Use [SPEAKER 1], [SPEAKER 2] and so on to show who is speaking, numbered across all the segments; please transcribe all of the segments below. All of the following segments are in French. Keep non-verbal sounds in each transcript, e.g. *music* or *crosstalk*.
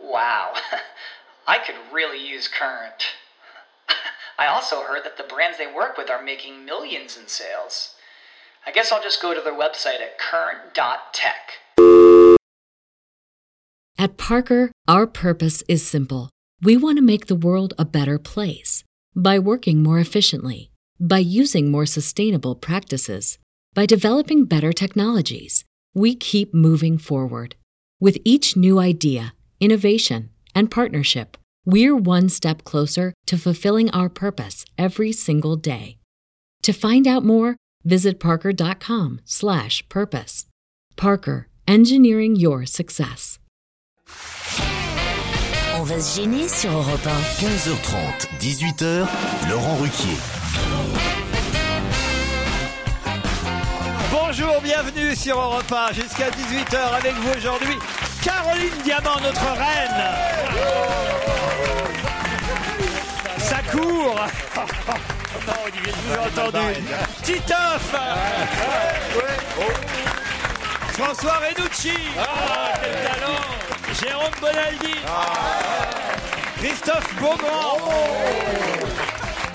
[SPEAKER 1] Wow. *laughs* I could really use Current. *laughs* I also heard that the brands they work with are making millions in sales. I guess I'll just go to their website at current.tech.
[SPEAKER 2] At Parker, our purpose is simple. We want to make the world a better place by working more efficiently, by using more sustainable practices, by developing better technologies. We keep moving forward. With each new idea, innovation, and partnership, we're one step closer to fulfilling our purpose every single day. To find out more, visit parker.com/purpose. Parker, engineering your success.
[SPEAKER 3] On va se gêner sur Europe 1.
[SPEAKER 4] 15h30, 18h, Laurent Ruquier.
[SPEAKER 5] Bonjour, bienvenue sur Europe 1 jusqu'à 18h avec vous aujourd'hui. Caroline Diamant, notre reine. Ça court. Vous avez entendu. Titoff. François Renucci. Ah, quel talent. Ah. Jérôme Bonaldi. Christophe Beaugrand.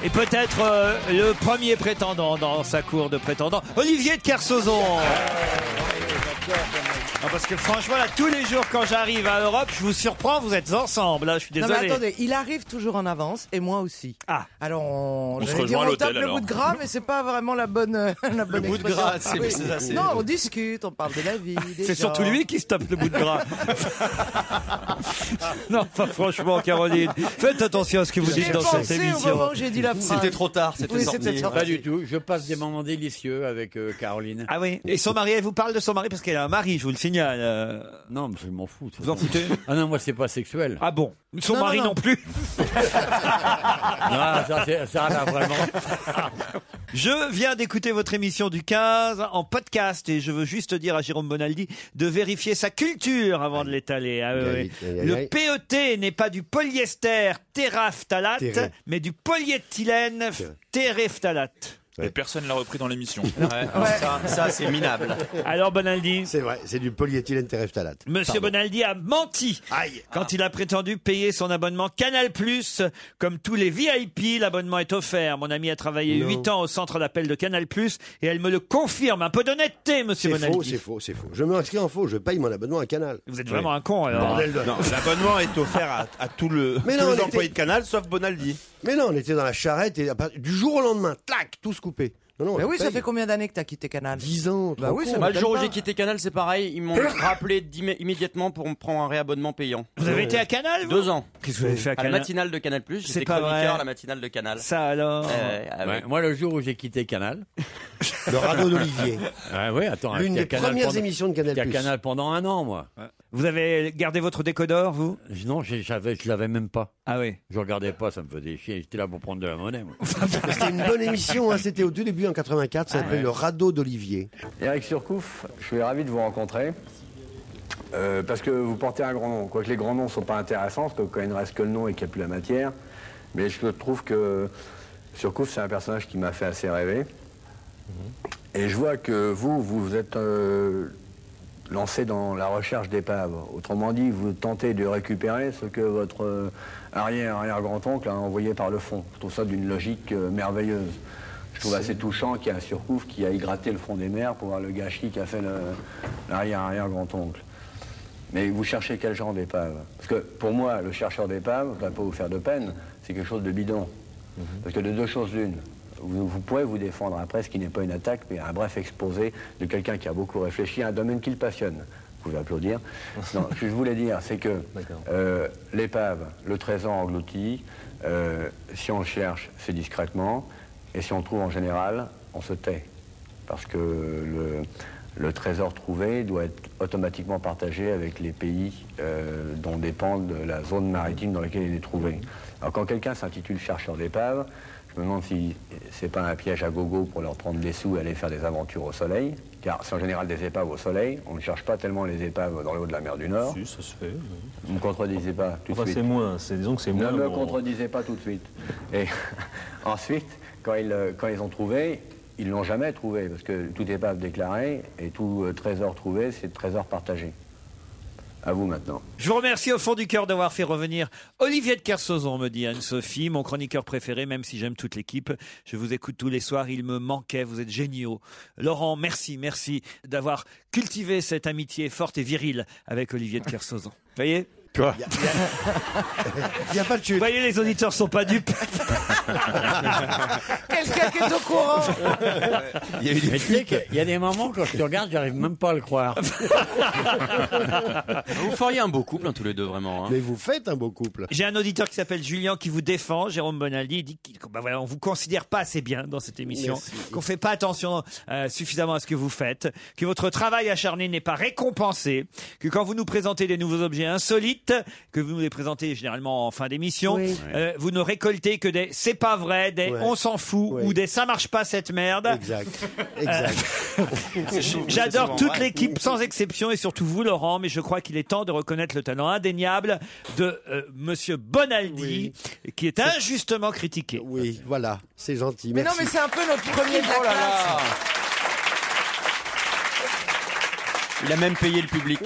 [SPEAKER 5] Et peut-être euh, le premier prétendant dans sa cour de prétendants, Olivier de Kersauzon. Ah, parce que franchement, là, tous les jours quand j'arrive à Europe, je vous surprends, vous êtes ensemble. hein, je suis
[SPEAKER 6] Non
[SPEAKER 5] désolé.
[SPEAKER 6] mais attendez, il arrive toujours en avance et moi aussi.
[SPEAKER 5] Ah.
[SPEAKER 6] Alors on,
[SPEAKER 5] On se
[SPEAKER 6] j'allais
[SPEAKER 5] rejoint
[SPEAKER 6] dire,
[SPEAKER 5] à l'hôtel,
[SPEAKER 6] tape le
[SPEAKER 5] alors.
[SPEAKER 6] bout de gras, mais c'est pas vraiment la bonne euh, *laughs* la bonne
[SPEAKER 5] bout de
[SPEAKER 6] expression.
[SPEAKER 5] gras, c'est-
[SPEAKER 6] Oui.
[SPEAKER 5] c'est ça, c'est-
[SPEAKER 6] Non, on discute, on parle de la vie. des
[SPEAKER 5] C'est
[SPEAKER 6] gens.
[SPEAKER 5] surtout lui qui se tape le bout
[SPEAKER 6] *laughs*
[SPEAKER 5] de *laughs* gras. non, pas franchement, Caroline. Faites attention à ce que vous
[SPEAKER 6] J'y ai
[SPEAKER 5] dites dans cette
[SPEAKER 6] pensé au
[SPEAKER 5] émission.
[SPEAKER 6] moment où j'ai dit la phrase. Oui, c'était sorti.
[SPEAKER 7] Pas du tout. Je passe des moments délicieux avec euh, Caroline.
[SPEAKER 5] Ah oui Et son mari, elle vous parle de son mari parce qu'elle a un mari, je vous le signale.
[SPEAKER 7] Euh,
[SPEAKER 5] Non, je m'en fous. Vous en foutez
[SPEAKER 7] Ah non, moi, c'est pas sexuel.
[SPEAKER 5] Ah bon Son
[SPEAKER 7] Non, non,
[SPEAKER 5] mari non,
[SPEAKER 7] non.
[SPEAKER 5] plus
[SPEAKER 7] Ah, ça, c'est- ça, là, vraiment.
[SPEAKER 5] *laughs* Je viens d'écouter votre émission du 15 en podcast et je veux juste dire à Jérôme Bonaldi de vérifier sa culture avant de l'étaler. Ah, ouais,
[SPEAKER 8] Aïe,
[SPEAKER 5] ouais.
[SPEAKER 8] aïe, aïe,
[SPEAKER 5] Le
[SPEAKER 8] aïe.
[SPEAKER 5] PET n'est pas du polyester teraphthalate,
[SPEAKER 8] Terré.
[SPEAKER 5] mais du polyéthylène terephthalate.
[SPEAKER 9] Et personne l'a repris dans l'émission.
[SPEAKER 5] Ça, c'est minable. Alors Bonaldi
[SPEAKER 8] C'est vrai, c'est du polyéthylène terephthalate.
[SPEAKER 5] Monsieur
[SPEAKER 8] Pardon. Ah.
[SPEAKER 5] Bonaldi a menti quand il a prétendu payer son abonnement Canal+. Comme tous les VIP, l'abonnement est offert. Mon ami a travaillé
[SPEAKER 8] Non.
[SPEAKER 5] 8 ans au centre d'appel de Canal+, et elle me le confirme. Un peu d'honnêteté, monsieur
[SPEAKER 8] C'est faux,
[SPEAKER 5] Bonaldi.
[SPEAKER 8] c'est faux, c'est faux. Je m'inscris en faux, je paye mon abonnement à Canal.
[SPEAKER 5] Vous êtes vraiment un con, alors.
[SPEAKER 8] Bordel de-
[SPEAKER 10] L'abonnement est offert à, à tout le,
[SPEAKER 8] Mais
[SPEAKER 10] tous
[SPEAKER 8] non,
[SPEAKER 10] les
[SPEAKER 8] on
[SPEAKER 10] employés
[SPEAKER 8] était-
[SPEAKER 10] de Canal, sauf Bonaldi.
[SPEAKER 8] Mais non, on était dans la charrette et à part- du jour au lendemain, tac, tout se coupait. Non, non,
[SPEAKER 6] Mais
[SPEAKER 8] on
[SPEAKER 6] oui, ça
[SPEAKER 8] paye.
[SPEAKER 6] fait combien d'années que t'as quitté Canal
[SPEAKER 8] 10
[SPEAKER 5] Oh,
[SPEAKER 8] ans.
[SPEAKER 6] Bah
[SPEAKER 8] trop
[SPEAKER 6] oui,
[SPEAKER 8] con.
[SPEAKER 6] ça
[SPEAKER 11] Bah, le jour où
[SPEAKER 6] pas.
[SPEAKER 11] j'ai quitté Canal, c'est pareil, ils m'ont rappelé d'immé- immédiatement pour me prendre un réabonnement payant.
[SPEAKER 5] Vous avez été à Canal, vous
[SPEAKER 11] Deux ans.
[SPEAKER 5] Qu'est-ce que vous avez fait à
[SPEAKER 11] À la
[SPEAKER 5] Canal
[SPEAKER 11] matinale de Canal+,
[SPEAKER 5] C'est
[SPEAKER 11] j'étais
[SPEAKER 5] pas
[SPEAKER 11] chroniqueur
[SPEAKER 5] vrai.
[SPEAKER 11] à
[SPEAKER 5] *laughs*
[SPEAKER 11] la matinale de Canal.
[SPEAKER 5] Ça, alors
[SPEAKER 11] Euh, ah ouais.
[SPEAKER 7] Ouais, Moi, le jour où j'ai quitté Canal.
[SPEAKER 8] *laughs* Le radeau d'Olivier.
[SPEAKER 7] Ah oui, attends.
[SPEAKER 8] L'une
[SPEAKER 7] j'étais à
[SPEAKER 8] des
[SPEAKER 7] Canal
[SPEAKER 8] premières
[SPEAKER 7] pendant-
[SPEAKER 8] émissions de
[SPEAKER 7] j'étais à
[SPEAKER 8] Canal+.
[SPEAKER 7] Canal pendant un an, moi. Euh,
[SPEAKER 5] Vous avez gardé votre décodeur, vous
[SPEAKER 7] Non, j'ai- j'avais, je l'avais même pas.
[SPEAKER 5] Ah oui.
[SPEAKER 7] Je regardais pas, ça me faisait chier. J'étais là pour prendre de la monnaie. Moi.
[SPEAKER 8] *laughs* C'était une bonne émission, hein, c'était au tout début en 84,
[SPEAKER 6] Ah
[SPEAKER 8] ça s'appelait Le radeau d'Olivier.
[SPEAKER 12] Eric Surcouf, je suis ravi de vous rencontrer. euh, parce que vous portez un grand nom. Quoique les grands noms ne sont pas intéressants, parce que quand il ne reste que le nom et qu'il n'y a plus la matière. Mais je trouve que Surcouf, c'est un personnage qui m'a fait assez rêver. Et je vois que vous, vous vous êtes euh, lancé dans la recherche d'épaves. Autrement dit, vous tentez de récupérer ce que votre euh, arrière-arrière-grand-oncle a envoyé par le fond. Je trouve ça d'une logique euh, merveilleuse. Je trouve assez touchant qu'il y ait un surcouf qui aille gratter le fond des mers pour voir le gâchis qu'a fait le- l'arrière-arrière-grand-oncle. Mais vous cherchez quel genre d'épave Parce que pour moi, le chercheur d'épave, je ne vais pas vous faire de peine, c'est quelque chose de bidon. Parce que de deux choses l'une, vous, vous pourrez vous défendre après, ce qui n'est pas une attaque, mais un bref exposé de quelqu'un qui a beaucoup réfléchi à un domaine qui le passionne. Vous pouvez applaudir. Non, ce que je voulais dire, c'est que euh, l'épave, le trésor englouti, euh, si on le cherche, c'est discrètement, et si on le trouve en général, on se tait. Parce que le, le trésor trouvé doit être automatiquement partagé avec les pays euh, dont dépend de la zone maritime dans laquelle il est trouvé. Alors quand quelqu'un s'intitule chercheur d'épave, je me demande si c'est pas un piège à gogo pour leur prendre des sous et aller faire des aventures au soleil, car c'est en général des épaves au soleil, on ne cherche pas tellement les épaves dans l'eau de la mer du Nord.
[SPEAKER 13] Si, ça se fait.
[SPEAKER 12] Vous ne me contredisez pas tout
[SPEAKER 13] Enfin,
[SPEAKER 12] de suite.
[SPEAKER 13] c'est moins, c'est- disons que c'est moins,
[SPEAKER 12] Ne me
[SPEAKER 13] bon.
[SPEAKER 12] contredisez pas tout de suite. Et *laughs* ensuite, quand ils, euh, quand ils ont trouvé, ils l'ont jamais trouvé, parce que toute épave déclarée et tout euh, trésor trouvé, c'est trésor partagé. À vous maintenant.
[SPEAKER 5] Je vous remercie au fond du cœur d'avoir fait revenir Olivier de Kersauzon, me dit Anne-Sophie, mon chroniqueur préféré, même si j'aime toute l'équipe. Je vous écoute tous les soirs, il me manquait, vous êtes géniaux. Laurent, merci, merci d'avoir cultivé cette amitié forte et virile avec Olivier de Kersauzon. Vous voyez Quoi *laughs* Il n'y a pas de Vous voyez, les auditeurs sont pas dupes.
[SPEAKER 14] Quelqu'un qui est au courant.
[SPEAKER 7] Il y a eu des Mais tu sais qu'il y a des moments, quand je te regarde, j'arrive même pas à le croire.
[SPEAKER 8] *laughs*
[SPEAKER 15] Vous feriez un beau couple, hein, tous les deux, vraiment. hein.
[SPEAKER 5] Mais vous faites un beau couple. J'ai un auditeur qui s'appelle Julien qui vous défend, Jérôme Bonaldi, il dit qu'on bah voilà, on vous considère pas assez bien dans cette émission,
[SPEAKER 16] Merci.
[SPEAKER 5] qu'on fait pas attention euh, suffisamment à ce que vous faites, que votre travail acharné n'est pas récompensé, que quand vous nous présentez des nouveaux objets insolites, que vous nous les présentez généralement en fin d'émission,
[SPEAKER 16] Oui.
[SPEAKER 5] euh, vous ne récoltez que des c'est pas vrai, des
[SPEAKER 16] Ouais.
[SPEAKER 5] on s'en fout ou des ça marche pas cette merde.
[SPEAKER 16] Exact.
[SPEAKER 5] Euh, *laughs* J'adore toute l'équipe sans exception et surtout vous Laurent, mais je crois qu'il est temps de reconnaître le talent indéniable de euh, Monsieur Bonaldi, qui est injustement critiqué. Oui, voilà, c'est gentil.
[SPEAKER 14] Mais non, mais c'est un peu notre premier de la classe.
[SPEAKER 15] Il a même payé le public.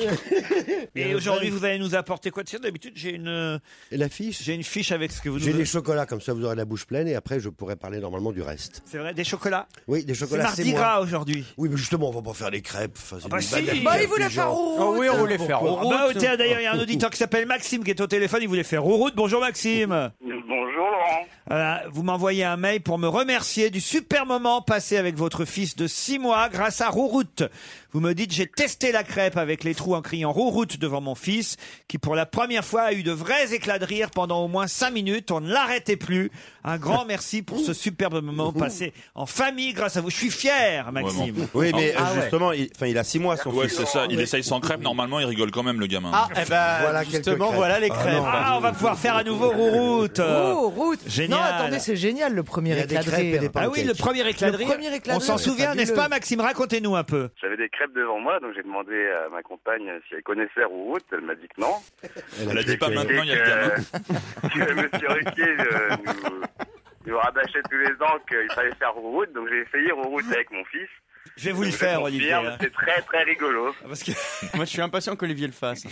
[SPEAKER 5] *laughs* Et aujourd'hui, vous allez nous apporter quoi Tiens, d'habitude, j'ai une.
[SPEAKER 8] la fiche
[SPEAKER 5] J'ai une fiche avec ce que vous nous
[SPEAKER 8] J'ai
[SPEAKER 5] donnez.
[SPEAKER 8] des chocolats, comme ça vous aurez la bouche pleine et après je pourrai parler normalement du reste.
[SPEAKER 5] C'est vrai, des chocolats
[SPEAKER 8] Oui, des chocolats.
[SPEAKER 5] C'est mardi
[SPEAKER 8] moi.
[SPEAKER 5] gras aujourd'hui.
[SPEAKER 8] Oui, mais justement, on va pas faire des crêpes. Enfin, c'est
[SPEAKER 5] bah
[SPEAKER 8] des
[SPEAKER 5] si.
[SPEAKER 8] baguettes
[SPEAKER 5] Bah, il voulait
[SPEAKER 8] affligeantes.
[SPEAKER 5] faire route. Ah oui, on voulait faire
[SPEAKER 8] Pourquoi
[SPEAKER 5] Bah, oh, tiens, d'ailleurs, il y a un auditeur qui s'appelle Maxime qui est au téléphone, il voulait faire route. Bonjour Maxime.
[SPEAKER 17] Bonjour Laurent.
[SPEAKER 5] Voilà, vous m'envoyez un mail pour me remercier du super moment passé avec votre fils de 6 mois grâce à Rouroute. Vous me dites, j'ai testé la crêpe avec les trous en criant Rouroute devant mon fils, qui pour la première fois a eu de vrais éclats de rire pendant au moins 5 minutes. On ne l'arrêtait plus. Un grand merci pour ce superbe moment passé en famille grâce à vous. Je suis fier,
[SPEAKER 13] hein.
[SPEAKER 5] Maxime. Ah
[SPEAKER 10] Oui, mais
[SPEAKER 13] Ah,
[SPEAKER 10] euh, justement, il, enfin, il a 6 mois son
[SPEAKER 13] Ouais,
[SPEAKER 10] fils.
[SPEAKER 13] c'est ça. Il essaye sans crêpe. Normalement, il rigole quand même, le gamin.
[SPEAKER 10] Ah, eh ben, Voilà quelques
[SPEAKER 14] justement, crêpes. voilà les
[SPEAKER 13] Ah,
[SPEAKER 14] crêpes.
[SPEAKER 13] non.
[SPEAKER 5] Ah, on va pouvoir faire à nouveau Rouroute.
[SPEAKER 14] Oh, route.
[SPEAKER 5] Génial.
[SPEAKER 14] Non, attendez, c'est génial le premier
[SPEAKER 5] Il y a des
[SPEAKER 14] éclat de
[SPEAKER 5] crêpes et
[SPEAKER 14] rire.
[SPEAKER 5] des Ah oui, le premier éclat de rire.
[SPEAKER 14] Le premier éclat
[SPEAKER 5] On
[SPEAKER 14] de
[SPEAKER 5] s'en
[SPEAKER 14] rire,
[SPEAKER 5] souvient,
[SPEAKER 14] fabuleux.
[SPEAKER 5] n'est-ce pas, Maxime Racontez-nous un peu.
[SPEAKER 17] J'avais des crêpes devant moi, donc j'ai demandé à ma compagne si elle connaissait Rouroute. Elle m'a dit que non.
[SPEAKER 13] Elle a dit pas
[SPEAKER 17] que-
[SPEAKER 13] maintenant, il y a le gamin.
[SPEAKER 17] que, *laughs* que Monsieur Ruquier euh, nous, nous rabâchait tous les ans qu'il fallait faire Rouroute, donc j'ai essayé Rouroute avec mon fils.
[SPEAKER 5] Je vais vous le
[SPEAKER 17] Je
[SPEAKER 5] faire,
[SPEAKER 17] confirme,
[SPEAKER 5] Olivier. hein.
[SPEAKER 17] C'est très très rigolo.
[SPEAKER 5] Parce que...
[SPEAKER 11] *laughs*
[SPEAKER 15] Moi, je suis impatient qu'Olivier le fasse.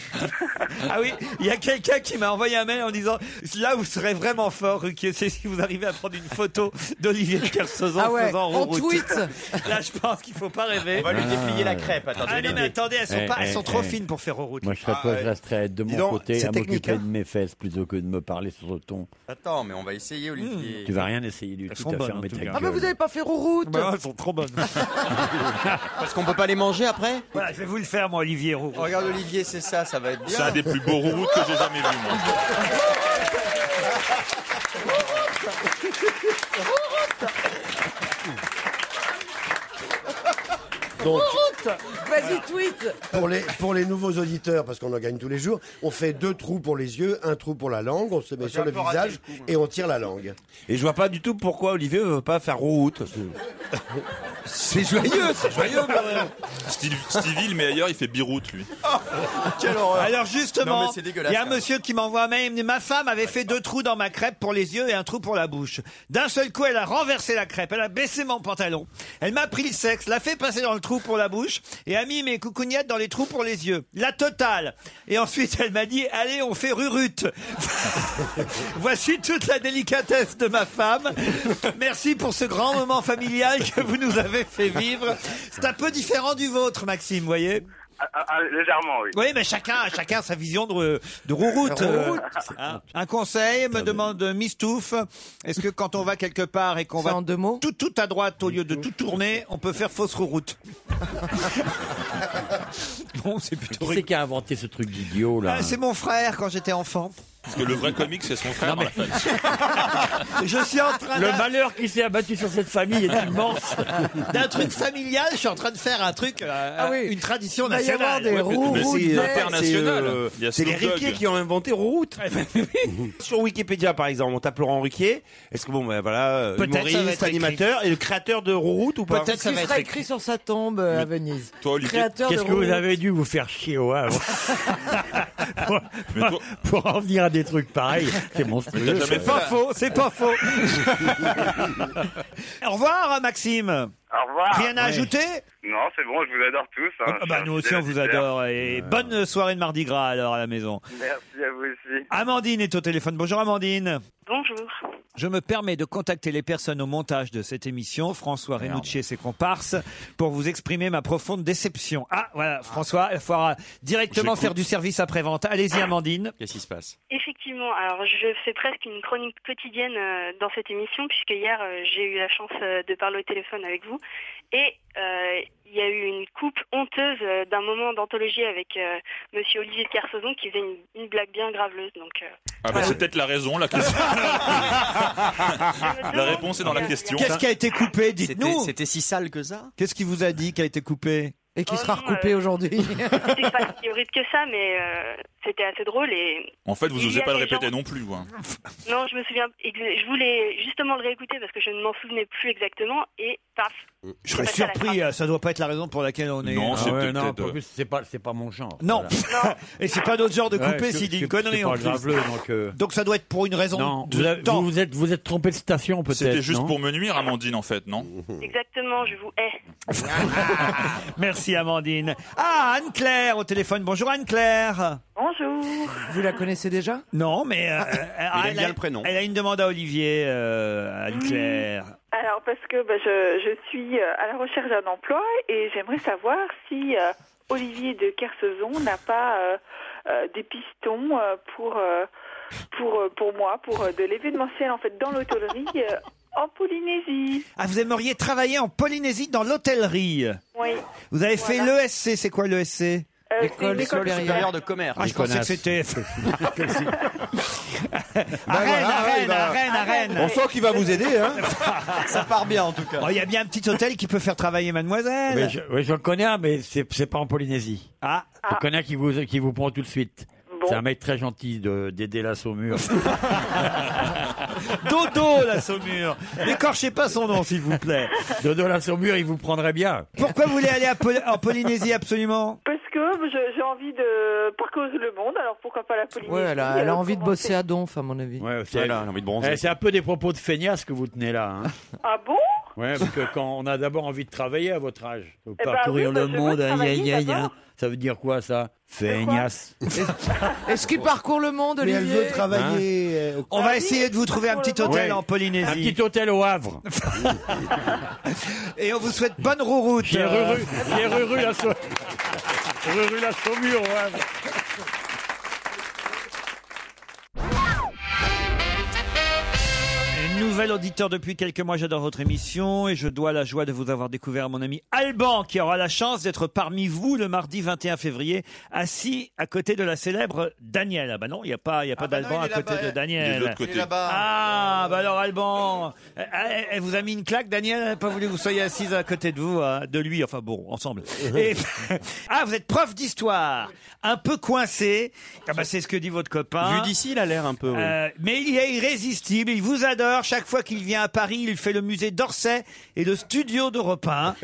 [SPEAKER 5] Ah oui, il y a quelqu'un qui m'a envoyé un mail en disant là vous serez vraiment fort, Ruquier, c'est si vous arrivez à prendre une photo d'Olivier de Kersauzon
[SPEAKER 15] Ah ouais,
[SPEAKER 5] faisant
[SPEAKER 15] en
[SPEAKER 5] route.
[SPEAKER 15] tweet.
[SPEAKER 5] Là, je pense qu'il faut pas rêver.
[SPEAKER 15] On va lui déplier la crêpe, attendez.
[SPEAKER 5] Ah non, mais attendez, elles sont
[SPEAKER 7] Eh,
[SPEAKER 5] pas, elles
[SPEAKER 7] eh,
[SPEAKER 5] sont trop
[SPEAKER 7] eh.
[SPEAKER 5] fines pour faire route.
[SPEAKER 7] Moi, je serais pas, je resterais à être de
[SPEAKER 15] Ah, Dis
[SPEAKER 7] mon
[SPEAKER 15] donc,
[SPEAKER 7] côté
[SPEAKER 15] c'est
[SPEAKER 7] à
[SPEAKER 15] technique,
[SPEAKER 7] m'occuper
[SPEAKER 15] hein.
[SPEAKER 7] de mes fesses plutôt que de me parler sur le ton.
[SPEAKER 15] Attends, mais on va essayer, Olivier.
[SPEAKER 7] Tu vas rien essayer du
[SPEAKER 15] Elles
[SPEAKER 7] tout
[SPEAKER 15] sont
[SPEAKER 7] à
[SPEAKER 15] bonnes, en
[SPEAKER 7] fermer
[SPEAKER 15] tout
[SPEAKER 7] ta
[SPEAKER 15] cas.
[SPEAKER 7] gueule.
[SPEAKER 15] Ah, mais vous *laughs*
[SPEAKER 14] Vous n'avez pas fait route.
[SPEAKER 5] Bah, elles sont trop
[SPEAKER 11] *laughs*
[SPEAKER 5] bonnes.
[SPEAKER 15] Parce qu'on peut pas les manger après
[SPEAKER 5] Voilà, je vais vous le faire, moi, Olivier Roux.
[SPEAKER 15] regarde, Olivier, c'est ça, ça va être bien.
[SPEAKER 13] C'est un des plus beaux rouroutes que j'ai jamais vu, moi.
[SPEAKER 8] Donc,
[SPEAKER 14] Vas-y, tweet.
[SPEAKER 8] pour les, pour les nouveaux auditeurs, parce qu'on en gagne tous les jours, on fait deux trous pour les yeux, un trou pour la langue, on se met sur
[SPEAKER 10] un
[SPEAKER 8] le
[SPEAKER 10] peu raté
[SPEAKER 8] visage
[SPEAKER 10] le coup,
[SPEAKER 8] et on tire la langue.
[SPEAKER 10] Et je vois pas du tout pourquoi Olivier veut pas faire route. C'est joyeux, c'est joyeux quand même.
[SPEAKER 13] Steve- Stevie, le meilleur, il fait biroute, lui.
[SPEAKER 5] Oh,
[SPEAKER 15] Quelle horreur.
[SPEAKER 13] Non,
[SPEAKER 5] Alors justement,
[SPEAKER 13] mais c'est
[SPEAKER 5] il
[SPEAKER 13] dégueulasse,
[SPEAKER 5] y a un
[SPEAKER 13] hein.
[SPEAKER 5] monsieur qui m'envoie un mail. il me dit, Ma femme avait fait deux trous dans ma crêpe pour les yeux et un trou pour la bouche. D'un seul coup, elle a renversé la crêpe. Elle a baissé mon pantalon. Elle m'a pris le sexe, l'a fait passer dans le trou pour la bouche et a mis mes coucougnettes dans les trous pour les yeux. La totale. Et ensuite, elle m'a dit Allez, on fait rurute. *laughs* Voici toute la délicatesse de ma femme. Merci pour ce grand moment familial que vous nous avez fait vivre. C'est un peu différent du vôtre, Maxime, voyez.
[SPEAKER 17] Ah, ah, ah, légèrement, oui.
[SPEAKER 5] Oui, mais chacun, chacun a sa vision de, de rouroute.
[SPEAKER 17] Rouroute.
[SPEAKER 5] Euh,
[SPEAKER 14] Ah.
[SPEAKER 5] hein. un conseil me demande Mistouf. Est-ce que quand on va quelque part et qu'on va tout, tout à droite au lieu de tout tourner, on peut faire fausse rouroute
[SPEAKER 7] Bon, c'est plutôt. Qui c'est qui a inventé ce truc d'idiot là
[SPEAKER 5] Ah, C'est mon frère quand j'étais enfant.
[SPEAKER 13] Parce que le vrai comique, c'est son frère. dans la famille.
[SPEAKER 5] *laughs* Je suis en train
[SPEAKER 7] Le
[SPEAKER 5] d'a-
[SPEAKER 7] malheur qui s'est abattu sur cette famille est immense.
[SPEAKER 5] *laughs* d'un truc familial, je suis en train de faire un truc, euh,
[SPEAKER 14] Ah
[SPEAKER 5] une tradition
[SPEAKER 7] Il va y avoir
[SPEAKER 5] nationale.
[SPEAKER 7] des Ouais, mais- mais rouroutes, c'est, euh, des- international.
[SPEAKER 10] C'est, euh,
[SPEAKER 7] Il y a
[SPEAKER 10] C'est les
[SPEAKER 7] Snoop Dogg.
[SPEAKER 10] Riquier qui ont inventé Rouroute. *laughs* Sur Wikipédia, par exemple, on tape Laurent Riquier. Est-ce que bon, ben voilà,
[SPEAKER 5] Peut-être ça va
[SPEAKER 10] humoriste,
[SPEAKER 5] être écrit.
[SPEAKER 10] animateur et le créateur de Rouroute ou pas
[SPEAKER 14] Peut-être ça sera Bah, écrit sur sa tombe euh, à Venise. Créateur
[SPEAKER 7] Qu'est-ce
[SPEAKER 14] de
[SPEAKER 7] que vous
[SPEAKER 14] Rouroute.
[SPEAKER 7] avez dû vous faire chier au
[SPEAKER 14] *laughs*
[SPEAKER 7] Havre *laughs* pour, pour en venir à des trucs pareils, c'est monstrueux.
[SPEAKER 5] C'est pas faux, c'est pas faux. *laughs* Au revoir, Maxime.
[SPEAKER 17] Au revoir.
[SPEAKER 5] Rien à ajouter
[SPEAKER 17] Non, c'est bon, je vous adore tous. hein.
[SPEAKER 5] Ah bah, nous
[SPEAKER 17] Je suis
[SPEAKER 5] aussi, on
[SPEAKER 17] un
[SPEAKER 5] vous
[SPEAKER 17] fidèle
[SPEAKER 5] adore. Et bonne soirée de Mardi Gras, alors, à la maison.
[SPEAKER 17] auditeur. Merci à vous aussi.
[SPEAKER 5] Amandine est au téléphone. Bonjour, Amandine.
[SPEAKER 16] Bonjour.
[SPEAKER 5] Je me permets de contacter les personnes au montage de cette émission, François Renucci et ses comparses, pour vous exprimer ma profonde déception. Ah, voilà, François, il faudra directement
[SPEAKER 15] J'écoute.
[SPEAKER 5] faire du service après-vente. Allez-y, Amandine.
[SPEAKER 15] Qu'est-ce qui se passe
[SPEAKER 16] Effectivement, alors je fais presque une chronique quotidienne euh, dans cette émission, puisque hier euh, j'ai eu la chance euh, de parler au téléphone avec vous. Et euh, il y a eu une coupe honteuse euh, d'un moment d'anthologie avec euh, monsieur Olivier de Kersauzon qui faisait une, une blague bien graveleuse. Donc, euh,
[SPEAKER 13] *laughs* Ah bah, c'est peut-être la raison, la
[SPEAKER 5] *laughs*
[SPEAKER 13] question. la réponse est dans la question.
[SPEAKER 5] Qu'est-ce qui a été coupé Dites-nous.
[SPEAKER 15] C'était si sale que ça
[SPEAKER 5] Qu'est-ce qui vous a dit qui a été coupé Ah.
[SPEAKER 14] Et qui sera recoupé *laughs* aujourd'hui.
[SPEAKER 16] c'était pas si horrible que ça, mais euh, c'était assez drôle. Et
[SPEAKER 13] En fait, vous
[SPEAKER 16] Il y
[SPEAKER 13] n'osez
[SPEAKER 16] a
[SPEAKER 13] pas le
[SPEAKER 16] des gens-
[SPEAKER 13] répéter non plus. hein.
[SPEAKER 16] non, je me souviens, je voulais justement le réécouter parce que je ne m'en souvenais plus exactement. Et paf,
[SPEAKER 5] Je serais surpris, euh, ça doit pas être la raison pour laquelle on est.
[SPEAKER 7] Non,
[SPEAKER 5] Ah
[SPEAKER 7] c'est
[SPEAKER 5] ouais,
[SPEAKER 7] peut-être-
[SPEAKER 5] non,
[SPEAKER 7] peut-être,
[SPEAKER 5] pour
[SPEAKER 7] euh,
[SPEAKER 5] plus,
[SPEAKER 7] c'est pas, *laughs* c'est pas mon genre.
[SPEAKER 5] Non. *laughs* Et c'est pas notre genre de couper
[SPEAKER 7] Ouais,
[SPEAKER 5] s'il dit
[SPEAKER 7] c'est-
[SPEAKER 5] une *laughs* connerie
[SPEAKER 7] c'est
[SPEAKER 5] en
[SPEAKER 7] pas
[SPEAKER 5] plus.
[SPEAKER 7] graveleux, donc, euh,
[SPEAKER 5] Donc ça doit être pour une raison
[SPEAKER 7] Non,
[SPEAKER 5] de
[SPEAKER 7] vous, avez-
[SPEAKER 5] temps.
[SPEAKER 7] vous vous êtes, vous êtes trompé de station peut-être.
[SPEAKER 13] C'était juste
[SPEAKER 7] non
[SPEAKER 13] pour me nuire, Amandine, en fait,
[SPEAKER 5] *laughs*
[SPEAKER 13] non
[SPEAKER 16] exactement, je vous hais.
[SPEAKER 5] Merci Amandine. Ah, Anne-Claire au téléphone. Bonjour Anne-Claire.
[SPEAKER 16] Bonjour.
[SPEAKER 5] Vous la connaissez déjà Non, mais euh, euh,
[SPEAKER 15] aime
[SPEAKER 5] elle
[SPEAKER 15] bien
[SPEAKER 5] a-
[SPEAKER 15] le prénom.
[SPEAKER 5] Elle a une demande à Olivier, euh, Anne-Claire.
[SPEAKER 18] Alors, parce que bah, je, je suis euh, à la recherche d'un emploi et j'aimerais savoir si euh, Olivier de Kersauzon n'a pas euh, euh, des pistons euh, pour, euh, pour, euh, pour moi, pour euh, de l'événementiel, en fait, dans l'hôtellerie euh, en Polynésie.
[SPEAKER 5] Ah, vous aimeriez travailler en Polynésie dans l'hôtellerie.
[SPEAKER 18] Oui.
[SPEAKER 5] Vous avez fait l'ESC. C'est quoi l'ESC
[SPEAKER 18] Euh, L'école c'est une école supérieure. supérieure de
[SPEAKER 15] commerce.
[SPEAKER 5] Ah, je
[SPEAKER 15] Des
[SPEAKER 5] pensais que
[SPEAKER 15] connasses.
[SPEAKER 5] c'était. *laughs*
[SPEAKER 10] voilà,
[SPEAKER 5] à Rennes,
[SPEAKER 10] oui, bah,
[SPEAKER 5] à
[SPEAKER 18] Ah,
[SPEAKER 5] Rennes, à Rennes.
[SPEAKER 10] On sent qu'il va vous aider, hein.
[SPEAKER 5] Ça part bien en tout cas. Oh, Il y a bien un petit hôtel qui peut faire travailler mademoiselle.
[SPEAKER 7] Mais je, oui, j'en connais un, mais c'est, c'est pas en Polynésie.
[SPEAKER 5] Ah.
[SPEAKER 7] Je connais un qui vous, qui vous prend tout de suite. C'est un mec très gentil de, d'aider la Saumur.
[SPEAKER 5] *laughs* Dodo la Saumur. N'écorchez pas son nom, s'il vous plaît.
[SPEAKER 7] Dodo la Saumur, il vous prendrait bien.
[SPEAKER 5] Pourquoi vous voulez aller à Pol- en Polynésie
[SPEAKER 18] *laughs*
[SPEAKER 5] absolument
[SPEAKER 18] Parce que bah, je- j'ai envie de parcourir le monde, alors pourquoi pas la Polynésie
[SPEAKER 14] Ouais, elle a, elle a
[SPEAKER 18] euh,
[SPEAKER 14] envie de
[SPEAKER 18] commencer-
[SPEAKER 14] bosser à Donf, à mon avis.
[SPEAKER 7] Ouais, c'est,
[SPEAKER 15] Voilà, elle a envie de bronzer.
[SPEAKER 7] Eh, c'est un peu des propos de feignasse que vous tenez là. hein.
[SPEAKER 18] Ah bon
[SPEAKER 7] Ouais, parce que quand on a d'abord envie de travailler à votre âge, faut
[SPEAKER 18] Eh ben
[SPEAKER 7] parcourir
[SPEAKER 18] oui, bah,
[SPEAKER 7] le
[SPEAKER 18] je veux
[SPEAKER 7] monde, aïe aïe
[SPEAKER 18] travailler
[SPEAKER 7] aïe, aïe.
[SPEAKER 5] hein.
[SPEAKER 18] d'abord.
[SPEAKER 7] Ça veut dire quoi ça Feignasse.
[SPEAKER 14] Est-ce qu'il parcourt le monde,
[SPEAKER 8] Mais
[SPEAKER 14] Olivier
[SPEAKER 8] elle veut travailler.
[SPEAKER 14] Hein
[SPEAKER 8] euh, au-
[SPEAKER 5] On
[SPEAKER 14] Ah,
[SPEAKER 5] va essayer de vous trouver un petit hôtel
[SPEAKER 7] Ouais.
[SPEAKER 5] en Polynésie.
[SPEAKER 7] Un petit hôtel
[SPEAKER 5] *laughs*
[SPEAKER 7] au Havre.
[SPEAKER 5] Et on vous souhaite bonne route.
[SPEAKER 7] J'ai ruru, j'ai ruru la Sau- ruru la Saumur au Havre.
[SPEAKER 5] Nouvel auditeur depuis quelques mois, j'adore votre émission et je dois la joie de vous avoir découvert à mon ami Alban qui aura la chance d'être parmi vous le mardi 21 février assis à côté de la célèbre Daniel. Ah bah non, il n'y a pas, il y a pas
[SPEAKER 15] bah non, il
[SPEAKER 5] d'Alban à
[SPEAKER 15] est
[SPEAKER 5] côté
[SPEAKER 15] là-bas.
[SPEAKER 5] de Daniel.
[SPEAKER 15] Il est de l'autre côté. Il est là-bas.
[SPEAKER 5] Ah bah alors Alban, euh, elle, elle- elle Eh, vous a mis une claque Daniel, elle n'a pas voulu que vous soyez assise à côté de vous, hein, de lui, enfin bon,
[SPEAKER 15] *laughs*
[SPEAKER 5] ensemble. Et- *laughs* ah vous êtes prof d'histoire, un peu coincé. Ah bah c'est ce que dit votre copain.
[SPEAKER 15] Vu d'ici, il a l'air un peu. oui.
[SPEAKER 5] Euh, mais il est irrésistible, il vous adore. Chaque fois qu'il vient à Paris, il fait le musée d'Orsay et le studio
[SPEAKER 15] *laughs*
[SPEAKER 5] d'Europe 1.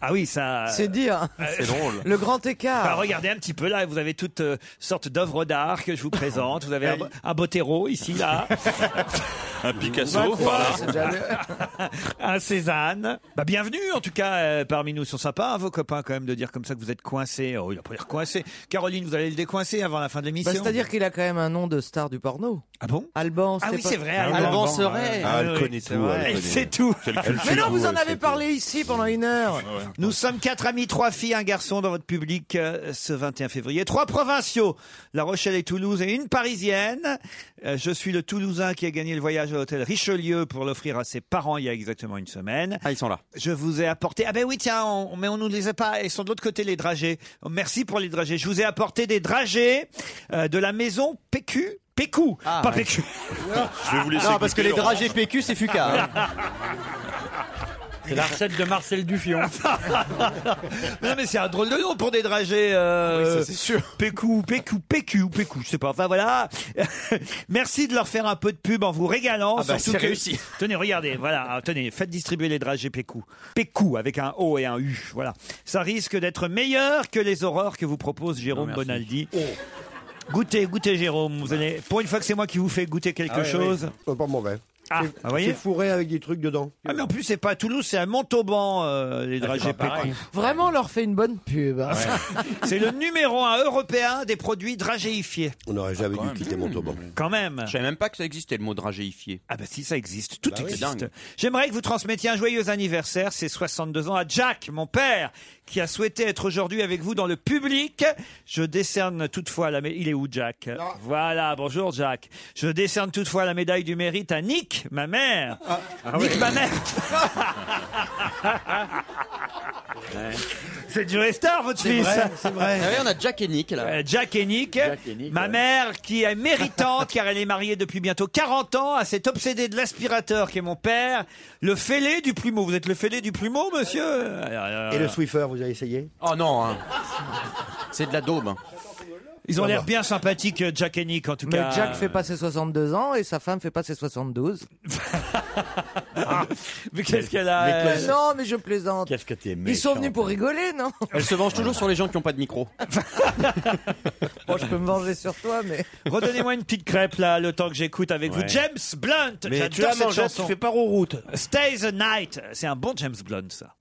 [SPEAKER 5] ah oui, ça.
[SPEAKER 14] C'est dire.
[SPEAKER 5] C'est drôle.
[SPEAKER 14] Le grand écart.
[SPEAKER 5] Bah, regardez un petit peu là, vous avez toutes euh, sortes d'œuvres d'art que je vous présente. Vous
[SPEAKER 15] Bah,
[SPEAKER 5] avez un, un Botero
[SPEAKER 15] *laughs*
[SPEAKER 5] ici, là,
[SPEAKER 13] Un Picasso, par là.
[SPEAKER 5] *laughs* un Cézanne. Bah, bienvenue en tout cas euh, parmi nous. Ils sont sympas, hein, vos copains, quand même, de dire comme ça que vous êtes coincés. Oh, il a pas l'air coincé. Caroline, vous allez le décoincer avant la fin de l'émission.
[SPEAKER 14] Bah, C'est-à-dire qu'il a quand même un nom de star du porno.
[SPEAKER 5] Ah bon
[SPEAKER 14] Alban.
[SPEAKER 5] Ah oui,
[SPEAKER 14] pas-
[SPEAKER 5] c'est vrai,
[SPEAKER 14] Ah,
[SPEAKER 5] Alban. Alban
[SPEAKER 14] Serait.
[SPEAKER 10] Ah, elle
[SPEAKER 5] oui,
[SPEAKER 10] connaît
[SPEAKER 5] c'est
[SPEAKER 10] tout,
[SPEAKER 5] vrai.
[SPEAKER 10] elle
[SPEAKER 5] Elle
[SPEAKER 10] connaît.
[SPEAKER 5] sait tout.
[SPEAKER 10] Quelle culture,
[SPEAKER 14] Mais non, vous en
[SPEAKER 10] elle Ah
[SPEAKER 14] avez
[SPEAKER 10] sait
[SPEAKER 14] parlé ici pendant une heure.
[SPEAKER 5] Nous sommes quatre amis, trois filles, un garçon dans votre public euh, ce 21 février. Trois provinciaux, La Rochelle et Toulouse et une parisienne. Euh, je suis le Toulousain qui a gagné le voyage à l'hôtel Richelieu pour l'offrir à ses parents il y a exactement une semaine.
[SPEAKER 15] Ah, ils sont là.
[SPEAKER 5] Je vous ai apporté. Ah ben oui, tiens, on, mais on nous les a pas. Ils sont de l'autre côté les dragées. Merci pour les dragées. Je vous ai apporté des dragées euh, de la maison PQ. Pécou,
[SPEAKER 15] Ah,
[SPEAKER 7] Ah,
[SPEAKER 5] pas Pécu.
[SPEAKER 15] Je vais vous laisser Non, parce que goûter, les Laurent. dragées PQ, c'est Fuca, hein.
[SPEAKER 7] *laughs* C'est la recette de Marcel
[SPEAKER 5] *laughs*
[SPEAKER 7] Dufion.
[SPEAKER 5] non mais c'est un drôle de nom pour des dragées. Euh, c'est sûr. Pécou, Pécou, Pécou, Pécou, je sais pas. Enfin voilà. *laughs* Merci de leur faire un peu de pub en vous régalant.
[SPEAKER 7] Ah bah,
[SPEAKER 5] surtout
[SPEAKER 7] c'est
[SPEAKER 5] que-
[SPEAKER 7] réussi.
[SPEAKER 5] *laughs* Tenez, regardez, voilà. Ah, Tenez, faites distribuer les dragées Pécou. Pécou avec un O et un U. Voilà. Ça risque d'être meilleur que les aurores que vous propose Jérôme
[SPEAKER 7] Non,
[SPEAKER 5] Bonaldi.
[SPEAKER 8] Oh.
[SPEAKER 5] Goûtez, goûtez Jérôme. Vous allez. Pour une fois que c'est moi qui vous fais goûter quelque
[SPEAKER 8] Ah ouais,
[SPEAKER 5] chose.
[SPEAKER 8] ouais. Oh, Pas mauvais.
[SPEAKER 5] Ah,
[SPEAKER 8] C'est-
[SPEAKER 5] vous voyez
[SPEAKER 8] C'est fourré avec des trucs dedans.
[SPEAKER 5] Ah, mais en plus, c'est pas à Toulouse, c'est à Montauban, euh, les dragées
[SPEAKER 8] pas pareil.
[SPEAKER 5] Pécou.
[SPEAKER 14] Vraiment, on leur fait une bonne pub. hein.
[SPEAKER 5] C'est le numéro un européen des produits dragéifiés.
[SPEAKER 8] On n'aurait
[SPEAKER 15] Ah,
[SPEAKER 8] jamais dû quitter Montauban.
[SPEAKER 5] Quand même.
[SPEAKER 15] Je savais même pas que ça existait le mot dragéifié.
[SPEAKER 5] Ah bah si ça existe, tout
[SPEAKER 15] C'est
[SPEAKER 5] existe.
[SPEAKER 15] dingue.
[SPEAKER 5] J'aimerais que vous transmettiez un joyeux anniversaire, ses 62 ans, à Jack, mon père, qui a souhaité être aujourd'hui avec vous dans le public. Je décerne toutefois la médaille... Il est où, Jack Voilà, bonjour, Jack. Je décerne toutefois la médaille du mérite à Nick, ma mère.
[SPEAKER 14] Ah.
[SPEAKER 5] Nick, ma *laughs* mère
[SPEAKER 14] *laughs*
[SPEAKER 5] C'est du star, votre
[SPEAKER 15] C'est
[SPEAKER 5] fils
[SPEAKER 15] vrai, c'est vrai. Ah oui, on a
[SPEAKER 5] Jack et Nick, là. Jack et Nick. Ma mère, qui
[SPEAKER 15] *laughs*
[SPEAKER 5] est méritante, car elle est mariée depuis bientôt 40 ans, à cet obsédé de l'aspirateur qui est mon père, le fêlé du plumeau. Vous êtes le fêlé du plumeau, monsieur Ah.
[SPEAKER 8] Et le Swiffer, vous avez essayé
[SPEAKER 15] Oh non, hein. c'est de la daube. hein.
[SPEAKER 5] Ils ont
[SPEAKER 15] Ah
[SPEAKER 5] l'air
[SPEAKER 15] bah.
[SPEAKER 5] bien sympathiques, Jack et Nick, en tout
[SPEAKER 14] Mais
[SPEAKER 5] cas. euh, *laughs*
[SPEAKER 14] Jack fait pas ses 62 ans et sa femme fait pas ses 72.
[SPEAKER 5] Mais qu'est-ce qu'elle a
[SPEAKER 14] Mais
[SPEAKER 5] elle
[SPEAKER 14] Non, mais je
[SPEAKER 15] hein.
[SPEAKER 14] plaisante.
[SPEAKER 7] Qu'est-ce que t'es
[SPEAKER 14] Ils sont venus
[SPEAKER 6] hein.
[SPEAKER 14] pour rigoler,
[SPEAKER 5] *laughs*
[SPEAKER 14] non
[SPEAKER 15] Elle se venge toujours sur les gens qui n'ont pas de micro.
[SPEAKER 14] Bon, je peux me venger sur toi, mais.
[SPEAKER 5] Redonnez-moi une petite crêpe, là, le temps que j'écoute avec vous.
[SPEAKER 7] Ouais.
[SPEAKER 5] James Blunt
[SPEAKER 7] Mais
[SPEAKER 5] j'adore
[SPEAKER 7] tu la
[SPEAKER 5] cette
[SPEAKER 7] manges, là,
[SPEAKER 5] chanson.
[SPEAKER 7] tu fais pas route.
[SPEAKER 5] Stay the night, c'est un bon James Blunt, ça.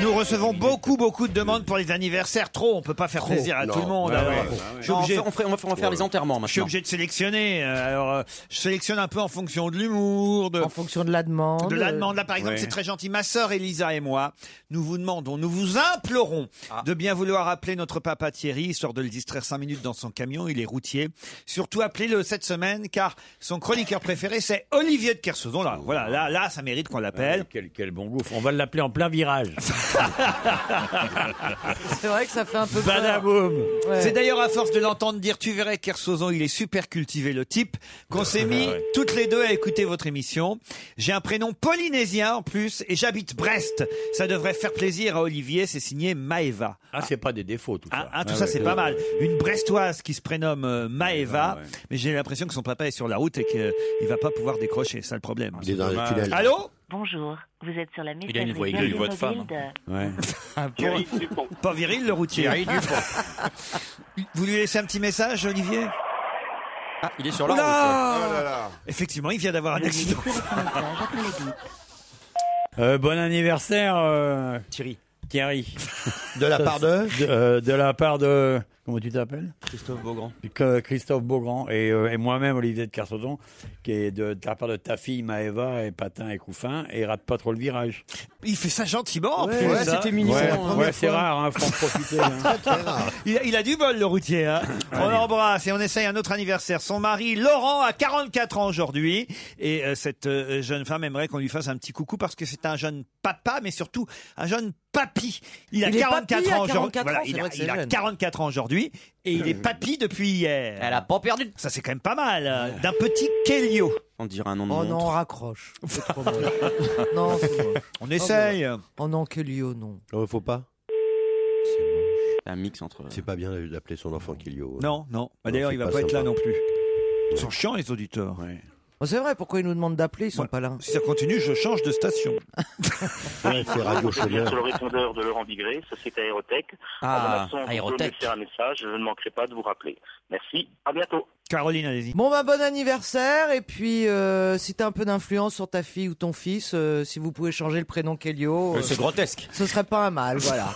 [SPEAKER 5] Nous recevons beaucoup, beaucoup de demandes pour les anniversaires. Trop, on peut pas faire
[SPEAKER 15] Trop.
[SPEAKER 5] plaisir à
[SPEAKER 15] Non.
[SPEAKER 5] tout le monde.
[SPEAKER 15] Bah
[SPEAKER 5] alors.
[SPEAKER 15] ouais, bah ouais.
[SPEAKER 5] Je suis
[SPEAKER 15] Non, on
[SPEAKER 5] obligé-
[SPEAKER 15] fait- on
[SPEAKER 5] Oh
[SPEAKER 15] fait- on va faire- on va faire les enterrements,
[SPEAKER 5] Je suis
[SPEAKER 15] maintenant.
[SPEAKER 5] obligé de sélectionner. Euh, Alors, euh, je sélectionne un peu en fonction de l'humour, de...
[SPEAKER 14] En fonction de la demande.
[SPEAKER 5] de
[SPEAKER 7] euh,
[SPEAKER 5] la demande. Là, par exemple,
[SPEAKER 14] Ouais.
[SPEAKER 5] c'est très gentil. Ma sœur Elisa et moi, nous vous demandons, nous vous implorons
[SPEAKER 7] Ah.
[SPEAKER 5] de bien vouloir appeler notre papa Thierry, histoire de le distraire cinq minutes dans son camion. Il est routier. Surtout, appelez-le cette semaine, car son chroniqueur préféré, c'est Olivier de Kersauzon. Là, voilà, là, là, ça mérite qu'on l'appelle.
[SPEAKER 7] Quel, quel bon gouffre. On va l'appeler en
[SPEAKER 5] *laughs*
[SPEAKER 7] plein virage.
[SPEAKER 14] C'est vrai que ça fait un peu peur.
[SPEAKER 7] Badaboum.
[SPEAKER 14] Ouais.
[SPEAKER 5] C'est d'ailleurs à force de l'entendre dire, tu verrais Kersauzon, il est super cultivé le type, qu'on s'est mis
[SPEAKER 7] Ouais.
[SPEAKER 5] toutes les deux à écouter votre émission. J'ai un prénom polynésien en plus et j'habite Brest. Ça devrait faire plaisir à Olivier, c'est signé Maeva.
[SPEAKER 7] Ah, c'est pas des défauts, tout ça. euh,
[SPEAKER 5] Ah, tout ça c'est pas mal. Une Brestoise qui se prénomme euh, Maeva, mais j'ai l'impression que son papa est sur la route et qu'il va pas pouvoir décrocher, c'est ça le problème.
[SPEAKER 8] Il est dans le
[SPEAKER 5] Dommage.
[SPEAKER 8] tunnel.
[SPEAKER 5] Allô
[SPEAKER 19] Bonjour, vous êtes sur la messagerie
[SPEAKER 5] Il a une voix- il a une voix de
[SPEAKER 19] mobile
[SPEAKER 5] femme,
[SPEAKER 19] de-
[SPEAKER 5] *laughs* Thierry Dupont. Ah Pas viril le routier.
[SPEAKER 19] Thierry Dupont.
[SPEAKER 5] *laughs* Vous lui laissez un petit message, Olivier
[SPEAKER 15] il est sur la
[SPEAKER 5] Oula
[SPEAKER 15] route, ouais. Oh là là.
[SPEAKER 5] Effectivement, il vient d'avoir un accident.
[SPEAKER 7] Euh, bon anniversaire, euh, Thierry. Thierry. *laughs* De la
[SPEAKER 8] part de
[SPEAKER 7] euh, De la part de. Comment tu t'appelles
[SPEAKER 15] Christophe Beaugrand.
[SPEAKER 7] Que- Christophe Beaugrand et, euh, et moi-même, Olivier de Carsodon, qui est de, de la part de ta fille Maëva et Patin et Couffin, et rate pas trop le virage.
[SPEAKER 5] Il fait ça gentiment. en
[SPEAKER 7] Ouais,
[SPEAKER 5] plus,
[SPEAKER 7] ouais,
[SPEAKER 5] hein.
[SPEAKER 7] c'était mignon, Ouais, hein. ouais, c'est rare, hein, faut en profiter, hein. Très,
[SPEAKER 5] *laughs* Il, a, il a du bol, le routier. hein. On l'embrasse et on essaye un autre anniversaire. Son mari, Laurent, a 44 ans aujourd'hui. Et euh, cette euh, jeune femme aimerait qu'on lui fasse un petit coucou parce que c'est un jeune papa, mais surtout un jeune papy. Il a
[SPEAKER 7] Il est
[SPEAKER 5] 44
[SPEAKER 7] papy à
[SPEAKER 5] ans aujourd'hui.
[SPEAKER 7] 44 ans,
[SPEAKER 5] Voilà,
[SPEAKER 7] c'est
[SPEAKER 5] il a,
[SPEAKER 7] vrai que c'est
[SPEAKER 5] il a
[SPEAKER 7] jeune.
[SPEAKER 5] 44 ans aujourd'hui et il est papy depuis hier. Elle a pas perdu. Ça, c'est quand même pas mal. euh, D'un petit Kélio.
[SPEAKER 15] On dirait un nom de
[SPEAKER 14] Oh non, on
[SPEAKER 15] montre.
[SPEAKER 14] raccroche. C'est
[SPEAKER 5] *laughs*
[SPEAKER 14] trop moche. non, c'est moche.
[SPEAKER 5] On essaye.
[SPEAKER 14] Oh non, que Lio, non.
[SPEAKER 8] faut pas.
[SPEAKER 15] Un mix entre.
[SPEAKER 8] C'est pas bien d'appeler son enfant Kilio. hein.
[SPEAKER 5] Non, non. Bah, D'ailleurs,
[SPEAKER 8] c'est
[SPEAKER 5] il va
[SPEAKER 8] pas
[SPEAKER 5] pas, être là
[SPEAKER 8] sympa.
[SPEAKER 5] non plus. Ils sont chiants, les auditeurs.
[SPEAKER 14] Bon, Oh, c'est vrai, pourquoi ils nous demandent d'appeler Ils sont pas là.
[SPEAKER 5] Bah, Si ça continue, je change de
[SPEAKER 14] *laughs*
[SPEAKER 5] station.
[SPEAKER 8] c'est Radio
[SPEAKER 17] Je viens
[SPEAKER 8] Chômeur.
[SPEAKER 17] sur le répondeur de Laurent Bigré, société Aérotech.
[SPEAKER 5] Ah,
[SPEAKER 17] en mon absence, vous pouvez me
[SPEAKER 5] Aérotech.
[SPEAKER 17] faire un message, je ne manquerai pas de vous rappeler. Merci, à bientôt.
[SPEAKER 5] Caroline, allez-y.
[SPEAKER 14] Bon, bah, bon anniversaire. Et puis, euh, si t'as un peu d'influence sur ta fille ou ton fils, euh, si vous pouvez changer le prénom Kelio. euh,
[SPEAKER 15] C'est grotesque.
[SPEAKER 14] Ce serait pas un
[SPEAKER 5] *laughs*
[SPEAKER 14] mal, voilà.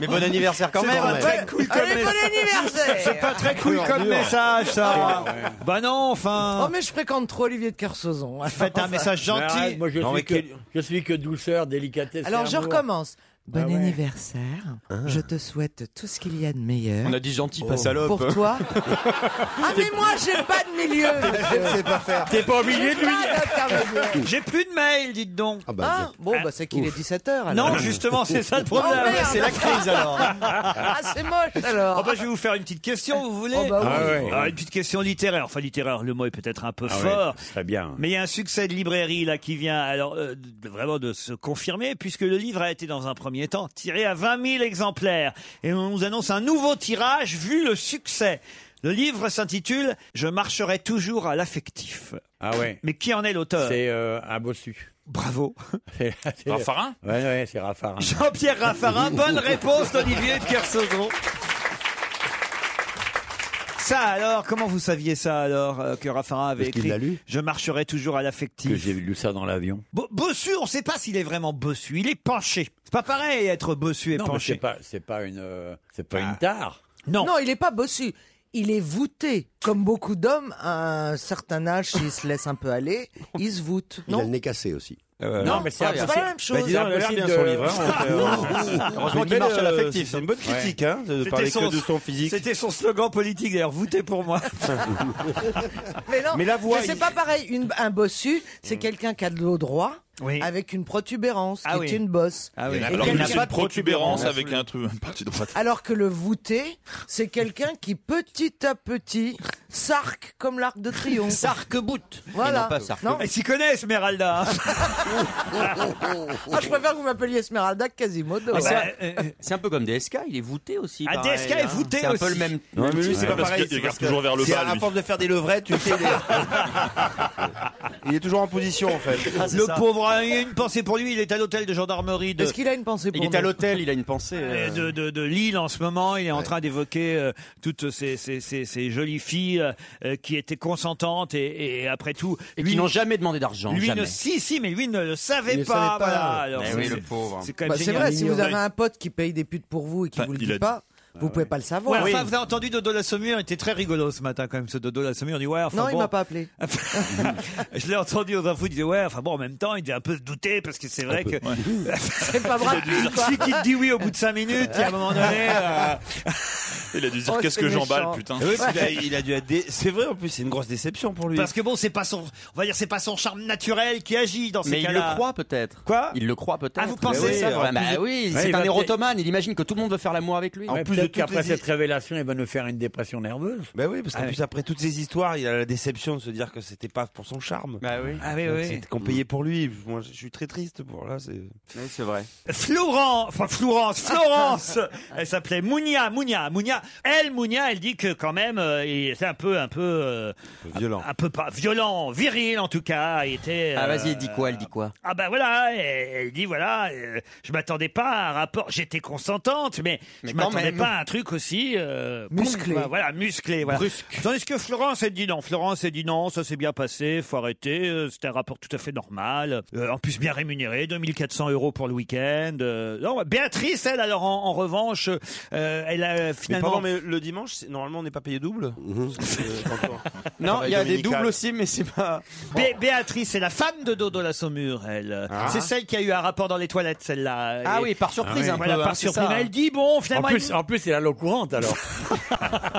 [SPEAKER 15] Mais bon anniversaire quand
[SPEAKER 14] C'est
[SPEAKER 15] même.
[SPEAKER 14] pas très cool comme Allez, bon message. anniversaire
[SPEAKER 5] C'est pas très cool
[SPEAKER 14] Dur,
[SPEAKER 5] comme
[SPEAKER 14] dur.
[SPEAKER 5] message, ça. Bah non, enfin.
[SPEAKER 14] Oh, mais je fréquente trop Olivier de Kersauzon.
[SPEAKER 5] Faites un message
[SPEAKER 7] Mais
[SPEAKER 5] gentil.
[SPEAKER 7] arrête, moi, je,
[SPEAKER 5] Non, mais
[SPEAKER 7] suis que, je suis que douceur, délicatesse. et
[SPEAKER 14] Alors, je
[SPEAKER 7] amour.
[SPEAKER 14] recommence.
[SPEAKER 6] Bon
[SPEAKER 15] Ah ouais.
[SPEAKER 6] anniversaire.
[SPEAKER 7] Ah.
[SPEAKER 6] Je te souhaite tout ce qu'il y a de meilleur.
[SPEAKER 15] On a dit gentil,
[SPEAKER 6] Oh.
[SPEAKER 15] pas salope.
[SPEAKER 6] Pour
[SPEAKER 5] *laughs*
[SPEAKER 6] toi. ah, mais moi, j'ai pas de milieu. monsieur.
[SPEAKER 5] T'es pas obligé
[SPEAKER 6] J'ai
[SPEAKER 5] de
[SPEAKER 6] pas d'intermédiaire.
[SPEAKER 5] lui. J'ai plus de mail, dites donc. Ah,
[SPEAKER 6] Ah, bon, bah, c'est qu'il est 17h.
[SPEAKER 5] Non, justement, c'est ça le problème.
[SPEAKER 6] Oh, merde.
[SPEAKER 5] C'est la crise, alors.
[SPEAKER 6] Ah, c'est moche alors.
[SPEAKER 5] Oh, bah, je vais vous faire une petite question, vous voulez
[SPEAKER 6] Oh, bah oui. Ah ouais.
[SPEAKER 5] Ah, Une petite question littéraire. Enfin, littéraire, le mot est peut-être un peu
[SPEAKER 7] Ah ouais,
[SPEAKER 5] fort.
[SPEAKER 7] ce serait bien.
[SPEAKER 5] Mais il y a un succès de librairie là qui vient alors euh, de- vraiment de se confirmer puisque le livre a été dans un premier temps tiré à 20 000 exemplaires et on nous annonce un nouveau tirage vu le succès. Le livre s'intitule Je marcherai toujours à l'affectif.
[SPEAKER 7] Ah ouais.
[SPEAKER 5] Mais qui en est l'auteur
[SPEAKER 7] C'est euh, un bossu. *laughs*
[SPEAKER 5] Bravo.
[SPEAKER 7] Raffarin Ouais, ouais, c'est Raffarin.
[SPEAKER 5] Jean-Pierre Raffarin, bonne réponse d'Olivier de Kersauzon. Ça alors, comment vous saviez ça alors euh, que Raffarin avait
[SPEAKER 7] Parce qu'il
[SPEAKER 5] écrit
[SPEAKER 7] l'a lu.
[SPEAKER 5] Je marcherai toujours à
[SPEAKER 7] Que
[SPEAKER 5] l'affectif.
[SPEAKER 7] j'ai lu ça dans l'avion.
[SPEAKER 5] Bo- bossu, on ne sait pas s'il est vraiment bossu. Il est penché. C'est pas pareil être bossu et
[SPEAKER 7] Non, mais
[SPEAKER 5] penché. Ah.
[SPEAKER 7] c'est pas, c'est pas une, euh, c'est pas une tare.
[SPEAKER 5] Non.
[SPEAKER 6] il est pas bossu. Il est voûté. Comme beaucoup d'hommes, à un certain âge, s'ils se laissent un peu
[SPEAKER 8] *laughs*
[SPEAKER 6] aller, ils se voûtent.
[SPEAKER 8] Il a le nez cassé aussi.
[SPEAKER 6] Non, mais c'est pas la même chose.
[SPEAKER 10] Bah, disons,
[SPEAKER 6] Ah,
[SPEAKER 10] il a l'air
[SPEAKER 6] impossible
[SPEAKER 10] bien
[SPEAKER 6] de-
[SPEAKER 10] son *laughs* livre. hein, on fait, euh,
[SPEAKER 5] Ah.
[SPEAKER 10] Heureusement qu'il
[SPEAKER 5] Mais
[SPEAKER 10] marche à
[SPEAKER 5] le-
[SPEAKER 10] l'affectif. C'est une bonne critique
[SPEAKER 5] Ouais.
[SPEAKER 10] hein, de
[SPEAKER 5] C'était
[SPEAKER 10] parler
[SPEAKER 5] son-
[SPEAKER 10] que de son physique.
[SPEAKER 5] C'était son slogan politique d'ailleurs, voûtez pour
[SPEAKER 10] *laughs*
[SPEAKER 5] moi.
[SPEAKER 6] Mais non,
[SPEAKER 10] Mais la voix,
[SPEAKER 6] c'est
[SPEAKER 10] il-
[SPEAKER 6] pas pareil. Une- un bossu, c'est quelqu'un qui a de l'eau droit. Avec une protubérance,
[SPEAKER 13] Ah
[SPEAKER 6] qui
[SPEAKER 13] oui.
[SPEAKER 6] est une bosse. Et
[SPEAKER 13] Alors
[SPEAKER 6] quelqu'un-
[SPEAKER 13] il a une protubérance avec un truc, une partie droite.
[SPEAKER 6] Alors que le voûté, c'est quelqu'un qui petit à petit s'arc comme l'arc de triomphe.
[SPEAKER 5] S'arc-boute.
[SPEAKER 6] Voilà. Non.
[SPEAKER 5] Ils s'y connaissent, Esmeralda. hein.
[SPEAKER 6] Ah, je préfère que vous m'appeliez Esmeralda que
[SPEAKER 5] Ah,
[SPEAKER 6] Quasimodo.
[SPEAKER 15] Mais
[SPEAKER 5] bah,
[SPEAKER 15] c'est-
[SPEAKER 5] euh,
[SPEAKER 15] C'est un peu comme DSK, il est voûté aussi.
[SPEAKER 6] Ah,
[SPEAKER 15] pareil,
[SPEAKER 6] DSK est
[SPEAKER 15] hein.
[SPEAKER 6] voûté
[SPEAKER 15] C'est un peu
[SPEAKER 6] aussi.
[SPEAKER 15] le même.
[SPEAKER 10] Non, mais lui, c'est pas pareil. c'est parce que- c'est À force de faire des levrettes, tu sais. Il est toujours en position, en fait.
[SPEAKER 5] le pauvre, hein, il a une pensée pour lui, il est à l'hôtel de gendarmerie. De...
[SPEAKER 6] Est-ce qu'il a une pensée
[SPEAKER 15] Il pour est à nous
[SPEAKER 5] *laughs*
[SPEAKER 15] l'hôtel, il a une pensée. euh.
[SPEAKER 5] De, de, de Lille en ce moment, il est en train d'évoquer euh, toutes ces, ces, ces, ces jolies filles euh, euh, qui étaient consentantes et, et après tout.
[SPEAKER 15] Et qui n'ont jamais demandé d'argent.
[SPEAKER 5] Lui
[SPEAKER 15] jamais.
[SPEAKER 5] ne, si, si, mais lui ne le savait
[SPEAKER 15] Il ne
[SPEAKER 5] pas.
[SPEAKER 15] savait pas.
[SPEAKER 5] voilà. Alors,
[SPEAKER 15] Mais
[SPEAKER 5] c'est-
[SPEAKER 15] oui,
[SPEAKER 5] c'est-
[SPEAKER 15] le pauvre.
[SPEAKER 5] C'est quand même
[SPEAKER 6] Bah, c'est
[SPEAKER 5] génial.
[SPEAKER 6] vrai, si vous avez un pote qui paye des putes pour vous et qui vous le dit pas, vous pouvez pas le
[SPEAKER 5] Ouais,
[SPEAKER 6] savoir.
[SPEAKER 5] enfin, vous avez entendu Dodo la Saumure, il était très rigolo ce matin quand même, ce Dodo la Saumure. On dit, ouais, enfin.
[SPEAKER 6] non, il
[SPEAKER 5] bon. Ah,
[SPEAKER 6] m'a pas appelé.
[SPEAKER 5] *laughs* Je l'ai entendu aux infos, il disait, ouais, enfin bon, en même temps, il devait un peu se douter parce que c'est vrai que. *laughs*
[SPEAKER 6] C'est pas vrai.
[SPEAKER 5] Celui qui te dit oui au bout de 5 minutes, il y a un moment donné. euh,
[SPEAKER 13] Il a dû dire
[SPEAKER 5] Oh,
[SPEAKER 13] qu'est-ce
[SPEAKER 5] c'est
[SPEAKER 13] que
[SPEAKER 5] méchant.
[SPEAKER 13] j'emballe, putain.
[SPEAKER 10] Oui,
[SPEAKER 15] *laughs*
[SPEAKER 10] parce qu'il a- il a dû être dé- C'est vrai, en plus, c'est une grosse déception pour lui.
[SPEAKER 5] Parce que bon, c'est pas son, on va dire, c'est pas son charme naturel qui agit dans ces
[SPEAKER 15] Mais
[SPEAKER 5] cas-là.
[SPEAKER 15] il le croit peut-être.
[SPEAKER 5] Quoi
[SPEAKER 15] Il le croit peut-être.
[SPEAKER 5] Ah, vous pensez
[SPEAKER 15] Mais
[SPEAKER 5] ça,
[SPEAKER 15] oui,
[SPEAKER 5] alors,
[SPEAKER 15] ouais, bah
[SPEAKER 5] plus-
[SPEAKER 15] oui,
[SPEAKER 7] Ouais,
[SPEAKER 15] c'est
[SPEAKER 7] il
[SPEAKER 15] un
[SPEAKER 7] va
[SPEAKER 15] érotomane. Il imagine que tout le monde veut faire l'amour avec lui.
[SPEAKER 7] En plus de qu'après
[SPEAKER 15] les-
[SPEAKER 7] cette révélation, il va nous faire une dépression nerveuse.
[SPEAKER 10] Ben oui, parce qu'en
[SPEAKER 7] Ah
[SPEAKER 10] plus,
[SPEAKER 7] oui.
[SPEAKER 10] après toutes ces histoires, il a la déception de se dire que c'était pas pour son charme.
[SPEAKER 15] Bah oui. Ah oui,
[SPEAKER 10] Donc,
[SPEAKER 15] oui.
[SPEAKER 10] C'est qu'on
[SPEAKER 13] Mm.
[SPEAKER 10] payait pour lui. Moi, je suis très triste pour là. C'est.
[SPEAKER 15] c'est vrai.
[SPEAKER 5] Florent, enfin Florence,
[SPEAKER 15] *laughs*
[SPEAKER 5] Florence, elle s'appelait Mounia, Mounia, Mounia. Elle, Mounia, elle dit que quand même, euh, il était un peu, un peu, euh,
[SPEAKER 10] violent,
[SPEAKER 5] un, peu pas violent, viril en tout cas. Il était.
[SPEAKER 15] Ah
[SPEAKER 5] euh,
[SPEAKER 15] vas-y, elle dit quoi Elle dit quoi
[SPEAKER 5] Ah bah voilà, elle, elle dit voilà, euh, je m'attendais pas à un rapport, j'étais consentante, mais,
[SPEAKER 15] Mais
[SPEAKER 5] je
[SPEAKER 15] quand
[SPEAKER 5] m'attendais
[SPEAKER 15] même.
[SPEAKER 5] pas à un truc aussi euh,
[SPEAKER 15] Musclé.
[SPEAKER 5] boum, voilà, musclé, voilà. Tandis que Florence elle dit non, Florence elle dit non, ça s'est bien passé, faut arrêter, euh, c'était un rapport tout à fait normal, Euh, en plus bien rémunéré, 2400 euros pour le week-end. euh, non, Béatrice elle alors en, en revanche, euh, elle a
[SPEAKER 10] Mais
[SPEAKER 5] finalement.
[SPEAKER 10] pardon, mais le dimanche, c'est- normalement, on n'est pas payé double.
[SPEAKER 13] Mhm. *laughs*
[SPEAKER 10] Parce que, euh, quand
[SPEAKER 5] Ah,
[SPEAKER 10] on-
[SPEAKER 15] Non, il y a des
[SPEAKER 10] Dominical.
[SPEAKER 15] doubles aussi, Ah. mais c'est pas.
[SPEAKER 5] Bé- Béatrice, c'est la femme de Dodo la Saumure, elle.
[SPEAKER 15] Ah.
[SPEAKER 5] C'est celle qui a eu un rapport dans les toilettes, celle-là.
[SPEAKER 15] Ah
[SPEAKER 5] Et-
[SPEAKER 15] oui, par surprise
[SPEAKER 5] Ah oui.
[SPEAKER 15] un
[SPEAKER 5] Voilà,
[SPEAKER 15] peu, hein,
[SPEAKER 5] par
[SPEAKER 15] c'est
[SPEAKER 5] surprise.
[SPEAKER 15] ça.
[SPEAKER 5] Elle dit, bon, finalement...
[SPEAKER 7] En plus,
[SPEAKER 5] il-
[SPEAKER 7] en plus, il a l'eau courante alors.
[SPEAKER 5] *laughs*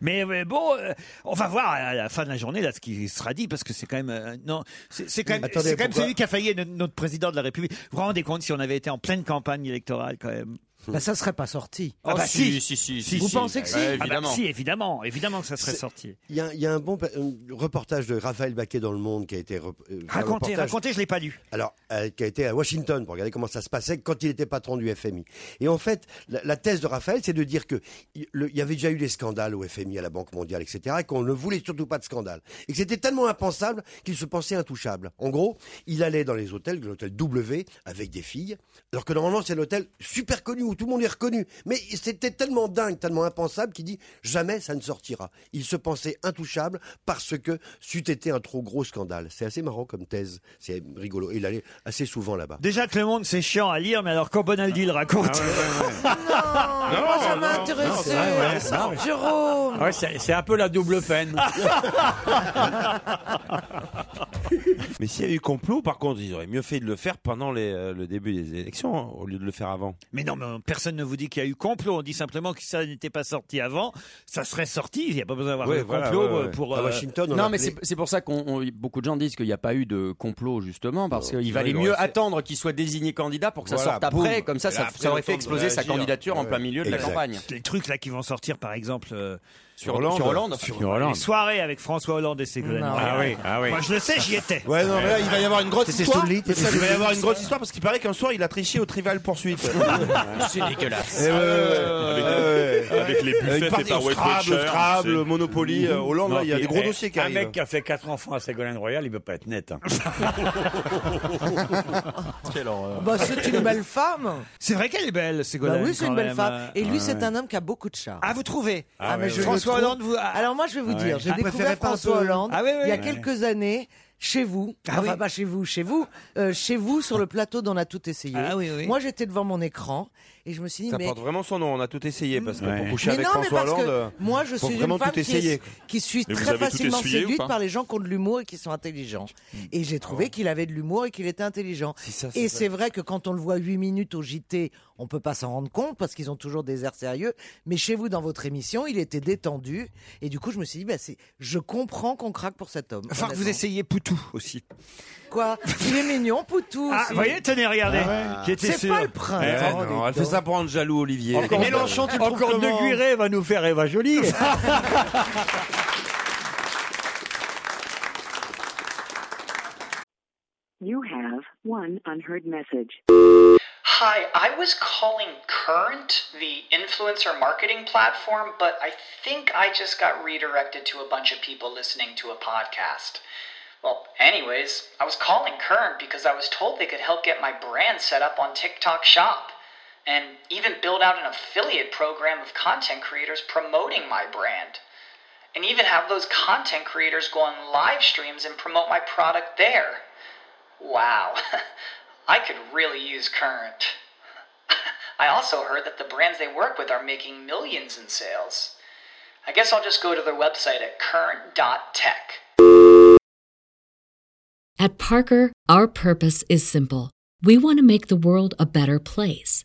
[SPEAKER 5] Mais, mais bon, euh, on va voir à la fin de la journée là ce qui sera dit parce que c'est quand même euh, non, c'est c'est quand même,
[SPEAKER 8] Attendez,
[SPEAKER 5] c'est quand même
[SPEAKER 8] pourquoi
[SPEAKER 5] celui qui a failli être notre président de la République. Vous vous rendez compte si on avait été en pleine campagne électorale quand même.
[SPEAKER 6] Bah, ça serait pas sorti.
[SPEAKER 5] Ah bah si,
[SPEAKER 15] si, si,
[SPEAKER 5] si,
[SPEAKER 6] Vous
[SPEAKER 5] si.
[SPEAKER 6] pensez que si
[SPEAKER 5] Ah bah si, évidemment, évidemment que ça serait
[SPEAKER 8] C'est-
[SPEAKER 5] sorti.
[SPEAKER 8] Il y, a- il y a un bon pa- un reportage de Raphaël Baquet dans Le Monde qui a été. rep- euh, enfin, un
[SPEAKER 5] Racontez,
[SPEAKER 8] reportage-
[SPEAKER 5] racontez, je l'ai pas lu.
[SPEAKER 8] Alors, euh, qui a été à Washington pour regarder comment ça se passait quand il était patron du FMI. Et en fait, la, la thèse de Raphaël, c'est de dire que il le- il y avait déjà eu des scandales au FMI, à la Banque mondiale, etc., et qu'on ne voulait surtout pas de scandale. Et que c'était tellement impensable qu'il se pensait intouchable. En gros, il allait dans les hôtels, l'hôtel W, avec des filles, alors que normalement c'est l'hôtel super connu où tout le monde est reconnu. Mais c'était tellement dingue, tellement impensable qu'il dit jamais ça ne sortira. Il se pensait intouchable parce que c'eût été un trop gros scandale. C'est assez marrant comme thèse, c'est rigolo. Et Il allait assez souvent là-bas.
[SPEAKER 5] Déjà que le monde c'est chiant à lire, mais alors quand Bonaldi le raconte. *laughs*
[SPEAKER 6] Non, moi, ça m'a
[SPEAKER 7] non,
[SPEAKER 6] intéressé.
[SPEAKER 7] c'est vrai, ouais, non, mais- *laughs*
[SPEAKER 6] Jérôme.
[SPEAKER 7] Ouais, c'est c'est un peu la double peine.
[SPEAKER 10] Mais s'il y a eu complot, par contre, ils auraient mieux fait de le faire pendant les, euh, le début des élections hein, au lieu de le faire avant.
[SPEAKER 5] Mais non, mais personne ne vous dit qu'il y a eu complot. On dit simplement que si ça n'était pas sorti avant, ça serait sorti. Il n'y a pas besoin d'avoir
[SPEAKER 10] Ouais,
[SPEAKER 5] de
[SPEAKER 10] voilà,
[SPEAKER 5] complot
[SPEAKER 10] ouais,
[SPEAKER 5] euh,
[SPEAKER 10] ouais.
[SPEAKER 5] pour. euh,
[SPEAKER 11] non, mais c'est c'est pour ça qu'on on- beaucoup de gens disent qu'il n'y a pas eu de complot justement parce
[SPEAKER 10] Non,
[SPEAKER 11] qu'il
[SPEAKER 10] sinon,
[SPEAKER 11] valait
[SPEAKER 10] il
[SPEAKER 11] mieux
[SPEAKER 10] aurait fait-
[SPEAKER 11] attendre qu'il soit désigné candidat pour que ça
[SPEAKER 10] Voilà,
[SPEAKER 11] sorte après.
[SPEAKER 10] boum.
[SPEAKER 11] Comme ça,
[SPEAKER 10] Et
[SPEAKER 11] ça,
[SPEAKER 10] après,
[SPEAKER 11] ça aurait
[SPEAKER 10] le
[SPEAKER 11] fait
[SPEAKER 10] temps de
[SPEAKER 11] exploser sa
[SPEAKER 10] réagir.
[SPEAKER 11] candidature en
[SPEAKER 10] Ouais.
[SPEAKER 11] plein milieu de la
[SPEAKER 5] Exact.
[SPEAKER 11] campagne.
[SPEAKER 5] Les trucs là qui vont sortir, par exemple, euh,
[SPEAKER 11] Sur Hollande.
[SPEAKER 5] sur Hollande,
[SPEAKER 11] Sur
[SPEAKER 5] Sur
[SPEAKER 11] Hollande.
[SPEAKER 5] les soirées avec François Hollande et Ségolène.
[SPEAKER 10] Non.
[SPEAKER 5] Royal.
[SPEAKER 10] Ah oui, ah oui.
[SPEAKER 5] Moi, je le sais, j'y étais.
[SPEAKER 10] Ouais, non, mais là, il va y avoir une grosse
[SPEAKER 5] T'étais
[SPEAKER 10] histoire.
[SPEAKER 5] sous le lit,
[SPEAKER 10] Mais
[SPEAKER 5] t'étais
[SPEAKER 10] ça,
[SPEAKER 5] sous
[SPEAKER 10] il va
[SPEAKER 5] le
[SPEAKER 10] y
[SPEAKER 5] lit.
[SPEAKER 10] avoir une grosse histoire parce qu'il paraît qu'un soir, il a triché au
[SPEAKER 6] *laughs*
[SPEAKER 10] Trivial Poursuite.
[SPEAKER 5] C'est dégueulasse.
[SPEAKER 10] Eh ouais, ouais, ouais, ouais, ouais.
[SPEAKER 20] avec les buffets
[SPEAKER 10] Euh, une
[SPEAKER 20] faits
[SPEAKER 10] partie
[SPEAKER 20] par
[SPEAKER 10] au
[SPEAKER 20] Weight
[SPEAKER 10] Scrabble,
[SPEAKER 20] Watchers,
[SPEAKER 10] Scrabble,
[SPEAKER 20] c'est-
[SPEAKER 10] Monopoly, euh, Hollande, là, il y a
[SPEAKER 20] puis,
[SPEAKER 10] des gros
[SPEAKER 20] eh,
[SPEAKER 10] dossiers qui
[SPEAKER 20] un
[SPEAKER 10] arrivent.
[SPEAKER 20] mec
[SPEAKER 7] qui a fait 4 enfants à Ségolène Royal, il peut pas être net. hein.
[SPEAKER 10] Quelle horreur.
[SPEAKER 6] Bah, c'est une belle femme.
[SPEAKER 5] C'est vrai qu'elle est belle,
[SPEAKER 6] Bah
[SPEAKER 5] Ségolène.
[SPEAKER 6] oui, c'est
[SPEAKER 5] quand
[SPEAKER 6] une belle
[SPEAKER 5] même. euh, Ah
[SPEAKER 6] femme. Et lui, c'est
[SPEAKER 5] Ouais.
[SPEAKER 6] un homme qui a beaucoup de charme.
[SPEAKER 5] Ah, vous trouvez
[SPEAKER 6] Ah, mais je le
[SPEAKER 5] François
[SPEAKER 6] trouve.
[SPEAKER 5] Hollande, vous.
[SPEAKER 6] Alors moi, je vais vous
[SPEAKER 5] Ah,
[SPEAKER 6] dire,
[SPEAKER 5] ouais.
[SPEAKER 6] j'ai
[SPEAKER 5] Ah, préférez
[SPEAKER 6] découvert
[SPEAKER 5] pas un
[SPEAKER 6] François
[SPEAKER 5] peu-
[SPEAKER 6] Hollande
[SPEAKER 5] Ah, oui, oui,
[SPEAKER 6] il y a
[SPEAKER 5] oui.
[SPEAKER 6] quelques années chez vous. enfin,
[SPEAKER 5] oui.
[SPEAKER 6] pas chez vous, chez vous, euh, chez vous sur le plateau dont on a tout essayé.
[SPEAKER 10] Ah, oui, oui.
[SPEAKER 6] Moi, j'étais devant mon écran et je me suis dit
[SPEAKER 10] Ça
[SPEAKER 6] mais
[SPEAKER 10] porte vraiment son nom, on a tout essayé parce que pour coucher
[SPEAKER 6] mais
[SPEAKER 10] avec
[SPEAKER 6] non, mais
[SPEAKER 10] François
[SPEAKER 6] parce que
[SPEAKER 10] Hollande, euh,
[SPEAKER 6] moi je
[SPEAKER 10] faut
[SPEAKER 6] suis
[SPEAKER 10] vraiment
[SPEAKER 6] une femme
[SPEAKER 10] tout
[SPEAKER 6] qui,
[SPEAKER 10] essayer.
[SPEAKER 6] est- qui suis
[SPEAKER 10] Mais vous
[SPEAKER 6] très
[SPEAKER 10] avez tout
[SPEAKER 6] facilement
[SPEAKER 10] essuyé ou
[SPEAKER 6] séduite
[SPEAKER 10] pas Hmm. Oh.
[SPEAKER 6] par les gens qui ont de l'humour et qui sont intelligents. Et j'ai trouvé qu'il avait de l'humour et qu'il était intelligent.
[SPEAKER 10] c'est
[SPEAKER 6] Et
[SPEAKER 10] vrai.
[SPEAKER 6] c'est vrai que quand on le voit 8 minutes au JT, on peut pas s'en rendre compte parce qu'ils ont toujours des airs sérieux. Mais chez vous, dans votre émission, il était détendu. Et du coup, je me suis dit, bah, c'est, je comprends qu'on craque pour cet homme.
[SPEAKER 5] Faut que vous
[SPEAKER 6] honnêtement.
[SPEAKER 5] essayez Poutou aussi.
[SPEAKER 6] Quoi Il est mignon, Poutou.
[SPEAKER 5] Ah,
[SPEAKER 6] aussi.
[SPEAKER 5] voyez, tenez, regardez.
[SPEAKER 10] Ah
[SPEAKER 5] Qui était
[SPEAKER 6] c'est
[SPEAKER 5] sûr.
[SPEAKER 6] pas le prince.
[SPEAKER 10] eh,
[SPEAKER 6] hein,
[SPEAKER 10] non,
[SPEAKER 6] dites
[SPEAKER 10] elle fait
[SPEAKER 6] donc.
[SPEAKER 10] ça pour rendre jaloux Olivier.
[SPEAKER 6] Encore- Mélenchon, tu le trouves
[SPEAKER 7] Encore De
[SPEAKER 6] comment
[SPEAKER 7] Guiret va nous faire Eva Jolie.
[SPEAKER 21] You have one unheard message.
[SPEAKER 1] Hi, I was calling Current, the influencer marketing platform, but I think I just got redirected to a bunch of people listening to a podcast. Well, anyways, I was calling Current because I was told they could help get my brand set up on TikTok Shop and even build out an affiliate program of content creators promoting my brand. And even have those content creators go on live streams and promote my product there. Wow. *laughs* I could really use Current. *laughs* I also heard that the brands they work with are making millions in sales. I guess I'll just go to their website at current.tech.
[SPEAKER 2] At Parker, our purpose is simple. We want to make the world a better place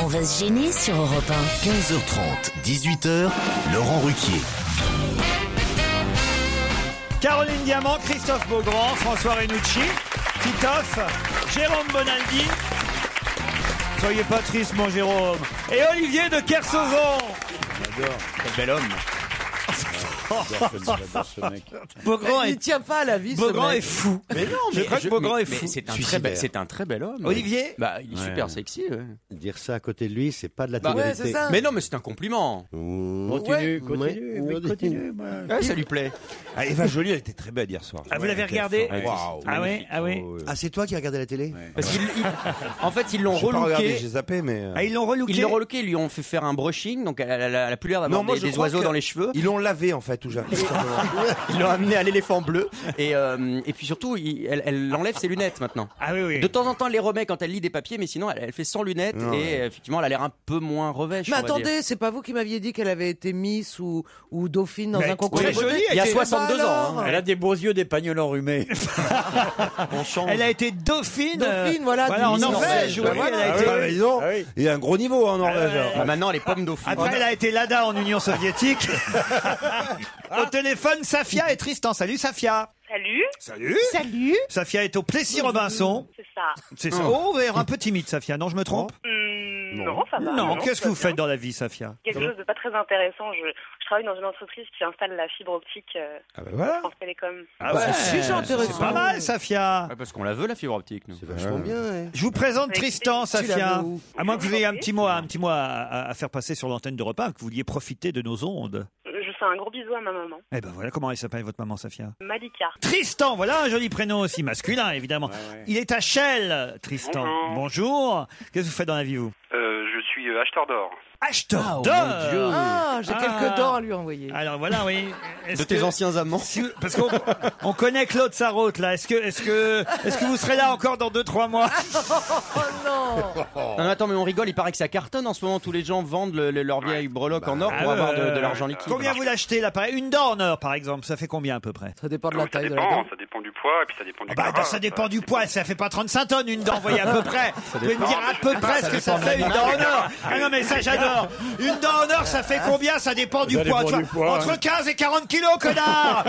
[SPEAKER 22] On va se gêner sur Europe 1.
[SPEAKER 4] 15h30, 18h, Laurent Ruquier.
[SPEAKER 5] Caroline Diamant, Christophe Beaugrand, François Renucci, Titoff, Jérôme Bonaldi. Soyez pas triste, mon Jérôme. Et Olivier de Kersauzon.
[SPEAKER 7] J'adore. Quel bel homme. J'adore ce mec.
[SPEAKER 5] Beaugrand
[SPEAKER 6] Il
[SPEAKER 5] est
[SPEAKER 6] tient pas à la vie. ce
[SPEAKER 5] Beaugrand
[SPEAKER 6] mec.
[SPEAKER 5] est fou.
[SPEAKER 11] Mais non,
[SPEAKER 5] Je
[SPEAKER 11] mais
[SPEAKER 5] crois que
[SPEAKER 11] je-
[SPEAKER 5] Beaugrand
[SPEAKER 11] mais-
[SPEAKER 5] est fou.
[SPEAKER 11] mais c'est un très bel-
[SPEAKER 6] *laughs*
[SPEAKER 11] c'est un très bel homme. Olivier Bah, il est super sexy, ouais.
[SPEAKER 8] Dire ça à côté de lui, c'est pas de la Mmh.
[SPEAKER 11] Bah,
[SPEAKER 8] télé-réalité.
[SPEAKER 11] Mais non, mais c'est un compliment.
[SPEAKER 8] Continue, continue, mais continue,
[SPEAKER 11] Ouais, ça lui plaît.
[SPEAKER 10] Ah, Eva Jolie, elle était très belle hier soir.
[SPEAKER 11] Ah, vous
[SPEAKER 10] Ouais,
[SPEAKER 11] l'avez
[SPEAKER 10] elle était
[SPEAKER 11] regardée
[SPEAKER 10] forte.
[SPEAKER 11] Ah
[SPEAKER 10] Waouh.
[SPEAKER 11] ouais, ah ouais.
[SPEAKER 8] Ah, c'est toi qui regardais la télé
[SPEAKER 11] Parce qu'il- il- en fait, ils l'ont
[SPEAKER 10] J'ai pas regardé,
[SPEAKER 11] relooké.
[SPEAKER 10] j'ai zappé, mais. euh,
[SPEAKER 5] ils l'ont relooké
[SPEAKER 11] Ils l'ont relooké, ils lui ont fait faire un brushing, donc elle, elle- elle a plus l'air d'avoir
[SPEAKER 10] Non, moi,
[SPEAKER 11] des,
[SPEAKER 10] je
[SPEAKER 11] des
[SPEAKER 10] crois
[SPEAKER 11] oiseaux
[SPEAKER 10] que
[SPEAKER 11] dans
[SPEAKER 10] *laughs*
[SPEAKER 11] les cheveux.
[SPEAKER 10] Ils l'ont lavé en fait, tout ja- tout simplement.
[SPEAKER 11] Ils l'ont amené à l'éléphant bleu. Et, euh, et puis surtout, il- elle, elle enlève ses lunettes maintenant.
[SPEAKER 5] Ah oui, oui.
[SPEAKER 11] De temps en temps, elle les remet quand elle lit des papiers, mais sinon, elle, elle fait sans lunettes.
[SPEAKER 10] Non,
[SPEAKER 11] et
[SPEAKER 10] ouais.
[SPEAKER 11] euh, effectivement, elle a l'air un peu moins revêche.
[SPEAKER 6] Mais
[SPEAKER 11] on va dire.
[SPEAKER 6] attendez, c'est pas vous qui m'aviez dit qu'elle avait été Miss ou, ou Dauphine dans
[SPEAKER 11] Mais
[SPEAKER 6] un concours
[SPEAKER 11] très
[SPEAKER 6] de beauté
[SPEAKER 11] jolie, elle Il y a était-
[SPEAKER 7] 62
[SPEAKER 6] Bah
[SPEAKER 7] ans.
[SPEAKER 6] alors
[SPEAKER 7] hein. Elle a des beaux yeux, des pagnoles enrhumés.
[SPEAKER 5] Elle a été dauphine.
[SPEAKER 6] Dauphine,
[SPEAKER 5] euh,
[SPEAKER 6] voilà,
[SPEAKER 5] en
[SPEAKER 6] du Miss
[SPEAKER 5] Norvège.
[SPEAKER 6] Norvège.
[SPEAKER 5] oui,
[SPEAKER 6] Bah voilà.
[SPEAKER 5] elle a été-
[SPEAKER 10] Ah oui, disons, Il y a un gros niveau hein, en Norvège. alors.
[SPEAKER 11] Bah, maintenant, les pommes
[SPEAKER 6] Ah
[SPEAKER 11] dauphines.
[SPEAKER 5] Après, elle a été Lada en Union
[SPEAKER 6] *laughs*
[SPEAKER 5] soviétique. au téléphone, Safia et Tristan. Salut, Safia.
[SPEAKER 23] *laughs*
[SPEAKER 17] Salut.
[SPEAKER 5] Salut. Salut. Safia est au Plessis Robinson.
[SPEAKER 23] Mm,
[SPEAKER 17] C'est ça.
[SPEAKER 5] C'est ça. Oh, vous avez l'air un peu timide, Safia. Non, je me trompe
[SPEAKER 17] Hmm,
[SPEAKER 23] Mm, Non, ça va.
[SPEAKER 5] Non,
[SPEAKER 23] Non,
[SPEAKER 5] qu'est-ce
[SPEAKER 23] ça
[SPEAKER 5] que vous
[SPEAKER 23] va bien.
[SPEAKER 5] faites dans la vie, Safia
[SPEAKER 23] Quelque chose de pas très intéressant. Je, je travaille dans une entreprise qui installe la fibre optique euh,
[SPEAKER 5] Ah bah voilà.
[SPEAKER 23] France Télécom.
[SPEAKER 5] Ah ouais, C'est pas mal, Safia.
[SPEAKER 15] parce qu'on la veut, la fibre optique, nous. C'est
[SPEAKER 8] vachement bien.
[SPEAKER 5] Je vous présente
[SPEAKER 15] Avec-
[SPEAKER 5] Tristan,
[SPEAKER 15] Tu l'avais
[SPEAKER 5] Safia.
[SPEAKER 15] où
[SPEAKER 5] À moins que vous ayez un petit mot, à, un petit mot à, à- à faire passer sur l'antenne de repas, que vous vouliez profiter de nos ondes.
[SPEAKER 23] Je fais un gros bisou à ma maman.
[SPEAKER 5] Eh ben voilà comment elle s'appelle votre maman, Safia.
[SPEAKER 23] Malika.
[SPEAKER 5] Tristan, voilà un joli prénom aussi, masculin évidemment. Il est à Shell, Tristan. Bonjour. Qu'est-ce que vous faites dans la vie, vous
[SPEAKER 24] Euh, je suis euh, acheteur d'or.
[SPEAKER 5] Acheteur
[SPEAKER 24] mon
[SPEAKER 5] d'or
[SPEAKER 24] Dieu. Ah,
[SPEAKER 6] j'ai
[SPEAKER 24] quelques
[SPEAKER 6] d'or à lui envoyer.
[SPEAKER 5] Alors voilà, oui.
[SPEAKER 15] De tes anciens
[SPEAKER 5] amants Parce qu'on on connaît Claude Sarraute, là. Est-ce que, est-ce que, est-ce que vous serez là encore dans 2-3 mois
[SPEAKER 6] Oh non
[SPEAKER 15] Non, mais attends, mais on rigole, il paraît que ça cartonne en ce moment. Tous les gens vendent le- le- leur vieille breloque en or
[SPEAKER 5] Ah,
[SPEAKER 15] pour
[SPEAKER 5] euh,
[SPEAKER 15] avoir de, de l'argent liquide.
[SPEAKER 5] Combien vous l'achetez, l'appareil Une dent en or, par exemple, ça fait combien à peu près Ça dépend de la
[SPEAKER 24] Ah, Ça dépend, ça dépend du poids et puis ça dépend du
[SPEAKER 5] Bah, attends,
[SPEAKER 24] carat,
[SPEAKER 5] ça dépend du poids, ça fait pas 35 tonnes une dent, vous voyez à peu près. Vous pouvez me dire à peu près ce que Ah, ça fait une dent en or. Ah non, mais ça j'adore. Une dent en or, ça fait combien Ah. Ça dépend du
[SPEAKER 10] Ça
[SPEAKER 5] poids.
[SPEAKER 10] dépend
[SPEAKER 5] tu
[SPEAKER 10] du
[SPEAKER 5] vois.
[SPEAKER 10] poids, hein.
[SPEAKER 5] Entre 15 et 40 kilos,
[SPEAKER 24] *laughs*
[SPEAKER 5] connard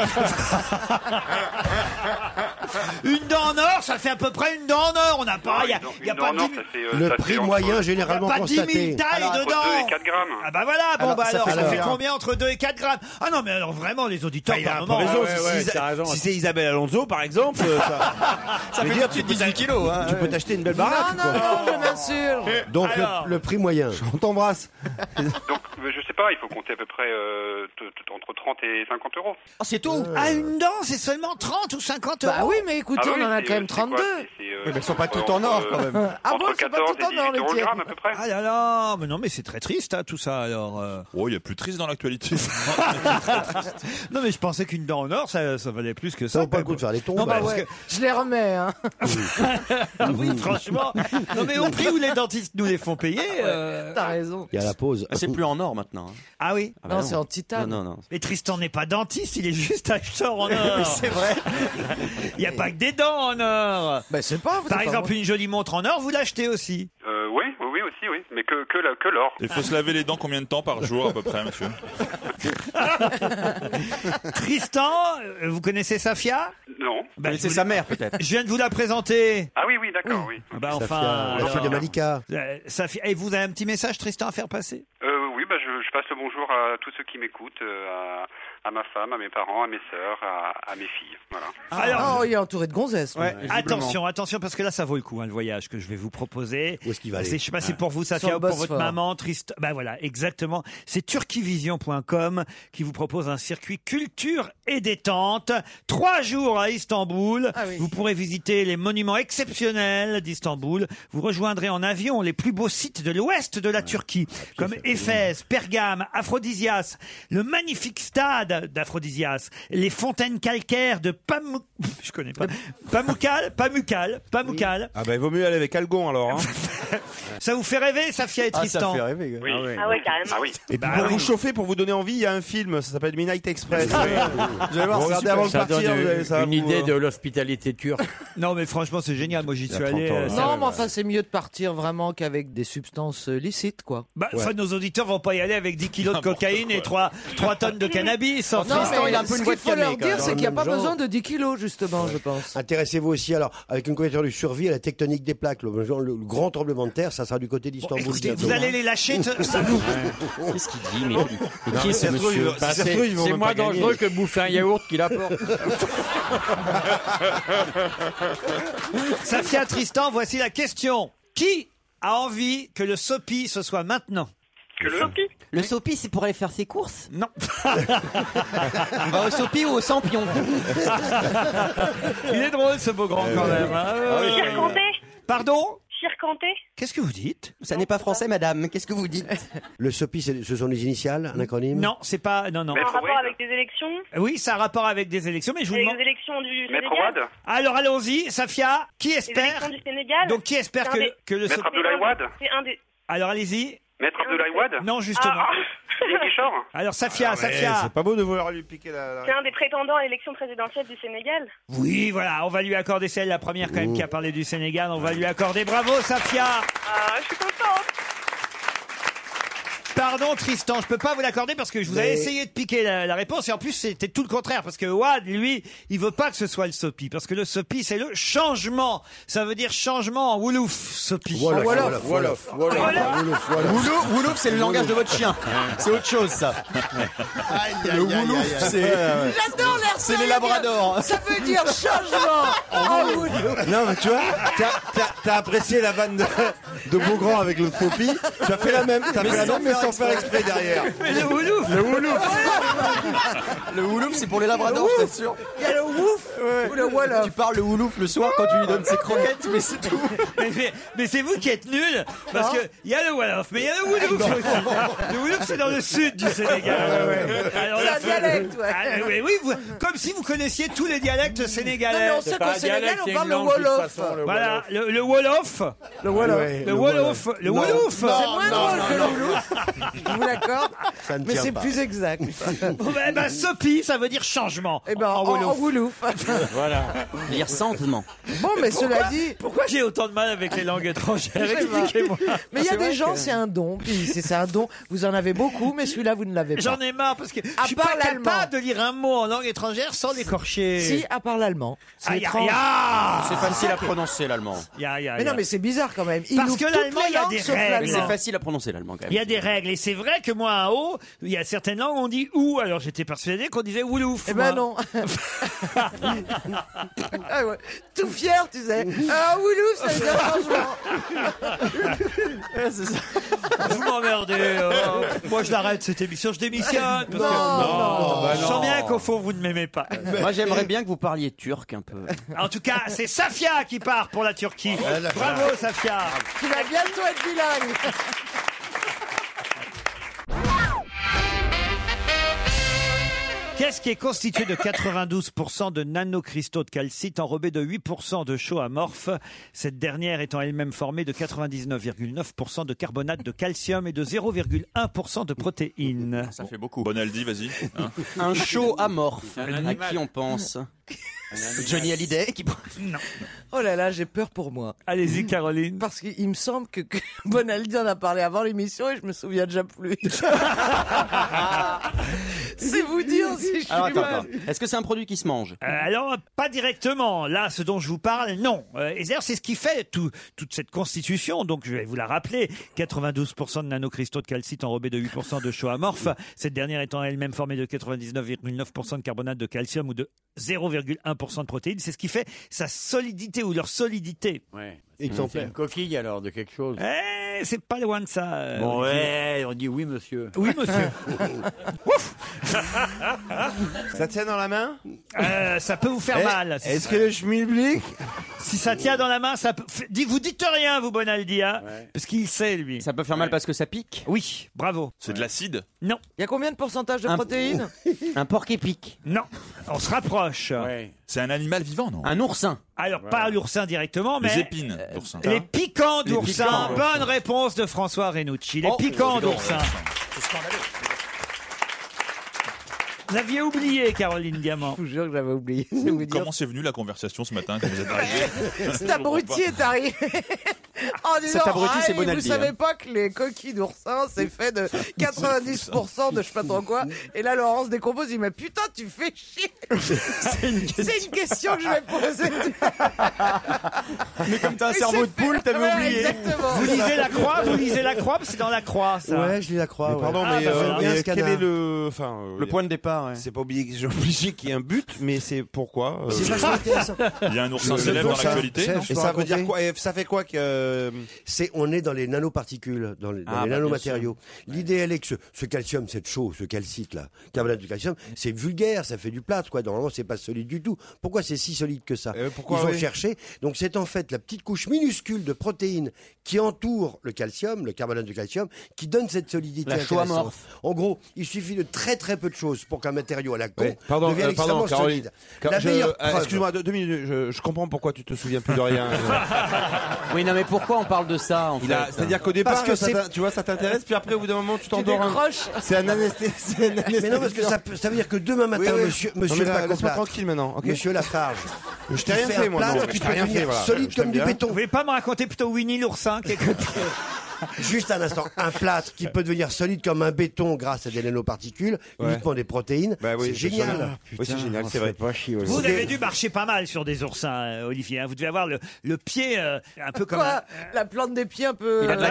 [SPEAKER 5] Une dent en or, ça fait à peu près une dent en or. On n'a pas. Il y a, y a
[SPEAKER 24] une
[SPEAKER 5] pas
[SPEAKER 24] dent en or,
[SPEAKER 5] 10
[SPEAKER 24] ça
[SPEAKER 5] 000
[SPEAKER 24] fait, euh,
[SPEAKER 8] Le
[SPEAKER 24] ça
[SPEAKER 8] prix
[SPEAKER 24] fait entre-
[SPEAKER 8] moyen généralement
[SPEAKER 5] pas 10 000
[SPEAKER 8] constaté.
[SPEAKER 5] tailles
[SPEAKER 24] Entre
[SPEAKER 5] dedans.
[SPEAKER 24] 2 et 4 grammes.
[SPEAKER 5] Ah bah voilà, bon
[SPEAKER 8] Alors,
[SPEAKER 5] bah
[SPEAKER 8] ça
[SPEAKER 5] alors,
[SPEAKER 8] fait
[SPEAKER 5] ça fait
[SPEAKER 8] combien
[SPEAKER 5] combien entre 2 et 4 grammes Ah non, mais alors vraiment, les auditeurs,
[SPEAKER 10] Il a un
[SPEAKER 5] par
[SPEAKER 10] peu
[SPEAKER 5] moment- euh,
[SPEAKER 10] raison. si si- si c'est Isabelle Alonso, par exemple, euh, *laughs* ça,
[SPEAKER 15] Ça
[SPEAKER 10] Je
[SPEAKER 15] fait tout
[SPEAKER 10] veux
[SPEAKER 15] de
[SPEAKER 10] tu
[SPEAKER 15] suite
[SPEAKER 10] peux
[SPEAKER 15] 18 kilos. hein.
[SPEAKER 10] t'a- tu peux t'acheter une belle baraque.
[SPEAKER 6] Non, non, non, je
[SPEAKER 24] *laughs*
[SPEAKER 6] m'insure.
[SPEAKER 8] Donc le-
[SPEAKER 24] Alors.
[SPEAKER 8] le, prix moyen. On t'embrasse.
[SPEAKER 24] Donc, euh, je sais pas, il faut compter à peu près euh, t- t- entre 30 et 50 euros.
[SPEAKER 5] c'est tout À une dent, c'est seulement 30 ou 50 euros
[SPEAKER 6] Bah oui, mais écoutez,
[SPEAKER 24] Ah bah
[SPEAKER 6] on en a
[SPEAKER 24] oui,
[SPEAKER 6] quand même
[SPEAKER 24] c'est- c'est quoi
[SPEAKER 6] 32.
[SPEAKER 24] euh,
[SPEAKER 6] Oui,
[SPEAKER 5] mais elles sont
[SPEAKER 24] pas toutes en or, quand même.
[SPEAKER 6] Ah bon, elles sont pas toutes en or, les tiennes.
[SPEAKER 5] Ah là là, mais non, mais c'est très triste, hein, tout ça, alors. euh.
[SPEAKER 13] Oh, il y a plus triste dans l'actualité.
[SPEAKER 5] *laughs* non, mais je pensais qu'une dent en or, ça, ça valait plus que ça. Ça vaut pas le coup de faire les tombes.
[SPEAKER 6] Bah ouais, Je les remets. Hein.
[SPEAKER 5] Ah oui,
[SPEAKER 15] *laughs*
[SPEAKER 5] franchement. Non, mais au prix où les dentistes nous les font payer.
[SPEAKER 10] Ah
[SPEAKER 5] euh,
[SPEAKER 6] T'as raison.
[SPEAKER 8] Il y a la pause.
[SPEAKER 15] Ah, c'est plus en or maintenant. hein.
[SPEAKER 5] Ah oui
[SPEAKER 15] Ah bah Non, non. c'est en titane. Non, non, non.
[SPEAKER 5] Mais Tristan n'est pas dentiste, il est juste acheteur en or.
[SPEAKER 10] C'est vrai.
[SPEAKER 5] Il n'y a pas que des dents en or.
[SPEAKER 6] c'est pas.
[SPEAKER 5] Par
[SPEAKER 24] êtes pas
[SPEAKER 5] exemple, une jolie montre en or, vous l'achetez aussi.
[SPEAKER 24] Euh, oui, oui, oui, aussi, oui. Mais que, que, la- que l'or.
[SPEAKER 13] Il faut se laver les dents combien de temps par jour à peu près, monsieur
[SPEAKER 5] Tristan, euh, vous connaissez Safia
[SPEAKER 24] Non.
[SPEAKER 5] Ben, c'est sa mère peut-être. Je viens de vous la présenter.
[SPEAKER 24] Ah oui, oui, d'accord, oui.
[SPEAKER 5] Ah Bah
[SPEAKER 8] Safia,
[SPEAKER 5] enfin,
[SPEAKER 8] la fille de Malika.
[SPEAKER 5] Euh, Safia, et vous avez un petit message Tristan à faire passer
[SPEAKER 24] Euh, oui, bah, je, je passe le bonjour à tous ceux qui m'écoutent, euh, à, à ma femme, à mes parents, à mes sœurs, à, à mes filles. Voilà.
[SPEAKER 6] Alors, il est entouré de gonzesses.
[SPEAKER 5] Ouais,
[SPEAKER 6] oui.
[SPEAKER 5] attention, attention, parce que là, ça vaut le coup, hein, le voyage que je vais vous proposer. Où est-ce qu'il
[SPEAKER 8] va aller
[SPEAKER 5] Bah, Je sais pas si
[SPEAKER 8] Ouais.
[SPEAKER 5] pour vous,
[SPEAKER 8] Sur
[SPEAKER 5] Safia,
[SPEAKER 8] le
[SPEAKER 5] ou pour
[SPEAKER 8] Bosphore.
[SPEAKER 5] votre maman, Tristan. Ben voilà, exactement. C'est turquivision.com qui vous propose un circuit culture et détente. Trois jours à Istanbul.
[SPEAKER 8] Ah
[SPEAKER 5] Vous pourrez visiter les monuments exceptionnels d'Istanbul. Vous rejoindrez en avion les plus beaux sites de l'ouest de la Turquie,
[SPEAKER 8] Ah,
[SPEAKER 5] comme Éphèse, Pergame, Aphrodisias, le magnifique stade d'Aphrodisias, les fontaines calcaires de Pamuk... *laughs* Je connais pas. Pamukkal, Pamukkal, Pamukkal.
[SPEAKER 10] Ah bah il vaut mieux aller avec Algon alors. hein. *laughs*
[SPEAKER 5] Ça vous fait rêver, Safia et
[SPEAKER 10] Ah, ça
[SPEAKER 5] Tristan
[SPEAKER 10] fait rêver, Oui. ah ouais. Ah ouais,
[SPEAKER 24] carrément. Ah oui.
[SPEAKER 10] Et puis
[SPEAKER 5] Bah
[SPEAKER 10] pour
[SPEAKER 5] oui.
[SPEAKER 10] vous chauffer, pour vous donner envie, il y a un film, ça s'appelle Midnight *laughs* Express.
[SPEAKER 5] Ah,
[SPEAKER 7] *laughs*
[SPEAKER 10] Vous allez voir,
[SPEAKER 5] Bon,
[SPEAKER 10] regardez
[SPEAKER 5] super.
[SPEAKER 10] avant de
[SPEAKER 5] Ça
[SPEAKER 10] partir,
[SPEAKER 5] donne
[SPEAKER 10] vous allez- ça va
[SPEAKER 5] une
[SPEAKER 10] vous,
[SPEAKER 5] idée
[SPEAKER 10] euh,
[SPEAKER 5] de l'hospitalité turque. *laughs* non, mais franchement, c'est génial. Moi, j'y suis allé.
[SPEAKER 7] hein.
[SPEAKER 5] euh, ça-
[SPEAKER 6] Non, mais enfin, c'est mieux de partir vraiment qu'avec des substances euh, licites, quoi.
[SPEAKER 5] Bah, enfin, nos auditeurs vont pas y aller avec 10 kilos de cocaïne et 3, tonnes de cannabis.
[SPEAKER 6] Non,
[SPEAKER 5] enfin.
[SPEAKER 6] mais ce qu'il faut leur dire, c'est qu'il n'y a pas besoin de 10 kilos, justement, je pense.
[SPEAKER 8] Intéressez-vous aussi, alors, avec une couverture de survie à la tectonique des plaques. Le, genre, le- le grand tremblement de terre, ça sera du côté d'Istanbul.
[SPEAKER 5] écoutez,
[SPEAKER 8] bientôt.
[SPEAKER 5] vous allez les lâcher, t-
[SPEAKER 8] *laughs*
[SPEAKER 5] ça-
[SPEAKER 8] Qu'est-ce qu'il
[SPEAKER 25] dit, mais- mais
[SPEAKER 8] Non,
[SPEAKER 25] qui
[SPEAKER 8] mais
[SPEAKER 25] est
[SPEAKER 8] ça
[SPEAKER 25] ce
[SPEAKER 8] se trouve, ils
[SPEAKER 25] monsieur
[SPEAKER 8] vont-
[SPEAKER 25] Bah,
[SPEAKER 8] si ça se
[SPEAKER 25] C'est
[SPEAKER 8] trouve, ils vont
[SPEAKER 25] c'est
[SPEAKER 8] même
[SPEAKER 25] moins
[SPEAKER 8] pas gagner.
[SPEAKER 25] dangereux que de bouffer un yaourt qu'il
[SPEAKER 5] *laughs*
[SPEAKER 25] apporte.
[SPEAKER 5] Safia Tristan, voici la question. Qui a envie que le Sopi ce soit maintenant
[SPEAKER 24] le Sopi
[SPEAKER 11] Le Sopi, c'est pour aller faire ses courses
[SPEAKER 5] Non.
[SPEAKER 11] *laughs* On va au Sopi ou au Sampion
[SPEAKER 5] Il est drôle ce beau grand quand même. hein.
[SPEAKER 11] oui,
[SPEAKER 5] Ouais.
[SPEAKER 11] Circonté
[SPEAKER 5] Pardon
[SPEAKER 11] Circonté
[SPEAKER 5] Qu'est-ce que vous dites
[SPEAKER 11] Ça n'est pas français, madame. Qu'est-ce que vous dites
[SPEAKER 8] Le SOPI, c'est- ce sont les initiales, un acronyme
[SPEAKER 5] Non, c'est pas. Non, non.
[SPEAKER 11] Mais
[SPEAKER 23] En rapport avec des élections
[SPEAKER 5] Oui, ça a rapport avec des élections, mais je vous
[SPEAKER 23] Avec
[SPEAKER 5] demande.
[SPEAKER 23] les élections du
[SPEAKER 5] Maître
[SPEAKER 23] Sénégal
[SPEAKER 5] Wade Alors allons-y, Safia, qui
[SPEAKER 23] Les
[SPEAKER 5] espère
[SPEAKER 23] élections du Sénégal
[SPEAKER 5] Donc, qui espère
[SPEAKER 23] C'est un
[SPEAKER 5] que-
[SPEAKER 23] des-
[SPEAKER 5] que le Maître
[SPEAKER 23] C'est un des-
[SPEAKER 5] Abdoulaye Wade
[SPEAKER 23] C'est un des...
[SPEAKER 5] Alors allez-y.
[SPEAKER 24] Maître Abdoulaye Wade
[SPEAKER 5] Non, justement.
[SPEAKER 23] *laughs*
[SPEAKER 5] Alors
[SPEAKER 10] Ah
[SPEAKER 5] Safia, Safia.
[SPEAKER 10] C'est pas beau de vouloir lui piquer la.
[SPEAKER 23] C'est un des prétendants à l'élection présidentielle du Sénégal.
[SPEAKER 5] Oui, voilà, on va lui accorder celle, la première quand même qui a parlé du Sénégal, on va lui accorder. Bravo Safia
[SPEAKER 23] Ah, je suis contente.
[SPEAKER 5] Pardon Tristan, je peux pas vous l'accorder parce que je vous avais
[SPEAKER 8] Mais-
[SPEAKER 5] essayé de piquer la, la réponse et en plus c'était tout le contraire parce que Wad lui, il veut pas que ce soit le Sopi parce que le Sopi c'est le changement. Ça veut dire changement en Wolof, Sopi.
[SPEAKER 10] Wolof, Wolof, Wolof, Wolof, Wolof, Wolof. Wolof, Wolof, c'est le langage de votre chien. C'est autre chose, ça.
[SPEAKER 12] aïe, aïe,
[SPEAKER 10] le
[SPEAKER 12] aïe,
[SPEAKER 10] Wolof,
[SPEAKER 12] aïe.
[SPEAKER 10] c'est.
[SPEAKER 12] J'adore l'air
[SPEAKER 10] C'est
[SPEAKER 12] sérieux,
[SPEAKER 10] les labradors.
[SPEAKER 12] ça veut dire
[SPEAKER 5] *laughs*
[SPEAKER 12] changement
[SPEAKER 5] Ah
[SPEAKER 12] en Wolof.
[SPEAKER 10] Non, mais tu vois, t'as- t'as- t'as apprécié la vanne de, de Beaugrand avec le Fopi. Tu as fait la même, t'as
[SPEAKER 12] Mais
[SPEAKER 10] fait la
[SPEAKER 12] sans
[SPEAKER 10] même, mais
[SPEAKER 12] faire
[SPEAKER 10] sans faire exprès
[SPEAKER 15] *laughs*
[SPEAKER 10] *laughs* derrière.
[SPEAKER 12] le Wolof.
[SPEAKER 10] Le Wolof.
[SPEAKER 11] Le houlouf, c'est pour les labradors, je t'assure.
[SPEAKER 12] Il y a le ouf ou le Wolof.
[SPEAKER 11] Tu parles le houlouf le soir quand tu lui donnes ses croquettes, mais c'est tout.
[SPEAKER 5] *laughs* mais mais- mais c'est vous qui êtes nuls parce que il y a le Wolof, mais il y a le
[SPEAKER 11] Ah,
[SPEAKER 5] Wolof aussi. Le Wolof c'est dans le sud du Sénégal. Alors,
[SPEAKER 12] C'est
[SPEAKER 5] la
[SPEAKER 12] un
[SPEAKER 5] fin-
[SPEAKER 12] dialecte, ouais.
[SPEAKER 5] Ah, oui, oui, vous- comme si vous connaissiez tous les dialectes sénégalais.
[SPEAKER 12] Non, mais on sait C'est pas qu'au un Sénégal, dialecte, on c'est parle une le langue, de toute Wolof. façon, le
[SPEAKER 5] voilà,
[SPEAKER 12] Wolof.
[SPEAKER 5] le, le Wolof. Le Wolof.
[SPEAKER 12] Ouais,
[SPEAKER 5] le
[SPEAKER 12] le
[SPEAKER 5] Wolof. Le
[SPEAKER 12] Non.
[SPEAKER 5] Wolof.
[SPEAKER 12] Non, C'est moins non, drôle non, que le non. Wolof.
[SPEAKER 6] Je vous l'accorde.
[SPEAKER 5] Ça ne
[SPEAKER 6] mais
[SPEAKER 5] tient
[SPEAKER 6] c'est
[SPEAKER 5] pas.
[SPEAKER 6] plus exact.
[SPEAKER 5] Bon, ben, ben, Sopi, ça veut dire changement.
[SPEAKER 12] Eh
[SPEAKER 5] Et ben, *laughs* en,
[SPEAKER 6] en- en
[SPEAKER 5] Wolof.
[SPEAKER 12] *laughs*
[SPEAKER 11] Voilà. Dire sentement.
[SPEAKER 6] Bon, mais
[SPEAKER 5] Pourquoi-
[SPEAKER 6] cela dit.
[SPEAKER 5] Pourquoi j'ai autant de mal avec les langues étrangères
[SPEAKER 6] Je sais pas.
[SPEAKER 5] Expliquez-moi.
[SPEAKER 6] Mais il y a
[SPEAKER 5] Ah, C'est vrai
[SPEAKER 6] des gens,
[SPEAKER 5] que-
[SPEAKER 6] c'est un don. Puis c'est c'est un don. Vous en avez beaucoup, mais celui-là, vous ne l'avez pas.
[SPEAKER 5] J'en ai marre parce que
[SPEAKER 6] À
[SPEAKER 5] je suis
[SPEAKER 6] part
[SPEAKER 5] pas
[SPEAKER 6] l'allemand.
[SPEAKER 5] capable de lire un mot en langue étrangère sans l'écorcher.
[SPEAKER 6] Si, à part l'allemand. C'est
[SPEAKER 5] Aïe,
[SPEAKER 6] étrange.
[SPEAKER 5] aïe, aïe.
[SPEAKER 11] C'est facile à prononcer l'allemand.
[SPEAKER 6] Mais non, mais c'est bizarre quand même. Il
[SPEAKER 5] Parce
[SPEAKER 6] ouvre
[SPEAKER 5] que
[SPEAKER 6] toutes
[SPEAKER 5] l'allemand,
[SPEAKER 6] les
[SPEAKER 5] il y a
[SPEAKER 6] langues
[SPEAKER 5] des
[SPEAKER 6] sauf
[SPEAKER 5] règles.
[SPEAKER 6] l'allemand.
[SPEAKER 5] C'est
[SPEAKER 11] C'est facile à prononcer l'allemand
[SPEAKER 6] Bah
[SPEAKER 11] quand
[SPEAKER 5] Il y a
[SPEAKER 11] même.
[SPEAKER 5] des règles et c'est vrai que moi à haut, il y a certaines langues on dit ou alors j'étais persuadé qu'on disait woulouf.
[SPEAKER 6] Eh ben
[SPEAKER 5] moi.
[SPEAKER 6] non. Ah ouais. Tout fier, tu sais. Ah, Woulouf, ça veut
[SPEAKER 5] *laughs*
[SPEAKER 6] dire changement.
[SPEAKER 5] *laughs* Vous m'emmerdez. oh. Moi je l'arrête cette émission, je démissionne. parce que-
[SPEAKER 11] Non, non, bah
[SPEAKER 5] je sens
[SPEAKER 11] non.
[SPEAKER 5] bien qu'au fond vous ne m'aimez
[SPEAKER 7] *laughs*
[SPEAKER 5] pas.
[SPEAKER 11] Moi, j'aimerais bien que vous parliez turc un peu.
[SPEAKER 5] En tout cas, c'est Safia qui part pour la Turquie. Bravo Safia.
[SPEAKER 6] Tu vas bientôt être bilingue.
[SPEAKER 5] Qu'est-ce qui est constitué de 92% de nanocristaux de calcite enrobés de 8% de chaux amorphe, cette dernière étant elle-même formée de 99,9% de carbonate de calcium et de 0,1% de protéines
[SPEAKER 13] *laughs* Ça fait beaucoup. Bonaldi, vas-y. hein.
[SPEAKER 11] Un show amorphe.
[SPEAKER 13] Un
[SPEAKER 11] À
[SPEAKER 13] animal.
[SPEAKER 11] qui on pense Johnny Hallyday qui.
[SPEAKER 6] *laughs* Oh là là, j'ai peur pour moi. Mm.
[SPEAKER 5] Allez-y, Caroline.
[SPEAKER 6] Parce qu'il me semble que, *laughs* que Bonaldi en a parlé avant l'émission et je me souviens déjà plus. *laughs* C'est vous
[SPEAKER 5] *laughs*
[SPEAKER 6] dire si je suis
[SPEAKER 11] Alors, attends,
[SPEAKER 6] mal.
[SPEAKER 11] attends. Est-ce que c'est un produit qui se mange
[SPEAKER 5] Euh, alors, pas directement. Là, ce dont je vous parle, non. Euh, et d'ailleurs, c'est ce qui fait tout- toute cette constitution. Donc, je vais vous la rappeler. 92% de nanocristaux de calcite enrobés de 8% de chaux
[SPEAKER 11] *laughs*
[SPEAKER 5] amorphe. Cette dernière étant elle-même formée de 99,9% de carbonate de calcium ou de 0,1% de protéines. C'est ce qui fait sa solidité ou leur solidité.
[SPEAKER 7] C'est une coquille alors de quelque chose.
[SPEAKER 5] Eh, c'est pas loin de ça. euh,
[SPEAKER 7] Bon,
[SPEAKER 5] Olivier.
[SPEAKER 7] ouais, on dit oui, monsieur.
[SPEAKER 5] Oui,
[SPEAKER 7] *laughs*
[SPEAKER 5] monsieur.
[SPEAKER 10] Ça tient dans la main
[SPEAKER 5] Euh, ça peut vous faire
[SPEAKER 10] Eh,
[SPEAKER 5] mal.
[SPEAKER 10] est-ce que le
[SPEAKER 5] schmilblick Si ça tient dans la main, ça peut. F- dis- Vous dites rien, vous, Bonaldi, hein Parce qu'il sait, lui.
[SPEAKER 11] Ça peut faire mal parce que ça pique
[SPEAKER 5] Oui, bravo.
[SPEAKER 13] C'est de l'acide
[SPEAKER 5] Non.
[SPEAKER 6] Il y a combien de pourcentage de
[SPEAKER 11] Un-
[SPEAKER 6] protéines
[SPEAKER 11] *laughs* Un porc épique
[SPEAKER 5] Non. On se rapproche.
[SPEAKER 13] C'est un animal vivant, non
[SPEAKER 11] Un oursin
[SPEAKER 5] Alors, pas l'oursin directement, mais.
[SPEAKER 13] Les euh, épines d'oursin.
[SPEAKER 5] Les piquants
[SPEAKER 13] Les
[SPEAKER 5] d'oursin.
[SPEAKER 13] piquants.
[SPEAKER 5] Bonne réponse de François Renucci. Les
[SPEAKER 13] Oh,
[SPEAKER 5] piquants
[SPEAKER 13] les piquants
[SPEAKER 5] d'oursin.
[SPEAKER 13] d'oursin.
[SPEAKER 5] Vous aviez oublié, Caroline Diamant.
[SPEAKER 6] Je vous jure que j'avais oublié.
[SPEAKER 13] Comment c'est venu la conversation ce matin quand vous êtes arrivé *laughs*
[SPEAKER 6] Cet abruti est arrivé en disant
[SPEAKER 13] Cet abruti,
[SPEAKER 6] Ah,
[SPEAKER 13] c'est
[SPEAKER 6] et
[SPEAKER 13] Bonaldi,
[SPEAKER 6] Vous savez
[SPEAKER 13] hein.
[SPEAKER 6] pas que les coquilles d'oursin, c'est fait de 90% de je sais pas trop quoi. Et là, Laurence décompose, il m'a putain, tu fais chier. C'est une, question que je vais poser.
[SPEAKER 11] Mais comme t'as
[SPEAKER 6] un cerveau de poule,
[SPEAKER 11] t'avais
[SPEAKER 6] Ouais, oublié. exactement.
[SPEAKER 5] Vous lisez la croix, vous lisez la croix, parce que c'est dans la croix, ça.
[SPEAKER 10] Ouais, je lis la croix.
[SPEAKER 5] Mais
[SPEAKER 10] ouais.
[SPEAKER 5] pardon, mais,
[SPEAKER 10] bah,
[SPEAKER 5] euh,
[SPEAKER 10] j'aime
[SPEAKER 5] mais
[SPEAKER 10] bien ce
[SPEAKER 5] quel
[SPEAKER 10] canard.
[SPEAKER 5] est
[SPEAKER 10] Enfin, euh,
[SPEAKER 11] Le point de départ. ouais.
[SPEAKER 10] C'est pas obligé, que- j'ai obligé qu'il y ait un but, mais c'est pourquoi euh,
[SPEAKER 13] C'est vachement intéressant. Il y a un oursin
[SPEAKER 10] Le- le
[SPEAKER 13] célèbre dans
[SPEAKER 10] oursin.
[SPEAKER 13] l'actualité,
[SPEAKER 10] Chef,
[SPEAKER 13] non
[SPEAKER 10] Et ça veut dire quoi Et Ça fait quoi que euh,
[SPEAKER 8] C'est on est dans les nanoparticules, dans les, dans
[SPEAKER 10] Ah,
[SPEAKER 8] les
[SPEAKER 10] bah,
[SPEAKER 8] nanomatériaux. L'idée elle est que ce, ce calcium, cette chaux, ce calcite là, carbonate de calcium, c'est vulgaire, ça fait du plâtre quoi. Normalement c'est pas solide du tout. Pourquoi c'est si solide que ça
[SPEAKER 10] Eh, pourquoi,
[SPEAKER 8] Ils ont
[SPEAKER 10] oui
[SPEAKER 8] cherché. Donc c'est en fait la petite couche minuscule de protéines qui entoure le calcium, le carbonate de calcium, qui donne cette solidité.
[SPEAKER 10] La chaux
[SPEAKER 8] intéressante.
[SPEAKER 10] amorphe.
[SPEAKER 8] En gros, il suffit de très très peu de choses pour qu'un matériau à la con
[SPEAKER 10] Oui. Pardon,
[SPEAKER 8] devienne
[SPEAKER 10] euh,
[SPEAKER 8] extrêmement
[SPEAKER 10] pardon, Caroline.
[SPEAKER 8] solide.
[SPEAKER 10] Car-
[SPEAKER 8] La
[SPEAKER 10] je-
[SPEAKER 8] meilleure
[SPEAKER 10] euh,
[SPEAKER 8] preuve-
[SPEAKER 10] Excuse-moi, deux, deux minutes. Je, je comprends pourquoi tu te souviens plus de rien.
[SPEAKER 11] Oui, non, mais pourquoi on parle de ça en
[SPEAKER 10] Il
[SPEAKER 11] fait
[SPEAKER 10] a- C'est-à-dire qu'au départ,
[SPEAKER 8] Parce que
[SPEAKER 10] ça
[SPEAKER 8] c'est-
[SPEAKER 10] t'in- tu vois, ça t'intéresse, puis après, au bout d'un moment, tu t'endors. un-
[SPEAKER 8] décroches.
[SPEAKER 10] C'est un anesthésie. c'est un
[SPEAKER 8] Mais non, parce que ça, peut- ça veut dire que demain matin,
[SPEAKER 10] Oui, oui.
[SPEAKER 8] monsieur,
[SPEAKER 10] Non,
[SPEAKER 8] monsieur
[SPEAKER 10] mais là,
[SPEAKER 8] Paco
[SPEAKER 10] laisse-moi
[SPEAKER 8] Plâtre,
[SPEAKER 10] tranquille maintenant, ok
[SPEAKER 8] Monsieur Lafarge.
[SPEAKER 10] Je t'ai rien
[SPEAKER 8] qui
[SPEAKER 10] fait,
[SPEAKER 8] un
[SPEAKER 10] moi, non,
[SPEAKER 8] plâtre
[SPEAKER 10] je
[SPEAKER 8] qui
[SPEAKER 10] t'ai
[SPEAKER 8] peut
[SPEAKER 10] rien fait,
[SPEAKER 8] devenir
[SPEAKER 10] voilà.
[SPEAKER 8] Solide
[SPEAKER 10] Je
[SPEAKER 8] comme
[SPEAKER 10] t'aime
[SPEAKER 8] du
[SPEAKER 10] bien.
[SPEAKER 8] béton.
[SPEAKER 5] Vous pouvez pas me raconter plutôt Winnie l'oursin qui est côté-
[SPEAKER 8] *laughs* Juste un instant, un plâtre qui peut devenir solide comme un béton grâce à des nanoparticules,
[SPEAKER 10] Ouais.
[SPEAKER 8] uniquement des protéines, c'est génial. Oh,
[SPEAKER 10] oui, c'est génial, c'est vrai.
[SPEAKER 5] Vous avez dû marcher pas mal sur des oursins, euh, Olivier. hein. Vous devez avoir le, le pied euh, un peu comme. un-
[SPEAKER 6] Quoi La plante des pieds un peu.
[SPEAKER 5] Ah oui,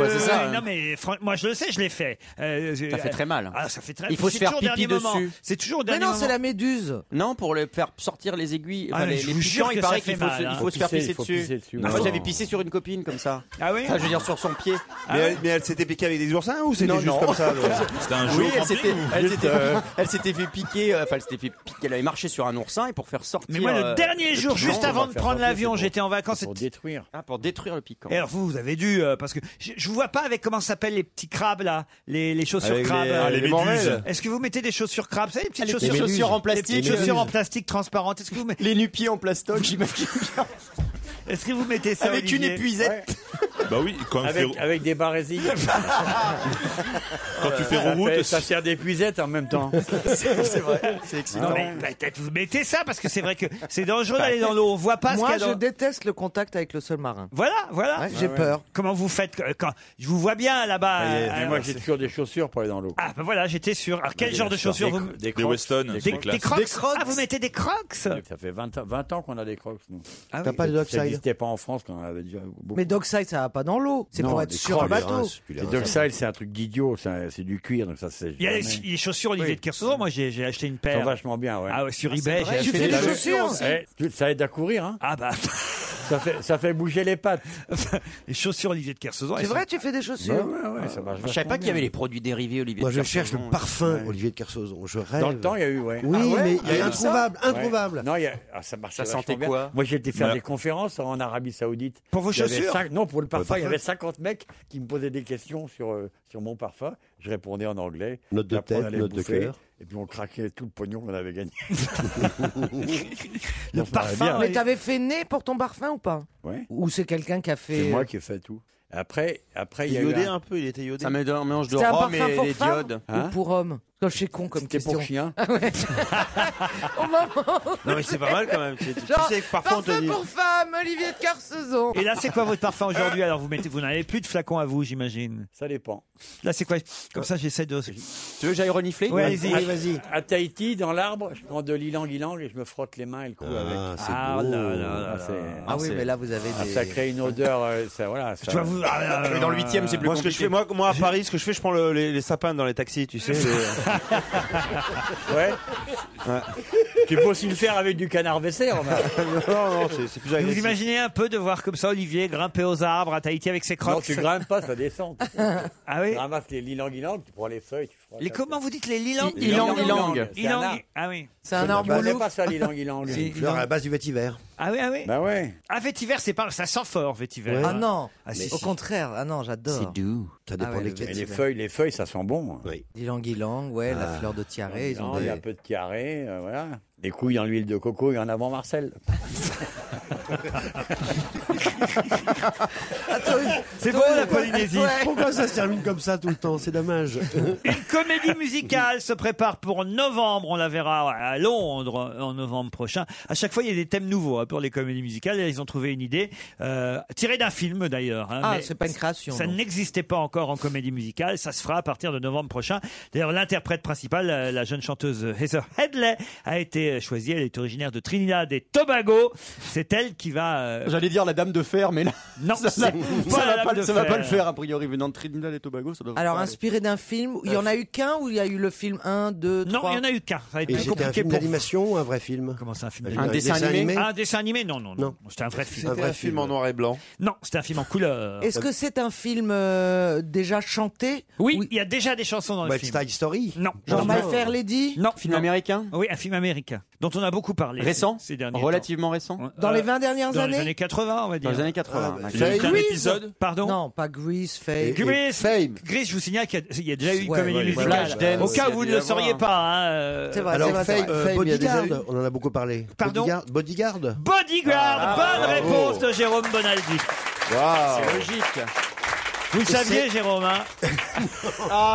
[SPEAKER 5] euh,
[SPEAKER 10] hein.
[SPEAKER 5] Non mais fran- moi je le sais, je l'ai fait. Euh, je-
[SPEAKER 15] Ça fait très mal.
[SPEAKER 5] Ah, ça fait très.
[SPEAKER 15] Il faut
[SPEAKER 5] c'est
[SPEAKER 15] se faire
[SPEAKER 5] toujours au
[SPEAKER 15] pipi
[SPEAKER 5] dernier moment.
[SPEAKER 15] dessus.
[SPEAKER 5] C'est toujours au dernier moment.
[SPEAKER 6] méduse.
[SPEAKER 15] Non, pour le faire sortir les aiguilles.
[SPEAKER 5] Ah,
[SPEAKER 15] Enfin,
[SPEAKER 5] mais
[SPEAKER 15] les,
[SPEAKER 5] je
[SPEAKER 15] les
[SPEAKER 5] vous
[SPEAKER 15] piqûres,
[SPEAKER 5] jure que
[SPEAKER 15] il
[SPEAKER 5] ça
[SPEAKER 15] paraît
[SPEAKER 5] fait
[SPEAKER 15] qu'il faut,
[SPEAKER 5] mal,
[SPEAKER 15] se-
[SPEAKER 5] hein.
[SPEAKER 15] il faut se
[SPEAKER 5] Faut
[SPEAKER 15] faire
[SPEAKER 5] pisser,
[SPEAKER 15] pisser
[SPEAKER 5] faut
[SPEAKER 15] dessus.
[SPEAKER 5] pisser dessus.
[SPEAKER 15] Moi,
[SPEAKER 5] Non.
[SPEAKER 15] j'avais pissé sur une copine comme ça.
[SPEAKER 5] Ah oui Ah
[SPEAKER 15] Enfin, je veux dire sur son pied.
[SPEAKER 11] Ah
[SPEAKER 10] Mais elle, mais elle s'était piquée avec des oursins ou c'était
[SPEAKER 15] Non,
[SPEAKER 10] juste
[SPEAKER 15] non. *laughs*
[SPEAKER 10] comme ça
[SPEAKER 15] C'était un
[SPEAKER 10] jeu
[SPEAKER 15] Oui, elle s'était, elle s'était-
[SPEAKER 13] euh,
[SPEAKER 15] elle s'était fait piquer. euh, Enfin, elle s'était fait piquer. Elle avait marché sur un oursin et pour faire sortir.
[SPEAKER 5] Mais moi, le
[SPEAKER 15] euh,
[SPEAKER 5] dernier jour,
[SPEAKER 15] piquant,
[SPEAKER 5] juste
[SPEAKER 15] on va
[SPEAKER 5] avant de
[SPEAKER 15] faire
[SPEAKER 5] prendre
[SPEAKER 15] sortir,
[SPEAKER 5] l'avion,
[SPEAKER 15] c'est
[SPEAKER 5] j'étais en vacances.
[SPEAKER 15] Pour détruire. Ah, pour détruire le piquant.
[SPEAKER 5] Et alors vous, vous avez dû euh, parce que je, je vous vois pas avec comment ça s'appellent les petits crabes là, les, les chaussures
[SPEAKER 10] Avec les-
[SPEAKER 5] crabes.
[SPEAKER 10] Ah, les
[SPEAKER 5] euh,
[SPEAKER 10] les méduses. morels.
[SPEAKER 5] Est-ce que vous mettez des chaussures crabes, vous savez, les petites
[SPEAKER 15] Ah, Les
[SPEAKER 5] chaussures,
[SPEAKER 15] petites chaussures en
[SPEAKER 5] les
[SPEAKER 15] plastique.
[SPEAKER 5] petites
[SPEAKER 15] Les
[SPEAKER 5] chaussures en
[SPEAKER 15] méduses.
[SPEAKER 5] plastique transparentes. Est-ce que vous mettez
[SPEAKER 15] les nupieds en plastoc, j'imagine.
[SPEAKER 5] *laughs* Est-ce que vous mettez ça
[SPEAKER 15] Avec une
[SPEAKER 5] Olivier
[SPEAKER 15] épuisette.
[SPEAKER 13] Bah oui, quand
[SPEAKER 7] Avec,
[SPEAKER 13] Féro-
[SPEAKER 7] avec
[SPEAKER 5] *laughs*
[SPEAKER 7] des barésilles.
[SPEAKER 13] Quand tu fais
[SPEAKER 7] ça
[SPEAKER 13] route-
[SPEAKER 7] fait- ça sert d'épuisette en même temps.
[SPEAKER 5] *laughs* C'est vrai,
[SPEAKER 7] c'est
[SPEAKER 5] Non mais peut-être vous mettez ça parce que c'est vrai que c'est dangereux
[SPEAKER 15] Bah,
[SPEAKER 5] d'aller dans l'eau. On voit pas ce
[SPEAKER 6] Moi,
[SPEAKER 5] qu'il y a
[SPEAKER 6] je
[SPEAKER 5] dans.
[SPEAKER 6] déteste le contact avec le sol marin.
[SPEAKER 5] Voilà, voilà.
[SPEAKER 6] Ouais, j'ai Ah ouais. peur.
[SPEAKER 5] Comment vous faites euh, quand je vous vois bien là-bas
[SPEAKER 7] Mais,
[SPEAKER 5] euh,
[SPEAKER 7] moi,
[SPEAKER 5] alors,
[SPEAKER 7] j'ai toujours des chaussures pour aller dans l'eau.
[SPEAKER 5] Ah ben voilà, j'étais sûr. Alors quel
[SPEAKER 7] Des
[SPEAKER 5] genre de
[SPEAKER 7] Weston.
[SPEAKER 5] chaussures vous
[SPEAKER 7] Des- des
[SPEAKER 13] Des
[SPEAKER 7] Crocs.
[SPEAKER 13] Weston,
[SPEAKER 7] Des
[SPEAKER 13] c'est
[SPEAKER 7] Crocs.
[SPEAKER 13] classe.
[SPEAKER 5] Des crocs. Ah, vous mettez des crocs
[SPEAKER 7] Ça fait 20, ans- 20 ans qu'on a des crocs, nous.
[SPEAKER 5] Ah
[SPEAKER 8] T'as oui. pas de Dockside
[SPEAKER 7] Ça n'existait pas en France, qu'on en avait déjà beaucoup.
[SPEAKER 6] Mais Dockside, ça va pas dans l'eau. C'est
[SPEAKER 7] Non,
[SPEAKER 6] pour être
[SPEAKER 7] des
[SPEAKER 6] sur un
[SPEAKER 7] Crocs, les
[SPEAKER 6] bateau.
[SPEAKER 7] Reims, puis Les Dockside, c'est un truc d'idiot, ça- c'est du cuir, donc ça c'est.
[SPEAKER 5] Il y a les, les chaussures Olivier de Kersauzon. Moi, j'ai j'ai acheté une
[SPEAKER 7] Ils
[SPEAKER 5] paire.
[SPEAKER 7] sont vachement bien, ouais.
[SPEAKER 5] Ah ouais, sur eBay, j'ai acheté
[SPEAKER 7] des
[SPEAKER 5] chaussures aussi.
[SPEAKER 7] Eh, tu- Ça aide à courir, hein
[SPEAKER 5] Ah bah.
[SPEAKER 7] Ça fait, ça fait bouger les *laughs* pattes.
[SPEAKER 5] les chaussures Olivier de Kersauzon.
[SPEAKER 6] C'est vrai, tu fais des chaussures.
[SPEAKER 7] Ouais, ouais, ouais, ça marche
[SPEAKER 15] Je savais
[SPEAKER 7] vachement
[SPEAKER 15] pas qu'il y avait
[SPEAKER 7] bien.
[SPEAKER 15] les produits dérivés, Olivier.
[SPEAKER 8] Moi,
[SPEAKER 15] de
[SPEAKER 8] je
[SPEAKER 15] Kersauzon.
[SPEAKER 8] cherche le parfum, Olivier de Kersauzon. Je rêve.
[SPEAKER 7] Dans le temps, il y a eu, ouais.
[SPEAKER 8] Oui,
[SPEAKER 7] Ah ouais
[SPEAKER 8] mais
[SPEAKER 7] Il y a eu
[SPEAKER 8] introuvable,
[SPEAKER 7] ça
[SPEAKER 8] introuvable.
[SPEAKER 7] Ouais. Non, il y a... ah, ça marchait
[SPEAKER 15] Ça
[SPEAKER 7] vachement
[SPEAKER 15] sentait
[SPEAKER 7] bien.
[SPEAKER 15] quoi
[SPEAKER 7] Moi, j'ai été faire
[SPEAKER 15] Ouais.
[SPEAKER 7] des conférences en Arabie Saoudite.
[SPEAKER 5] Pour vos
[SPEAKER 7] Il y avait
[SPEAKER 5] chaussures
[SPEAKER 7] cinq- Non, pour le parfum.
[SPEAKER 5] Pour le
[SPEAKER 7] Il y
[SPEAKER 5] parfum.
[SPEAKER 7] avait 50 mecs qui me posaient des questions sur, euh, sur mon parfum. Je répondais en anglais.
[SPEAKER 8] Note de
[SPEAKER 7] Puis après, on
[SPEAKER 8] tête,
[SPEAKER 7] allait
[SPEAKER 8] note de
[SPEAKER 10] *laughs*
[SPEAKER 7] bouffer.
[SPEAKER 8] cœur.
[SPEAKER 7] Et puis on craquait tout le pognon qu'on avait gagné.
[SPEAKER 5] le parfum.
[SPEAKER 6] Mais t'avais fait nez pour ton parfum ou pas Ou c'est quelqu'un qui a fait.
[SPEAKER 7] C'est moi qui ai fait tout. Après, après il y a eu
[SPEAKER 10] iodé
[SPEAKER 7] un-
[SPEAKER 10] un peu, il était iodé.
[SPEAKER 15] Ça met un mélange de
[SPEAKER 6] C'était un
[SPEAKER 15] rhum
[SPEAKER 6] parfum
[SPEAKER 15] et
[SPEAKER 6] pour
[SPEAKER 15] les
[SPEAKER 6] femme
[SPEAKER 15] diodes.
[SPEAKER 6] ou
[SPEAKER 7] Hein
[SPEAKER 6] pour homme Quand je suis con comme
[SPEAKER 7] C'était
[SPEAKER 6] question.
[SPEAKER 7] pour chien.
[SPEAKER 6] Ah ouais. Au moment où-
[SPEAKER 10] Non, mais c'est pas mal quand même. Tu, tu
[SPEAKER 6] Genre,
[SPEAKER 10] sais que parfois on te
[SPEAKER 6] parfum
[SPEAKER 10] dit.
[SPEAKER 6] pour femme, Olivier de Carcezon.
[SPEAKER 5] *laughs* Et là, c'est quoi votre parfum aujourd'hui Alors, vous mettez, vous n'avez plus de flacons à vous, j'imagine.
[SPEAKER 7] Ça dépend.
[SPEAKER 5] Là, c'est quoi Comme ça, j'essaie de.
[SPEAKER 15] Tu veux que j'aille renifler
[SPEAKER 5] Ouais, allez-y.
[SPEAKER 7] À- À Tahiti, dans l'arbre, je prends de l'ilang-ilang et je me frotte les mains et le cou avec.
[SPEAKER 8] c'est
[SPEAKER 7] Ah
[SPEAKER 8] beau.
[SPEAKER 7] là là là
[SPEAKER 8] C'est-
[SPEAKER 7] là.
[SPEAKER 6] Ah oui, mais là, vous avez
[SPEAKER 7] Ah,
[SPEAKER 6] des.
[SPEAKER 7] ça crée une odeur. euh, ça, voilà, ça-
[SPEAKER 5] dois vous- ah, là, là, là,
[SPEAKER 15] Dans le
[SPEAKER 5] là,
[SPEAKER 15] huitième,
[SPEAKER 5] là,
[SPEAKER 15] c'est
[SPEAKER 5] là.
[SPEAKER 15] plus
[SPEAKER 10] Moi, ce que je
[SPEAKER 15] compliqué.
[SPEAKER 10] fais, moi, moi à Paris, ce que je fais, je prends le- les, les sapins dans les taxis, tu sais. les-
[SPEAKER 7] Ouais. Tu peux aussi le faire avec du canard WC, remarque.
[SPEAKER 10] non, non, c'est- c'est plus
[SPEAKER 5] Vous
[SPEAKER 10] agressif.
[SPEAKER 5] imaginez un peu de voir comme ça Olivier grimper aux arbres à Tahiti avec ses crocs
[SPEAKER 7] Non, tu grimpes pas, ça descend.
[SPEAKER 5] *laughs* Ah oui
[SPEAKER 7] Tu ramasses les lilang-ilang, tu prends les feuilles, tu frottes.
[SPEAKER 5] Les comment vous dites les lilang
[SPEAKER 7] I- ilang, ilang.
[SPEAKER 5] Ilang. Ah oui.
[SPEAKER 6] C'est
[SPEAKER 7] C'est
[SPEAKER 6] un arbre
[SPEAKER 7] bah, c'est
[SPEAKER 6] lourd.
[SPEAKER 7] pas ça,
[SPEAKER 5] *laughs*
[SPEAKER 7] l'ilang-ilang.
[SPEAKER 8] C'est une fleur à la base du vétiver.
[SPEAKER 5] Ah oui, ah oui.
[SPEAKER 7] Bah ouais.
[SPEAKER 5] Ah, vétiver, c'est pas. Ça sent fort, vétiver.
[SPEAKER 6] Ah non,
[SPEAKER 5] Ah, si,
[SPEAKER 6] au
[SPEAKER 5] si.
[SPEAKER 6] contraire, ah non, j'adore.
[SPEAKER 15] C'est doux.
[SPEAKER 8] Ça
[SPEAKER 6] Ah ouais,
[SPEAKER 8] dépend
[SPEAKER 6] le
[SPEAKER 8] desquels.
[SPEAKER 7] Mais
[SPEAKER 6] vétiver.
[SPEAKER 7] les feuilles, les feuilles, ça sent bon. hein.
[SPEAKER 8] Oui.
[SPEAKER 6] Ylang-ylang, ouais, la
[SPEAKER 8] Ah.
[SPEAKER 6] fleur de tiaré, ils ont
[SPEAKER 7] Non, Il y
[SPEAKER 6] des-
[SPEAKER 7] a un peu de carré, euh, voilà. Des couilles en l'huile de coco et en
[SPEAKER 5] *laughs*
[SPEAKER 7] avant Marcel.
[SPEAKER 5] C'est beau la Polynésie.
[SPEAKER 8] Pourquoi ça se termine comme ça tout le temps C'est
[SPEAKER 10] *laughs*
[SPEAKER 8] dommage.
[SPEAKER 5] Une
[SPEAKER 15] *laughs*
[SPEAKER 5] comédie musicale se prépare pour novembre. On la verra à Londres euh, en novembre prochain. À chaque fois, il y a des thèmes nouveaux hein, pour les comédies musicales. Et Ils ont trouvé une idée, euh, tirée d'un film d'ailleurs. hein,
[SPEAKER 6] Ah,
[SPEAKER 5] mais
[SPEAKER 6] c'est pas une création,
[SPEAKER 5] Ça
[SPEAKER 6] non.
[SPEAKER 5] n'existait pas encore en comédie musicale. Ça se fera à partir de novembre prochain. D'ailleurs, l'interprète principale, euh, la jeune chanteuse Heather Headley, a été choisie. Elle est originaire de Trinidad et Tobago. C'est elle qui va. euh,
[SPEAKER 15] J'allais dire la dame de fer, mais là.
[SPEAKER 5] Non,
[SPEAKER 15] *laughs*
[SPEAKER 11] *laughs*
[SPEAKER 15] ça,
[SPEAKER 5] c'est pas
[SPEAKER 15] ça va
[SPEAKER 5] la dame
[SPEAKER 15] pas,
[SPEAKER 5] de
[SPEAKER 15] ça va
[SPEAKER 5] fer.
[SPEAKER 15] pas le faire, a priori, venant de Trinidad et Tobago. Ça doit
[SPEAKER 6] Alors,
[SPEAKER 15] pas aller.
[SPEAKER 6] inspiré d'un film, il y en a eu qu'un ou il y a eu le film 1, 2, 3
[SPEAKER 5] Non, Ah, il y en a eu qu'un. Ça va être
[SPEAKER 8] Et
[SPEAKER 5] plus
[SPEAKER 8] c'était un
[SPEAKER 5] compliqué
[SPEAKER 8] film
[SPEAKER 5] pour vous.
[SPEAKER 8] d'animation ou un vrai film
[SPEAKER 5] Comment c'est un film
[SPEAKER 8] Un dessin animé
[SPEAKER 5] Ah, Un dessin animé Non, non, non.
[SPEAKER 8] Non.
[SPEAKER 5] C'était un vrai film.
[SPEAKER 8] un vrai film.
[SPEAKER 10] noir et blanc.
[SPEAKER 5] Non, c'était un film en couleur.
[SPEAKER 6] Est-ce que c'est un film euh, déjà chanté
[SPEAKER 5] Oui, il y a déjà des chansons dans le
[SPEAKER 8] West
[SPEAKER 5] film.
[SPEAKER 8] Side Story
[SPEAKER 5] Non.
[SPEAKER 6] Genre
[SPEAKER 5] Non.
[SPEAKER 6] My Fair Lady
[SPEAKER 5] Non.
[SPEAKER 15] Film américain
[SPEAKER 5] Oui, un film américain dont on a beaucoup parlé.
[SPEAKER 15] Récent
[SPEAKER 5] ces, ces derniers
[SPEAKER 15] Relativement récent
[SPEAKER 5] temps.
[SPEAKER 6] Dans
[SPEAKER 5] Euh,
[SPEAKER 6] les 20 dernières
[SPEAKER 5] dans les
[SPEAKER 6] années
[SPEAKER 5] années 80, on va
[SPEAKER 15] Dans
[SPEAKER 5] dire.
[SPEAKER 15] les années 80.
[SPEAKER 8] Ah, bah,
[SPEAKER 15] d'accord.
[SPEAKER 10] Il y a eu qu'un
[SPEAKER 6] Grease
[SPEAKER 10] épisode.
[SPEAKER 5] Pardon
[SPEAKER 6] Non, pas Grease, Faye.
[SPEAKER 5] Gris,
[SPEAKER 10] Fame.
[SPEAKER 5] Gris, je vous signale qu'il y, a- il y a déjà eu une
[SPEAKER 6] Ouais,
[SPEAKER 5] comédie
[SPEAKER 10] ouais,
[SPEAKER 5] musicale.
[SPEAKER 10] Flash Dance,
[SPEAKER 5] Au cas
[SPEAKER 10] il y
[SPEAKER 5] où
[SPEAKER 10] a
[SPEAKER 5] vous
[SPEAKER 10] dû
[SPEAKER 5] ne le
[SPEAKER 10] y avoir
[SPEAKER 5] sauriez
[SPEAKER 10] un-
[SPEAKER 5] pas. hein, euh,
[SPEAKER 6] C'est vrai,
[SPEAKER 8] Alors,
[SPEAKER 6] c'est vrai. c'est
[SPEAKER 8] Fame,
[SPEAKER 6] vrai.
[SPEAKER 8] euh,
[SPEAKER 10] Fame, il y a des
[SPEAKER 8] Bodyguard, on en a beaucoup parlé.
[SPEAKER 5] Pardon
[SPEAKER 8] Bodyguard, Bodyguard
[SPEAKER 5] Bodyguard, bonne réponse de Jérôme Bonaldi.
[SPEAKER 8] Ah.
[SPEAKER 10] Waouh.
[SPEAKER 15] C'est logique.
[SPEAKER 5] Vous le saviez, Ah. Jérôme hein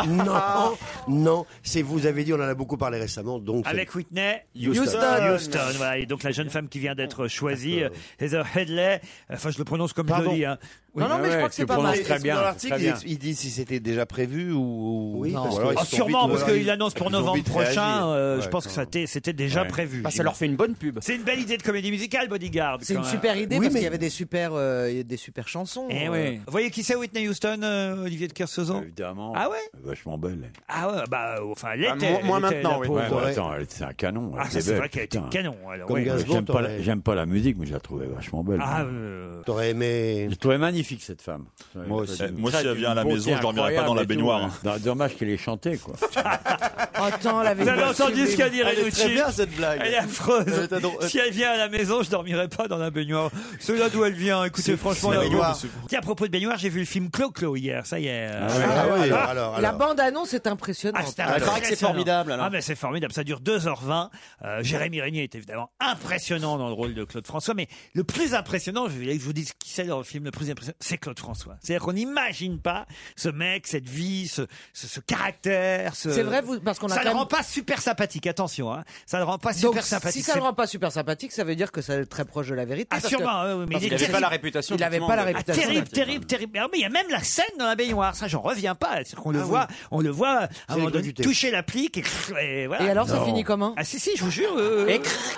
[SPEAKER 8] Non, non, c'est vous avez dit, on en a beaucoup parlé récemment, donc. c'est-
[SPEAKER 5] Avec Whitney
[SPEAKER 8] Houston.
[SPEAKER 5] Houston. Houston, voilà. Et donc la jeune femme qui vient d'être choisie, euh, Heather Headley. Enfin, je le prononce comme je
[SPEAKER 10] Pardon.
[SPEAKER 5] le dis. hein.
[SPEAKER 14] non, non, mais je crois que c'est pas mal.
[SPEAKER 16] Est-ce que Dans l'article, il, ex- il dit si c'était déjà prévu ou.
[SPEAKER 5] Oui,
[SPEAKER 16] ou
[SPEAKER 5] parce
[SPEAKER 16] alors
[SPEAKER 5] que-
[SPEAKER 16] ils
[SPEAKER 5] Ah,
[SPEAKER 16] sont
[SPEAKER 5] sûrement,
[SPEAKER 16] vite-
[SPEAKER 5] parce qu'il annonce pour
[SPEAKER 16] ils ont
[SPEAKER 5] novembre
[SPEAKER 16] vite
[SPEAKER 5] prochain.
[SPEAKER 16] réagi.
[SPEAKER 5] euh, je
[SPEAKER 16] Ouais.
[SPEAKER 5] pense que ça était- c'était déjà
[SPEAKER 16] Ouais.
[SPEAKER 5] prévu.
[SPEAKER 7] Ah,
[SPEAKER 16] Bah, ça leur
[SPEAKER 5] fait une bonne pub. C'est une belle idée de comédie musicale, Bodyguard.
[SPEAKER 6] C'est
[SPEAKER 5] quand
[SPEAKER 6] une
[SPEAKER 5] même.
[SPEAKER 6] super idée parce qu'il y avait des super, euh, il y a des super chansons.
[SPEAKER 5] Eh
[SPEAKER 6] euh.
[SPEAKER 5] ouais. Vous voyez qui c'est Whitney Houston, euh, Olivier de Kersauzon
[SPEAKER 7] Évidemment.
[SPEAKER 5] Ah ouais
[SPEAKER 7] Vachement belle.
[SPEAKER 5] Ah ouais, bah euh, enfin elle
[SPEAKER 7] Ah,
[SPEAKER 5] était.
[SPEAKER 7] moins- moins
[SPEAKER 5] elle était,
[SPEAKER 7] maintenant,
[SPEAKER 5] la
[SPEAKER 7] oui.
[SPEAKER 5] pauvre.
[SPEAKER 7] Ouais, bah, attends, elle- c'est un canon.
[SPEAKER 5] Ah,
[SPEAKER 7] elle
[SPEAKER 5] ça,
[SPEAKER 7] était
[SPEAKER 5] c'est
[SPEAKER 7] belle,
[SPEAKER 5] vrai qu'elle était
[SPEAKER 7] putain.
[SPEAKER 5] canon, alors,
[SPEAKER 7] Comme
[SPEAKER 5] ouais.
[SPEAKER 7] Gainsbourg, J'aime pas, la-
[SPEAKER 5] t'aurais-
[SPEAKER 7] j'aime pas la musique, mais je la trouvais vachement belle.
[SPEAKER 5] Ah,
[SPEAKER 7] T'aurais aimé. Je trouvais magnifique cette femme.
[SPEAKER 13] Moi aussi.
[SPEAKER 7] Très-
[SPEAKER 13] Eh, Moi, si elle vient à la
[SPEAKER 7] beauté
[SPEAKER 13] maison, je dormirais pas dans la
[SPEAKER 7] incroyable et
[SPEAKER 13] baignoire.
[SPEAKER 7] tout, hein. Dommage qu'elle ait chanté, quoi.
[SPEAKER 6] Oh, Attends, la
[SPEAKER 5] Vous avez entendu ce qu'a dit Renucci Elle est affreuse.
[SPEAKER 7] Elle est ador-
[SPEAKER 5] Si elle vient à la maison, je dormirai pas dans la baignoire. C'est là d'où elle vient. Écoutez,
[SPEAKER 7] C'est-
[SPEAKER 5] franchement,
[SPEAKER 7] c'est la
[SPEAKER 5] là,
[SPEAKER 7] baignoire.
[SPEAKER 5] on- Tiens, à propos de baignoire, j'ai vu le film Clo-Clo hier. Ça y est.
[SPEAKER 7] Ah ouais. Ah ouais, alors, alors,
[SPEAKER 6] La bande annonce est impressionnante.
[SPEAKER 5] c'était impressionnant. Ah, mais c'est formidable. Ça dure 2h20. Euh, Jérémy Régnier est évidemment impressionnant dans le rôle de Claude François. Mais le plus impressionnant, je voulais que je vous dise qui c'est dans le film, le plus impressionnant, c'est Claude François. C'est-à-dire qu'on n'imagine pas ce mec, cette vie, ce, ce- ce caractère. ce-
[SPEAKER 6] C'est vrai, vous- parce qu'on a
[SPEAKER 5] Ça
[SPEAKER 6] quand
[SPEAKER 5] le
[SPEAKER 6] même-
[SPEAKER 5] rend pas super sympathique, attention. Hein. Ça le rend pas super
[SPEAKER 6] Donc,
[SPEAKER 5] sympathique.
[SPEAKER 6] si ça
[SPEAKER 5] C'est-
[SPEAKER 6] le rend pas super sympathique, ça veut dire que ça est très proche de la vérité.
[SPEAKER 5] Ah,
[SPEAKER 6] parce
[SPEAKER 5] sûrement,
[SPEAKER 6] que-
[SPEAKER 5] ouais, ouais,
[SPEAKER 6] parce
[SPEAKER 5] mais il
[SPEAKER 6] qu'il
[SPEAKER 5] est
[SPEAKER 6] avait
[SPEAKER 5] terrible.
[SPEAKER 6] Il n'avait pas la réputation.
[SPEAKER 5] Ah, terrible, terrible, terrible. Ah, mais il y a même la scène dans la baignoire. Ça, j'en reviens pas. C'est-à-dire qu'on le voit, on le voit à un moment donné
[SPEAKER 6] crudités.
[SPEAKER 5] toucher la plique et, et voilà.
[SPEAKER 6] Et alors, ça finit comment
[SPEAKER 5] Ah si si, je vous jure.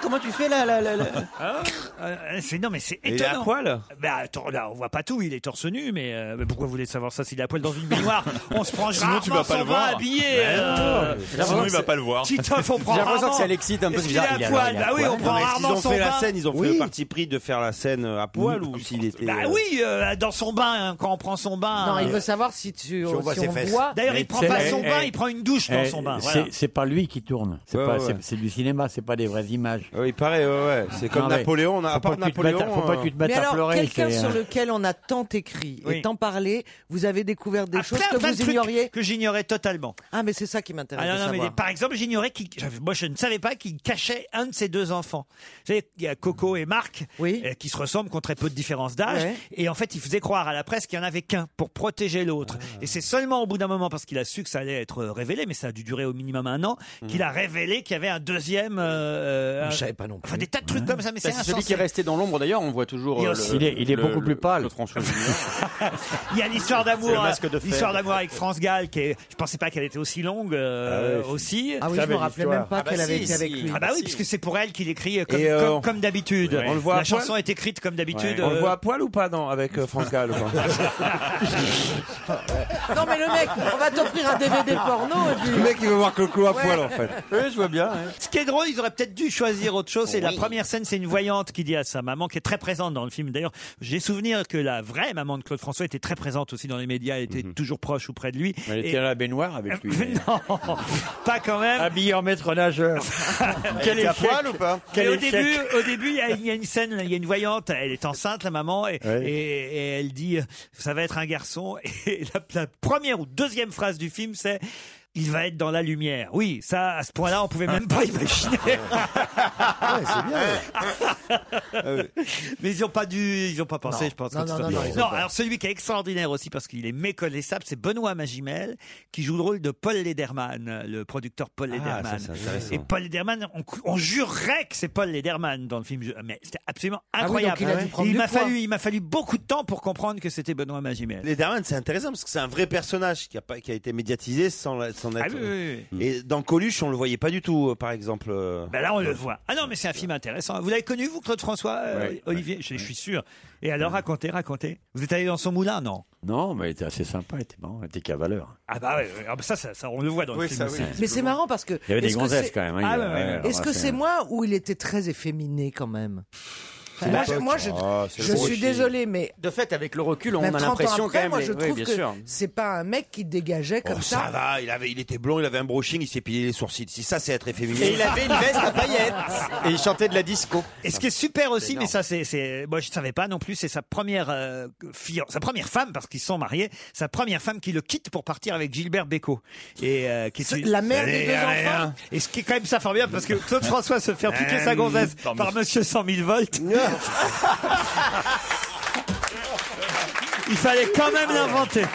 [SPEAKER 6] comment tu fais là, là, là, là
[SPEAKER 5] *laughs* Ah, euh, c'est non mais c'est
[SPEAKER 6] Et il est
[SPEAKER 5] étonnant.
[SPEAKER 6] à poil
[SPEAKER 5] Bah attends, là on voit pas tout, il est torse nu, mais, euh, mais pourquoi vous voulez savoir ça s'il est à poil dans une baignoire On se prend
[SPEAKER 13] Sinon, tu vas
[SPEAKER 5] rarement
[SPEAKER 13] pas
[SPEAKER 5] son
[SPEAKER 13] le
[SPEAKER 5] bain
[SPEAKER 13] voir.
[SPEAKER 5] habillé. euh,
[SPEAKER 13] Ouais, non. Sinon, il va pas le voir.
[SPEAKER 10] *laughs*
[SPEAKER 5] Titoff, on prend
[SPEAKER 13] J'ai l'impression
[SPEAKER 5] rarement.
[SPEAKER 13] que c'est Alexis, t'es un peu
[SPEAKER 5] Est-ce qu'il
[SPEAKER 13] bizarre,
[SPEAKER 5] est
[SPEAKER 13] il est
[SPEAKER 5] à
[SPEAKER 13] à
[SPEAKER 5] poil
[SPEAKER 13] la-
[SPEAKER 5] Bah oui,
[SPEAKER 13] Ouais,
[SPEAKER 5] on
[SPEAKER 13] non,
[SPEAKER 5] prend
[SPEAKER 13] mais est-ce
[SPEAKER 10] Ils
[SPEAKER 5] rarement
[SPEAKER 10] ont
[SPEAKER 5] son
[SPEAKER 10] fait la
[SPEAKER 5] bain.
[SPEAKER 10] scène, ils ont fait le parti pris de faire la scène à poil ou s'il était.
[SPEAKER 5] Bah
[SPEAKER 10] euh,
[SPEAKER 5] oui, euh, dans son bain, hein, quand on prend son bain.
[SPEAKER 6] Non, il
[SPEAKER 5] euh,
[SPEAKER 6] veut savoir si tu. euh,
[SPEAKER 5] on voit
[SPEAKER 6] si
[SPEAKER 5] ses
[SPEAKER 6] on
[SPEAKER 5] fesses.
[SPEAKER 6] voit-
[SPEAKER 5] D'ailleurs, il prend pas son
[SPEAKER 7] Eh,
[SPEAKER 5] bain,
[SPEAKER 7] eh,
[SPEAKER 5] il prend une douche dans
[SPEAKER 7] eh,
[SPEAKER 5] son bain.
[SPEAKER 7] c'est-
[SPEAKER 5] voilà.
[SPEAKER 7] C'est pas lui qui tourne. C'est
[SPEAKER 10] Ouais,
[SPEAKER 7] pas-
[SPEAKER 10] ouais,
[SPEAKER 7] c'est-
[SPEAKER 10] ouais. Ah
[SPEAKER 7] c'est du cinéma, c'est pas des vraies images.
[SPEAKER 10] Oui, pareil, ouais, ouais. C'est comme
[SPEAKER 7] Non, mais
[SPEAKER 10] Napoléon, on a,
[SPEAKER 7] faut
[SPEAKER 10] à part
[SPEAKER 7] pas que tu te mettes à-
[SPEAKER 10] Napoléon.
[SPEAKER 7] faut pas que tu te mettes
[SPEAKER 6] Mais
[SPEAKER 7] à
[SPEAKER 6] alors,
[SPEAKER 7] pleurer,
[SPEAKER 6] quelqu'un
[SPEAKER 7] c'est,
[SPEAKER 6] sur
[SPEAKER 7] euh,
[SPEAKER 6] lequel on a tant écrit
[SPEAKER 5] Oui.
[SPEAKER 6] et tant parlé, vous avez découvert des
[SPEAKER 5] Ah,
[SPEAKER 6] choses
[SPEAKER 5] plein,
[SPEAKER 6] que
[SPEAKER 5] plein de
[SPEAKER 6] vous
[SPEAKER 5] trucs
[SPEAKER 6] ignoriez
[SPEAKER 5] Que j'ignorais totalement.
[SPEAKER 6] Ah, mais c'est ça qui m'intéresse.
[SPEAKER 5] Ah non,
[SPEAKER 6] de
[SPEAKER 5] non, mais
[SPEAKER 6] savoir.
[SPEAKER 5] des- par exemple, j'ignorais qu'il. j'avais- Moi, je ne savais pas qu'il cachait un de ses deux enfants. Vous savez, il y a Coco et Marc, euh, qui se ressemblent, qui ont très peu de différence d'âge.
[SPEAKER 6] Ouais.
[SPEAKER 5] Et en fait, il faisait croire à la presse qu'il n'y en avait qu'un pour protéger l'autre.
[SPEAKER 6] Ah.
[SPEAKER 5] Et c'est seulement au bout d'un moment, parce qu'il a su que ça allait être euh, révélé, mais ça a dû durer au minimum un an, qu'il a révélé qu'il y avait un deuxième. euh,
[SPEAKER 6] Mm. Je savais pas non
[SPEAKER 5] Enfin, des tas de
[SPEAKER 11] Hein
[SPEAKER 5] trucs comme ça, mais
[SPEAKER 15] Bah,
[SPEAKER 5] c'est
[SPEAKER 15] c'est celui
[SPEAKER 5] insensé.
[SPEAKER 15] qui est resté dans l'ombre d'ailleurs, on voit toujours.
[SPEAKER 5] Il
[SPEAKER 15] euh,
[SPEAKER 5] aussi-
[SPEAKER 15] le-
[SPEAKER 5] il est- il est
[SPEAKER 15] le-
[SPEAKER 5] beaucoup
[SPEAKER 15] le-
[SPEAKER 5] plus pâle.
[SPEAKER 15] Claude François Junior.
[SPEAKER 5] Il y a l'histoire d'amour,
[SPEAKER 15] C'est le masque
[SPEAKER 5] euh,
[SPEAKER 15] de fer.
[SPEAKER 5] l'histoire d'amour avec France Gall, qui est, je pensais pas qu'elle était aussi longue euh,
[SPEAKER 15] Ah ouais,
[SPEAKER 5] aussi.
[SPEAKER 15] Ah oui, je Très me belle rappelais histoire. même pas qu'elle avait été avec lui.
[SPEAKER 5] Ah bah oui, puisque c'est pour elle qu'il écrit euh, comme,
[SPEAKER 10] Et, euh,
[SPEAKER 5] comme-
[SPEAKER 10] on-
[SPEAKER 5] comme d'habitude.
[SPEAKER 10] Ouais. On le voit à
[SPEAKER 5] La chanson
[SPEAKER 10] poil
[SPEAKER 5] est écrite comme d'habitude.
[SPEAKER 10] Ouais. On le
[SPEAKER 5] euh,
[SPEAKER 10] voit à poil ou pas non, avec euh, Franck Gall ou pas
[SPEAKER 6] Non, mais le mec, on va t'offrir un DVD porno. Et puis...
[SPEAKER 10] Le mec, il veut voir Coco à poil en fait.
[SPEAKER 5] Oui, je vois bien. Ce qui est drôle, ils auraient peut-être dû choisir autre chose. C'est la première scène, c'est une voyante qui dit à sa maman, qui est très présente dans le film. D'ailleurs, j'ai souvenir que la vraie maman de Claude François était très présente aussi dans les médias, elle était toujours proche ou près de lui.
[SPEAKER 7] Mhm. Elle était à la baignoire
[SPEAKER 5] *laughs*
[SPEAKER 7] avec lui.
[SPEAKER 5] non, pas quand même.
[SPEAKER 7] Habillée en maître nageur.
[SPEAKER 5] *laughs* Quel
[SPEAKER 7] était à
[SPEAKER 5] échec.
[SPEAKER 7] poil ou pas
[SPEAKER 5] Mais
[SPEAKER 7] Quel
[SPEAKER 5] au
[SPEAKER 7] échec.
[SPEAKER 5] début, au début, il y, a- il y a une scène, il y a une voyante, elle est enceinte, la maman, et,
[SPEAKER 7] Ouais.
[SPEAKER 5] et- et elle dit, euh, ça va être un garçon. *laughs* Et la, la première ou deuxième phrase du film, c'est, il va être dans la lumière. Oui, ça, à ce point-là, on
[SPEAKER 6] *laughs*
[SPEAKER 5] pouvait même pas imaginer. *laughs* Mais ils n'ont pas dû, ils ont pas pensé,
[SPEAKER 6] Non.
[SPEAKER 5] je pense.
[SPEAKER 6] Non,
[SPEAKER 5] quand
[SPEAKER 6] non,
[SPEAKER 5] ils
[SPEAKER 6] non,
[SPEAKER 5] ont-
[SPEAKER 6] non, ils ont pas.
[SPEAKER 5] alors celui qui est extraordinaire aussi parce qu'il est méconnaissable, c'est Benoît Magimel qui joue le rôle de Paul Lederman, le producteur Paul
[SPEAKER 10] Ah,
[SPEAKER 5] Lederman.
[SPEAKER 10] ça, c'est intéressant.
[SPEAKER 5] Et Paul Lederman, on, cou- on jurerait que c'est Paul Lederman dans le film, je- mais c'était absolument
[SPEAKER 10] Ah oui, donc
[SPEAKER 5] incroyable.
[SPEAKER 10] il a dû
[SPEAKER 5] Et
[SPEAKER 10] prendre du
[SPEAKER 5] m'a
[SPEAKER 10] poids.
[SPEAKER 5] fallu, il m'a fallu beaucoup de temps pour comprendre que c'était Benoît Magimel.
[SPEAKER 10] Les Darman, c'est intéressant parce que c'est un vrai personnage qui a, pas, qui a été médiatisé sans, la- sans être.
[SPEAKER 5] Ah, oui, oui,
[SPEAKER 10] Et dans Coluche, on le voyait pas du tout, euh, par exemple. euh.
[SPEAKER 5] Ben là, on le voit. Ah non, mais c'est un film intéressant. Vous l'avez connu, vous, Claude François, euh,
[SPEAKER 10] Ouais.
[SPEAKER 5] Olivier je, je suis sûr. Et alors, racontez, racontez. Vous êtes allé dans son moulin, non
[SPEAKER 7] Non, mais elle était assez sympa, elle était marrant, elle était cavaleur.
[SPEAKER 5] Ah bah ouais, ouais. Ah bah ça, ça, ça, on le voit dans le
[SPEAKER 7] Oui,
[SPEAKER 5] film.
[SPEAKER 7] ça,
[SPEAKER 5] aussi.
[SPEAKER 7] oui.
[SPEAKER 6] Mais c'est marrant parce que.
[SPEAKER 7] Il y avait des
[SPEAKER 6] est-ce que
[SPEAKER 7] gonzesses
[SPEAKER 6] c'est-
[SPEAKER 7] quand même, hein,
[SPEAKER 6] Ah
[SPEAKER 7] il y
[SPEAKER 6] ouais,
[SPEAKER 7] a-
[SPEAKER 6] ouais,
[SPEAKER 7] ouais,
[SPEAKER 6] ouais. Est-ce
[SPEAKER 7] ouais,
[SPEAKER 6] que
[SPEAKER 7] c'est-
[SPEAKER 6] c'est moi ou il était très efféminé quand même
[SPEAKER 15] C'est
[SPEAKER 6] Moi,
[SPEAKER 15] l'époque.
[SPEAKER 6] je, moi, je-
[SPEAKER 15] Ah, c'est
[SPEAKER 6] je
[SPEAKER 15] le
[SPEAKER 6] suis
[SPEAKER 15] gauchisme.
[SPEAKER 6] désolé, mais
[SPEAKER 15] De fait, avec le recul, on
[SPEAKER 6] même
[SPEAKER 15] a
[SPEAKER 6] 30 ans
[SPEAKER 15] l'impression
[SPEAKER 6] après,
[SPEAKER 15] quand même.
[SPEAKER 6] moi,
[SPEAKER 15] les-
[SPEAKER 6] je
[SPEAKER 15] oui,
[SPEAKER 6] trouve
[SPEAKER 15] bien
[SPEAKER 6] que
[SPEAKER 15] sûr.
[SPEAKER 6] c'est pas un mec qui dégageait comme
[SPEAKER 10] Oh,
[SPEAKER 6] ça.
[SPEAKER 10] ça va, il, avait, il était blond, il avait un brushing, il s'est pillé les sourcils. Si ça, c'est être efféminé.
[SPEAKER 15] Et il avait une veste à paillettes.
[SPEAKER 10] Et il chantait de la disco.
[SPEAKER 5] Et ce qui est super aussi, mais ça c'est, c'est- moi je savais pas non plus, c'est sa première euh, fian- sa première femme parce qu'ils sont mariés, sa première femme qui le quitte pour partir avec Gilbert Bécaud. Et euh, qui est une-
[SPEAKER 6] la mère des deux
[SPEAKER 5] Allez,
[SPEAKER 6] enfants.
[SPEAKER 5] hein. Et ce qui est quand même ça formidable parce que Claude François se fait
[SPEAKER 7] Ah
[SPEAKER 5] piquer
[SPEAKER 7] Eh
[SPEAKER 5] sa gonzesse par Monsieur 100
[SPEAKER 10] *laughs*
[SPEAKER 5] 000 volts. *laughs* Il fallait quand même l'inventer.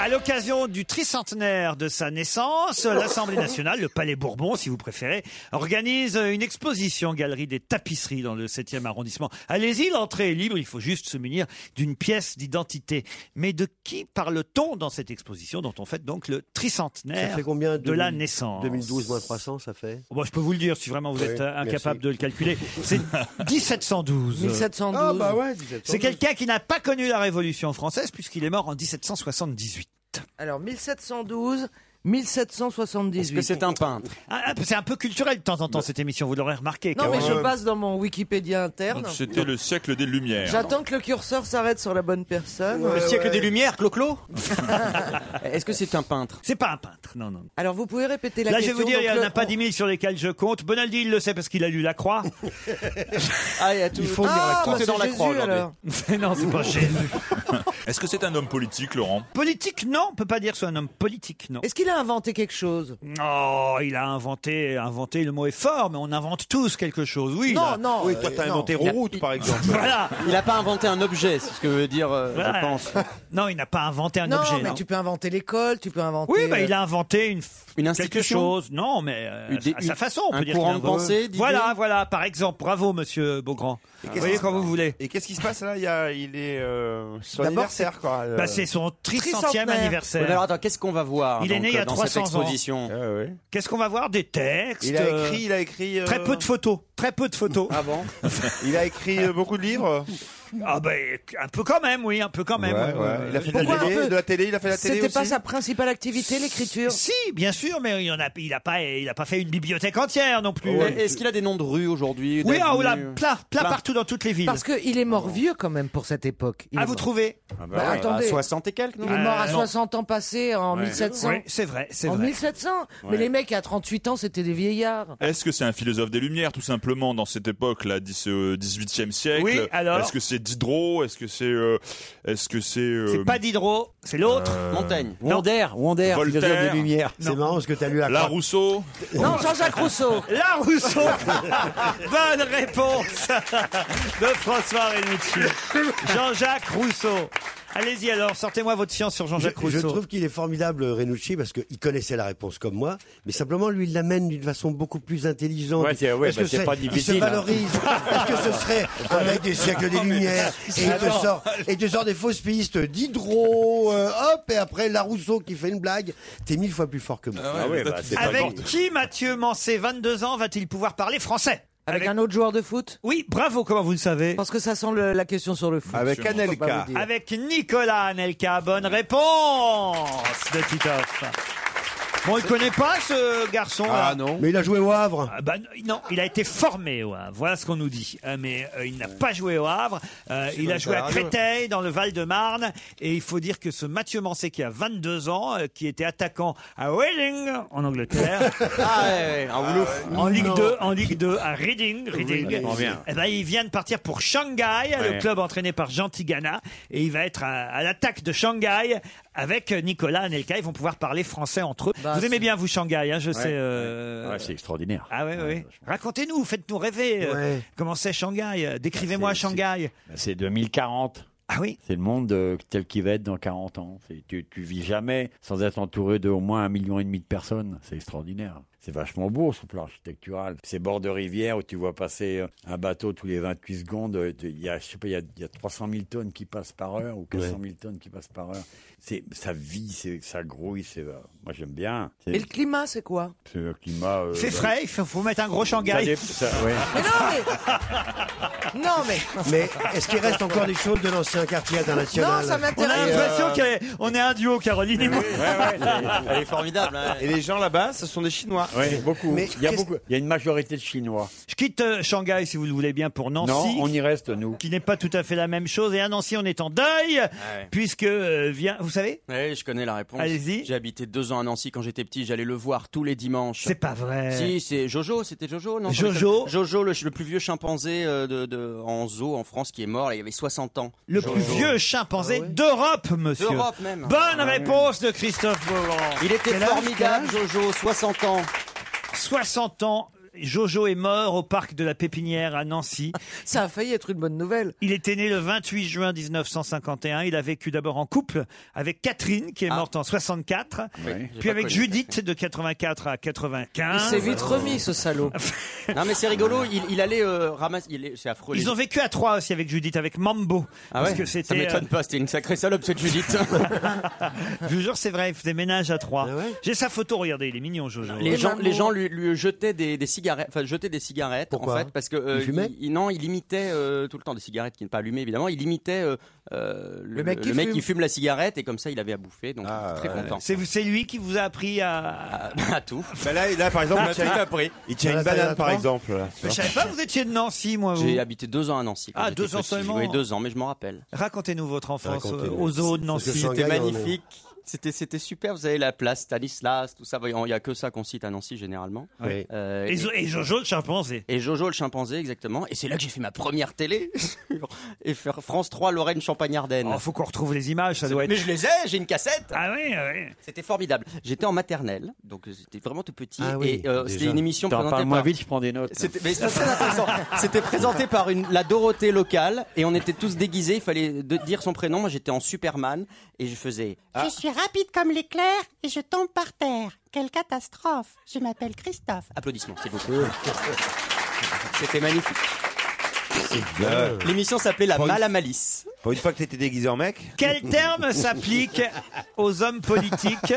[SPEAKER 5] À l'occasion du tricentenaire de sa naissance, l'Assemblée nationale, le Palais Bourbon si vous préférez, organise une exposition galerie des tapisseries dans le 7e arrondissement. Allez-y, l'entrée est libre, il faut juste se munir d'une pièce d'identité. Mais de qui parle-t-on dans cette exposition dont on fête donc le tricentenaire
[SPEAKER 8] Ça fait combien
[SPEAKER 5] de la naissance
[SPEAKER 8] 2012 moins 300, ça fait
[SPEAKER 5] Bon, Oh, bah, je peux vous le dire si vraiment vous
[SPEAKER 8] Oui,
[SPEAKER 5] êtes euh,
[SPEAKER 8] merci. *laughs*
[SPEAKER 5] incapable de le calculer. C'est 1712.
[SPEAKER 8] 1712. Ah, bah ouais, 1712.
[SPEAKER 5] C'est quelqu'un qui n'a pas connu la Révolution française puisqu'il est mort en 1778.
[SPEAKER 6] Alors 1712, 1778.
[SPEAKER 5] peintre Ah, C'est un peu culturel de temps en temps cette émission, vous l'aurez remarqué.
[SPEAKER 6] Non, mais
[SPEAKER 5] Caroline.
[SPEAKER 6] je passe dans mon Wikipédia interne.
[SPEAKER 13] Donc c'était le siècle des Lumières.
[SPEAKER 6] J'attends que le curseur s'arrête sur la bonne personne.
[SPEAKER 13] Le siècle des
[SPEAKER 6] Lumières, Clo-Clo
[SPEAKER 5] Est-ce que c'est un peintre C'est pas un peintre, non, non.
[SPEAKER 6] Alors vous pouvez répéter la
[SPEAKER 5] Là, je vais
[SPEAKER 6] question.
[SPEAKER 5] vous dire, il n'y
[SPEAKER 6] donc
[SPEAKER 5] en a
[SPEAKER 6] le-
[SPEAKER 5] pas *laughs* 10 000 sur lesquels je compte. Bonaldi, il le sait parce qu'il a lu La Croix.
[SPEAKER 6] *laughs* Ah, il y a tout.
[SPEAKER 5] Il faut lire la
[SPEAKER 6] Ah,
[SPEAKER 5] croix.
[SPEAKER 6] bah,
[SPEAKER 5] Tout est dans la
[SPEAKER 6] Jésus,
[SPEAKER 5] croix aujourd'hui.
[SPEAKER 6] alors.
[SPEAKER 5] *laughs* non, c'est pas Jésus.
[SPEAKER 13] Est-ce que c'est un homme politique, Laurent
[SPEAKER 5] Politique, non, on peut pas dire que c'est un homme politique, non.
[SPEAKER 6] Est-ce qu'il a inventé quelque chose
[SPEAKER 5] Oh, il a inventé, inventé, le mot est fort, mais on invente tous quelque chose, oui.
[SPEAKER 6] Non,
[SPEAKER 5] il a-
[SPEAKER 6] non, Oui, toi, euh, t'as non. inventé Rooroute,
[SPEAKER 5] Il a-
[SPEAKER 6] par exemple.
[SPEAKER 5] *laughs* voilà.
[SPEAKER 6] Il
[SPEAKER 5] n'a pas inventé un objet, c'est ce que veut dire, euh,
[SPEAKER 6] je pense.
[SPEAKER 5] Non, il n'a pas inventé un
[SPEAKER 6] non,
[SPEAKER 5] objet.
[SPEAKER 6] mais
[SPEAKER 5] non.
[SPEAKER 6] tu peux inventer l'école, tu peux inventer. euh,
[SPEAKER 5] Oui, bah, il a inventé une,
[SPEAKER 6] Une
[SPEAKER 5] quelque
[SPEAKER 6] institution
[SPEAKER 5] chose. Non, mais euh,
[SPEAKER 6] Une dé-
[SPEAKER 5] à sa
[SPEAKER 6] une-
[SPEAKER 5] façon, on
[SPEAKER 6] un
[SPEAKER 5] peut dire.
[SPEAKER 6] courant
[SPEAKER 5] qu'il a
[SPEAKER 6] de pensée,
[SPEAKER 5] inventé.
[SPEAKER 6] d'idées
[SPEAKER 5] Voilà, voilà, par exemple. Bravo, monsieur Beaugrand. Vous
[SPEAKER 16] qu'est-ce
[SPEAKER 5] voyez
[SPEAKER 16] qui se
[SPEAKER 5] quand vous voulez.
[SPEAKER 16] Et qu'est-ce qui se passe là il, y a- il est euh, son
[SPEAKER 5] D'abord,
[SPEAKER 16] anniversaire quoi. euh.
[SPEAKER 5] Bah, c'est son 300e
[SPEAKER 11] Ouais, mais
[SPEAKER 5] anniversaire.
[SPEAKER 11] alors attends, qu'est-ce qu'on va voir
[SPEAKER 5] Il est
[SPEAKER 11] donc,
[SPEAKER 5] né il y a
[SPEAKER 11] dans
[SPEAKER 5] 300
[SPEAKER 11] cette exposition
[SPEAKER 5] ans. Qu'est-ce qu'on va voir Des textes.
[SPEAKER 16] Il a
[SPEAKER 5] euh,
[SPEAKER 16] écrit, il a écrit. euh,
[SPEAKER 5] Très peu de photos. Très peu de photos.
[SPEAKER 16] Ah bon Il a écrit euh, beaucoup de livres.
[SPEAKER 5] Ah ben un peu quand même, oui, un peu quand même.
[SPEAKER 16] Ouais, ouais. Il a fait de la
[SPEAKER 5] Pourquoi un
[SPEAKER 16] télé,
[SPEAKER 5] peu
[SPEAKER 16] de la télé, il a fait de la télé
[SPEAKER 6] C'était pas
[SPEAKER 16] aussi
[SPEAKER 6] sa principale activité, l'écriture.
[SPEAKER 5] Si, bien sûr, mais il en a, il a pas, il a pas fait une bibliothèque entière non plus.
[SPEAKER 11] Ouais, Est-ce qu'il a des noms de rues aujourd'hui
[SPEAKER 5] Oui,
[SPEAKER 11] d'avenues
[SPEAKER 5] ah, oh là, plein, plein partout dans toutes les villes.
[SPEAKER 6] Parce qu'il est mort vieux quand même pour cette époque. Il
[SPEAKER 5] Ah,
[SPEAKER 6] est
[SPEAKER 5] vous
[SPEAKER 6] mort.
[SPEAKER 5] trouvez
[SPEAKER 11] Ah
[SPEAKER 6] Bah,
[SPEAKER 11] ouais,
[SPEAKER 6] attendez.
[SPEAKER 11] à 60 et quelques, non
[SPEAKER 6] Il est mort à
[SPEAKER 11] Euh, non.
[SPEAKER 6] 60 ans passés en
[SPEAKER 13] Ouais.
[SPEAKER 6] 1700.
[SPEAKER 13] Oui, c'est vrai, c'est
[SPEAKER 6] En
[SPEAKER 13] vrai.
[SPEAKER 6] 1700. Mais
[SPEAKER 13] Ouais.
[SPEAKER 6] les mecs à 38 ans, c'était des vieillards.
[SPEAKER 13] Est-ce que c'est un philosophe des Lumières, tout simplement, dans cette époque-là, 10, euh, 18e siècle
[SPEAKER 5] Oui, alors
[SPEAKER 13] Est-ce que c'est Diderot Est-ce que c'est. euh, Est-ce que c'est. euh,
[SPEAKER 5] C'est pas Diderot, c'est l'autre.
[SPEAKER 13] Euh, Montaigne.
[SPEAKER 5] Wander, Wander,
[SPEAKER 13] Voltaire. philosophe des Lumières.
[SPEAKER 8] C'est marrant ce que tu as lu à
[SPEAKER 13] La
[SPEAKER 8] Croix.
[SPEAKER 13] Rousseau
[SPEAKER 6] Non, Jean-Jacques Rousseau.
[SPEAKER 5] *laughs* La Rousseau. Bonne réponse de François Renucci. Jean-Jacques Rousseau. Allez-y alors, sortez-moi votre science sur Jean-Jacques
[SPEAKER 8] Je-
[SPEAKER 5] Rousseau.
[SPEAKER 8] Je trouve qu'il est formidable, euh, Renucci, parce qu'il connaissait la réponse comme moi, mais simplement, lui, il l'amène d'une façon beaucoup plus intelligente.
[SPEAKER 10] Ouais, c'est- ouais,
[SPEAKER 8] Est-ce
[SPEAKER 10] bah,
[SPEAKER 8] que
[SPEAKER 10] c'est pas
[SPEAKER 8] il
[SPEAKER 10] difficile,
[SPEAKER 8] se
[SPEAKER 10] hein.
[SPEAKER 8] valorise. Est-ce que ce
[SPEAKER 10] *laughs*
[SPEAKER 8] serait un mec des siècles des
[SPEAKER 10] Non, mais-
[SPEAKER 8] Lumières et il, te
[SPEAKER 10] Alors-
[SPEAKER 8] sort, et il te sort des fausses pistes, Diderot, euh, hop, et après la Rousseau qui fait une blague. T'es mille fois plus fort que moi.
[SPEAKER 10] Ah ouais, bah, c'est pas
[SPEAKER 5] Avec
[SPEAKER 10] grave.
[SPEAKER 5] qui Mathieu Mancé, 22 ans, va-t-il pouvoir parler français
[SPEAKER 6] Avec, un autre joueur de foot
[SPEAKER 5] Oui, bravo, comment vous le savez
[SPEAKER 6] Parce que ça sent le- la question sur le foot.
[SPEAKER 10] Avec
[SPEAKER 6] Sûrement. Faut
[SPEAKER 10] Anelka.
[SPEAKER 6] pas vous dire.
[SPEAKER 5] Avec Nicolas Anelka, bonne réponse de Titoff. Bon, il connaît pas ce garçon.
[SPEAKER 8] Ah, non. Mais il a joué au Havre.
[SPEAKER 5] Ah, bah, non, il a été formé au Havre. Voilà ce qu'on nous dit. Euh, mais euh, il n'a pas joué au Havre. Euh,
[SPEAKER 10] C'est
[SPEAKER 5] il
[SPEAKER 10] comme
[SPEAKER 5] a joué
[SPEAKER 10] ça,
[SPEAKER 5] à
[SPEAKER 10] la radio.
[SPEAKER 5] Créteil, dans le Val-de-Marne. Et il faut dire que ce Mathieu Mancé, qui a 22 ans, euh, qui était attaquant à Welling, en Angleterre.
[SPEAKER 11] *laughs*
[SPEAKER 5] Euh,
[SPEAKER 11] Ah ouais, ouais, un ouf.
[SPEAKER 5] En Ligue 2, en Ligue 2 à Reading, Reading.
[SPEAKER 11] Reading. On revient.
[SPEAKER 5] Eh ben, il vient de partir pour Shanghai, le
[SPEAKER 11] Ouais.
[SPEAKER 5] club entraîné par Jean Tigana, et il va être à, à l'attaque de Shanghai avec Nicolas Anelka. Ils vont pouvoir parler français entre eux. vous aimez bien vous Shanghai, hein, je sais. euh,
[SPEAKER 10] Ouais, c'est extraordinaire.
[SPEAKER 5] Ah ouais, ouais. Racontez-nous, faites-nous rêver. euh, Comment c'est Shanghai euh, Décrivez-moi Shanghai.
[SPEAKER 10] Ah,
[SPEAKER 7] Bah,
[SPEAKER 10] C'est 2040.
[SPEAKER 5] Ah oui
[SPEAKER 10] C'est le monde euh, tel qu'il va être dans 40 ans. C'est- Tu, tu vis jamais sans être entouré de au moins un million et demi de personnes. C'est extraordinaire. C'est vachement beau sur le plan architectural. Ces bords de rivière où tu vois passer euh, un bateau tous les 28 secondes, euh, tu- il y a, je sais pas, il y a, il y a 300 000 tonnes qui passent par heure ou 400 000 tonnes qui passent par heure. C'est, ça vit, c'est, ça grouille. C'est, euh, moi j'aime bien. C'est,
[SPEAKER 6] Et le climat, c'est quoi
[SPEAKER 10] c'est le climat. euh,
[SPEAKER 5] C'est frais, il faut, faut mettre un gros
[SPEAKER 10] ça
[SPEAKER 5] Shanghai.
[SPEAKER 10] dé- ça- ouais.
[SPEAKER 5] *laughs*
[SPEAKER 6] Non, mais.
[SPEAKER 8] Mais est-ce qu'il reste encore des choses de l'ancien quartier international
[SPEAKER 6] Non, ça
[SPEAKER 5] On a
[SPEAKER 6] m'intéresse.
[SPEAKER 5] l'impression
[SPEAKER 16] euh,
[SPEAKER 5] qu'on est un duo, Caroline et moi.
[SPEAKER 16] Elle est formidable. Et les gens là-bas, ce sont des Chinois.
[SPEAKER 10] Ouais, beaucoup.
[SPEAKER 16] Mais
[SPEAKER 10] Il y a
[SPEAKER 16] qu'est-ce-
[SPEAKER 10] beaucoup. Il y a une majorité de Chinois.
[SPEAKER 5] Je quitte euh, Shanghai, si vous le voulez bien, pour Nancy.
[SPEAKER 10] Non, on y reste, nous.
[SPEAKER 5] Qui n'est pas tout à fait la même chose. Et à Nancy, on est en deuil,
[SPEAKER 10] Ah
[SPEAKER 11] ouais.
[SPEAKER 5] puisque euh, vient. Vous savez
[SPEAKER 11] Ouais, je connais la réponse.
[SPEAKER 5] Allez-y.
[SPEAKER 11] J'ai habité deux ans à Nancy quand j'étais petit. J'allais le voir tous les dimanches.
[SPEAKER 5] C'est pas vrai.
[SPEAKER 11] Si, c'est Jojo. C'était Jojo, non
[SPEAKER 5] Jojo.
[SPEAKER 11] Jojo, le, ch- le plus vieux chimpanzé euh, de, de- en zoo en France qui est mort. là, il avait 60 ans.
[SPEAKER 5] Le plus vieux chimpanzé d'Europe, monsieur.
[SPEAKER 11] Ah D'Europe même. Ah
[SPEAKER 5] Bonne réponse de Christophe Beaugrand.
[SPEAKER 11] Il était
[SPEAKER 5] Quel âge,
[SPEAKER 11] formidable,
[SPEAKER 5] quel âge
[SPEAKER 11] Jojo. 60 ans.
[SPEAKER 5] 60 ans. Jojo est mort au parc de la Pépinière à Nancy.
[SPEAKER 6] *laughs* Ça a failli être une bonne nouvelle.
[SPEAKER 5] Il était né le 28 juin 1951. Il a vécu d'abord en couple avec Catherine, qui est morte en 64,
[SPEAKER 11] Ah. Oui, j'ai
[SPEAKER 5] puis
[SPEAKER 11] pas
[SPEAKER 5] avec
[SPEAKER 11] connu
[SPEAKER 5] Judith de 84 à 95.
[SPEAKER 11] Il s'est vite remis,
[SPEAKER 6] ce
[SPEAKER 5] *laughs*
[SPEAKER 6] salaud.
[SPEAKER 11] Non, mais c'est rigolo, il, il allait euh, ramasser. il est- C'est affreux. les-
[SPEAKER 5] Ils ont vécu à trois aussi avec Judith, avec Mambo.
[SPEAKER 11] Ah
[SPEAKER 5] parce
[SPEAKER 11] ouais
[SPEAKER 5] que
[SPEAKER 11] Ça
[SPEAKER 5] c'était,
[SPEAKER 11] m'étonne pas, c'était une sacrée salope cette Judith. Ah
[SPEAKER 5] euh, *laughs* je vous jure, c'est vrai, ils faisaient ménage à trois. J'ai sa photo, regardez, il est mignon, Jojo.
[SPEAKER 11] Les gens, les gens lui, lui jetaient des, des cigarettes, enfin jetaient des cigarettes
[SPEAKER 5] Pourquoi
[SPEAKER 11] en fait parce que euh,
[SPEAKER 5] Il fumait
[SPEAKER 11] il- non, il imitait euh, tout le temps des cigarettes qui n'est pas allumées évidemment. Il imitait euh, euh, le,
[SPEAKER 5] mec qui fume. Ah,
[SPEAKER 11] la cigarette et comme ça il avait à bouffer donc il était très
[SPEAKER 5] ouais.
[SPEAKER 11] content. Ah,
[SPEAKER 5] C'est, c'est lui qui vous a appris à,
[SPEAKER 11] *laughs* à tout.
[SPEAKER 5] Bah là, là, par
[SPEAKER 11] *laughs*
[SPEAKER 5] exemple, il tient- il tient une banane, par exemple,
[SPEAKER 11] Là,
[SPEAKER 5] Mais je savais pas, vous étiez de Nancy, moi. vous.
[SPEAKER 11] J'ai habité deux ans à Nancy. quand
[SPEAKER 5] Ah,
[SPEAKER 11] j'étais
[SPEAKER 5] deux ans
[SPEAKER 11] petit.
[SPEAKER 5] seulement.
[SPEAKER 11] Oui, deux ans, mais je m'en rappelle.
[SPEAKER 5] Racontez-nous votre enfance euh,
[SPEAKER 11] Racontez-nous.
[SPEAKER 5] aux aux eaux de Nancy.
[SPEAKER 11] C'était magnifique. C'était c'était super. Vous avez la place Stanislas, tout ça. Voyons, Il n'y a que ça qu'on cite à Nancy généralement.
[SPEAKER 5] Oui.
[SPEAKER 11] Euh,
[SPEAKER 5] Et Jo- et Jojo le chimpanzé.
[SPEAKER 11] Et Jojo le chimpanzé exactement. Et c'est là que j'ai fait ma première télé *laughs* sur- et faire France 3 Lorraine Champagne Ardenne.
[SPEAKER 5] Oh, faut qu'on retrouve les images, ça doit être.
[SPEAKER 11] Mais je les ai, j'ai une cassette.
[SPEAKER 5] Ah oui, oui.
[SPEAKER 11] C'était formidable. J'étais en maternelle, donc j'étais vraiment tout petit.
[SPEAKER 10] Ah oui,
[SPEAKER 11] et euh,
[SPEAKER 10] déjà.
[SPEAKER 11] c'était une émission
[SPEAKER 10] T'en
[SPEAKER 11] présentée
[SPEAKER 10] parles moins
[SPEAKER 11] par-
[SPEAKER 10] vite, je prends des notes.
[SPEAKER 11] C'était mais c'était très
[SPEAKER 5] *laughs*
[SPEAKER 11] intéressant. C'était présenté par une, la Dorothée locale et on était tous déguisés. Il fallait de- dire son prénom. Moi, j'étais en Superman et je faisais. Ah.
[SPEAKER 18] Je suis rapide comme l'éclair et je tombe par terre. Quelle catastrophe Je m'appelle Christophe.
[SPEAKER 11] Applaudissements, s'il vous plaît. C'était magnifique.
[SPEAKER 16] bien.
[SPEAKER 11] L'émission s'appelait La
[SPEAKER 16] Pour une-
[SPEAKER 11] Mal à Malice.
[SPEAKER 16] Pour une fois que t'étais déguisé en mec.
[SPEAKER 5] Quel terme *laughs* s'applique aux hommes politiques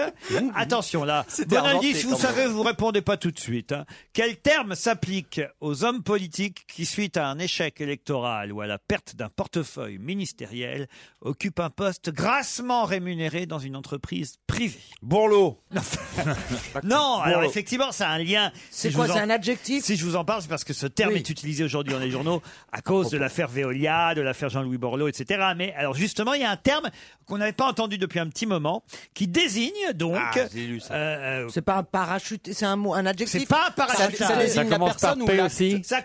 [SPEAKER 5] Attention là.
[SPEAKER 16] C'était
[SPEAKER 5] Bon
[SPEAKER 16] inventé,
[SPEAKER 5] indice, vous
[SPEAKER 16] quand
[SPEAKER 5] savez,
[SPEAKER 16] même.
[SPEAKER 5] vous répondez pas tout de suite. hein. Quel terme s'applique aux hommes politiques qui, suite à un échec électoral ou à la perte d'un portefeuille ministériel, occupent un poste grassement rémunéré dans une entreprise privée Bourlot. *laughs* non, alors
[SPEAKER 6] Bourlot.
[SPEAKER 5] effectivement, ça a un lien.
[SPEAKER 6] C'est
[SPEAKER 5] je
[SPEAKER 6] quoi,
[SPEAKER 5] vous
[SPEAKER 6] c'est un adjectif
[SPEAKER 5] Si je vous en parle, c'est parce que ce terme
[SPEAKER 6] Oui.
[SPEAKER 5] est utilisé aujourd'hui dans les journaux à cause de l'affaire Veolia, de l'affaire Jean-Louis Borloo, etc. Mais alors justement, il y a un terme qu'on n'avait pas entendu depuis un petit moment qui désigne donc.
[SPEAKER 16] Ah,
[SPEAKER 5] euh, euh,
[SPEAKER 6] C'est pas un parachute, c'est un mot, un adjectif.
[SPEAKER 5] c'est pas un parachute. Ça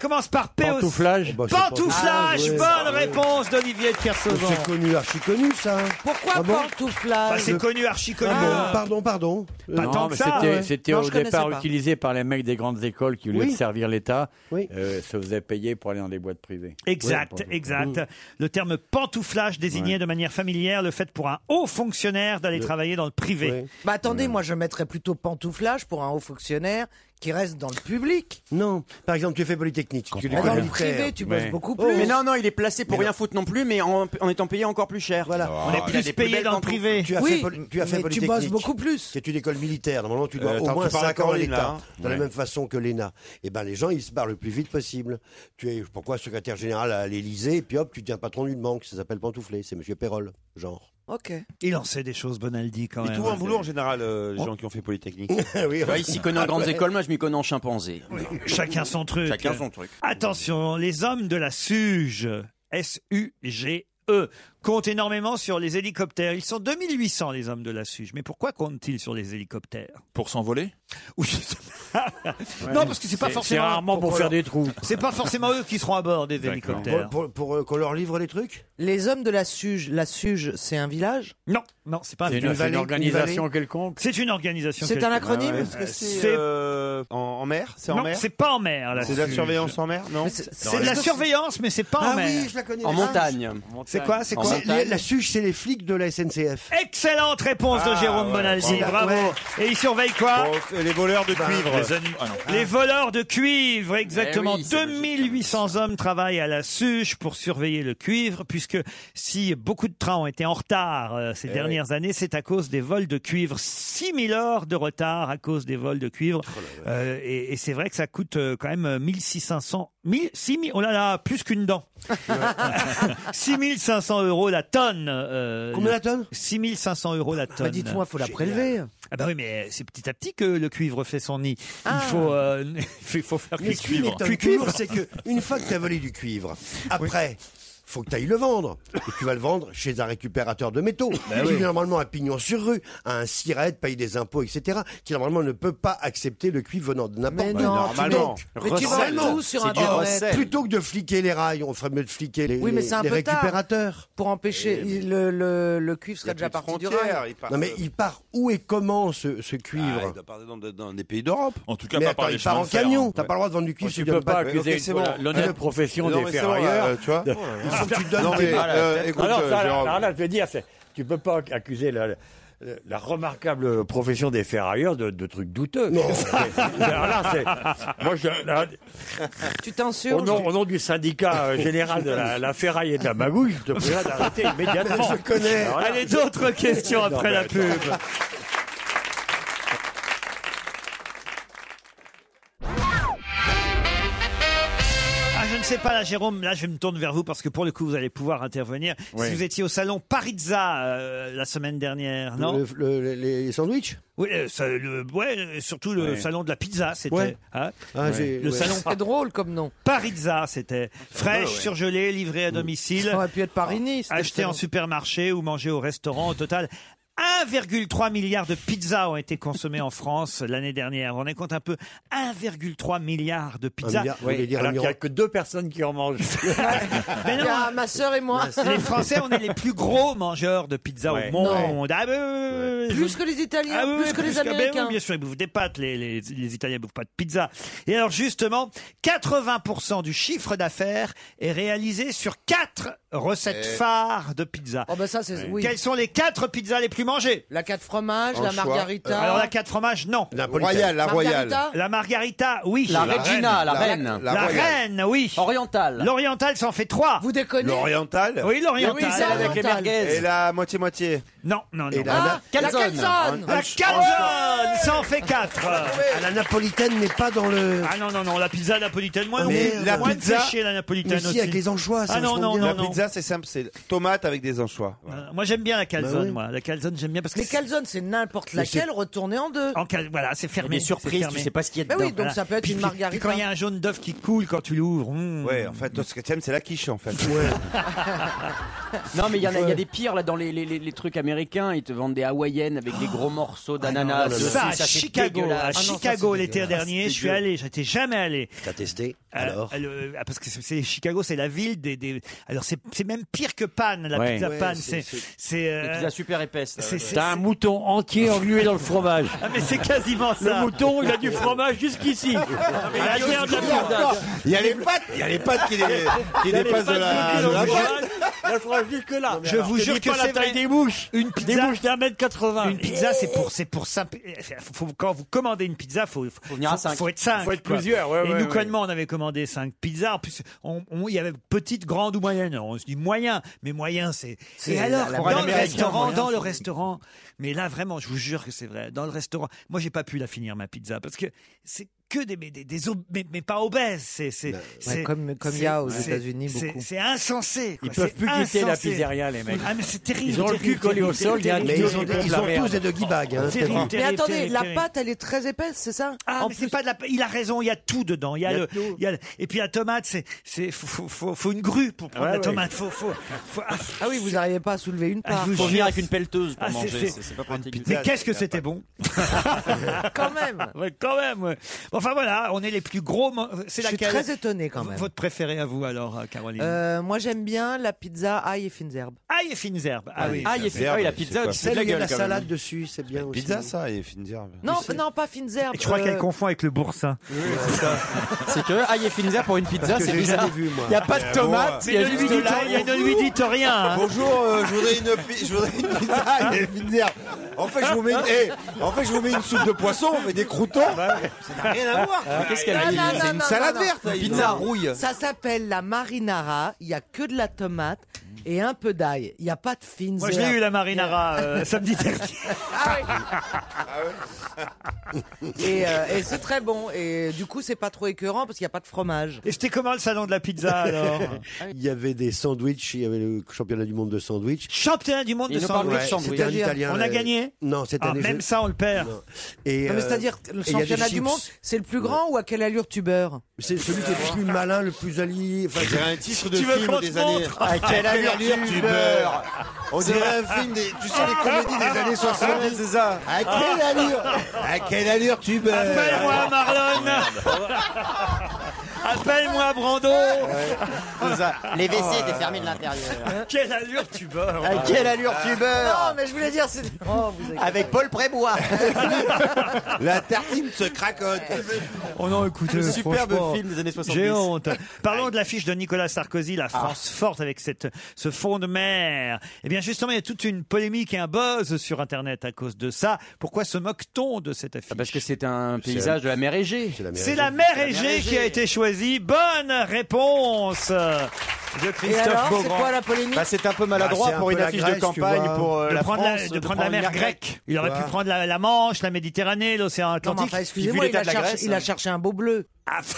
[SPEAKER 5] commence par P aussi.
[SPEAKER 10] Pantouflage
[SPEAKER 8] Bah, c'est
[SPEAKER 5] Pantouflage,
[SPEAKER 8] pantouflage,
[SPEAKER 5] bonne
[SPEAKER 8] ouais.
[SPEAKER 5] réponse d'Olivier de Kersauzon.
[SPEAKER 8] Oh, C'est connu, archi connu ça.
[SPEAKER 6] Pourquoi
[SPEAKER 8] Ah bon Euh,
[SPEAKER 6] pantouflage
[SPEAKER 5] Bah, c'est connu, archi connu.
[SPEAKER 8] Ah, Pardon, pardon.
[SPEAKER 5] Pas
[SPEAKER 8] Euh,
[SPEAKER 5] tant
[SPEAKER 10] Non,
[SPEAKER 5] que
[SPEAKER 10] mais
[SPEAKER 5] ça,
[SPEAKER 10] c'était-
[SPEAKER 5] ouais.
[SPEAKER 10] c'était
[SPEAKER 5] Non,
[SPEAKER 10] au
[SPEAKER 5] je connaissais
[SPEAKER 10] départ
[SPEAKER 5] pas.
[SPEAKER 10] utilisé par les mecs des grandes écoles qui, au lieu
[SPEAKER 5] Oui.
[SPEAKER 10] de servir l'État, euh, se faisaient payer pour aller dans des boîtes privées.
[SPEAKER 5] Exact, exact. Le terme pantouflage désignait de manière familière le fait pour un haut fonctionnaire d'aller travailler dans le privé.
[SPEAKER 6] Bah attendez, moi je mettrais plutôt pantouflage pour un haut fonctionnaire qui reste dans le public.
[SPEAKER 8] Non, par exemple, tu fais Polytechnique. Tu
[SPEAKER 6] Mais dans le privé, tu bosses beaucoup plus.
[SPEAKER 11] Oh. Mais non, non, il est placé pour rien foutre non plus, mais en, en étant payé encore plus cher.
[SPEAKER 8] Voilà.
[SPEAKER 11] On est plus payé dans le privé.
[SPEAKER 8] Tu as
[SPEAKER 11] Oui,
[SPEAKER 8] fait, poly- tu as
[SPEAKER 11] mais
[SPEAKER 8] fait
[SPEAKER 11] tu
[SPEAKER 8] Polytechnique.
[SPEAKER 11] bosses *laughs*
[SPEAKER 6] beaucoup plus.
[SPEAKER 8] C'est une école militaire. Normalement, tu dois
[SPEAKER 16] Euh,
[SPEAKER 8] au
[SPEAKER 16] attends,
[SPEAKER 8] moins
[SPEAKER 16] tu parles à
[SPEAKER 8] 5 ans à
[SPEAKER 16] Caroline, là,
[SPEAKER 8] l'État.
[SPEAKER 16] hein.
[SPEAKER 8] De la
[SPEAKER 16] Ouais.
[SPEAKER 8] même façon que l'ENA. Eh ben, les gens, ils se barrent le plus vite possible. Tu es, pourquoi, secrétaire général à l'Élysée, et puis hop, tu deviens patron d'une banque. Ça s'appelle pantoufler. C'est Monsieur Perrol, genre.
[SPEAKER 6] Ok.
[SPEAKER 5] Il en sait des choses, Bonaldi, quand
[SPEAKER 16] Et
[SPEAKER 5] même.
[SPEAKER 16] tout un boulot en général, euh, les gens qui ont fait Polytechnique.
[SPEAKER 11] Bah, il s'y connaît en grandes écoles, moi je m'y connais en chimpanzé.
[SPEAKER 5] Chacun son truc.
[SPEAKER 11] Chacun son *laughs* truc.
[SPEAKER 5] Attention, les hommes de la SUGE, S-U-G-E, E, comptent énormément sur les hélicoptères. Ils sont 2800, les hommes de la SUGE. Mais pourquoi comptent-ils sur les hélicoptères
[SPEAKER 13] Pour s'envoler
[SPEAKER 5] Non, parce que c'est pas
[SPEAKER 10] C'est-
[SPEAKER 5] forcément.
[SPEAKER 10] c'est rarement pour faire des trous.
[SPEAKER 5] C'est pas forcément eux qui seront à bord des hélicoptères.
[SPEAKER 8] Pour, pour- pour, euh, qu'on leur livre les trucs
[SPEAKER 6] Les hommes de la Suge, la Suge, c'est un village
[SPEAKER 5] Non, non, c'est pas
[SPEAKER 10] C'est une- c'est une organisation quelconque
[SPEAKER 5] C'est une organisation.
[SPEAKER 6] C'est un
[SPEAKER 5] quelconque.
[SPEAKER 6] acronyme Parce que
[SPEAKER 5] Euh,
[SPEAKER 6] c'est,
[SPEAKER 5] c'est-
[SPEAKER 16] Euh, en, en mer C'est en
[SPEAKER 5] Non,
[SPEAKER 16] mer
[SPEAKER 5] c'est pas en mer, la
[SPEAKER 16] C'est de la
[SPEAKER 5] SUGE.
[SPEAKER 16] surveillance en mer Non
[SPEAKER 5] Mais c'est- C'est de la surveillance, mais c'est pas en
[SPEAKER 8] Ah
[SPEAKER 5] mer.
[SPEAKER 8] oui, je la connais, En la SUGE. montagne.
[SPEAKER 5] C'est quoi C'est quoi
[SPEAKER 8] C'est- les- La SUGE, c'est les flics de la SNCF.
[SPEAKER 5] Excellente réponse de
[SPEAKER 8] Ah,
[SPEAKER 5] Jérôme
[SPEAKER 8] ouais,
[SPEAKER 5] Bonaldi,
[SPEAKER 8] bravo.
[SPEAKER 5] bravo. Et il surveille quoi
[SPEAKER 16] Les voleurs de cuivre.
[SPEAKER 13] Les animaux. Ah non.
[SPEAKER 5] Les voleurs de cuivre, exactement.
[SPEAKER 13] Eh oui, c'est
[SPEAKER 5] 2800 hommes travaillent à la SUGE pour surveiller le cuivre, puisque si beaucoup de trains ont été en retard euh, ces
[SPEAKER 16] Eh
[SPEAKER 5] dernières années, c'est à cause des vols de cuivre. 6000 heures de retard à cause des vols de cuivre. Euh, et et c'est vrai que ça coûte euh, quand même euh, 1600... 1000, 6000, oh là là, plus qu'une dent. 6500 euros la tonne. euh,
[SPEAKER 8] Combien
[SPEAKER 5] le-
[SPEAKER 8] la tonne
[SPEAKER 5] 6500 euros la tonne.
[SPEAKER 6] dites-moi, faut la prélever.
[SPEAKER 5] Ah bah oui, mais c'est petit à petit que le cuivre fait son nid. Il faut, euh, *laughs* il faut- il faut faire
[SPEAKER 8] Mais
[SPEAKER 5] du
[SPEAKER 8] ce qui
[SPEAKER 5] cuivre.
[SPEAKER 8] m'étonne
[SPEAKER 5] Du
[SPEAKER 8] toujours,
[SPEAKER 5] cuivre.
[SPEAKER 8] c'est que une fois que tu as volé du cuivre, après, faut que tu ailles le vendre. Et tu vas le vendre chez un récupérateur de métaux,
[SPEAKER 10] Ben
[SPEAKER 8] qui
[SPEAKER 10] oui.
[SPEAKER 8] normalement a pignon sur rue, a un siret, paye des impôts, etc., qui normalement ne peut pas accepter le cuivre venant de n'importe
[SPEAKER 10] Mais
[SPEAKER 8] où.
[SPEAKER 10] non, Normalement. tu- mais tu vends
[SPEAKER 8] Normalement.
[SPEAKER 10] tout sur C'est du Internet. recel.
[SPEAKER 8] Plutôt que de fliquer les rails, on ferait mieux de fliquer les,
[SPEAKER 6] Oui, mais c'est un
[SPEAKER 8] les
[SPEAKER 6] peu tard
[SPEAKER 8] récupérateurs.
[SPEAKER 6] pour empêcher il- le, le, le cuivre
[SPEAKER 8] Eh, Il y a
[SPEAKER 6] serait déjà
[SPEAKER 8] plus de
[SPEAKER 6] parti du
[SPEAKER 8] frontières,
[SPEAKER 6] rail.
[SPEAKER 8] il part- Non, mais il part où et comment ce, ce cuivre
[SPEAKER 10] dans, des pays d'Europe. En tout cas,
[SPEAKER 8] Mais
[SPEAKER 10] pas par
[SPEAKER 8] attends,
[SPEAKER 10] les
[SPEAKER 8] il part
[SPEAKER 10] chemins
[SPEAKER 8] en
[SPEAKER 10] de fer,
[SPEAKER 8] camion.
[SPEAKER 10] hein.
[SPEAKER 8] T'as Oh, pas le droit de vendre du cuivre.
[SPEAKER 10] Tu
[SPEAKER 8] si
[SPEAKER 10] peux
[SPEAKER 8] donnes
[SPEAKER 10] pas
[SPEAKER 8] de-
[SPEAKER 10] accuser
[SPEAKER 8] Ok,
[SPEAKER 10] une-
[SPEAKER 8] c'est bon.
[SPEAKER 10] l'honnête
[SPEAKER 8] Ah,
[SPEAKER 10] profession
[SPEAKER 8] non,
[SPEAKER 10] des
[SPEAKER 8] mais c'est bon,
[SPEAKER 10] ferrailleurs.
[SPEAKER 8] euh, tu *laughs*
[SPEAKER 7] *laughs*
[SPEAKER 8] vois
[SPEAKER 10] De-
[SPEAKER 8] Il faut que tu donnes
[SPEAKER 7] Non,
[SPEAKER 8] des-
[SPEAKER 7] mais,
[SPEAKER 8] euh,
[SPEAKER 7] euh,
[SPEAKER 8] écoute,
[SPEAKER 7] alors, ça,
[SPEAKER 8] Jérôme.
[SPEAKER 7] alors là, je veux dire, c'est- tu peux pas accuser la, la- la remarquable profession des ferrailleurs de, de trucs douteux. *laughs* C'est- alors là, c'est- moi, je- là-
[SPEAKER 6] Tu t'insurges
[SPEAKER 7] au, nom, au nom du syndicat euh, général de la, la ferraille et de la magouille, je te prierai
[SPEAKER 5] *laughs*
[SPEAKER 7] d'arrêter immédiatement.
[SPEAKER 5] Je connais.
[SPEAKER 7] Alors là-
[SPEAKER 5] Allez, d'autres questions
[SPEAKER 7] *laughs* Non,
[SPEAKER 5] après
[SPEAKER 7] mais
[SPEAKER 5] la
[SPEAKER 7] attends.
[SPEAKER 5] pub. Ah, je ne sais pas, là, Jérôme, là, je me tourne vers vous parce que pour le coup, vous allez pouvoir intervenir.
[SPEAKER 8] Oui.
[SPEAKER 5] Si vous étiez au salon Parizza euh, la semaine dernière, non
[SPEAKER 8] Le- le- les sandwichs
[SPEAKER 5] Oui, euh, ça, le- ouais, euh, surtout le
[SPEAKER 8] Ouais.
[SPEAKER 5] salon de la pizza, c'était.
[SPEAKER 8] Ouais.
[SPEAKER 5] hein
[SPEAKER 8] Ah, j'ai-
[SPEAKER 5] le
[SPEAKER 8] ouais.
[SPEAKER 5] salon.
[SPEAKER 8] C'est
[SPEAKER 5] drôle comme nom. Parizza, c'était.
[SPEAKER 7] Ah, bah
[SPEAKER 5] Fraîche, surgelée, livrée à domicile.
[SPEAKER 6] Mm. Ça aurait pu être Paris-Nice, c'était le
[SPEAKER 5] Achetée en
[SPEAKER 6] salon.
[SPEAKER 5] supermarché ou mangée au restaurant. Au total, 1,3 milliard de pizzas ont été consommées en France l'année dernière. Vous vous rendez compte un peu 1,3 milliard de pizzas.
[SPEAKER 7] milliard, vous voulez dire un million. que deux personnes qui en mangent.
[SPEAKER 5] Mais Ah, non.
[SPEAKER 6] Il y a Ah, ma sœur et moi.
[SPEAKER 5] Les Français,
[SPEAKER 8] *laughs*
[SPEAKER 5] on est les plus gros mangeurs de pizza
[SPEAKER 7] Ouais.
[SPEAKER 5] au monde. Ah, bah, bah, bah,
[SPEAKER 6] Plus
[SPEAKER 5] je-
[SPEAKER 6] que les Italiens,
[SPEAKER 5] Ah, bah,
[SPEAKER 6] plus
[SPEAKER 5] bah,
[SPEAKER 6] que les
[SPEAKER 5] bah, bah,
[SPEAKER 6] Américains.
[SPEAKER 5] oui, bien sûr, ils bouffent des pâtes, les, les, les Italiens bouffent pas de pizza. Et alors justement, 80% du chiffre d'affaires est réalisé sur quatre recettes
[SPEAKER 6] Eh.
[SPEAKER 5] phares de pizza.
[SPEAKER 6] Oh, ben c'est- oui.
[SPEAKER 5] Quelles sont les quatre pizzas les plus mangées
[SPEAKER 6] La 4 fromages, la
[SPEAKER 5] Anchois.
[SPEAKER 6] margarita.
[SPEAKER 5] Euh, Alors la 4 fromages, non.
[SPEAKER 8] La
[SPEAKER 6] Royale, la Royale. Margarita
[SPEAKER 5] La margarita, oui.
[SPEAKER 11] La La Regina, reine, la la- reine.
[SPEAKER 5] La,
[SPEAKER 11] la royale.
[SPEAKER 5] reine, oui. Orientale. L'orientale, ça en fait 3. Vous
[SPEAKER 6] déconnez
[SPEAKER 5] L'orientale Oui, l'orientale.
[SPEAKER 11] Oui, celle avec les merguez.
[SPEAKER 5] Et la moitié-moitié Non, non, non.
[SPEAKER 8] Et la- Ah, la- la calzone. calzone.
[SPEAKER 5] La calzone Ça en fait 4.
[SPEAKER 8] Ah, La napolitaine n'est pas dans le.
[SPEAKER 5] Ah non, non, non, la pizza napolitaine, moi non
[SPEAKER 10] Mais
[SPEAKER 5] plus.
[SPEAKER 10] la
[SPEAKER 5] Moi, elle me fait
[SPEAKER 10] pizza.
[SPEAKER 5] chier, la napolitaine
[SPEAKER 10] Mais si,
[SPEAKER 5] aussi.
[SPEAKER 10] avec les anchois, c'est
[SPEAKER 5] Ah non,
[SPEAKER 10] vachement
[SPEAKER 5] non,
[SPEAKER 10] bien.
[SPEAKER 5] non,
[SPEAKER 10] La
[SPEAKER 5] non.
[SPEAKER 10] pizza, c'est simple, c'est tomate avec des anchois. Voilà.
[SPEAKER 5] Moi, j'aime bien la calzone,
[SPEAKER 10] Bah oui.
[SPEAKER 5] moi. La calzone, j'aime bien parce que.
[SPEAKER 6] Les calzones, c'est n'importe
[SPEAKER 5] Mais c'est-
[SPEAKER 6] laquelle retournée en deux.
[SPEAKER 5] En cal- Voilà, c'est fermé.
[SPEAKER 6] Il y a des surprises,
[SPEAKER 5] c'est fermé.
[SPEAKER 6] tu sais pas ce qu'il y a Mais dedans. Bah oui, donc ça peut être
[SPEAKER 5] Puis-
[SPEAKER 6] une
[SPEAKER 5] puis-
[SPEAKER 6] margarita.
[SPEAKER 5] puis quand il y a un jaune d'œuf qui coule quand tu l'ouvres.
[SPEAKER 10] Ouais, en fait, toi, ce que t'aimes, c'est la quiche, en fait.
[SPEAKER 11] Non, mais il y, en a- il y a des pires là dans les, les- les- les trucs américains. Ils te vendent des hawaïennes avec des gros morceaux d'ananas.
[SPEAKER 5] Ah,
[SPEAKER 11] de
[SPEAKER 5] ça, à
[SPEAKER 11] sauce, c'est
[SPEAKER 5] Chicago,
[SPEAKER 11] dégueulasse.
[SPEAKER 5] à
[SPEAKER 11] Ah non, ça, c'est
[SPEAKER 5] Chicago l'été
[SPEAKER 11] dégueulasse.
[SPEAKER 5] dernier, je suis allé, j'étais jamais allé.
[SPEAKER 8] T'as testé
[SPEAKER 5] Euh, le- ah, Parce que c'est- c'est Chicago, c'est la ville des. des- Alors c'est c'est même pire que Panne, la
[SPEAKER 7] Ouais.
[SPEAKER 5] pizza
[SPEAKER 7] Ouais,
[SPEAKER 5] Panne.
[SPEAKER 7] c'est-
[SPEAKER 5] C'est
[SPEAKER 7] c'est-
[SPEAKER 5] c'est, euh,
[SPEAKER 11] Des pizzas super épaisses. là,
[SPEAKER 5] c'est-
[SPEAKER 11] ouais.
[SPEAKER 5] c'est-
[SPEAKER 7] T'as un mouton entier englué dans le fromage.
[SPEAKER 5] Ah, mais c'est quasiment ça.
[SPEAKER 7] Le mouton, il a du fromage jusqu'ici.
[SPEAKER 10] Ah,
[SPEAKER 5] À l'intérieur de la pizza.
[SPEAKER 10] Il y a les pattes, il y a les pattes qui, dé- qui dépassent de la, de la boîte.
[SPEAKER 7] La fromage jusque-là.
[SPEAKER 5] Je vous jure que
[SPEAKER 7] pas la
[SPEAKER 5] c'est
[SPEAKER 7] taille
[SPEAKER 5] vrai.
[SPEAKER 7] des mouches.
[SPEAKER 5] Une
[SPEAKER 7] Des
[SPEAKER 5] pizza,
[SPEAKER 7] mouches d'un mètre 80.
[SPEAKER 5] Une pizza, c'est pour, c'est pour simple. faut- quand vous commandez une pizza, faut, faut,
[SPEAKER 11] venir à
[SPEAKER 5] faut-
[SPEAKER 11] cinq.
[SPEAKER 5] faut être cinq.
[SPEAKER 7] Faut être
[SPEAKER 5] quoi.
[SPEAKER 7] plusieurs, ouais,
[SPEAKER 5] Et
[SPEAKER 7] ouais,
[SPEAKER 5] nous,
[SPEAKER 7] ouais.
[SPEAKER 5] connement, on avait commandé cinq pizzas. En plus, on, on- il y avait petite, grande ou moyenne. Alors, On se dit moyen, mais moyen, c'est.
[SPEAKER 6] C'est
[SPEAKER 5] Et alors,
[SPEAKER 6] la- la
[SPEAKER 5] dans le
[SPEAKER 6] moyenne
[SPEAKER 5] restaurant,
[SPEAKER 6] américaine,
[SPEAKER 5] dans le
[SPEAKER 6] moyen.
[SPEAKER 5] restaurant. Mais là, vraiment, je vous jure que c'est vrai. Dans le restaurant, moi, j'ai pas pu la finir ma pizza parce que c'est que des, mais des, des ob- mais, mais pas obèses. C'est, c'est,
[SPEAKER 7] Bah,
[SPEAKER 5] c'est-
[SPEAKER 6] comme- comme il y a aux États-Unis
[SPEAKER 5] c'est-
[SPEAKER 6] beaucoup.
[SPEAKER 5] C'est insensé. quoi.
[SPEAKER 7] Ils peuvent
[SPEAKER 5] C'est
[SPEAKER 7] plus quitter
[SPEAKER 8] euh,
[SPEAKER 7] la
[SPEAKER 5] insensé.
[SPEAKER 7] pizzeria, les mecs.
[SPEAKER 5] Ah, mais c'est terrible.
[SPEAKER 7] Ils ont le
[SPEAKER 5] terrible,
[SPEAKER 7] cul collé au
[SPEAKER 5] terrible,
[SPEAKER 7] sol, il y a
[SPEAKER 5] terrible,
[SPEAKER 7] des
[SPEAKER 8] Mais
[SPEAKER 7] gens
[SPEAKER 8] ils ont,
[SPEAKER 7] qui
[SPEAKER 8] des-
[SPEAKER 7] pondent
[SPEAKER 8] ils
[SPEAKER 7] la
[SPEAKER 8] ont
[SPEAKER 7] merde.
[SPEAKER 8] tous des doggy bags. Hein,
[SPEAKER 5] Terrible,
[SPEAKER 8] vraiment.
[SPEAKER 6] Mais
[SPEAKER 5] terrible,
[SPEAKER 6] attendez,
[SPEAKER 5] terrible,
[SPEAKER 6] la
[SPEAKER 5] terrible.
[SPEAKER 6] pâte, elle est très épaisse, c'est ça
[SPEAKER 5] Ah,
[SPEAKER 6] En
[SPEAKER 5] mais
[SPEAKER 6] plus-
[SPEAKER 5] c'est pas de la. Il a raison, il y a tout dedans. Il y a,
[SPEAKER 7] Il y a
[SPEAKER 5] le,
[SPEAKER 7] tout.
[SPEAKER 5] il y a le- et puis la tomate, c'est, c'est, faut, faut, faut, faut une grue pour prendre
[SPEAKER 6] Ouais,
[SPEAKER 5] la
[SPEAKER 6] ouais.
[SPEAKER 5] tomate. Faut, faut, faut- ah,
[SPEAKER 6] Ah oui, vous n'arrivez pas à soulever une
[SPEAKER 5] Ah,
[SPEAKER 6] part.
[SPEAKER 5] je vous
[SPEAKER 11] Faut
[SPEAKER 5] jure.
[SPEAKER 11] venir avec une pelleteuse pour
[SPEAKER 5] Ah, c'est-
[SPEAKER 11] manger.
[SPEAKER 5] c'est-
[SPEAKER 11] C'est c'est pas pratique.
[SPEAKER 5] mais qu'est-ce que c'était
[SPEAKER 11] *laughs*
[SPEAKER 5] bon
[SPEAKER 6] Quand même.
[SPEAKER 5] *laughs* Ouais, quand même. ouais. Bon, Enfin voilà, on est les plus gros. man- euh, C'est
[SPEAKER 6] Je suis
[SPEAKER 5] laquelle
[SPEAKER 6] très étonné quand
[SPEAKER 5] v-
[SPEAKER 6] même.
[SPEAKER 5] Votre préféré à vous alors, euh, Caroline Euh,
[SPEAKER 6] Euh, moi, j'aime bien la pizza ail et fines herbes.
[SPEAKER 5] Aïe et fines herbes. Ah oui.
[SPEAKER 11] Ail et fines herbes, et la pizza qui fait de
[SPEAKER 8] Celle où
[SPEAKER 11] la
[SPEAKER 8] il y a la
[SPEAKER 11] gueule. quand même.
[SPEAKER 8] salade dessus, c'est bien aussi.
[SPEAKER 10] Pizza, ça, et fines herbes.
[SPEAKER 6] Non, non, pas fines herbes.
[SPEAKER 5] Je crois
[SPEAKER 6] euh,
[SPEAKER 5] qu'elle confond avec le boursin.
[SPEAKER 11] C'est que ah, ail et Finza pour une pizza,
[SPEAKER 8] Parce que
[SPEAKER 11] c'est
[SPEAKER 8] j'ai
[SPEAKER 11] bizarre.
[SPEAKER 8] jamais vu, moi.
[SPEAKER 11] Il n'y a pas de
[SPEAKER 8] Mais
[SPEAKER 11] tomates,
[SPEAKER 5] bon,
[SPEAKER 11] il y a
[SPEAKER 5] mais ne lui
[SPEAKER 11] juste de
[SPEAKER 5] dites
[SPEAKER 11] l'ail.
[SPEAKER 5] rien, ne lui dites rien, hein.
[SPEAKER 10] Bonjour, euh, je, voudrais une, pi- je voudrais une pizza et fines herbes. En fait, je vous mets une, eh, en fait, je vous mets une soupe de poisson, on fait des croutons. Ça n'a rien à voir.
[SPEAKER 11] Mais Ah, qu'est-ce qu'elle a
[SPEAKER 6] Non,
[SPEAKER 11] dit
[SPEAKER 6] Ah, non, non,
[SPEAKER 10] C'est une
[SPEAKER 6] non,
[SPEAKER 10] salade
[SPEAKER 6] non, non.
[SPEAKER 10] verte. Pizza rouille.
[SPEAKER 6] Ça s'appelle la marinara. Il y a que de la tomate. et un peu d'ail. Il n'y a pas de fines
[SPEAKER 5] Moi, je l'ai
[SPEAKER 6] herbes.
[SPEAKER 5] eu, la marinara, *laughs*
[SPEAKER 6] *laughs*
[SPEAKER 5] euh, samedi dernier.
[SPEAKER 6] Ah
[SPEAKER 5] Ah
[SPEAKER 6] et euh, et c'est très bon. Et du coup, c'est pas trop écœurant parce qu'il n'y a pas de fromage.
[SPEAKER 5] Et c'était comment le salon de la
[SPEAKER 6] *laughs*
[SPEAKER 5] pizza alors
[SPEAKER 8] *laughs* Il y avait des sandwichs, il y avait le championnat du monde de sandwich.
[SPEAKER 5] Championnat du monde
[SPEAKER 8] Il
[SPEAKER 5] de
[SPEAKER 8] nous parle de
[SPEAKER 5] sandwich.
[SPEAKER 8] sandwich.
[SPEAKER 5] C'était un
[SPEAKER 8] C'est-à-dire-
[SPEAKER 5] Italien, On a
[SPEAKER 8] euh,
[SPEAKER 5] gagné
[SPEAKER 8] non, cette
[SPEAKER 5] Ah,
[SPEAKER 8] année,
[SPEAKER 5] Même
[SPEAKER 8] je-
[SPEAKER 5] ça, on le perd.
[SPEAKER 8] Non. Et,
[SPEAKER 6] Non, mais
[SPEAKER 8] euh,
[SPEAKER 6] c'est-à-dire que le
[SPEAKER 8] et il y a des
[SPEAKER 6] championnat du
[SPEAKER 8] chips.
[SPEAKER 6] monde, c'est le plus grand ou à quelle allure tu beurres
[SPEAKER 8] C'est celui qui est le plus malin, le plus allié. Enfin,
[SPEAKER 16] On dirait un titre de
[SPEAKER 8] Tu veux
[SPEAKER 16] film
[SPEAKER 8] qu'on te
[SPEAKER 16] des années.
[SPEAKER 8] montre À quelle allure tu
[SPEAKER 16] beurres On
[SPEAKER 8] C'est
[SPEAKER 16] dirait
[SPEAKER 8] vrai.
[SPEAKER 16] un film des. Tu sais, les comédies des années 70.
[SPEAKER 8] C'est ça.
[SPEAKER 16] À quelle allure À quelle allure tu beurres
[SPEAKER 5] Appelle-moi Marlon Appelle-moi Brando
[SPEAKER 11] Les WC étaient fermés de l'intérieur.
[SPEAKER 5] Quelle allure tu beurres
[SPEAKER 11] À quelle allure tu beurres
[SPEAKER 6] Non, mais je voulais dire, c'est. Oh, vous êtes-
[SPEAKER 11] Avec Paul Prébois.
[SPEAKER 16] *laughs* La tartine se cracote.
[SPEAKER 5] Oh non, écoutez,
[SPEAKER 16] Le superbe
[SPEAKER 5] franchement,
[SPEAKER 16] film des années 70.
[SPEAKER 5] J'ai honte. Parlons de l'affiche de Nicolas Sarkozy,
[SPEAKER 16] Ah.
[SPEAKER 5] la France forte avec cette, ce fond de mer. Eh bien, justement, il y a toute une polémique et un buzz sur Internet à cause de ça. Pourquoi se moque-t-on de cette affiche
[SPEAKER 11] Parce que c'est un paysage de la mer Égée.
[SPEAKER 5] C'est la mer Égée qui a été choisie. Bonne réponse euh, de Christophe
[SPEAKER 11] alors, c'est
[SPEAKER 5] Beaugrand.
[SPEAKER 11] quoi la polémique Bah, c'est un peu maladroit Bah, c'est un pour peu une la affiche de Grèce, tu campagne vois. pour, euh,
[SPEAKER 5] de
[SPEAKER 11] la
[SPEAKER 5] prendre
[SPEAKER 11] France,
[SPEAKER 5] de,
[SPEAKER 11] de
[SPEAKER 5] prendre la mer grecque. Il
[SPEAKER 11] Tu
[SPEAKER 5] aurait
[SPEAKER 11] vois.
[SPEAKER 5] pu prendre la, la Manche, la Méditerranée, l'océan
[SPEAKER 6] Non, mais
[SPEAKER 5] Atlantique.
[SPEAKER 6] enfin, excusez-moi, il, a cherché- il
[SPEAKER 11] hein.
[SPEAKER 6] a cherché un beau bleu.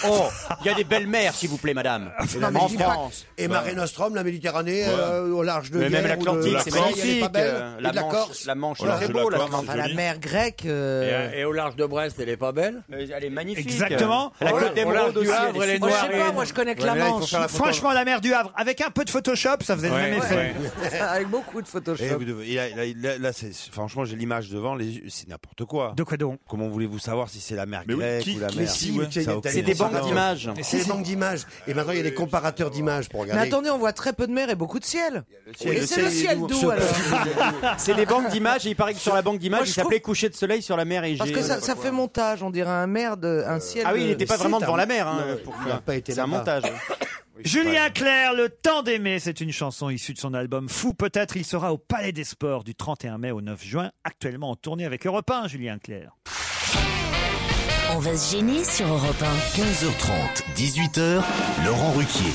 [SPEAKER 11] Oh, il y a des belles mères, s'il vous plaît, madame.
[SPEAKER 6] Ah,
[SPEAKER 8] Non, mais
[SPEAKER 11] en
[SPEAKER 8] je dis pas-
[SPEAKER 11] France. Bah.
[SPEAKER 8] Et Mare Nostrum, la Méditerranée, euh, au large de
[SPEAKER 11] Mais même
[SPEAKER 8] Hyères ou de-
[SPEAKER 11] l'Atlantique,
[SPEAKER 8] de
[SPEAKER 11] c'est
[SPEAKER 8] Marseille, elle est
[SPEAKER 11] magnifique,
[SPEAKER 8] pas belle.
[SPEAKER 11] euh,
[SPEAKER 8] Et
[SPEAKER 11] la
[SPEAKER 8] de la
[SPEAKER 11] Manche,
[SPEAKER 8] Corse.
[SPEAKER 11] la Manche,
[SPEAKER 8] Oh,
[SPEAKER 11] la
[SPEAKER 8] c'est
[SPEAKER 11] Corse,
[SPEAKER 8] beau, la
[SPEAKER 11] la
[SPEAKER 8] Corse.
[SPEAKER 11] Manche.
[SPEAKER 6] Enfin, la
[SPEAKER 11] joli.
[SPEAKER 6] mer grecque. euh,
[SPEAKER 10] Et, et au large de Brest, elle est pas belle
[SPEAKER 11] Euh, Elle est magnifique.
[SPEAKER 5] Exactement.
[SPEAKER 10] La côte d'émeraude aussi. elle est
[SPEAKER 6] Moi, je
[SPEAKER 10] noire
[SPEAKER 6] sais
[SPEAKER 10] et-
[SPEAKER 6] pas, moi, je connais que la Manche.
[SPEAKER 5] Franchement, la mer du Havre, avec un peu de Photoshop, ça faisait le
[SPEAKER 16] Ouais,
[SPEAKER 5] même effet.
[SPEAKER 16] ouais.
[SPEAKER 6] Avec beaucoup de Photoshop.
[SPEAKER 16] Et Eh, vous devez- il a- il a- il a- là, c'est- franchement, j'ai l'image devant, les yeux, c'est n'importe quoi.
[SPEAKER 5] De quoi donc
[SPEAKER 16] Comment voulez-vous savoir si c'est la mer
[SPEAKER 8] Mais oui,
[SPEAKER 16] grecque
[SPEAKER 8] qui-
[SPEAKER 16] ou la
[SPEAKER 8] qui-
[SPEAKER 16] mer
[SPEAKER 8] si, oui,
[SPEAKER 16] Ça a aucun
[SPEAKER 8] c'est des
[SPEAKER 16] sens.
[SPEAKER 8] banques d'images. Mais c'est des banques d'images. Et maintenant, il y a des comparateurs d'images pour
[SPEAKER 6] Mais
[SPEAKER 8] regarder.
[SPEAKER 6] attendez, on voit très peu de mer et beaucoup de ciel.
[SPEAKER 8] ciel.
[SPEAKER 6] Et
[SPEAKER 8] Le
[SPEAKER 6] c'est
[SPEAKER 8] ciel
[SPEAKER 6] le
[SPEAKER 8] est
[SPEAKER 6] ciel
[SPEAKER 8] lourd.
[SPEAKER 6] d'où alors
[SPEAKER 11] *laughs* C'est des banques d'images, et il paraît que sur la banque
[SPEAKER 6] Moi,
[SPEAKER 11] d'images,
[SPEAKER 6] je
[SPEAKER 11] il s'appelait Coucher de soleil sur la mer Égée.
[SPEAKER 6] Parce que ça, ça fait montage, on dirait un mer de, un ciel.
[SPEAKER 11] Ah oui, il
[SPEAKER 6] n'était
[SPEAKER 11] n'était pas vraiment devant la mer.
[SPEAKER 5] euh,
[SPEAKER 11] hein, pour
[SPEAKER 6] il
[SPEAKER 11] faire-
[SPEAKER 6] a pas été
[SPEAKER 11] C'est un
[SPEAKER 6] là-bas. *coughs*
[SPEAKER 11] montage.
[SPEAKER 5] Julien Clerc, Le temps d'aimer, c'est une chanson issue de son album Fou peut-être. Il sera au Palais des Sports du 31 mai au 9 juin, actuellement en tournée avec Europe 1, Julien Clerc.
[SPEAKER 4] On va se gêner sur Europe 1.
[SPEAKER 26] 15h30, 18h, Laurent Ruquier.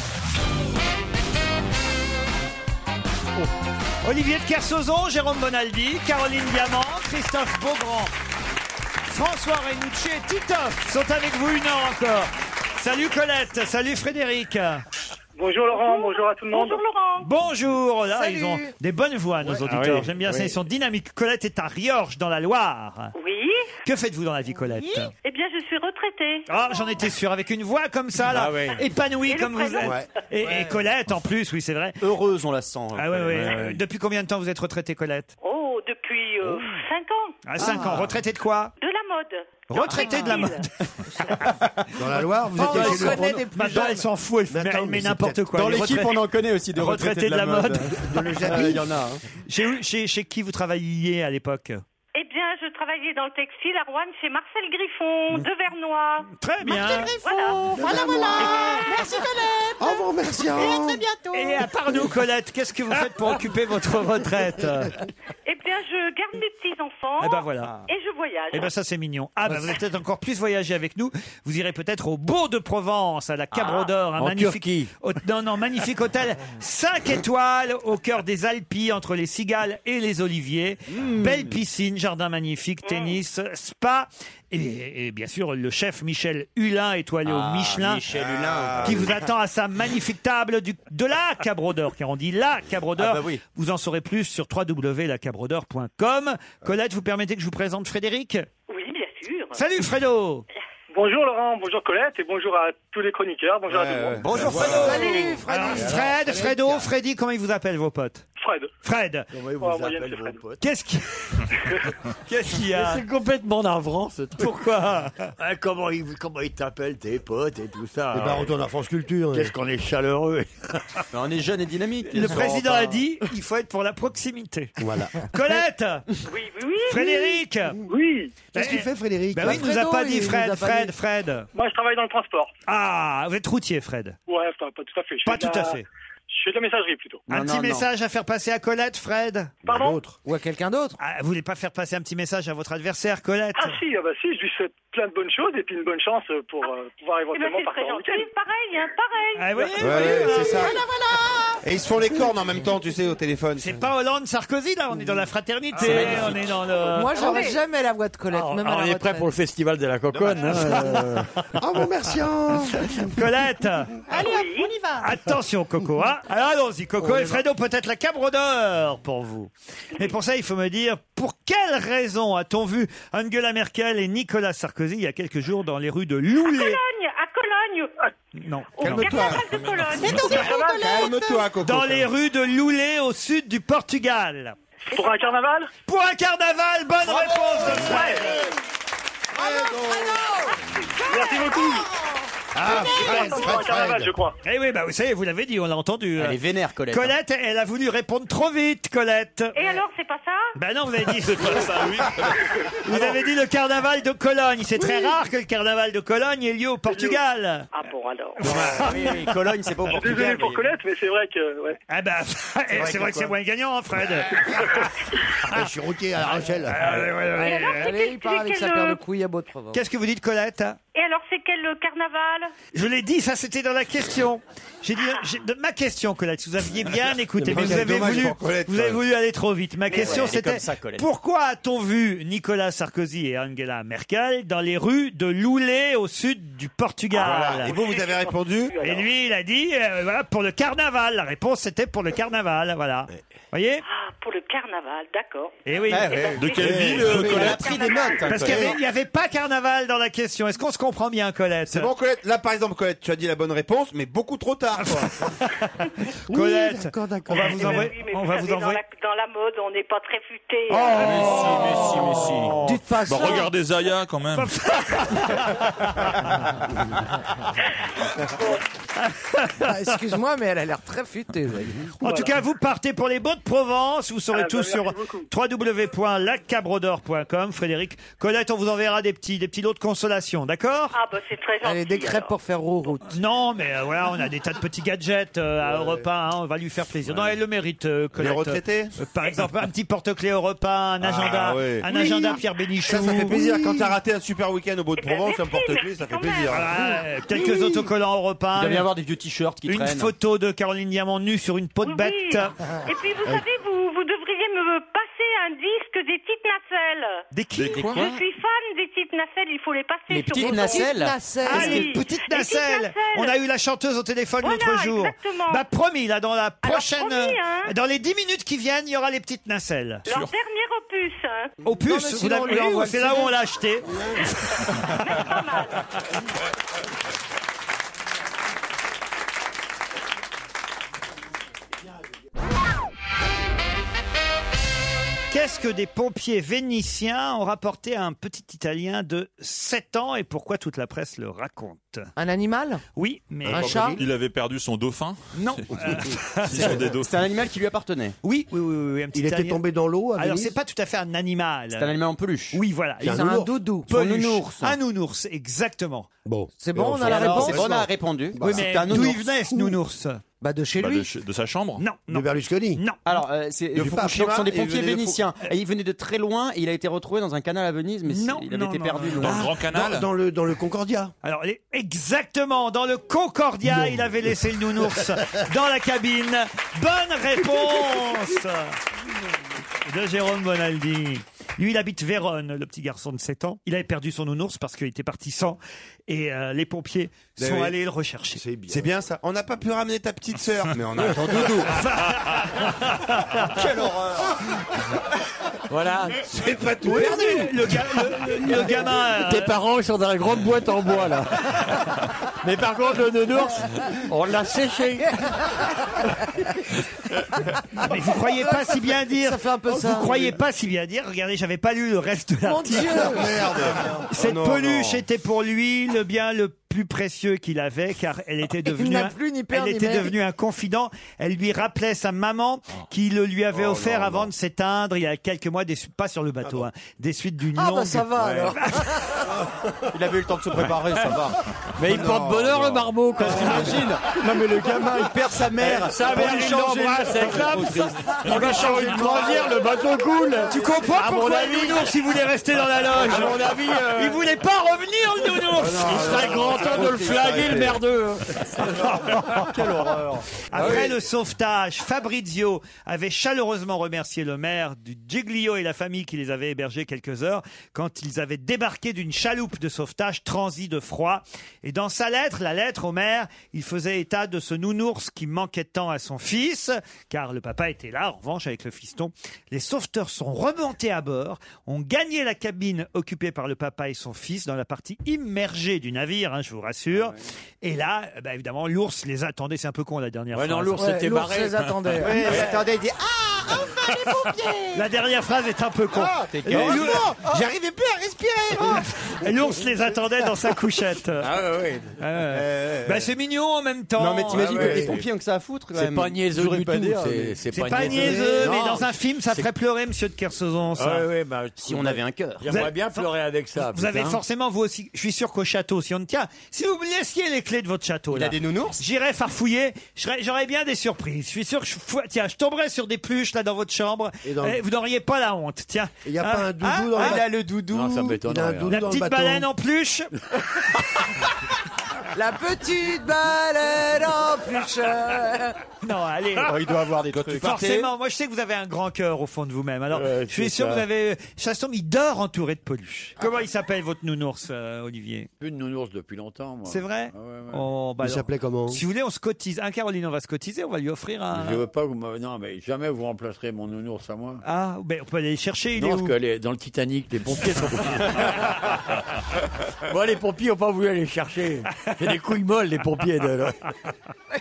[SPEAKER 5] Olivier de Kersauzon, Jérôme Bonaldi, Caroline Diamant, Christophe Beaugrand, François Renucci et Titoff sont avec vous une heure encore. Salut Colette, salut Frédéric.
[SPEAKER 17] Bonjour Laurent, bonjour à tout le monde. Bonjour Laurent.
[SPEAKER 5] Bonjour, là
[SPEAKER 17] Salut.
[SPEAKER 5] ils ont des bonnes voix nos auditeurs,
[SPEAKER 10] Ah oui,
[SPEAKER 5] j'aime bien ça,
[SPEAKER 10] oui.
[SPEAKER 5] ils sont dynamiques. Colette est à Riorges dans la Loire.
[SPEAKER 17] Oui.
[SPEAKER 5] Que faites-vous dans la vie Colette
[SPEAKER 17] Eh bien, je suis retraitée.
[SPEAKER 5] Ah, j'en étais sûr, avec une voix comme ça, là,
[SPEAKER 11] Ah ouais.
[SPEAKER 5] épanouie
[SPEAKER 17] Et le
[SPEAKER 5] comme vous
[SPEAKER 11] prénom.
[SPEAKER 5] êtes.
[SPEAKER 11] Ouais.
[SPEAKER 5] Et, et Colette, en plus, oui, c'est vrai.
[SPEAKER 11] Heureuse, on la sent.
[SPEAKER 5] Ah ouais, ouais.
[SPEAKER 11] Ouais, ouais.
[SPEAKER 5] Euh, Depuis combien de temps vous êtes retraitée, Colette
[SPEAKER 17] Oh, depuis 5 ans.
[SPEAKER 5] À 5 Ah, ans. Retraitée de quoi
[SPEAKER 17] De la mode.
[SPEAKER 5] Retraitée de la mode.
[SPEAKER 8] Dans la Loire, vous
[SPEAKER 5] Oh,
[SPEAKER 8] étiez
[SPEAKER 5] on
[SPEAKER 8] chez le
[SPEAKER 5] connaît
[SPEAKER 8] Renault.
[SPEAKER 5] des plus Maintenant, jeunes. elle s'en fout, elle fait- elle met
[SPEAKER 8] mais c'est
[SPEAKER 5] n'importe
[SPEAKER 8] peut-être-
[SPEAKER 5] quoi. Dans Les l'équipe, retraités- on en connaît aussi des retraités Retraités de de la la mode. mode.
[SPEAKER 8] De le Japon.
[SPEAKER 11] Euh, il y en a, hein.
[SPEAKER 5] Chez, chez- chez qui vous travailliez à l'époque
[SPEAKER 17] *laughs* Eh bien, je travaillais dans le textile à Rouen chez Marcel Griffon de Vernois.
[SPEAKER 5] Mm. Très bien.
[SPEAKER 17] Voilà.
[SPEAKER 5] Voilà,
[SPEAKER 17] voilà. Merci Colette.
[SPEAKER 8] Au revoir, merci.
[SPEAKER 17] bientôt.
[SPEAKER 5] Et à part nous, Colette, qu'est-ce que vous faites pour occuper votre retraite
[SPEAKER 17] Eh bien, je garde mes petits-enfants.
[SPEAKER 5] Eh ben, voilà.
[SPEAKER 17] Oh. Et je voyage.
[SPEAKER 5] Eh ben ça c'est mignon. Ah ben vous allez peut-être encore plus voyager avec nous. Vous irez peut-être au Beau de Provence, à la
[SPEAKER 11] Ah,
[SPEAKER 5] Cabro d'Or, un
[SPEAKER 10] en
[SPEAKER 5] magnifique hô- non non, magnifique hôtel 5 étoiles au cœur des Alpilles entre les cigales et les oliviers.
[SPEAKER 11] Hmm.
[SPEAKER 5] Belle piscine, jardin magnifique, tennis, spa et, et bien sûr le chef Michel Hulin étoilé
[SPEAKER 11] Ah,
[SPEAKER 5] au Michelin.
[SPEAKER 11] Michel Hulin.
[SPEAKER 5] Qui vous attend à sa magnifique table du, de la Cabro d'Or, car on dit la Cabro d'Or.
[SPEAKER 11] Ah bah oui.
[SPEAKER 5] Vous en saurez plus sur www.lacabrodor.com. Colette, vous permettez que je vous présente Frédéric
[SPEAKER 17] Oui, bien sûr. Eh
[SPEAKER 5] Salut Fredo
[SPEAKER 17] Bonjour Laurent, bonjour Colette et bonjour à tous les chroniqueurs. Bonjour à tout le monde.
[SPEAKER 5] Bonjour Fredo Salut Fred, Fredo, Freddy, comment ils vous appellent vos potes
[SPEAKER 17] Fred.
[SPEAKER 5] Fred
[SPEAKER 17] Oh, moyenne, c'est Fred.
[SPEAKER 5] Qu'est-ce qui- Qu'est-ce qu'il y a
[SPEAKER 10] Mais C'est complètement navrant ce truc.
[SPEAKER 5] Pourquoi
[SPEAKER 10] Ah, Comment ils comment ils t'appellent tes potes et tout ça
[SPEAKER 8] Eh
[SPEAKER 7] hein
[SPEAKER 8] ben, retourne à France Culture.
[SPEAKER 10] Qu'est-ce qu'on est chaleureux.
[SPEAKER 11] Mais on est jeune et dynamique.
[SPEAKER 5] Le président a dit il faut être pour la proximité.
[SPEAKER 8] Voilà.
[SPEAKER 5] Colette
[SPEAKER 17] Oui, oui, oui.
[SPEAKER 5] Frédéric
[SPEAKER 17] Oui.
[SPEAKER 8] Qu'est-ce qu'il fait, Frédéric
[SPEAKER 5] Ben oui, il nous a pas dit Fred, Fred, Fred.
[SPEAKER 17] Moi, je travaille dans le transport.
[SPEAKER 5] Ah, vous êtes routier Fred.
[SPEAKER 17] Ouais, enfin, pas tout à fait. Je
[SPEAKER 5] Pas
[SPEAKER 17] fais de
[SPEAKER 5] tout
[SPEAKER 17] la-
[SPEAKER 5] à fait.
[SPEAKER 17] Je fais de la messagerie plutôt.
[SPEAKER 5] un petit message à faire passer à Colette, Fred
[SPEAKER 17] Pardon
[SPEAKER 5] Ou à quelqu'un d'autre Vous voulez pas faire passer un petit message à votre adversaire, Colette
[SPEAKER 17] Ah si, ah bah si, je lui souhaite plein de bonnes choses et puis une bonne chance euh, ben, pour euh, pouvoir éventuellement partir en week-end.
[SPEAKER 5] Ah, vous voyez, vous
[SPEAKER 17] Ouais,
[SPEAKER 5] voyez,
[SPEAKER 17] ouais,
[SPEAKER 5] vous
[SPEAKER 17] c'est ça.
[SPEAKER 5] voyez.
[SPEAKER 16] Et ils se font les cornes en même temps, tu sais, au téléphone. Ah,
[SPEAKER 5] C'est pas Hollande, Sarkozy, là, on est dans la fraternité,
[SPEAKER 16] C'est magnifique.
[SPEAKER 5] on est dans
[SPEAKER 10] euh,
[SPEAKER 5] le.
[SPEAKER 10] Ah
[SPEAKER 6] Moi, j'aurais jamais la voix de Colette,
[SPEAKER 7] Ah,
[SPEAKER 6] même à la
[SPEAKER 10] on est prêt
[SPEAKER 6] retraite.
[SPEAKER 10] pour le festival de la coconne. hein, euh.
[SPEAKER 6] En vous
[SPEAKER 14] hein.
[SPEAKER 6] remerciant.
[SPEAKER 7] euh. *laughs*
[SPEAKER 5] Colette
[SPEAKER 18] Allez, hop, on y va.
[SPEAKER 5] Attention, *laughs* Coco. hein. Alors allons-y, Coco.
[SPEAKER 18] Oh,
[SPEAKER 5] et Fredo, peut-être la cabre d'or pour vous. Mais pour ça, il faut me dire pour quelle raison a-t-on vu Angela Merkel et Nicolas Sarkozy il y a quelques jours dans les rues de Loulé
[SPEAKER 17] Cologne, à Cologne.
[SPEAKER 5] Ah.
[SPEAKER 17] Euh,
[SPEAKER 5] Non.
[SPEAKER 17] Ah, Au carnaval de Cologne. Mais donc,
[SPEAKER 16] Calme-toi, Coco.
[SPEAKER 5] Dans les rues de Loulé, au sud du Portugal.
[SPEAKER 21] Pour un carnaval
[SPEAKER 5] Pour un carnaval, bonne réponse de Fred.
[SPEAKER 21] Merci beaucoup.
[SPEAKER 5] Ah,
[SPEAKER 21] Fred, Pour un carnaval, je crois.
[SPEAKER 5] Eh oui, bah vous savez, vous l'avez dit, on l'a entendu. euh.
[SPEAKER 11] Elle est vénère, Colette.
[SPEAKER 5] Colette,
[SPEAKER 6] hein.
[SPEAKER 5] elle a voulu répondre trop vite, Colette.
[SPEAKER 17] Et alors, c'est pas ça
[SPEAKER 7] bah
[SPEAKER 5] Ben non, vous avez dit. *laughs*
[SPEAKER 21] C'est pas ça, oui.
[SPEAKER 5] Vous avez dit le carnaval de Cologne. C'est très
[SPEAKER 21] Oui.
[SPEAKER 5] rare que le carnaval de Cologne ait lieu au Portugal.
[SPEAKER 21] Ah bon, alors.
[SPEAKER 5] oui, oui, Cologne, c'est pas au
[SPEAKER 7] Ah,
[SPEAKER 21] Je suis
[SPEAKER 5] Portugal,
[SPEAKER 21] Désolé pour
[SPEAKER 5] mais-
[SPEAKER 21] Colette, mais c'est vrai que. Ouais.
[SPEAKER 5] Ah *laughs* bah, eh,
[SPEAKER 21] vrai
[SPEAKER 5] c'est
[SPEAKER 21] que
[SPEAKER 5] vrai que c'est
[SPEAKER 21] quoi Ah,
[SPEAKER 5] moins gagnant, hein, Fred. Ah,
[SPEAKER 8] Je suis routier à La Rochelle.
[SPEAKER 6] Allez, il part avec sa paire
[SPEAKER 17] euh,
[SPEAKER 6] de couilles à beau de
[SPEAKER 5] Qu'est-ce que vous dites, Colette
[SPEAKER 17] Et alors, c'est quel euh, carnaval
[SPEAKER 5] Je l'ai dit, ça c'était dans la question. J'ai dit euh, j'ai- de ma question, Colette. Si vous
[SPEAKER 16] Ah,
[SPEAKER 5] aviez bien écouté, mais vous
[SPEAKER 16] Quel
[SPEAKER 5] avez
[SPEAKER 16] dommage
[SPEAKER 5] voulu,
[SPEAKER 16] pour Colette,
[SPEAKER 5] vous avez
[SPEAKER 16] quand même.
[SPEAKER 5] voulu aller trop vite. Ma
[SPEAKER 16] Mais
[SPEAKER 5] question
[SPEAKER 16] ouais, c'est
[SPEAKER 5] c'était
[SPEAKER 16] comme ça, Colette.
[SPEAKER 5] pourquoi a-t-on vu Nicolas Sarkozy et Angela Merkel dans les rues de Loulé au sud du Portugal
[SPEAKER 16] Ah, voilà. Et vous, vous avez répondu
[SPEAKER 5] Et lui, il a dit euh, voilà pour le carnaval. La réponse c'était pour le carnaval. Voilà. Voyez
[SPEAKER 17] Ah, pour le carnaval, d'accord.
[SPEAKER 5] Eh oui.
[SPEAKER 17] Eh ben, c'est-
[SPEAKER 16] euh, Colette Elle a pris des notes, hein,
[SPEAKER 5] Parce qu'il
[SPEAKER 16] Colette.
[SPEAKER 5] n'y avait pas carnaval dans la question. Est-ce qu'on se comprend bien, Colette
[SPEAKER 16] C'est bon, Colette. Là, par exemple, Colette, tu as dit la bonne réponse, mais beaucoup trop tard. quoi.
[SPEAKER 5] Colette,
[SPEAKER 16] d'accord, d'accord.
[SPEAKER 5] on va vous
[SPEAKER 16] Eh ben
[SPEAKER 5] envoyer.
[SPEAKER 17] Oui, mais
[SPEAKER 5] on
[SPEAKER 17] vous
[SPEAKER 5] va
[SPEAKER 17] savez,
[SPEAKER 5] vous envoyer. Oh,
[SPEAKER 17] Dans la, dans la mode, on n'est pas très futé. hein.
[SPEAKER 13] mais si, mais si.
[SPEAKER 6] Dites
[SPEAKER 13] Bon,
[SPEAKER 6] pas ça.
[SPEAKER 13] Oh. Bah, regardez Zaya quand même.
[SPEAKER 6] Ah, Excuse-moi, mais elle a l'air *laughs* très futée.
[SPEAKER 5] En tout cas, vous partez pour les Beaux de Provence. Vous saurez
[SPEAKER 6] Ah, bah,
[SPEAKER 5] tout
[SPEAKER 6] merci
[SPEAKER 5] sur www.lacabredor.com. Frédéric, Colette, on vous enverra des petits, des petits lots de consolation, d'accord
[SPEAKER 17] Ah, bah, c'est très gentil.
[SPEAKER 5] Allez, des crêpes
[SPEAKER 6] pour faire route.
[SPEAKER 5] Non, mais euh, voilà, on a des tas de petits gadgets euh, à Europe 1, hein, on va lui faire plaisir. Non, elle le mérite, euh, Colette.
[SPEAKER 16] Les retraités
[SPEAKER 5] Euh, Par exemple, un petit porte-clés Europe 1, un agenda,
[SPEAKER 16] ouais.
[SPEAKER 5] un
[SPEAKER 16] Oui.
[SPEAKER 5] agenda Pierre Bénichou.
[SPEAKER 16] Ça, ça fait plaisir. Quand t'as raté un super week-end au Beau-de-Provence, un porte-clés, ça fait plaisir.
[SPEAKER 5] Voilà, euh, quelques autocollants européens.
[SPEAKER 11] Il doit y avoir des vieux t-shirts qui
[SPEAKER 5] Une
[SPEAKER 11] traînent.
[SPEAKER 5] photo de Caroline Diamant nue sur une peau de bête.
[SPEAKER 17] *laughs* Oui. Et puis,
[SPEAKER 5] Euh,
[SPEAKER 17] vous savez, vous, vous devriez me passer un disque des petites nacelles.
[SPEAKER 5] Des qui Des quoi
[SPEAKER 17] Je suis fan des petites nacelles, il faut les passer
[SPEAKER 5] Les
[SPEAKER 17] sur
[SPEAKER 5] petites
[SPEAKER 17] vos-
[SPEAKER 5] nacelles Ah, les petites nacelles On a eu la chanteuse au téléphone l'autre jour.
[SPEAKER 17] exactement.
[SPEAKER 5] Bah promis, là, dans la prochaine... euh,
[SPEAKER 17] promis, hein.
[SPEAKER 5] Dans les 10 minutes qui viennent, il y aura les petites nacelles.
[SPEAKER 17] Leur dernier opus. hein.
[SPEAKER 5] Opus, vous l'avez eu, c'est là où on l'a acheté. Qu'est-ce que des pompiers vénitiens ont rapporté à un petit Italien de 7 ans et pourquoi toute la presse le raconte
[SPEAKER 6] Un animal
[SPEAKER 5] Oui, mais...
[SPEAKER 13] Euh, Il avait perdu son dauphin. *laughs*
[SPEAKER 5] Non.
[SPEAKER 13] Ils ont des dauphins.
[SPEAKER 11] C'est un animal qui lui appartenait.
[SPEAKER 5] Oui, oui, oui, oui, un petit
[SPEAKER 11] Il était
[SPEAKER 5] Italien.
[SPEAKER 11] tombé dans l'eau à
[SPEAKER 5] Alors
[SPEAKER 11] Venise
[SPEAKER 5] c'est pas tout à fait un animal.
[SPEAKER 11] C'est un animal en peluche.
[SPEAKER 5] Oui, voilà.
[SPEAKER 11] C'est un
[SPEAKER 5] Ils ont
[SPEAKER 11] nounours. Son
[SPEAKER 5] Peluche.
[SPEAKER 11] nounours.
[SPEAKER 5] Un nounours, exactement.
[SPEAKER 8] Bon.
[SPEAKER 5] C'est
[SPEAKER 11] bon, on a la réponse C'est bon, on a répondu. Bah,
[SPEAKER 5] Oui, mais
[SPEAKER 11] c'était un
[SPEAKER 5] d'où il
[SPEAKER 11] nounours.
[SPEAKER 5] venait ce nounours
[SPEAKER 6] Bah de chez
[SPEAKER 13] Bah, de, chez- de sa chambre
[SPEAKER 5] Non.
[SPEAKER 8] De Berlusconi
[SPEAKER 5] Non.
[SPEAKER 11] Alors, euh, c'est
[SPEAKER 13] De
[SPEAKER 11] du coup,
[SPEAKER 13] Fukushima,
[SPEAKER 11] donc, ce sont des
[SPEAKER 13] il venait
[SPEAKER 11] pompiers
[SPEAKER 13] de Fu-
[SPEAKER 11] vénitiens. Et il venait de très loin et il a été retrouvé dans un canal à Venise, mais c'est- il avait été perdu loin.
[SPEAKER 8] Dans, dans le, dans le Concordia.
[SPEAKER 5] Alors, les- exactement, dans le Concordia, il avait laissé le nounours dans la cabine. Bonne réponse de Jérôme Bonaldi. Lui, il habite Vérone, le petit garçon de 7 ans. Il avait perdu son nounours parce qu'il était parti sans. Et euh, les pompiers
[SPEAKER 16] Ben
[SPEAKER 5] sont
[SPEAKER 16] oui.
[SPEAKER 5] allés le rechercher. C'est
[SPEAKER 16] C'est bien ça. On n'a pas pu ramener ta petite sœur, mais on a ton
[SPEAKER 14] *laughs*
[SPEAKER 5] doudou.
[SPEAKER 16] Quelle horreur
[SPEAKER 6] Ah,
[SPEAKER 10] Voilà.
[SPEAKER 16] C'est pas tout
[SPEAKER 5] Oui,
[SPEAKER 16] perdu.
[SPEAKER 5] mais le, ga- le-
[SPEAKER 6] *laughs*
[SPEAKER 5] le- le gamin. euh,
[SPEAKER 10] Tes parents, ils sont dans la grande boîte en bois,
[SPEAKER 5] *laughs*
[SPEAKER 10] là. Mais par contre, le nounours, on l'a séché.
[SPEAKER 5] Ah, Mais vous croyez pas si bien dire.
[SPEAKER 6] Ça fait un peu
[SPEAKER 5] vous
[SPEAKER 6] ça.
[SPEAKER 5] croyez pas si bien dire. Regardez, j'avais pas lu le reste de
[SPEAKER 6] Mon
[SPEAKER 5] l'article. *laughs*
[SPEAKER 6] Dieu.
[SPEAKER 10] Ah,
[SPEAKER 6] Merde.
[SPEAKER 5] Cette
[SPEAKER 6] Oh non,
[SPEAKER 5] peluche
[SPEAKER 6] non.
[SPEAKER 5] était pour lui le bien le plus précieux qu'il avait, car elle
[SPEAKER 6] *laughs*
[SPEAKER 5] était devenue.
[SPEAKER 6] n'a
[SPEAKER 5] un-
[SPEAKER 6] plus ni père
[SPEAKER 5] elle
[SPEAKER 6] ni
[SPEAKER 5] était
[SPEAKER 6] mère.
[SPEAKER 5] devenue un confident. Elle lui rappelait sa maman
[SPEAKER 10] Ah.
[SPEAKER 5] qui le lui
[SPEAKER 10] Oh
[SPEAKER 5] avait offert avant de s'éteindre il y a quelques mois. Des, su- pas sur le bateau, hein, des suites d'une
[SPEAKER 6] Ah
[SPEAKER 5] longue.
[SPEAKER 6] bah ça va
[SPEAKER 5] Ouais.
[SPEAKER 6] alors.
[SPEAKER 16] Il avait eu le temps de se préparer, ça va.
[SPEAKER 10] Mais il porte bonheur, le marmot, quand t'imagines. Non, mais le gamin, il perd sa mère. Sa
[SPEAKER 16] mère, il l'embrasse,
[SPEAKER 10] elle clappe. On va changer de croisière, le bateau coule.
[SPEAKER 5] Tu comprends
[SPEAKER 10] À mon
[SPEAKER 5] pourquoi
[SPEAKER 10] avis- *laughs*
[SPEAKER 5] le nounours il voulait rester dans la loge
[SPEAKER 10] À mon avis, euh, Ah
[SPEAKER 5] Il voulait pas revenir le nounours
[SPEAKER 10] Il serait grand
[SPEAKER 7] temps de le flaguer, le merdeux. hein.
[SPEAKER 5] *laughs* Quelle horreur.
[SPEAKER 10] Ah
[SPEAKER 5] Après le sauvetage, Fabrizio avait chaleureusement remercié le maire du Giglio et la famille qui les avait hébergés quelques heures quand ils avaient débarqué d'une chaloupe de sauvetage transie de froid. Et dans sa lettre, la lettre au maire, il faisait état de ce nounours qui manquait tant à son fils, car le papa était là, en revanche, avec le fiston. Les sauveteurs sont remontés à bord, ont gagné la cabine occupée par le papa et son fils dans la partie immergée du navire, hein, je vous rassure. Et là, euh, bah, évidemment, l'ours les attendait. C'est un peu con la dernière
[SPEAKER 7] Ouais,
[SPEAKER 5] phrase.
[SPEAKER 7] Ah non, l'ours
[SPEAKER 5] Ah était
[SPEAKER 7] s'était barré.
[SPEAKER 5] *laughs*
[SPEAKER 7] *laughs*
[SPEAKER 5] Ouais.
[SPEAKER 6] il dit Ah, enfin les pompiers
[SPEAKER 5] La dernière phrase est un peu con.
[SPEAKER 6] Ah,
[SPEAKER 5] Et
[SPEAKER 6] Heureusement,
[SPEAKER 5] l'ours-
[SPEAKER 6] j'arrivais plus à respirer
[SPEAKER 5] *laughs* Et L'ours les attendait dans sa couchette. Ah ouais, Bah c'est mignon en même temps. Ah
[SPEAKER 11] Non, mais t'imagines que les pompiers ont que ça à foutre quand
[SPEAKER 5] C'est
[SPEAKER 11] même.
[SPEAKER 5] pas niaiseux
[SPEAKER 11] J'aurais
[SPEAKER 5] du
[SPEAKER 11] pas
[SPEAKER 5] tout,
[SPEAKER 11] dire,
[SPEAKER 5] c'est-
[SPEAKER 11] mais-
[SPEAKER 5] c'est C'est pas pas niaiseux. niaiseux, mais dans un film, ça ferait pleurer Monsieur de Kersauzon, ça.
[SPEAKER 7] Ah ouais, ouais, bah,
[SPEAKER 11] Si on avait un cœur.
[SPEAKER 5] Vous
[SPEAKER 7] J'aimerais
[SPEAKER 5] avez-
[SPEAKER 7] bien pleurer avec ça.
[SPEAKER 5] Vous avez
[SPEAKER 7] Ah, putain.
[SPEAKER 5] forcément, vous aussi, je suis sûr qu'au château, si on ne tient, si vous me laissiez les clés de votre château,
[SPEAKER 11] Il
[SPEAKER 5] là,
[SPEAKER 11] a des nounours
[SPEAKER 5] J'irais farfouiller, je serais- j'aurais bien des surprises. Je suis sûr que je, fou- tiens, je tomberais sur des pluches là dans votre chambre.
[SPEAKER 8] dans-
[SPEAKER 5] Eh, vous n'auriez pas la honte, tiens. Ah, Il n'y
[SPEAKER 8] a pas un doudou
[SPEAKER 7] Ah,
[SPEAKER 8] dans le ba- Non, ça m'étonnerait, Il a un doudou
[SPEAKER 5] La
[SPEAKER 8] dans le
[SPEAKER 5] petite
[SPEAKER 8] bateau.
[SPEAKER 5] baleine en pluche.
[SPEAKER 6] *laughs* La petite baleine en
[SPEAKER 11] *laughs*
[SPEAKER 6] plucheur
[SPEAKER 5] Non, allez.
[SPEAKER 6] Oh, il doit avoir des
[SPEAKER 7] Bah,
[SPEAKER 6] trucs.
[SPEAKER 5] Forcément, moi je sais que vous avez un grand cœur au fond de vous-même. Alors, je suis
[SPEAKER 7] c'est
[SPEAKER 5] sûr que
[SPEAKER 7] ça. Ah.
[SPEAKER 5] vous avez. Ça se tombe, il dort entouré de peluches. Comment il s'appelle votre nounours, euh, Olivier
[SPEAKER 7] Plus de nounours depuis longtemps, moi.
[SPEAKER 5] C'est vrai
[SPEAKER 7] Ah ouais, ouais.
[SPEAKER 5] Oh, bah
[SPEAKER 7] Il
[SPEAKER 5] alors,
[SPEAKER 7] s'appelait comment
[SPEAKER 5] Si vous voulez, on se cotise. Un Caroline, on va se cotiser, on va lui offrir un.
[SPEAKER 7] Je veux pas que vous me- Non, mais jamais vous remplacerez mon nounours à moi.
[SPEAKER 5] Ah, ben on peut aller le chercher, il
[SPEAKER 7] non,
[SPEAKER 5] est
[SPEAKER 7] parce
[SPEAKER 5] où
[SPEAKER 7] que les- dans le Titanic, les
[SPEAKER 5] *laughs*
[SPEAKER 7] pompiers sont. Moi, les pompiers n'ont pas voulu aller le chercher. C'est des couilles molles, les pompiers. De...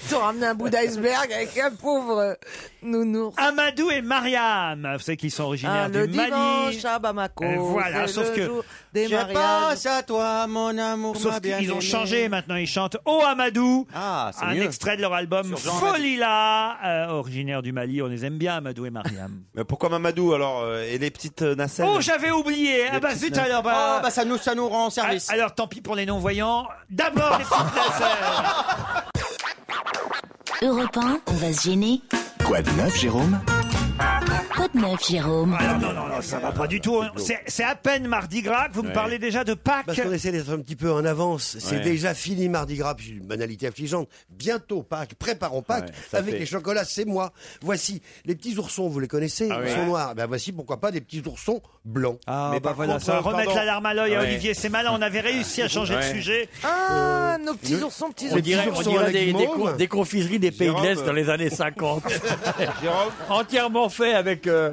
[SPEAKER 6] Ils ont ramené un bout d'iceberg avec un pauvre nounours.
[SPEAKER 5] Amadou et Mariam, vous savez qu'ils sont originaires
[SPEAKER 6] Ah, le
[SPEAKER 5] du Mali.
[SPEAKER 6] dimanche à Bamako.
[SPEAKER 5] Euh, voilà,
[SPEAKER 6] c'est
[SPEAKER 5] sauf
[SPEAKER 6] le
[SPEAKER 5] que-
[SPEAKER 6] jour des
[SPEAKER 5] Je
[SPEAKER 6] mariages.
[SPEAKER 11] pense à toi, mon amour.
[SPEAKER 5] Sauf qu'ils ont changé maintenant, ils chantent Oh Amadou,
[SPEAKER 11] Ah, c'est
[SPEAKER 5] un
[SPEAKER 11] mieux.
[SPEAKER 5] extrait de leur album
[SPEAKER 11] Sur Jean Amadou.
[SPEAKER 5] Folila, euh, originaire du Mali. On les aime bien, Amadou et
[SPEAKER 11] *laughs*
[SPEAKER 5] Mariam.
[SPEAKER 16] Mais pourquoi Mamadou alors euh, Et les petites euh, nacelles
[SPEAKER 5] oh, j'avais oublié Ah bah zut alors bah...
[SPEAKER 11] Ah, bah ça nous, ça nous rend service.
[SPEAKER 5] Ah, Alors tant pis pour les non-voyants, d'abord les
[SPEAKER 11] *laughs*
[SPEAKER 5] petites nacelles
[SPEAKER 4] Europe 1, on va se gêner.
[SPEAKER 26] Quoi de neuf, Jérôme
[SPEAKER 4] Quoi de neuf, Jérôme
[SPEAKER 5] Non, non, non, ça va pas du tout. hein. C'est c'est à peine Mardi Gras que vous me
[SPEAKER 8] Ouais.
[SPEAKER 5] parlez déjà de Pâques.
[SPEAKER 8] Parce qu'on essaie d'être un petit peu en avance. C'est
[SPEAKER 7] Ouais.
[SPEAKER 8] déjà fini Mardi Gras, puis une banalité affligeante. Bientôt Pâques, préparons Pâques
[SPEAKER 7] Ouais, ça
[SPEAKER 8] avec
[SPEAKER 7] fait.
[SPEAKER 8] les chocolats, c'est moi. Voici les petits oursons, vous les connaissez,
[SPEAKER 7] Ah oui.
[SPEAKER 8] ils sont
[SPEAKER 7] Ouais.
[SPEAKER 8] noirs. Ben voici pourquoi pas des petits oursons blancs.
[SPEAKER 5] Ah,
[SPEAKER 8] Mais
[SPEAKER 5] bah
[SPEAKER 8] par
[SPEAKER 5] voilà,
[SPEAKER 8] contre,
[SPEAKER 5] ça va
[SPEAKER 8] euh,
[SPEAKER 5] remettre
[SPEAKER 8] pardon.
[SPEAKER 5] la larme à l'œil à
[SPEAKER 8] Ouais.
[SPEAKER 5] Olivier. C'est malin, on avait réussi à changer
[SPEAKER 8] *laughs*
[SPEAKER 5] de
[SPEAKER 8] Ouais.
[SPEAKER 5] sujet.
[SPEAKER 6] Ah, nos petits oursons, petits
[SPEAKER 7] On dirait, on
[SPEAKER 8] oursons
[SPEAKER 7] dirait
[SPEAKER 8] avec
[SPEAKER 7] des,
[SPEAKER 8] du
[SPEAKER 7] des
[SPEAKER 8] môme.
[SPEAKER 7] con- des confiseries des pays de
[SPEAKER 8] Jérôme,
[SPEAKER 7] l'Est dans les années 50. Entièrement fait avec euh,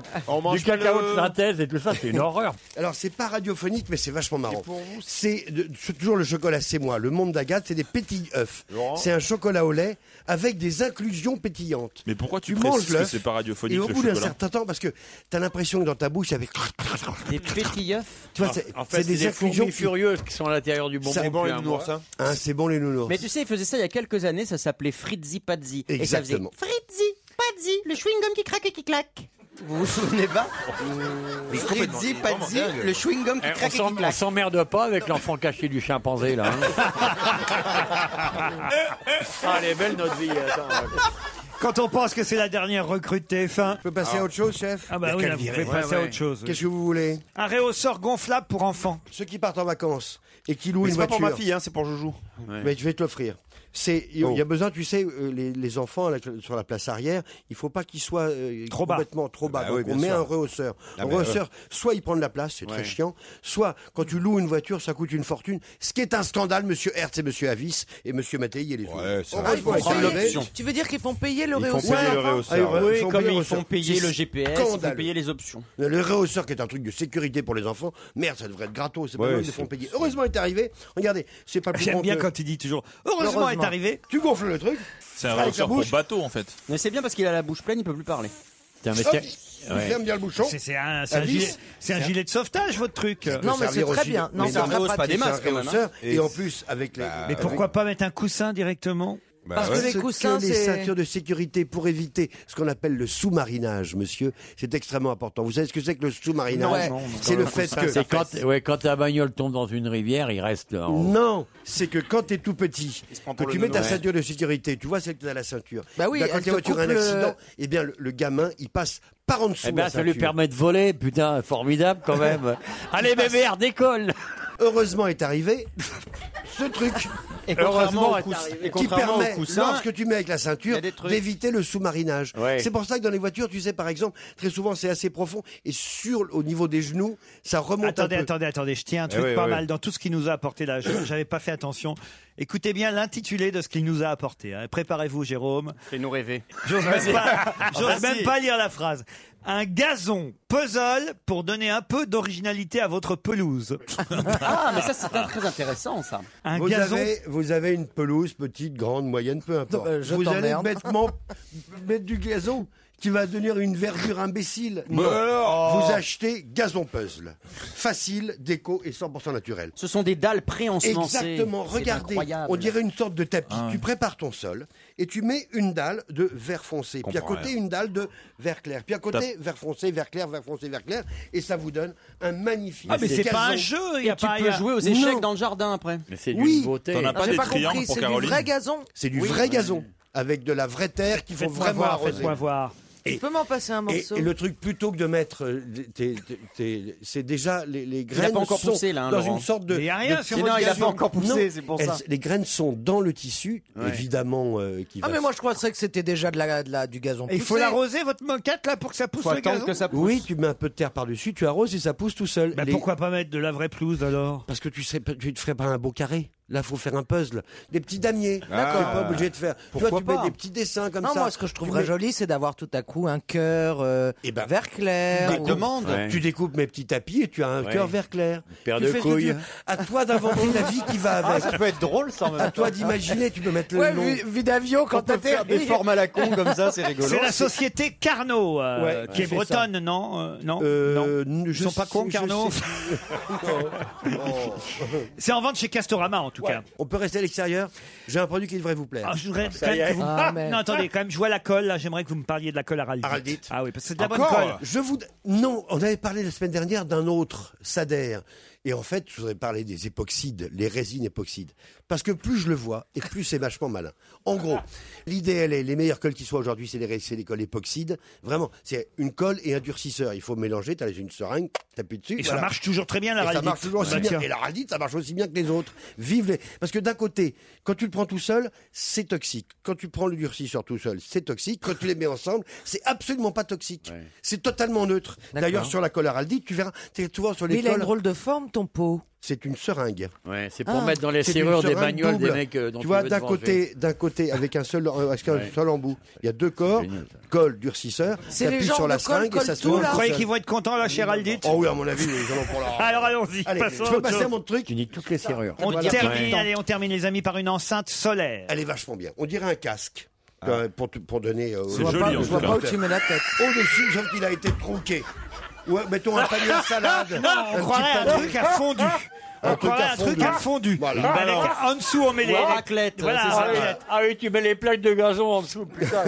[SPEAKER 7] du cacao de synthèse et tout ça, c'est une horreur.
[SPEAKER 8] Alors c'est pas radiophonique, mais c'est vachement marrant. C'est de- c'est toujours le chocolat, c'est moi. Le monde d'Agathe, c'est des petits œufs.
[SPEAKER 13] Laurent
[SPEAKER 8] C'est un chocolat au lait avec des inclusions pétillantes.
[SPEAKER 13] Mais pourquoi tu,
[SPEAKER 8] tu
[SPEAKER 13] précises
[SPEAKER 8] manges
[SPEAKER 13] que
[SPEAKER 8] l'œuf
[SPEAKER 13] c'est pas radiophonique
[SPEAKER 8] et au
[SPEAKER 13] le
[SPEAKER 8] bout d'un
[SPEAKER 13] chocolat
[SPEAKER 8] certain temps, parce que t'as l'impression que dans ta bouche, avec
[SPEAKER 11] Des petits œufs.
[SPEAKER 8] Tu vois,
[SPEAKER 7] En-
[SPEAKER 8] c'est
[SPEAKER 7] en
[SPEAKER 8] c'est
[SPEAKER 7] fait,
[SPEAKER 8] des, inclusions
[SPEAKER 7] fourmis
[SPEAKER 8] qui-
[SPEAKER 7] furieuses qui sont à l'intérieur du bonbon.
[SPEAKER 8] Ça-
[SPEAKER 7] depuis un mois.
[SPEAKER 8] Hein, c'est bon les nounours.
[SPEAKER 11] Mais tu sais, il faisait ça il y a quelques années, ça s'appelait Fritzi Pazzi. Et ça faisait *laughs*
[SPEAKER 8] Exactement.
[SPEAKER 18] Fritzi, Pazzi, le chewing-gum qui craque et qui claque.
[SPEAKER 11] Vous vous souvenez pas
[SPEAKER 7] Euh,
[SPEAKER 11] Fritzi,
[SPEAKER 7] complètement-
[SPEAKER 11] Pazzi, le chewing-gum qui
[SPEAKER 7] Eh, on
[SPEAKER 11] craque et
[SPEAKER 7] s'en-
[SPEAKER 11] qui
[SPEAKER 7] on
[SPEAKER 11] claque.
[SPEAKER 7] s'emmerde pas avec l'enfant caché du chimpanzé, là. hein. ah, elle est belle, notre vie. Attends,
[SPEAKER 11] Ah,
[SPEAKER 5] Quand on pense que c'est la dernière recrue de TF1. Je peux
[SPEAKER 8] passer à autre chose, chef
[SPEAKER 5] Ah
[SPEAKER 8] Il
[SPEAKER 5] bah
[SPEAKER 8] y a
[SPEAKER 5] oui,
[SPEAKER 8] qu'à
[SPEAKER 5] là,
[SPEAKER 8] le
[SPEAKER 5] vous
[SPEAKER 8] virer.
[SPEAKER 5] pouvez passer à autre chose.
[SPEAKER 8] Qu'est-ce que vous voulez
[SPEAKER 5] Un réhausseur gonflable pour enfants.
[SPEAKER 8] Ceux qui partent en vacances et qui louent
[SPEAKER 16] Mais
[SPEAKER 8] une
[SPEAKER 16] c'est pas
[SPEAKER 8] voiture.
[SPEAKER 16] pour ma fille, hein, c'est pour Joujou.
[SPEAKER 8] Mais je vais te l'offrir. C'est il
[SPEAKER 16] Oh.
[SPEAKER 8] y a besoin, tu sais, euh, les, les enfants là, sur la place arrière, il faut pas qu'ils soient euh,
[SPEAKER 5] Trop bas.
[SPEAKER 8] complètement trop bas.
[SPEAKER 16] Bah
[SPEAKER 8] Donc
[SPEAKER 16] oui, bien
[SPEAKER 8] on met
[SPEAKER 16] sûr.
[SPEAKER 8] un rehausseur.
[SPEAKER 16] Ah
[SPEAKER 8] un
[SPEAKER 16] bah
[SPEAKER 8] rehausseur, soit il prend de la place, c'est
[SPEAKER 16] Ouais.
[SPEAKER 8] très chiant. Soit quand tu loues une voiture, ça coûte une fortune. Ce qui est un scandale, Monsieur Hertz et Monsieur Avis et Monsieur Mattei et les autres.
[SPEAKER 16] Ouais, c'est
[SPEAKER 8] On
[SPEAKER 6] Ah,
[SPEAKER 16] vrai.
[SPEAKER 8] reste pour
[SPEAKER 16] Ils font
[SPEAKER 8] prendre le
[SPEAKER 16] payer-
[SPEAKER 8] verre.
[SPEAKER 6] Tu veux dire qu'ils font payer le
[SPEAKER 8] Ils font
[SPEAKER 6] réhausseur
[SPEAKER 8] payer
[SPEAKER 6] à la
[SPEAKER 8] le
[SPEAKER 6] fin
[SPEAKER 8] réhausseur. Ah ouais,
[SPEAKER 11] oui,
[SPEAKER 8] ils font payer
[SPEAKER 11] comme ils
[SPEAKER 8] le
[SPEAKER 11] font
[SPEAKER 8] ressort.
[SPEAKER 11] payer
[SPEAKER 8] C'est
[SPEAKER 11] le GPS, ils font
[SPEAKER 8] scandaleux.
[SPEAKER 11] payer les options.
[SPEAKER 8] Le rehausseur qui est un truc de sécurité pour les enfants, merde, ça devrait être gratos, c'est pas
[SPEAKER 16] Ouais,
[SPEAKER 8] mal, ils le
[SPEAKER 16] c'est-
[SPEAKER 8] font payer. Heureusement, il est arrivé. Regardez, c'est pas plus
[SPEAKER 5] J'aime bien
[SPEAKER 8] honteux.
[SPEAKER 5] quand il dit toujours Heureusement, est arrivé.
[SPEAKER 8] Tu gonfles le truc.
[SPEAKER 13] C'est un
[SPEAKER 8] Avec la
[SPEAKER 13] rehausseur pour
[SPEAKER 8] bouche.
[SPEAKER 13] bateau en fait.
[SPEAKER 11] Mais c'est bien parce qu'il a la bouche pleine, il peut plus parler.
[SPEAKER 8] mais Hop, tiens- Oh, il ouais. ferme bien le bouchon.
[SPEAKER 5] C'est c'est un, c'est un
[SPEAKER 8] Un
[SPEAKER 5] gilet,
[SPEAKER 8] vis.
[SPEAKER 5] c'est un gilet de sauvetage, votre truc.
[SPEAKER 8] peut servir aussi de-
[SPEAKER 11] Non, ça
[SPEAKER 8] de-
[SPEAKER 11] rehausse pas des
[SPEAKER 8] c'est un
[SPEAKER 11] masses, quand même, hein.
[SPEAKER 8] rehausseur. Et,
[SPEAKER 11] Et
[SPEAKER 8] en plus, avec les.
[SPEAKER 5] Mais pourquoi pas mettre un coussin directement
[SPEAKER 8] Parce que les coussins, les ceintures de sécurité pour éviter ce qu'on appelle le sous-marinage, monsieur, c'est extrêmement important. Vous savez ce que c'est que le sous-marinage C'est le fait que
[SPEAKER 7] C'est quand, ouais, quand ta bagnole tombe dans une rivière, il reste en haut.
[SPEAKER 8] Non, c'est que quand t'es tout petit, que
[SPEAKER 7] pour
[SPEAKER 8] tu
[SPEAKER 7] le
[SPEAKER 8] mets ta
[SPEAKER 7] nounours.
[SPEAKER 8] ceinture de sécurité, tu vois celle que t'as à la ceinture.
[SPEAKER 6] Bah oui,
[SPEAKER 8] quand
[SPEAKER 6] elle
[SPEAKER 8] la
[SPEAKER 6] te
[SPEAKER 8] voiture a un
[SPEAKER 6] coupe le-
[SPEAKER 8] accident, eh bien le, le gamin, il passe par en dessous.
[SPEAKER 7] Eh ben,
[SPEAKER 8] la
[SPEAKER 7] ça lui
[SPEAKER 8] ceinture.
[SPEAKER 7] permet de voler, putain, formidable
[SPEAKER 5] *laughs*
[SPEAKER 7] quand même. Allez, bébé, décolle
[SPEAKER 8] Heureusement est arrivé ce truc. Et contrairement
[SPEAKER 11] contrairement au
[SPEAKER 8] à-
[SPEAKER 11] cous- et
[SPEAKER 8] qui
[SPEAKER 11] contrairement au
[SPEAKER 8] permet,
[SPEAKER 11] coussin,
[SPEAKER 8] lorsque tu mets avec la
[SPEAKER 11] il y
[SPEAKER 8] ceinture,
[SPEAKER 11] a des trucs.
[SPEAKER 8] d'éviter le sous-marinage.
[SPEAKER 11] Ouais.
[SPEAKER 8] C'est pour ça que dans les voitures, tu sais, par exemple, très souvent, c'est assez profond et sur, au niveau des genoux, ça remonte Oh,
[SPEAKER 5] Attendez,
[SPEAKER 8] un peu.
[SPEAKER 5] attendez, attendez, je tiens un
[SPEAKER 8] Eh
[SPEAKER 5] truc
[SPEAKER 8] oui,
[SPEAKER 5] pas
[SPEAKER 8] oui.
[SPEAKER 5] mal dans tout ce qu'il nous a apporté
[SPEAKER 8] *coughs*
[SPEAKER 5] là. je- J'avais pas fait attention. Écoutez bien l'intitulé de ce qu'il nous a apporté. hein. Préparez-vous, Jérôme.
[SPEAKER 11] Fais-nous rêver.
[SPEAKER 5] J'ose
[SPEAKER 11] Vas-y.
[SPEAKER 5] même,
[SPEAKER 11] *laughs*
[SPEAKER 5] pas, j'ose
[SPEAKER 11] Vas-y.
[SPEAKER 5] même pas lire la phrase. Un gazon puzzle pour donner un peu d'originalité à
[SPEAKER 8] *laughs*
[SPEAKER 5] votre pelouse.
[SPEAKER 11] Ah, mais ça, c'est un- très intéressant, ça.
[SPEAKER 5] Un
[SPEAKER 8] vous,
[SPEAKER 5] gazon.
[SPEAKER 8] avez, vous avez une pelouse petite, grande, moyenne, peu importe.
[SPEAKER 5] Euh, je
[SPEAKER 8] vous allez
[SPEAKER 5] t'emmerde.
[SPEAKER 11] *laughs*
[SPEAKER 8] bêtement mettre du gazon qui va devenir une verdure imbécile.
[SPEAKER 11] Mais
[SPEAKER 5] oh.
[SPEAKER 11] alors
[SPEAKER 8] Vous achetez gazon puzzle. Facile, déco et 100% naturel.
[SPEAKER 11] Ce sont des dalles préensemencées.
[SPEAKER 8] Exactement.
[SPEAKER 11] C'est
[SPEAKER 8] Regardez,
[SPEAKER 11] incroyable.
[SPEAKER 8] on dirait une sorte de tapis.
[SPEAKER 11] Ah.
[SPEAKER 8] Tu prépares ton sol et tu mets une dalle de vert foncé. Puis à
[SPEAKER 11] Comprends
[SPEAKER 8] côté,
[SPEAKER 11] rien.
[SPEAKER 8] une dalle de vert clair. Puis à côté,
[SPEAKER 11] T'as-
[SPEAKER 8] vert foncé, vert clair, vert foncé, vert clair. Et ça vous donne un magnifique.
[SPEAKER 11] Ah, mais c'est pas
[SPEAKER 8] gazon.
[SPEAKER 11] un jeu, il y a Et tu pas- peux il y a- jouer aux échecs dans le jardin après. Mais c'est d'une
[SPEAKER 8] oui.
[SPEAKER 11] beauté. T'en as pas Ah, j'ai des pas triangles compris, pour c'est du Caroline vrai gazon
[SPEAKER 8] C'est du
[SPEAKER 11] Oui.
[SPEAKER 8] vrai
[SPEAKER 11] Ouais.
[SPEAKER 8] gazon. Avec de la vraie terre qu'il faut
[SPEAKER 5] Faites-moi
[SPEAKER 8] vraiment
[SPEAKER 5] voir,
[SPEAKER 8] arroser.
[SPEAKER 5] faites-moi voir.
[SPEAKER 8] Et-
[SPEAKER 6] Tu peux m'en passer un
[SPEAKER 8] et,
[SPEAKER 6] morceau
[SPEAKER 8] et le truc, plutôt que de mettre, euh, tes- tes- tes- c'est déjà les, les
[SPEAKER 11] a
[SPEAKER 8] graines
[SPEAKER 11] pas encore
[SPEAKER 8] sont
[SPEAKER 11] poussé, là, hein,
[SPEAKER 8] dans
[SPEAKER 11] Laurent.
[SPEAKER 8] une sorte de.
[SPEAKER 11] Mais il y a rien
[SPEAKER 8] de
[SPEAKER 11] sur votre Non, il a gazon. pas encore poussé,
[SPEAKER 8] Non,
[SPEAKER 11] c'est pour
[SPEAKER 8] elles-
[SPEAKER 11] ça.
[SPEAKER 8] Les graines sont dans le tissu,
[SPEAKER 6] Ouais.
[SPEAKER 8] évidemment, euh, qui
[SPEAKER 6] Ah
[SPEAKER 8] va
[SPEAKER 6] mais moi je croisais que c'était déjà de la, de la- du gazon.
[SPEAKER 5] Et Il faut
[SPEAKER 6] poussé.
[SPEAKER 5] l'arroser votre moquette là pour que ça pousse le gazon.
[SPEAKER 8] Oui, tu mets un peu de terre par-dessus, tu arroses et ça pousse tout seul.
[SPEAKER 5] Bah,
[SPEAKER 8] Les-
[SPEAKER 5] Pourquoi pas mettre de la vraie pelouse alors
[SPEAKER 8] Parce que tu sais, pas- tu te ferais pas un beau carré. Là, faut faire un puzzle, des petits damiers.
[SPEAKER 6] D'accord.
[SPEAKER 8] T'es pas obligé de faire. tu vois,
[SPEAKER 6] Ah. Pourquoi
[SPEAKER 8] tu
[SPEAKER 6] pas
[SPEAKER 8] mets des petits dessins comme
[SPEAKER 6] non,
[SPEAKER 8] ça.
[SPEAKER 6] moi, ce que je
[SPEAKER 8] Tu
[SPEAKER 6] trouverais
[SPEAKER 8] mets- Eh
[SPEAKER 6] joli, c'est d'avoir tout à coup un cœur euh, vert clair.
[SPEAKER 8] Tu
[SPEAKER 6] ou-
[SPEAKER 8] découpes- Tu découpes mes petits tapis et tu as un
[SPEAKER 6] Ouais.
[SPEAKER 8] cœur vert clair.
[SPEAKER 6] Une paire
[SPEAKER 8] Tu
[SPEAKER 6] de
[SPEAKER 8] fais ce que
[SPEAKER 6] couilles.
[SPEAKER 8] tu veux. À toi d'inventer la vie qui va
[SPEAKER 6] Ah,
[SPEAKER 8] avec.
[SPEAKER 6] ça peut être drôle, ça, en même
[SPEAKER 8] À
[SPEAKER 6] temps.
[SPEAKER 8] toi d'imaginer, tu peux mettre le
[SPEAKER 6] Ouais,
[SPEAKER 8] nom.
[SPEAKER 6] vue- vue d'avion, quand
[SPEAKER 8] On peut
[SPEAKER 6] t'atterris.
[SPEAKER 8] faire des formes à la con comme ça, c'est rigolo.
[SPEAKER 5] C'est la société Carnot, euh,
[SPEAKER 8] Ouais,
[SPEAKER 5] qui
[SPEAKER 8] qui
[SPEAKER 5] est
[SPEAKER 8] fait
[SPEAKER 5] bretonne, non euh, Non, non. Ils
[SPEAKER 8] je
[SPEAKER 5] sont pas
[SPEAKER 8] sais-
[SPEAKER 5] cons,
[SPEAKER 8] je
[SPEAKER 5] Carnot
[SPEAKER 8] sais-
[SPEAKER 5] *laughs* C'est en vente chez Castorama, en tout cas.
[SPEAKER 8] On peut rester à l'extérieur. J'ai un produit qui devrait vous plaire.
[SPEAKER 5] Ah, je voudrais quand même que vous... Ah, non, attendez, quand même, je vois la colle, là, j'aimerais que vous me parliez de la colle Haraldite. Ah oui, parce que c'est de la bonne colle.
[SPEAKER 8] Je vous... Non, on avait parlé la semaine dernière d'un autre, Sader. Et en fait, je voudrais parler des époxydes, les résines époxydes. Parce que plus je le vois, et plus c'est vachement malin. En gros, l'idée, elle est, les meilleures colles qui soient aujourd'hui, c'est les, ré- c'est les colles époxydes. Vraiment, c'est une colle et un durcisseur. Il faut mélanger, t'as une seringue, t'appuies dessus.
[SPEAKER 5] Et ça marche toujours très bien, la
[SPEAKER 8] Et ça
[SPEAKER 5] Haraldite.
[SPEAKER 8] marche toujours aussi
[SPEAKER 5] Bah,
[SPEAKER 8] bien.
[SPEAKER 5] tiens.
[SPEAKER 8] Et la Haraldite, Ah, ça marche aussi bien que les autres. Vive les... Parce que d'un côté, quand tu le prends tout seul, c'est toxique. Quand tu prends le durcisseur tout seul, c'est toxique. Quand tu les mets ensemble, c'est absolument pas toxique. C'est totalement neutre. D'ailleurs, sur la colle Haraldite, tu verras, tu es souvent sur les
[SPEAKER 6] Mais il a une
[SPEAKER 8] colles-
[SPEAKER 6] drôle de forme, ton pot.
[SPEAKER 8] C'est une seringue.
[SPEAKER 10] c'est pour
[SPEAKER 8] Ah.
[SPEAKER 10] mettre dans les
[SPEAKER 8] C'est une
[SPEAKER 10] serrures des
[SPEAKER 8] seringue
[SPEAKER 10] manuels des
[SPEAKER 8] double.
[SPEAKER 10] mecs euh, dont
[SPEAKER 8] tu vois
[SPEAKER 10] veux te
[SPEAKER 8] d'un
[SPEAKER 10] venger.
[SPEAKER 8] côté d'un côté avec un seul euh, avec un
[SPEAKER 10] Ouais.
[SPEAKER 8] seul embout il y a deux corps colle durcisseur
[SPEAKER 5] C'est les
[SPEAKER 8] t'appuies
[SPEAKER 5] genres
[SPEAKER 8] sur la
[SPEAKER 5] de colle,
[SPEAKER 8] seringue et
[SPEAKER 5] colle
[SPEAKER 8] ça se
[SPEAKER 5] tout,
[SPEAKER 8] met
[SPEAKER 5] là
[SPEAKER 8] tout
[SPEAKER 5] Vous croyez
[SPEAKER 8] seul.
[SPEAKER 5] qu'ils vont être contents, là, chez Haraldite
[SPEAKER 8] oh oui à mon avis oui, ils en ont pour leur
[SPEAKER 5] *laughs* Alors, allons-y,
[SPEAKER 8] Allez, je
[SPEAKER 5] passons à
[SPEAKER 8] peux
[SPEAKER 5] autre
[SPEAKER 8] passer
[SPEAKER 5] chose.
[SPEAKER 8] à mon truc tu niques toutes les serrures
[SPEAKER 5] On termine, allez, on termine, les amis, par une enceinte solaire.
[SPEAKER 8] Elle est vachement bien. On dirait un casque. Euh, pour, te- pour donner. euh,
[SPEAKER 5] Ah. C'est Je vois joli, pas- en je tout vois cas. pas où tu mets
[SPEAKER 8] la tête. Au-dessus, sauf qu'il a été tronqué. Ouais, mettons un panier à salade.
[SPEAKER 5] Non, on
[SPEAKER 8] petit
[SPEAKER 5] croirait un
[SPEAKER 8] panier.
[SPEAKER 5] truc à fondu.
[SPEAKER 8] Un
[SPEAKER 5] On croirait un truc à fondu.
[SPEAKER 8] Voilà.
[SPEAKER 5] Avec- Ah, en dessous, on met les-
[SPEAKER 10] Ouais.
[SPEAKER 5] les- Voilà,
[SPEAKER 10] Ah oui.
[SPEAKER 5] on met les-
[SPEAKER 10] Ah oui, tu mets les plaques de gazon en dessous,
[SPEAKER 7] *laughs*
[SPEAKER 10] putain.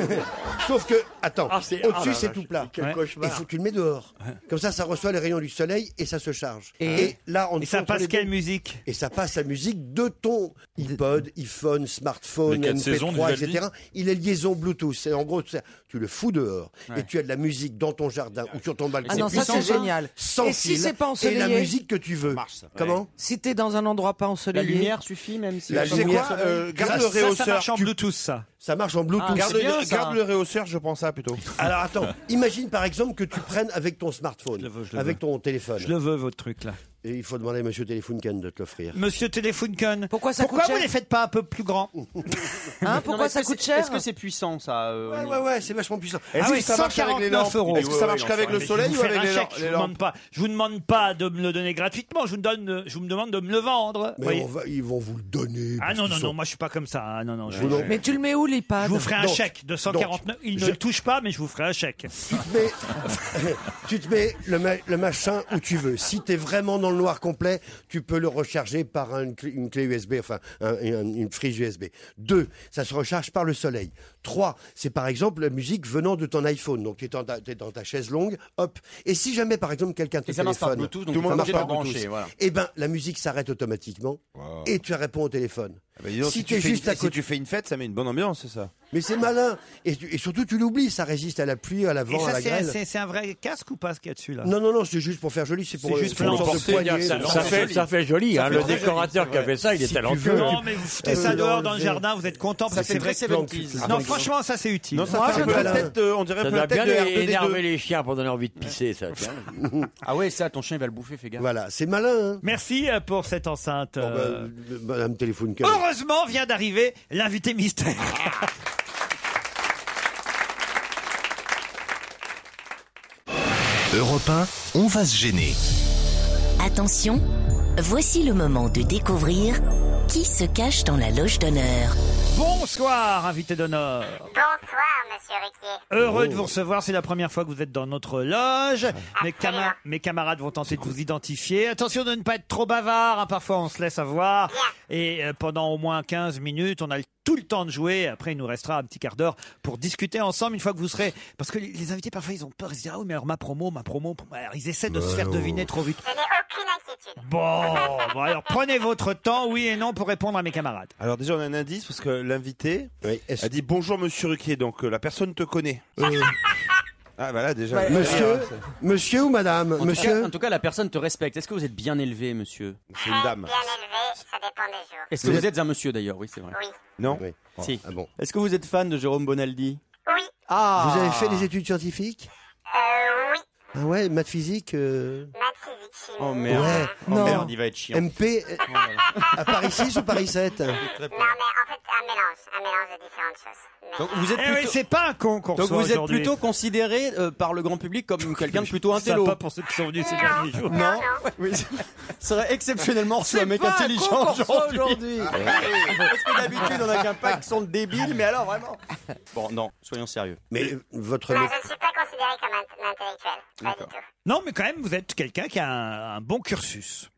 [SPEAKER 8] Sauf que, attends,
[SPEAKER 10] Ah, c'est- ah,
[SPEAKER 8] au-dessus
[SPEAKER 10] la
[SPEAKER 8] c'est
[SPEAKER 10] vache,
[SPEAKER 8] tout plat.
[SPEAKER 10] quel Ouais. cauchemar.
[SPEAKER 8] Il faut que tu le mets dehors. Comme ça, ça reçoit les rayons du soleil et ça se charge.
[SPEAKER 5] Et-
[SPEAKER 8] Et, là, on
[SPEAKER 5] Et ça passe quelle musique
[SPEAKER 8] Et ça passe la musique de ton iPod, iPhone, smartphone,
[SPEAKER 13] Les quatre saisons
[SPEAKER 8] MP3,
[SPEAKER 13] du Vivaldi.
[SPEAKER 8] etc. Il est liaison Bluetooth. C'est en gros, c'est- tu le fous dehors et tu as de la musique dans ton jardin ou sur ton balcon.
[SPEAKER 6] Ah non, ça
[SPEAKER 8] puissant,
[SPEAKER 6] c'est génial.
[SPEAKER 8] Sans
[SPEAKER 6] et si
[SPEAKER 8] fil
[SPEAKER 6] c'est pas
[SPEAKER 8] et
[SPEAKER 6] ensoleillé
[SPEAKER 8] la musique que tu veux. Comment
[SPEAKER 6] Si t'es dans un endroit pas ensoleillé.
[SPEAKER 8] La lumière
[SPEAKER 6] suffit même
[SPEAKER 8] La lumière, euh, garde le
[SPEAKER 5] ça, ça
[SPEAKER 8] réhausseur.
[SPEAKER 5] marche en Bluetooth, ça.
[SPEAKER 8] Ça marche en Bluetooth.
[SPEAKER 5] Ah, Garde c'est le- bien, ça. garde le
[SPEAKER 8] réhausseur, je prends
[SPEAKER 16] Ah,
[SPEAKER 8] ça plutôt. Alors attends,
[SPEAKER 5] *laughs*
[SPEAKER 8] imagine par exemple que tu prennes avec ton smartphone, avec ton téléphone. Je
[SPEAKER 5] le veux, votre truc là.
[SPEAKER 8] Et il faut demander à monsieur Telefunken de te l'offrir.
[SPEAKER 5] Monsieur Telefunken, pourquoi,
[SPEAKER 8] ça coûte
[SPEAKER 5] vous
[SPEAKER 8] cher
[SPEAKER 5] les faites pas un peu plus grands Hein,
[SPEAKER 11] Non, mais est-ce que c'est- Est-ce que c'est puissant, ça euh, au
[SPEAKER 8] Ouais,
[SPEAKER 11] niveau-
[SPEAKER 8] ouais, ouais, c'est vachement puissant.
[SPEAKER 5] Ah
[SPEAKER 11] Est-ce que ça marche avec les lampes
[SPEAKER 5] euros.
[SPEAKER 11] Est-ce que ça marche qu'avec le
[SPEAKER 5] Mais
[SPEAKER 11] soleil
[SPEAKER 5] je
[SPEAKER 11] ou
[SPEAKER 5] vais vous
[SPEAKER 11] avec
[SPEAKER 5] faire
[SPEAKER 11] les
[SPEAKER 5] un
[SPEAKER 11] lampes-
[SPEAKER 5] chèque,
[SPEAKER 11] les
[SPEAKER 5] Je vous demande
[SPEAKER 11] lampes
[SPEAKER 5] pas. Je vous demande pas de me le donner gratuitement. Je vous donne. Je vous demande de me le vendre.
[SPEAKER 8] Mais
[SPEAKER 5] voyez.
[SPEAKER 8] on va- ils vont vous le donner.
[SPEAKER 5] Ah
[SPEAKER 8] parce
[SPEAKER 5] non
[SPEAKER 8] qu'ils
[SPEAKER 5] non
[SPEAKER 8] sont-
[SPEAKER 5] non, moi je suis pas comme ça. Ah, non non. Je,
[SPEAKER 8] vous donne-
[SPEAKER 6] Mais tu le mets où l'iPad
[SPEAKER 5] je vous ferai un
[SPEAKER 8] Donc,
[SPEAKER 5] chèque de 149. Il ne
[SPEAKER 8] je-
[SPEAKER 5] le touche pas, mais je vous ferai un chèque.
[SPEAKER 8] Mais- *laughs* tu te mets le, ma- le machin où tu veux. Si t'es vraiment dans le noir complet, tu peux le recharger par un- une, clé, une clé USB, enfin un- un- une frise USB. Deux, ça se recharge par le soleil. Trois, c'est par exemple la musique venant de ton iPhone. Donc tu es, dans ta- t'es dans ta chaise longue, hop. Et si jamais par exemple quelqu'un te
[SPEAKER 11] Et ça marche par
[SPEAKER 8] téléphone,
[SPEAKER 11] Bluetooth, donc Tout le monde
[SPEAKER 8] ça marche
[SPEAKER 11] obligé
[SPEAKER 8] par Eh
[SPEAKER 11] de brancher,
[SPEAKER 8] Bluetooth.
[SPEAKER 11] voilà.
[SPEAKER 8] Eh ben la musique s'arrête automatiquement et tu réponds au téléphone.
[SPEAKER 10] Ah
[SPEAKER 8] si, tu es
[SPEAKER 16] fais
[SPEAKER 8] juste
[SPEAKER 16] une,
[SPEAKER 8] à côté.
[SPEAKER 16] si tu fais une fête, ça met une bonne ambiance, c'est ça.
[SPEAKER 8] Mais c'est malin. Et, tu- et surtout, tu l'oublies, ça résiste à la pluie, à la
[SPEAKER 5] Et
[SPEAKER 8] vent, à
[SPEAKER 5] ça,
[SPEAKER 8] la
[SPEAKER 5] c'est-
[SPEAKER 8] grêle.
[SPEAKER 5] c'est c'est un vrai casque ou pas ce qu'il y a dessus là
[SPEAKER 8] Non, non, non, c'est juste pour faire joli, c'est pour
[SPEAKER 5] C'est
[SPEAKER 8] euh,
[SPEAKER 5] juste
[SPEAKER 8] pour
[SPEAKER 5] pour
[SPEAKER 8] une sorte de
[SPEAKER 5] l'emporter,
[SPEAKER 8] poignée,
[SPEAKER 5] ça-
[SPEAKER 8] de-
[SPEAKER 5] ça fait-
[SPEAKER 7] ça fait joli, hein,
[SPEAKER 8] Ça
[SPEAKER 7] le
[SPEAKER 8] fait très
[SPEAKER 7] décorateur
[SPEAKER 8] joli,
[SPEAKER 7] qui a
[SPEAKER 8] c'est
[SPEAKER 7] fait
[SPEAKER 8] vrai.
[SPEAKER 7] ça, il est
[SPEAKER 8] Si tu
[SPEAKER 7] talentueux.
[SPEAKER 8] veux,
[SPEAKER 5] Non, mais vous foutez ça dehors dans le jardin, vous êtes content parce
[SPEAKER 7] Ça
[SPEAKER 5] que c'est
[SPEAKER 7] fait
[SPEAKER 5] vrai
[SPEAKER 7] très
[SPEAKER 5] que-
[SPEAKER 7] 70s.
[SPEAKER 5] Non, franchement, ça c'est utile.
[SPEAKER 7] Non, ça fait un peu la tête,
[SPEAKER 16] euh, on dirait
[SPEAKER 7] Ça
[SPEAKER 16] un peu la
[SPEAKER 7] doit bien
[SPEAKER 16] tête de R2D2.
[SPEAKER 7] énerver les chiens pour donner envie de pisser, *laughs* ça. tiens.
[SPEAKER 16] Ah ouais, ça, ton chien, il va le bouffer, fais gaffe.
[SPEAKER 8] Voilà, c'est malin.
[SPEAKER 5] Merci euh, pour cette enceinte.
[SPEAKER 8] bah,
[SPEAKER 5] euh,
[SPEAKER 8] ben, Madame euh, téléphone
[SPEAKER 5] Oh,
[SPEAKER 8] qu'elle-
[SPEAKER 5] Heureusement vient d'arriver l'invité mystère.
[SPEAKER 26] Europe 1, on va se gêner.
[SPEAKER 4] Attention, voici le moment de découvrir qui se cache dans la loge d'honneur.
[SPEAKER 5] Bonsoir, invité d'honneur.
[SPEAKER 1] Bonsoir, monsieur Riquier.
[SPEAKER 5] Heureux
[SPEAKER 8] Oh.
[SPEAKER 5] de vous recevoir, c'est la première fois que vous êtes dans notre loge. Mes, cama- mes camarades vont tenter de vous identifier. Attention de ne pas être trop bavard, hein, parfois on se laisse avoir. Et euh, pendant au moins 15 minutes, on a le- tout le temps de jouer. Après, il nous restera un petit quart d'heure pour discuter ensemble une fois que vous serez... Parce que les, les invités, parfois, ils ont peur, ils se disent, ah oui, mais alors ma promo, ma promo, Alors, ils essaient de se faire deviner trop vite. Bon, *laughs* bon, alors prenez votre temps, oui et non, pour répondre à mes camarades.
[SPEAKER 16] Alors déjà, on a un indice parce que l'invité
[SPEAKER 8] a
[SPEAKER 16] dit bonjour monsieur Ruquier, donc euh, la personne te connaît. Ah bah là déjà.
[SPEAKER 8] Ouais. Monsieur, monsieur ou madame
[SPEAKER 11] En tout
[SPEAKER 8] Monsieur
[SPEAKER 11] cas- en tout cas, la personne te respecte. Est-ce que vous êtes bien élevé, monsieur
[SPEAKER 16] C'est une dame.
[SPEAKER 11] Est-ce que vous êtes un monsieur d'ailleurs Oui, Ah, c'est vrai.
[SPEAKER 16] Non
[SPEAKER 11] Si.
[SPEAKER 8] bon.
[SPEAKER 11] Est-ce que vous êtes fan de Jérôme Bonaldi
[SPEAKER 1] Oui.
[SPEAKER 5] ah.
[SPEAKER 8] Vous avez fait des études scientifiques
[SPEAKER 1] Euh, oui.
[SPEAKER 8] Ah ouais, maths physique. euh,
[SPEAKER 1] Maths physique, chimie.
[SPEAKER 11] Oh,
[SPEAKER 8] merde. Ouais, Oh, non. merde, il
[SPEAKER 11] va être chiant.
[SPEAKER 8] MP euh, à Paris 6 ou Paris 7
[SPEAKER 1] Non, mais en fait, un mélange. Un mélange de différentes choses. Mais-
[SPEAKER 5] Eh oui, c'est pas un con qu'on
[SPEAKER 11] Donc
[SPEAKER 5] reçoit
[SPEAKER 11] vous êtes
[SPEAKER 5] aujourd'hui.
[SPEAKER 11] plutôt considéré euh, par le grand public
[SPEAKER 5] *laughs*
[SPEAKER 11] comme quelqu'un de plutôt
[SPEAKER 5] Sympa
[SPEAKER 11] intello.
[SPEAKER 5] pour ceux qui sont venus ces derniers jours.
[SPEAKER 11] Non. Oui, c'est- ça serait exceptionnellement reçu un mec pas un con qu'on intelligent reçoit aujourd'hui. aujourd'hui. *laughs* Parce que d'habitude on a qu'un pack qui sont débiles, mais alors vraiment.
[SPEAKER 16] Bon, non, soyons sérieux.
[SPEAKER 8] Mais euh, votre.
[SPEAKER 1] Non, Bah, je ne suis pas considéré comme un, un intellectuel. Pas du tout.
[SPEAKER 5] Non, mais quand même, vous êtes quelqu'un qui a un, un bon cursus.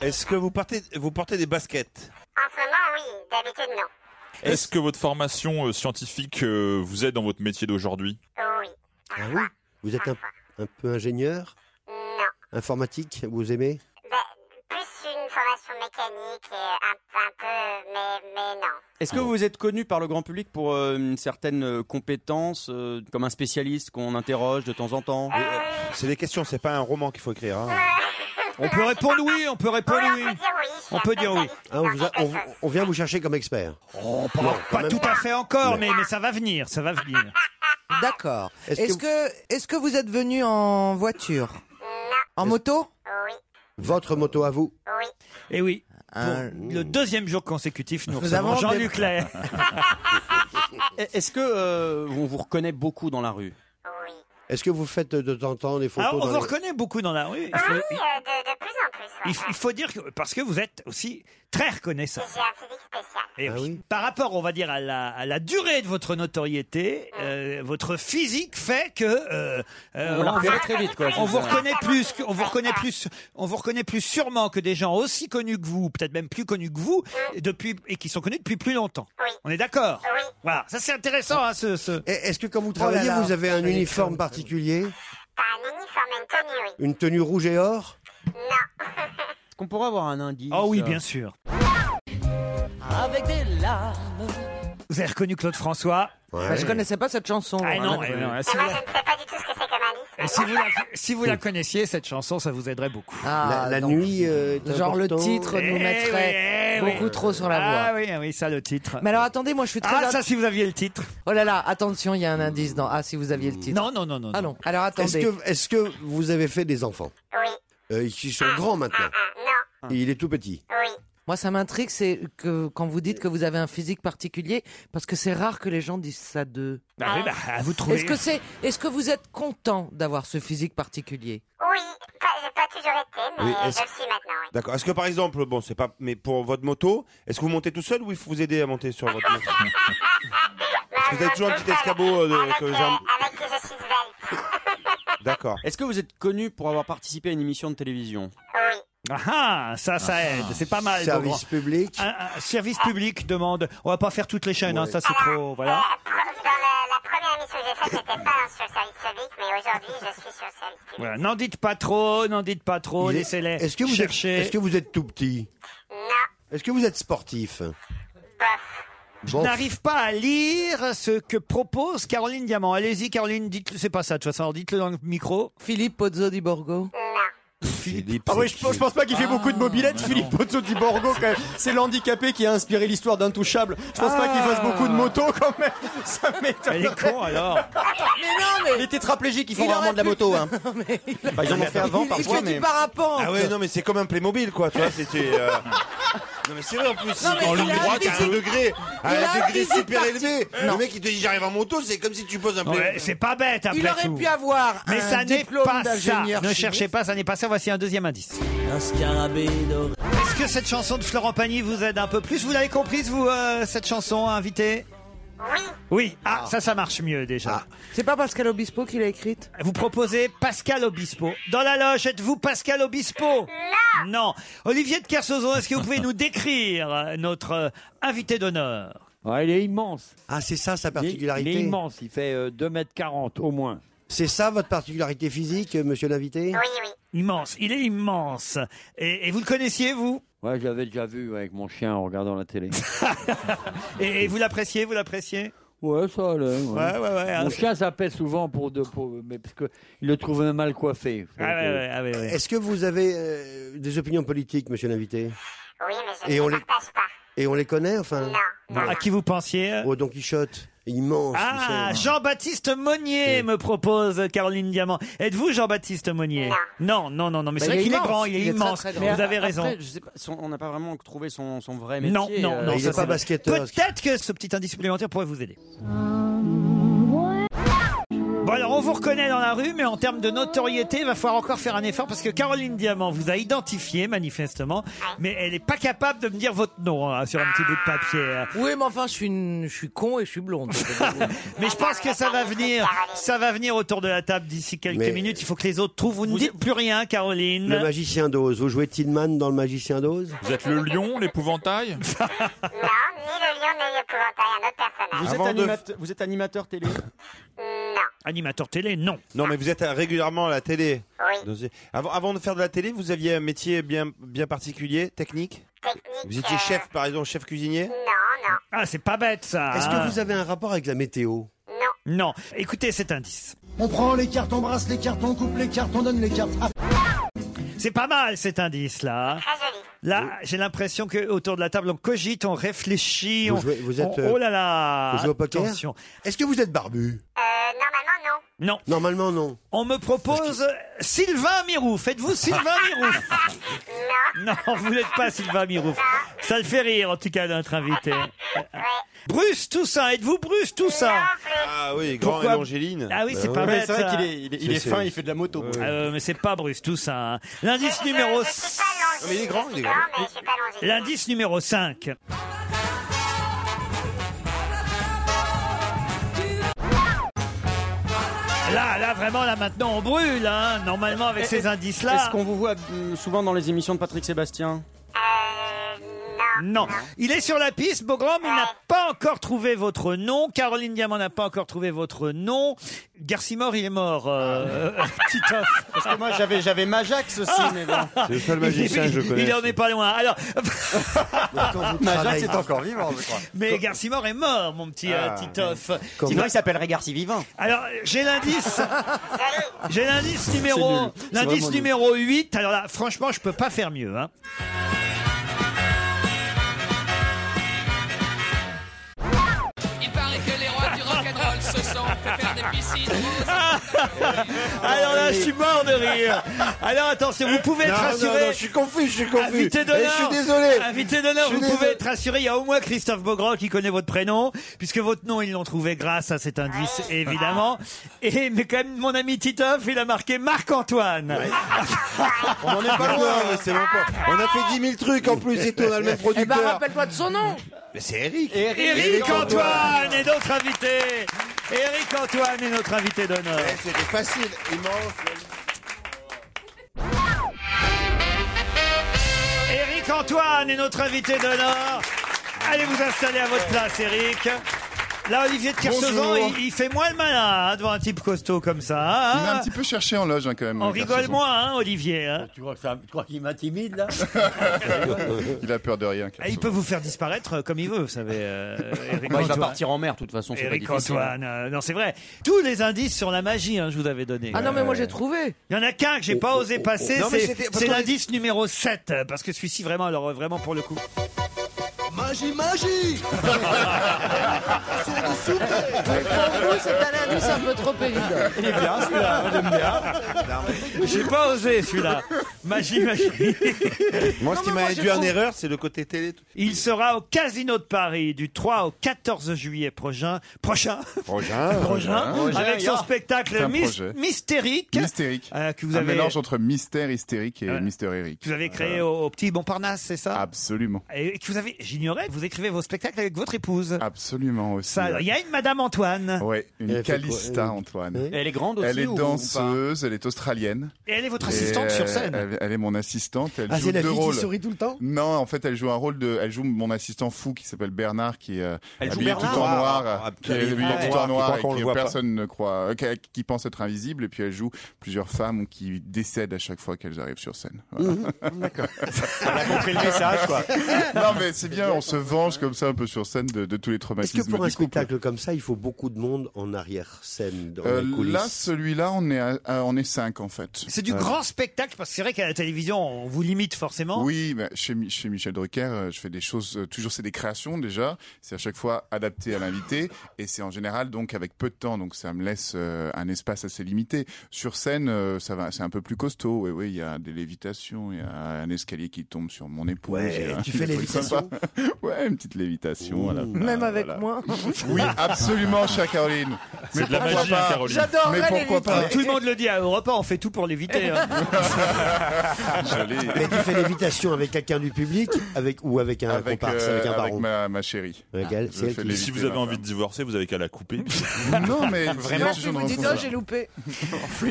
[SPEAKER 16] Est-ce que vous portez, vous portez des baskets
[SPEAKER 1] En ce moment, oui. D'habitude, non.
[SPEAKER 13] Est-ce que votre formation euh, scientifique euh, vous aide dans votre métier d'aujourd'hui
[SPEAKER 1] Oui.
[SPEAKER 8] Ah oui Vous êtes un, un peu ingénieur
[SPEAKER 1] Non.
[SPEAKER 8] Informatique, vous aimez
[SPEAKER 1] Ben, plus une formation mécanique, et un, un peu, mais, mais non.
[SPEAKER 5] Ah
[SPEAKER 11] Est-ce que vous êtes connu par le grand public pour euh, une certaine euh, compétence, euh, comme un spécialiste qu'on interroge de temps en temps
[SPEAKER 16] Euh, C'est des questions, c'est pas un roman qu'il faut écrire. hein.
[SPEAKER 5] On peut répondre oui, on peut répondre oui.
[SPEAKER 1] On
[SPEAKER 5] peut dire oui.
[SPEAKER 8] Hein, on, vous a- on- on vient vous chercher comme expert.
[SPEAKER 5] Oh, pas, pas tout à fait encore, mais, mais ça va venir, ça va venir.
[SPEAKER 6] D'accord.
[SPEAKER 8] Est-ce
[SPEAKER 6] Est-ce
[SPEAKER 8] que-
[SPEAKER 6] que, est-ce que vous êtes venu en voiture En moto
[SPEAKER 8] Votre moto à vous
[SPEAKER 1] Oui.
[SPEAKER 5] Et Eh oui, pour
[SPEAKER 6] Un-
[SPEAKER 5] le deuxième jour consécutif, nous,
[SPEAKER 6] Nous
[SPEAKER 5] recevons
[SPEAKER 6] avons *laughs*
[SPEAKER 5] Jean-Luc
[SPEAKER 6] des-
[SPEAKER 5] Lair.
[SPEAKER 11] *laughs* Est-ce que euh, on vous reconnaît beaucoup dans la rue
[SPEAKER 8] Est-ce que vous faites de temps en temps des photos
[SPEAKER 5] Ah, on
[SPEAKER 8] dans
[SPEAKER 5] vous
[SPEAKER 8] le-
[SPEAKER 5] reconnaît beaucoup dans la rue. Il
[SPEAKER 1] Oui,
[SPEAKER 5] faut,
[SPEAKER 1] euh, de, de plus en plus. ouais.
[SPEAKER 5] il- il faut dire que parce que vous êtes aussi très reconnaissant.
[SPEAKER 1] J'ai un physique spécial.
[SPEAKER 5] Et Ah oui. Par rapport, on va dire, à la, à la durée de votre notoriété, euh, votre physique fait que euh, euh,
[SPEAKER 11] Ah. On la reconnaît
[SPEAKER 5] vous-
[SPEAKER 11] très vite, quoi,
[SPEAKER 5] On
[SPEAKER 11] c'est
[SPEAKER 5] vous
[SPEAKER 11] ça.
[SPEAKER 5] reconnaît plus, que- on vous reconnaît plus, on vous reconnaît plus sûrement que des gens aussi connus que vous, peut-être même plus connus que vous,
[SPEAKER 11] Mm.
[SPEAKER 5] depuis et qui sont connus depuis plus longtemps. On est
[SPEAKER 11] Ah
[SPEAKER 5] d'accord. Voilà, ça c'est intéressant. Hein, ce, ce- Oh
[SPEAKER 8] Et Est-ce que quand vous travaillez, vous avez un uniforme particulier
[SPEAKER 1] Pas un uniforme, une tenue, oui.
[SPEAKER 8] Une tenue rouge et or
[SPEAKER 11] *laughs* Est-ce qu'on pourrait avoir un indice
[SPEAKER 5] Oh oui,
[SPEAKER 11] euh
[SPEAKER 5] bien sûr.
[SPEAKER 1] Avec des larmes.
[SPEAKER 5] Vous avez reconnu Claude François
[SPEAKER 6] Bah, Je connaissais pas cette chanson. hein.
[SPEAKER 5] Ah non,
[SPEAKER 6] Ouais.
[SPEAKER 5] eh non, eh, si vous la- Eh, si vous la- si vous la connaissiez, cette chanson, ça vous aiderait beaucoup. Eh
[SPEAKER 6] Ah, La- la donc, nuit,
[SPEAKER 8] euh, est
[SPEAKER 6] genre le
[SPEAKER 8] importante.
[SPEAKER 6] titre nous mettrait beaucoup trop sur la voie.
[SPEAKER 5] Ah oui, ah oui, ça le titre.
[SPEAKER 6] Mais alors attendez, moi je suis très.
[SPEAKER 5] Ah, ça, si vous aviez le titre.
[SPEAKER 6] Oh là là, attention, il y a un indice dans. Ah si vous aviez le titre.
[SPEAKER 5] Non non non non.
[SPEAKER 6] Ah non. Alors
[SPEAKER 8] Est-ce
[SPEAKER 6] attendez.
[SPEAKER 8] que, est-ce que vous avez fait des enfants
[SPEAKER 1] Oui. Ah,
[SPEAKER 8] Euh, ils sont grands maintenant. Et il est tout petit.
[SPEAKER 6] Moi ça m'intrigue, c'est que quand vous dites que vous avez un physique particulier, parce que c'est rare que les gens disent ça d'eux.
[SPEAKER 5] Ah oui, bah, à vous de trouver.
[SPEAKER 6] Est-ce que c'est, est-ce que vous êtes content d'avoir ce physique particulier
[SPEAKER 1] Oui, pas- j'ai pas toujours été, mais
[SPEAKER 16] Oui,
[SPEAKER 1] je le
[SPEAKER 16] est-ce-
[SPEAKER 1] suis maintenant, oui.
[SPEAKER 16] D'accord. Est-ce que par exemple, bon, c'est pas, mais pour votre moto, est-ce que vous montez tout seul ou il faut vous aider à monter sur
[SPEAKER 10] *laughs*
[SPEAKER 16] votre moto Parce que vous avez toujours un petit escabeau euh, de- que j'aime.
[SPEAKER 1] Avec qui je suis svelte.
[SPEAKER 16] D'accord.
[SPEAKER 11] Est-ce que vous êtes connu pour avoir participé à une émission de télévision
[SPEAKER 5] Ah, ah, ça, ça aide. C'est pas mal.
[SPEAKER 11] Service
[SPEAKER 8] public.
[SPEAKER 5] service public demande. On va pas faire toutes les chaînes, hein, ça c'est trop. Voilà.
[SPEAKER 1] Euh, Dans la, la première émission que j'ai faite, j'étais pas sur le service public, mais aujourd'hui, je suis sur le service public.
[SPEAKER 5] Voilà. N'en dites pas trop, n'en dites pas
[SPEAKER 7] Oh,
[SPEAKER 5] trop.
[SPEAKER 8] Il est-
[SPEAKER 5] Laissez-les
[SPEAKER 8] Est-ce que vous êtes,
[SPEAKER 5] chercher.
[SPEAKER 8] est-ce que vous êtes tout petit Est-ce que vous êtes sportif
[SPEAKER 1] Bah,
[SPEAKER 5] Je n'arrive pas à lire ce que propose Caroline Diamant. Allez-y, Caroline, dites-le. C'est pas ça, de toute façon. Alors, Dites-le dans le micro.
[SPEAKER 6] Philippe Pozzo di Borgo.
[SPEAKER 5] Philippe.
[SPEAKER 11] Ah ouais, je, je pense pas qu'il fait beaucoup de mobilettes, Philippe Pozzo di Borgo. quand même. C'est l'handicapé qui a inspiré l'histoire d'Intouchable. Je pense pas qu'il fasse beaucoup de motos quand même. *laughs* Ça m'étonne.
[SPEAKER 5] Elle Ah. est con, alors.
[SPEAKER 6] Mais non, mais.
[SPEAKER 11] Les tétraplégiques, ils
[SPEAKER 6] Il
[SPEAKER 11] font
[SPEAKER 6] aurait
[SPEAKER 11] rarement de la
[SPEAKER 6] pu-
[SPEAKER 11] moto. Hein. Bah, ils en
[SPEAKER 10] Non,
[SPEAKER 11] ont
[SPEAKER 10] mais
[SPEAKER 11] fait
[SPEAKER 10] attends,
[SPEAKER 11] avant
[SPEAKER 10] il- il
[SPEAKER 11] parfois.
[SPEAKER 10] fait du
[SPEAKER 11] mais-
[SPEAKER 6] parapente.
[SPEAKER 10] Ah ouais, non, mais c'est comme un Playmobil, quoi, tu vois, c'était... euh, Non mais c'est vrai en plus,
[SPEAKER 14] Non, mais
[SPEAKER 10] dans
[SPEAKER 14] il
[SPEAKER 10] le
[SPEAKER 14] a
[SPEAKER 10] droit
[SPEAKER 14] un
[SPEAKER 10] à un
[SPEAKER 14] physique-
[SPEAKER 10] degré, à un
[SPEAKER 14] il a un
[SPEAKER 10] degré
[SPEAKER 14] physique
[SPEAKER 10] super
[SPEAKER 14] parti-
[SPEAKER 10] élevé. Le mec il te dit j'arrive en moto, c'est comme si tu poses un
[SPEAKER 5] Ouais,
[SPEAKER 10] Playmobil.
[SPEAKER 5] c'est pas bête après
[SPEAKER 10] Il aurait
[SPEAKER 5] tout.
[SPEAKER 10] pu avoir
[SPEAKER 5] Mais
[SPEAKER 10] un
[SPEAKER 5] ça n'est
[SPEAKER 10] diplôme
[SPEAKER 5] pas ça.
[SPEAKER 10] d'ingénieur
[SPEAKER 5] Ne
[SPEAKER 10] chimiste.
[SPEAKER 5] cherchez pas, ça n'est pas ça. Voici un deuxième indice. Est-ce que cette chanson de Florent Pagny vous aide un peu plus Vous l'avez comprise, vous, euh, cette chanson, invité oui, ah, ça, ça marche mieux déjà.
[SPEAKER 8] Ah.
[SPEAKER 6] C'est pas Pascal Obispo qui l'a écrite
[SPEAKER 5] Vous proposez Pascal Obispo. Dans la loge, êtes-vous Pascal Obispo Non. Olivier de Kersauzon, est-ce que vous pouvez nous décrire euh, notre euh, invité d'honneur
[SPEAKER 7] Ouais, il est immense.
[SPEAKER 8] Ah, c'est ça sa
[SPEAKER 7] Il
[SPEAKER 8] particularité
[SPEAKER 7] est immense, il fait euh, 2m40 au moins.
[SPEAKER 8] C'est ça votre particularité physique, euh, monsieur l'invité Oui, oui.
[SPEAKER 5] Immense, il est immense. Et, et vous le connaissiez, vous
[SPEAKER 7] Ouais, je l'avais déjà vu avec mon chien en regardant
[SPEAKER 8] *laughs*
[SPEAKER 7] la télé.
[SPEAKER 5] et, et vous l'appréciez, vous l'appréciez
[SPEAKER 7] Ouais, ça allait.
[SPEAKER 5] ouais,
[SPEAKER 7] Ouais,
[SPEAKER 5] ouais, hein,
[SPEAKER 7] Mon
[SPEAKER 5] c'est-
[SPEAKER 7] chien s'appelle souvent pour deux. Pour, mais parce que il le trouve même mal coiffé.
[SPEAKER 5] Ah,
[SPEAKER 7] euh, ah
[SPEAKER 8] Est-ce que vous avez euh, des opinions politiques, monsieur l'invité
[SPEAKER 27] Oui, mais je
[SPEAKER 8] Et on
[SPEAKER 27] ne
[SPEAKER 8] les-
[SPEAKER 27] les partage pas.
[SPEAKER 8] Et on les connaît, enfin
[SPEAKER 5] À qui vous pensiez
[SPEAKER 8] Au Don Quichotte, immense.
[SPEAKER 5] Ah,
[SPEAKER 8] Michel.
[SPEAKER 5] Jean-Baptiste Monnier me propose Caroline Diamant. Êtes-vous Jean-Baptiste Monnier Non, non, non, non, mais c'est vrai qu'il est grand, Bah, il est immense. Vous
[SPEAKER 28] Mais
[SPEAKER 5] avez
[SPEAKER 28] après,
[SPEAKER 5] raison.
[SPEAKER 28] je sais pas, son- on n'a pas vraiment trouvé son, son vrai
[SPEAKER 5] Non,
[SPEAKER 28] métier.
[SPEAKER 5] non,
[SPEAKER 28] euh,
[SPEAKER 5] non,
[SPEAKER 28] il est-
[SPEAKER 5] ça, c'est vrai. Peut-être que ce petit indice supplémentaire pourrait vous aider. Bon alors on vous reconnaît dans la rue, mais en termes de notoriété, il va falloir encore faire un effort parce que Caroline Diamant vous a identifié manifestement,
[SPEAKER 6] Ah.
[SPEAKER 5] mais elle n'est pas capable de me dire votre nom hein, sur un petit bout de papier. hein.
[SPEAKER 6] Oui, mais enfin, je suis, une- je suis con et je suis
[SPEAKER 5] *laughs*
[SPEAKER 6] blonde.
[SPEAKER 5] Mais je pense que ça va venir, ça va venir autour de la table d'ici quelques
[SPEAKER 8] Mais-
[SPEAKER 5] minutes. Il faut que les autres trouvent. Vous ne dites plus rien, Caroline.
[SPEAKER 8] Le magicien d'Oz. Vous jouez Tillman dans le magicien d'Oz
[SPEAKER 29] Vous êtes le lion,
[SPEAKER 5] *laughs*
[SPEAKER 29] l'épouvantail
[SPEAKER 27] Ni le lion, ni l'épouvantail, un autre personnage.
[SPEAKER 11] Vous êtes, animate- vous êtes
[SPEAKER 5] *laughs*
[SPEAKER 11] animateur télé
[SPEAKER 5] Animateur télé, non.
[SPEAKER 10] Non mais vous êtes euh, régulièrement à la télé.
[SPEAKER 27] Oui.
[SPEAKER 10] Dans- Avant, avant de faire de la télé, vous aviez un métier bien, bien particulier, technique Vous étiez chef par exemple, chef cuisinier
[SPEAKER 5] Ah, c'est pas bête ça. Ah.
[SPEAKER 10] Est-ce que vous
[SPEAKER 8] avez un rapport avec la météo
[SPEAKER 5] Non. Non. Écoutez cet indice.
[SPEAKER 14] On prend les cartes, on brasse les cartes, on coupe les cartes, on donne les cartes. Ah,
[SPEAKER 5] C'est pas mal cet indice là. Là, j'ai l'impression que autour de la table on cogite, on réfléchit,
[SPEAKER 8] Vous
[SPEAKER 5] on
[SPEAKER 8] jouez- vous
[SPEAKER 5] on-
[SPEAKER 8] êtes, euh,
[SPEAKER 5] Oh là là.
[SPEAKER 8] vous jouez au poker
[SPEAKER 5] Attention.
[SPEAKER 8] Est-ce que vous êtes barbu
[SPEAKER 5] Euh, Non.
[SPEAKER 8] Normalement, non.
[SPEAKER 5] On me propose Sylvain Mirouf. Êtes-vous *laughs* Sylvain Mirouf Non, vous n'êtes pas Sylvain Mirouf. Ça le fait rire, en tout cas, notre *laughs* invité. Bruce Toussaint, êtes-vous Bruce Toussaint
[SPEAKER 10] Ah oui, grand
[SPEAKER 5] Pourquoi
[SPEAKER 10] Evangeline.
[SPEAKER 5] Ah oui, c'est
[SPEAKER 10] Ben
[SPEAKER 5] pas
[SPEAKER 10] oui.
[SPEAKER 5] bête.
[SPEAKER 10] C'est vrai
[SPEAKER 5] ça.
[SPEAKER 10] qu'il est- il est- il est C'est- fin, c'est- il fait de la moto.
[SPEAKER 5] Euh, mais c'est pas Bruce Toussaint. hein. L'indice numéro. c-
[SPEAKER 10] Mais il est grand, il est grand.
[SPEAKER 27] mais je suis pas longé.
[SPEAKER 5] L'indice numéro 5. Là, là, vraiment, là, maintenant, on brûle, hein. Normalement, avec ces indices-là.
[SPEAKER 28] Est-ce qu'on vous voit euh, souvent dans les émissions de Patrick Sébastien
[SPEAKER 5] Non. Il est sur la piste, Beaugrand, mais il n'a pas encore trouvé votre nom. Caroline Diamant n'a pas encore trouvé votre nom. Garcimore, il est mort, euh, euh, *laughs* Titoff. Ah.
[SPEAKER 11] Parce que moi j'avais j'avais Majax aussi,
[SPEAKER 5] *laughs*
[SPEAKER 11] mais bon.
[SPEAKER 10] C'est le seul magicien que je connaisse.
[SPEAKER 5] Il en est pas loin. Alors. *laughs*
[SPEAKER 11] Majax est encore vivant, je crois.
[SPEAKER 5] Mais Garcimore est mort, mon petit euh,
[SPEAKER 11] Ah,
[SPEAKER 5] Titoff.
[SPEAKER 11] Sinon il s'appellerait Garci Vivant.
[SPEAKER 5] Alors, j'ai l'indice. J'ai l'indice
[SPEAKER 11] C'est
[SPEAKER 5] numéro,
[SPEAKER 11] nul. C'est
[SPEAKER 5] l'indice
[SPEAKER 11] vraiment nul.
[SPEAKER 5] numéro 8. Alors là, franchement, je peux pas faire mieux, hein.
[SPEAKER 14] Il paraît que les rois du rock'n'roll se sont fait faire des piscines.
[SPEAKER 5] Ah, Alors là, je suis mort de rire. Alors attention, vous pouvez
[SPEAKER 10] Non,
[SPEAKER 5] être
[SPEAKER 10] non,
[SPEAKER 5] rassuré.
[SPEAKER 10] non, je suis confus, je suis confus.
[SPEAKER 5] Invité
[SPEAKER 10] Eh,
[SPEAKER 5] d'honneur.
[SPEAKER 10] je suis désolé.
[SPEAKER 5] Invité d'honneur,
[SPEAKER 10] Je suis
[SPEAKER 5] vous
[SPEAKER 10] désolé.
[SPEAKER 5] pouvez être rassuré. Il y a au moins Christophe Beaugrand qui connaît votre prénom, puisque votre nom, ils l'ont trouvé grâce à cet indice, évidemment. Et, mais quand même, mon ami Titoff, il a marqué Marc-Antoine.
[SPEAKER 10] On
[SPEAKER 5] *laughs*
[SPEAKER 10] en est
[SPEAKER 5] Ah.
[SPEAKER 10] pas loin, mais c'est même pas. On a fait 10 000 trucs en plus et tout, on a le même
[SPEAKER 6] Eh ben,
[SPEAKER 10] producteur.
[SPEAKER 6] rappelle-toi de son nom.
[SPEAKER 10] mais c'est Eric.
[SPEAKER 5] Eric Antoine est notre invité. Eric Antoine est notre invité d'honneur.
[SPEAKER 10] Eh, C'était facile, immense.
[SPEAKER 5] Eric Antoine est notre invité d'honneur. Allez vous installer à votre place, Eric. Là, Olivier de Kersauzon,
[SPEAKER 30] Bonjour.
[SPEAKER 5] il, il fait moins le malin hein, devant un type costaud comme ça. hein,
[SPEAKER 30] Il m'a
[SPEAKER 5] hein.
[SPEAKER 30] un petit peu cherché en loge hein, quand même.
[SPEAKER 5] On
[SPEAKER 30] euh,
[SPEAKER 5] rigole
[SPEAKER 30] Kersozon.
[SPEAKER 5] moins, hein, Olivier. hein.
[SPEAKER 10] Tu crois, que ça- tu crois qu'il m'intimide,
[SPEAKER 30] *laughs*
[SPEAKER 10] là
[SPEAKER 30] Il a peur de rien.
[SPEAKER 5] Ah, Il peut vous faire disparaître euh, comme il veut, vous savez. euh, Eric
[SPEAKER 11] Bah, il va
[SPEAKER 5] Antoine.
[SPEAKER 11] partir en mer, de toute façon. c'est pas
[SPEAKER 5] Eric
[SPEAKER 11] difficile. hein.
[SPEAKER 5] Antoine, euh, non, c'est vrai. Tous les indices sur la magie, hein, je vous avais donné.
[SPEAKER 14] Ah non, mais moi j'ai trouvé.
[SPEAKER 5] Il y en a qu'un que j'ai
[SPEAKER 11] Oh,
[SPEAKER 5] pas osé passer,
[SPEAKER 14] Non, mais
[SPEAKER 5] c'est
[SPEAKER 14] c'était- parce
[SPEAKER 5] c'est
[SPEAKER 14] qu'on est-
[SPEAKER 5] l'indice numéro 7, euh, parce que celui-ci, vraiment, alors euh, vraiment pour le coup.
[SPEAKER 6] *laughs*
[SPEAKER 16] Magie, magie
[SPEAKER 14] Pour vous, c'est un indice un peu trop évident.
[SPEAKER 5] Il est bien
[SPEAKER 10] Ah,
[SPEAKER 5] celui-là, on bien. J'ai pas osé celui-là. Magie, magie.
[SPEAKER 16] Moi, ce qui m'a induit en erreur, c'est le côté télé.
[SPEAKER 5] Il sera au Casino de Paris du 3 au 14 juillet prochain. Prochain.
[SPEAKER 30] Prochain.
[SPEAKER 5] *laughs* Prochain.
[SPEAKER 30] Prochain,
[SPEAKER 5] Avec
[SPEAKER 30] ya.
[SPEAKER 5] son spectacle
[SPEAKER 30] C'est un
[SPEAKER 5] Mys-
[SPEAKER 30] projet.
[SPEAKER 5] Mystérique.
[SPEAKER 30] Mystérique.
[SPEAKER 5] euh, que vous
[SPEAKER 30] Un
[SPEAKER 5] avez,
[SPEAKER 30] mélange entre mystère hystérique et
[SPEAKER 5] Ouais.
[SPEAKER 30] Mister Eric.
[SPEAKER 5] que vous avez créé au, au petit Montparnasse, c'est ça
[SPEAKER 30] Absolument.
[SPEAKER 5] Et que vous avez, j'ignorais, vous écrivez vos spactacles avec votre épouse.
[SPEAKER 30] Absolument aussi.
[SPEAKER 5] Ça, il y a une Madame Antoine.
[SPEAKER 30] Ouais,
[SPEAKER 5] Elle
[SPEAKER 30] une
[SPEAKER 5] fait quoi,
[SPEAKER 30] Calista,
[SPEAKER 5] elle-
[SPEAKER 30] Antoine.
[SPEAKER 5] Oui. Elle est grande aussi
[SPEAKER 30] Elle est
[SPEAKER 5] ou- ou pas
[SPEAKER 30] danseuse, elle est australienne.
[SPEAKER 5] Et elle est votre assistante sur scène.
[SPEAKER 30] Elle, elle est mon assistante. Elle
[SPEAKER 19] Ah,
[SPEAKER 30] joue
[SPEAKER 19] c'est la
[SPEAKER 30] deux
[SPEAKER 19] fille qui
[SPEAKER 30] rôles.
[SPEAKER 19] sourit tout le temps
[SPEAKER 30] Non, en fait, elle joue un rôle de. Elle joue mon assistant fou qui s'appelle Bernard, qui est euh,
[SPEAKER 19] Elle joue
[SPEAKER 30] habillé tout en
[SPEAKER 19] Bernard
[SPEAKER 30] noir,
[SPEAKER 19] Ah,
[SPEAKER 30] euh,
[SPEAKER 19] ah,
[SPEAKER 30] qui est habillé
[SPEAKER 19] ah,
[SPEAKER 30] tout en
[SPEAKER 19] qui
[SPEAKER 30] noir
[SPEAKER 19] croit
[SPEAKER 30] et
[SPEAKER 19] qu'on le
[SPEAKER 30] qui
[SPEAKER 19] voit pas.
[SPEAKER 30] personne ne croit, euh, qui, qui pense être invisible. Et puis elle joue plusieurs femmes qui décèdent à chaque fois qu'elles arrivent sur scène. Voilà.
[SPEAKER 19] Mhm. D'accord.
[SPEAKER 30] Elle a compris le message,
[SPEAKER 19] quoi.
[SPEAKER 30] *laughs* non, mais c'est Eh bien. On se venge comme ça un peu sur scène de, de tous les
[SPEAKER 8] Est-ce que
[SPEAKER 30] traumatismes.
[SPEAKER 8] pour un
[SPEAKER 30] du couple.
[SPEAKER 8] spectacle comme ça, il faut beaucoup de monde en arrière-scène, dans
[SPEAKER 30] Euh,
[SPEAKER 8] les coulisses
[SPEAKER 30] là, celui-là, on est à- à- on est cinq en fait.
[SPEAKER 5] C'est du
[SPEAKER 30] Euh,
[SPEAKER 5] grand spectacle, parce que c'est vrai qu'à la télévision, on vous limite forcément.
[SPEAKER 30] Oui, bah, chez, Mi- chez Michel Drucker, euh, je fais des choses, euh, toujours c'est des créations déjà, c'est à chaque fois adapté à l'invité, et c'est en général donc avec peu de temps, donc ça me laisse euh, un espace assez limité. Sur scène, euh, ça va, c'est un peu plus costaud, oui, oui, il y a des lévitations, il y a un escalier qui tombe sur mon épaule.
[SPEAKER 8] Ouais,
[SPEAKER 30] il y a-
[SPEAKER 8] tu fais
[SPEAKER 30] des trucs
[SPEAKER 8] lévitation
[SPEAKER 30] sympas. *laughs* Ouais, une petite lévitation à la fin,
[SPEAKER 14] Même avec
[SPEAKER 30] voilà.
[SPEAKER 14] moi.
[SPEAKER 30] Oui, absolument, chère Caroline.
[SPEAKER 5] C'est de la
[SPEAKER 30] pourquoi
[SPEAKER 5] magie,
[SPEAKER 30] pas
[SPEAKER 5] hein, Caroline.
[SPEAKER 30] Mais pourquoi pas
[SPEAKER 5] Tout le monde le dit à Europa, on fait tout pour l'éviter. hein.
[SPEAKER 8] *laughs* Mais tu fais l'évitation avec quelqu'un du public avec, ou avec un
[SPEAKER 30] Avec,
[SPEAKER 8] comparse, avec
[SPEAKER 30] euh,
[SPEAKER 8] un
[SPEAKER 30] avec
[SPEAKER 8] baron Ah,
[SPEAKER 30] ma, ma chérie.
[SPEAKER 8] Avec elle,
[SPEAKER 30] Je
[SPEAKER 8] c'est elle
[SPEAKER 30] fais
[SPEAKER 8] qui-
[SPEAKER 30] les
[SPEAKER 13] Si vous
[SPEAKER 30] victimes,
[SPEAKER 13] avez envie de divorcer, vous avez qu'à la couper.
[SPEAKER 30] *laughs* Non,
[SPEAKER 13] *laughs*
[SPEAKER 30] mais
[SPEAKER 14] Vraiment, si
[SPEAKER 30] toujours
[SPEAKER 14] vous
[SPEAKER 30] dans
[SPEAKER 14] dites,
[SPEAKER 30] le
[SPEAKER 14] oh,
[SPEAKER 30] fond.
[SPEAKER 14] j'ai loupé.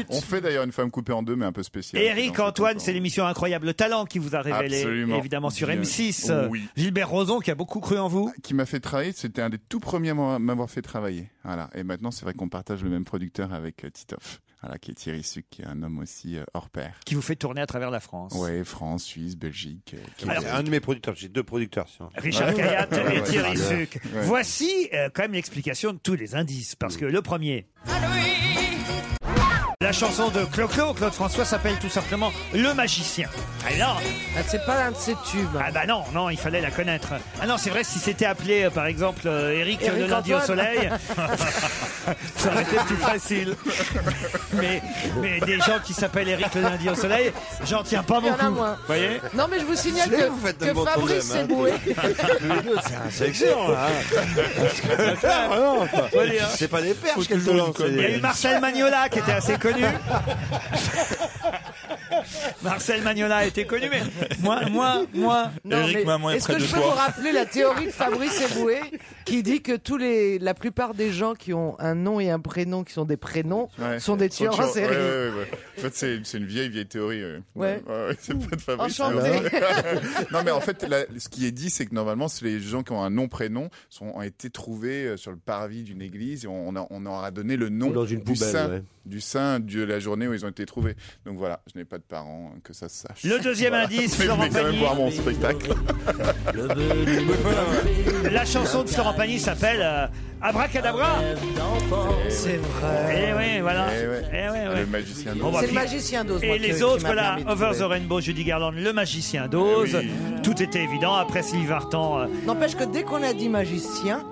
[SPEAKER 30] On fait d'ailleurs une femme coupée en deux, mais un peu spéciale.
[SPEAKER 5] Eric Antoine, c'est l'émission Incroyable Talent qui vous a révélé,
[SPEAKER 30] Absolument.
[SPEAKER 5] évidemment, sur
[SPEAKER 30] Bien.
[SPEAKER 5] M6. euh,
[SPEAKER 30] Oui. Ah,
[SPEAKER 5] Gilbert Rozon qui a beaucoup cru en vous.
[SPEAKER 30] Qui m'a fait travailler, c'était un des tout premiers à m'avoir- m'avoir fait travailler. Voilà. Et maintenant, c'est vrai qu'on partage le même producteur avec euh, Titoff. Voilà, qui est Thierry Suc, qui est un homme aussi euh, hors pair.
[SPEAKER 5] Qui vous fait tourner à travers la France.
[SPEAKER 30] Ouais, France, Suisse, Belgique. euh, qui- Ah,
[SPEAKER 16] C'est un de mes producteurs, j'ai deux producteurs. sinon.
[SPEAKER 5] Richard Kayat
[SPEAKER 30] Ouais,
[SPEAKER 5] et
[SPEAKER 30] ouais,
[SPEAKER 5] Thierry
[SPEAKER 30] ouais.
[SPEAKER 5] Suc.
[SPEAKER 30] Ouais. Mm.
[SPEAKER 5] Voici euh, quand même l'explication de tous les indices. Parce que le premier. La chanson de Clo-Clo, Claude François, s'appelle tout simplement Le Magicien. Ah non C'est pas un de ses tubes. Ah bah non, non, il fallait la connaître. Ah non, c'est vrai, si c'était appelé, euh, par exemple, euh, Eric,
[SPEAKER 19] Eric
[SPEAKER 5] le lundi au
[SPEAKER 19] Antoine.
[SPEAKER 5] soleil, ça aurait été plus facile. Mais, mais des gens qui s'appellent Eric le lundi au soleil, j'en tiens pas
[SPEAKER 14] Il y en a
[SPEAKER 5] Ah, beaucoup.
[SPEAKER 14] moins.
[SPEAKER 5] Vous voyez
[SPEAKER 14] Non, mais je vous signale
[SPEAKER 16] C'est
[SPEAKER 14] que,
[SPEAKER 16] vous faites
[SPEAKER 14] que
[SPEAKER 16] un bon
[SPEAKER 14] Fabrice
[SPEAKER 16] tandem, hein,
[SPEAKER 14] *laughs* Seboué.
[SPEAKER 10] *laughs*
[SPEAKER 16] C'est excellent, là, *laughs* hein. Ça, vraiment, quoi. C'est pas des perches qu'elle te lance.
[SPEAKER 5] Il y a eu Marcel Magnola qui était assez
[SPEAKER 14] *laughs*
[SPEAKER 5] connu. Marcel Magnola était connu, mais moins, moins, *laughs* moins.
[SPEAKER 14] Non, mais Est-ce que je peux vous rappeler la théorie de Fabrice Eboué qui dit que tous les, la plupart des gens qui ont un nom et un prénom qui sont des prénoms
[SPEAKER 30] Ouais.
[SPEAKER 14] sont des
[SPEAKER 30] Sont
[SPEAKER 14] tueurs en
[SPEAKER 30] toujours-
[SPEAKER 14] série.
[SPEAKER 30] ouais, ouais, ouais. En fait, c'est c'est une vieille, vieille théorie. euh.
[SPEAKER 14] Ouais.
[SPEAKER 30] ouais, c'est pas de Fabrice. hein.
[SPEAKER 14] Enchanté.
[SPEAKER 30] *laughs* non, mais en fait, là, ce qui est dit, c'est que normalement, c'est les gens qui ont un nom-prénom sont- ont été trouvés euh, sur le parvis d'une église et on, on a- on leur a donné le nom
[SPEAKER 8] Ou dans une
[SPEAKER 30] du,
[SPEAKER 8] poubelle,
[SPEAKER 30] saint,
[SPEAKER 8] ouais.
[SPEAKER 30] du saint de la journée où ils ont été trouvés. Donc voilà, je n'ai pas de parents, euh, que ça se sache.
[SPEAKER 5] Le deuxième indice,
[SPEAKER 30] *laughs* Mais
[SPEAKER 5] Florent
[SPEAKER 30] venez quand même
[SPEAKER 5] Pagny.
[SPEAKER 30] voir mon spectacle.
[SPEAKER 5] *laughs* La chanson de Florent Pagny s'appelle euh, Abracadabra. C'est vrai. Eh oui, voilà.
[SPEAKER 30] Eh ouais.
[SPEAKER 5] Eh ouais, ouais.
[SPEAKER 30] Le magicien.
[SPEAKER 5] Bon, bah,
[SPEAKER 14] C'est le
[SPEAKER 5] puis-
[SPEAKER 14] magicien d'Oz, moi,
[SPEAKER 5] Et
[SPEAKER 14] qui-
[SPEAKER 5] les
[SPEAKER 14] qui
[SPEAKER 5] autres,
[SPEAKER 14] m'a
[SPEAKER 5] voilà,
[SPEAKER 14] permis de
[SPEAKER 5] Over the
[SPEAKER 14] trouver.
[SPEAKER 5] Rainbow, Judy Garland, le magicien
[SPEAKER 14] Eh
[SPEAKER 5] d'Oz. Tout était évident. Après Sylvie Vartan. euh,
[SPEAKER 14] N'empêche que dès qu'on a dit magicien,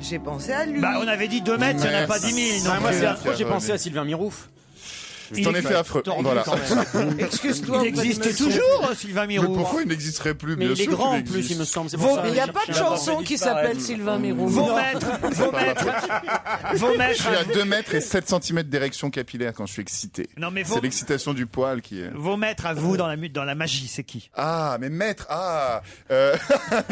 [SPEAKER 14] j'ai pensé à lui.
[SPEAKER 5] Bah, on avait dit 2 mètres, il n'y en a pas 10 000. non
[SPEAKER 11] Ah, moi,
[SPEAKER 5] plus,
[SPEAKER 11] c'est
[SPEAKER 5] hein.
[SPEAKER 11] affreux, j'ai pensé à Sylvain Mirouf.
[SPEAKER 30] C'est en effet affreux.
[SPEAKER 11] Tordu,
[SPEAKER 30] Voilà.
[SPEAKER 11] quand même.
[SPEAKER 14] Excuse-toi,
[SPEAKER 5] Il existe toujours, hein, Sylvain
[SPEAKER 30] Mais
[SPEAKER 5] Mirou.
[SPEAKER 30] pourquoi il n'existerait plus
[SPEAKER 11] Mais
[SPEAKER 30] *laughs* bien
[SPEAKER 11] il est
[SPEAKER 30] sûr
[SPEAKER 11] grand
[SPEAKER 30] qu'il
[SPEAKER 11] en plus,
[SPEAKER 30] existe.
[SPEAKER 11] il me semble, c'est pour
[SPEAKER 5] Vos-
[SPEAKER 11] ça.
[SPEAKER 5] Mais il y a pas
[SPEAKER 14] Pas de chanson qui s'appelle Sylvain Mérou.
[SPEAKER 5] Vos maîtres, vos maîtres, vos
[SPEAKER 30] Je
[SPEAKER 5] maîtres,
[SPEAKER 30] suis à 2 mètres et 7 cm d'érection capillaire quand je suis excité.
[SPEAKER 5] Non, mais
[SPEAKER 30] C'est
[SPEAKER 5] vos-
[SPEAKER 30] l'excitation du poil qui est.
[SPEAKER 5] vos maîtres à vous dans la, mu- dans la magie, c'est qui
[SPEAKER 30] Ah, mais maître, ah euh, *laughs*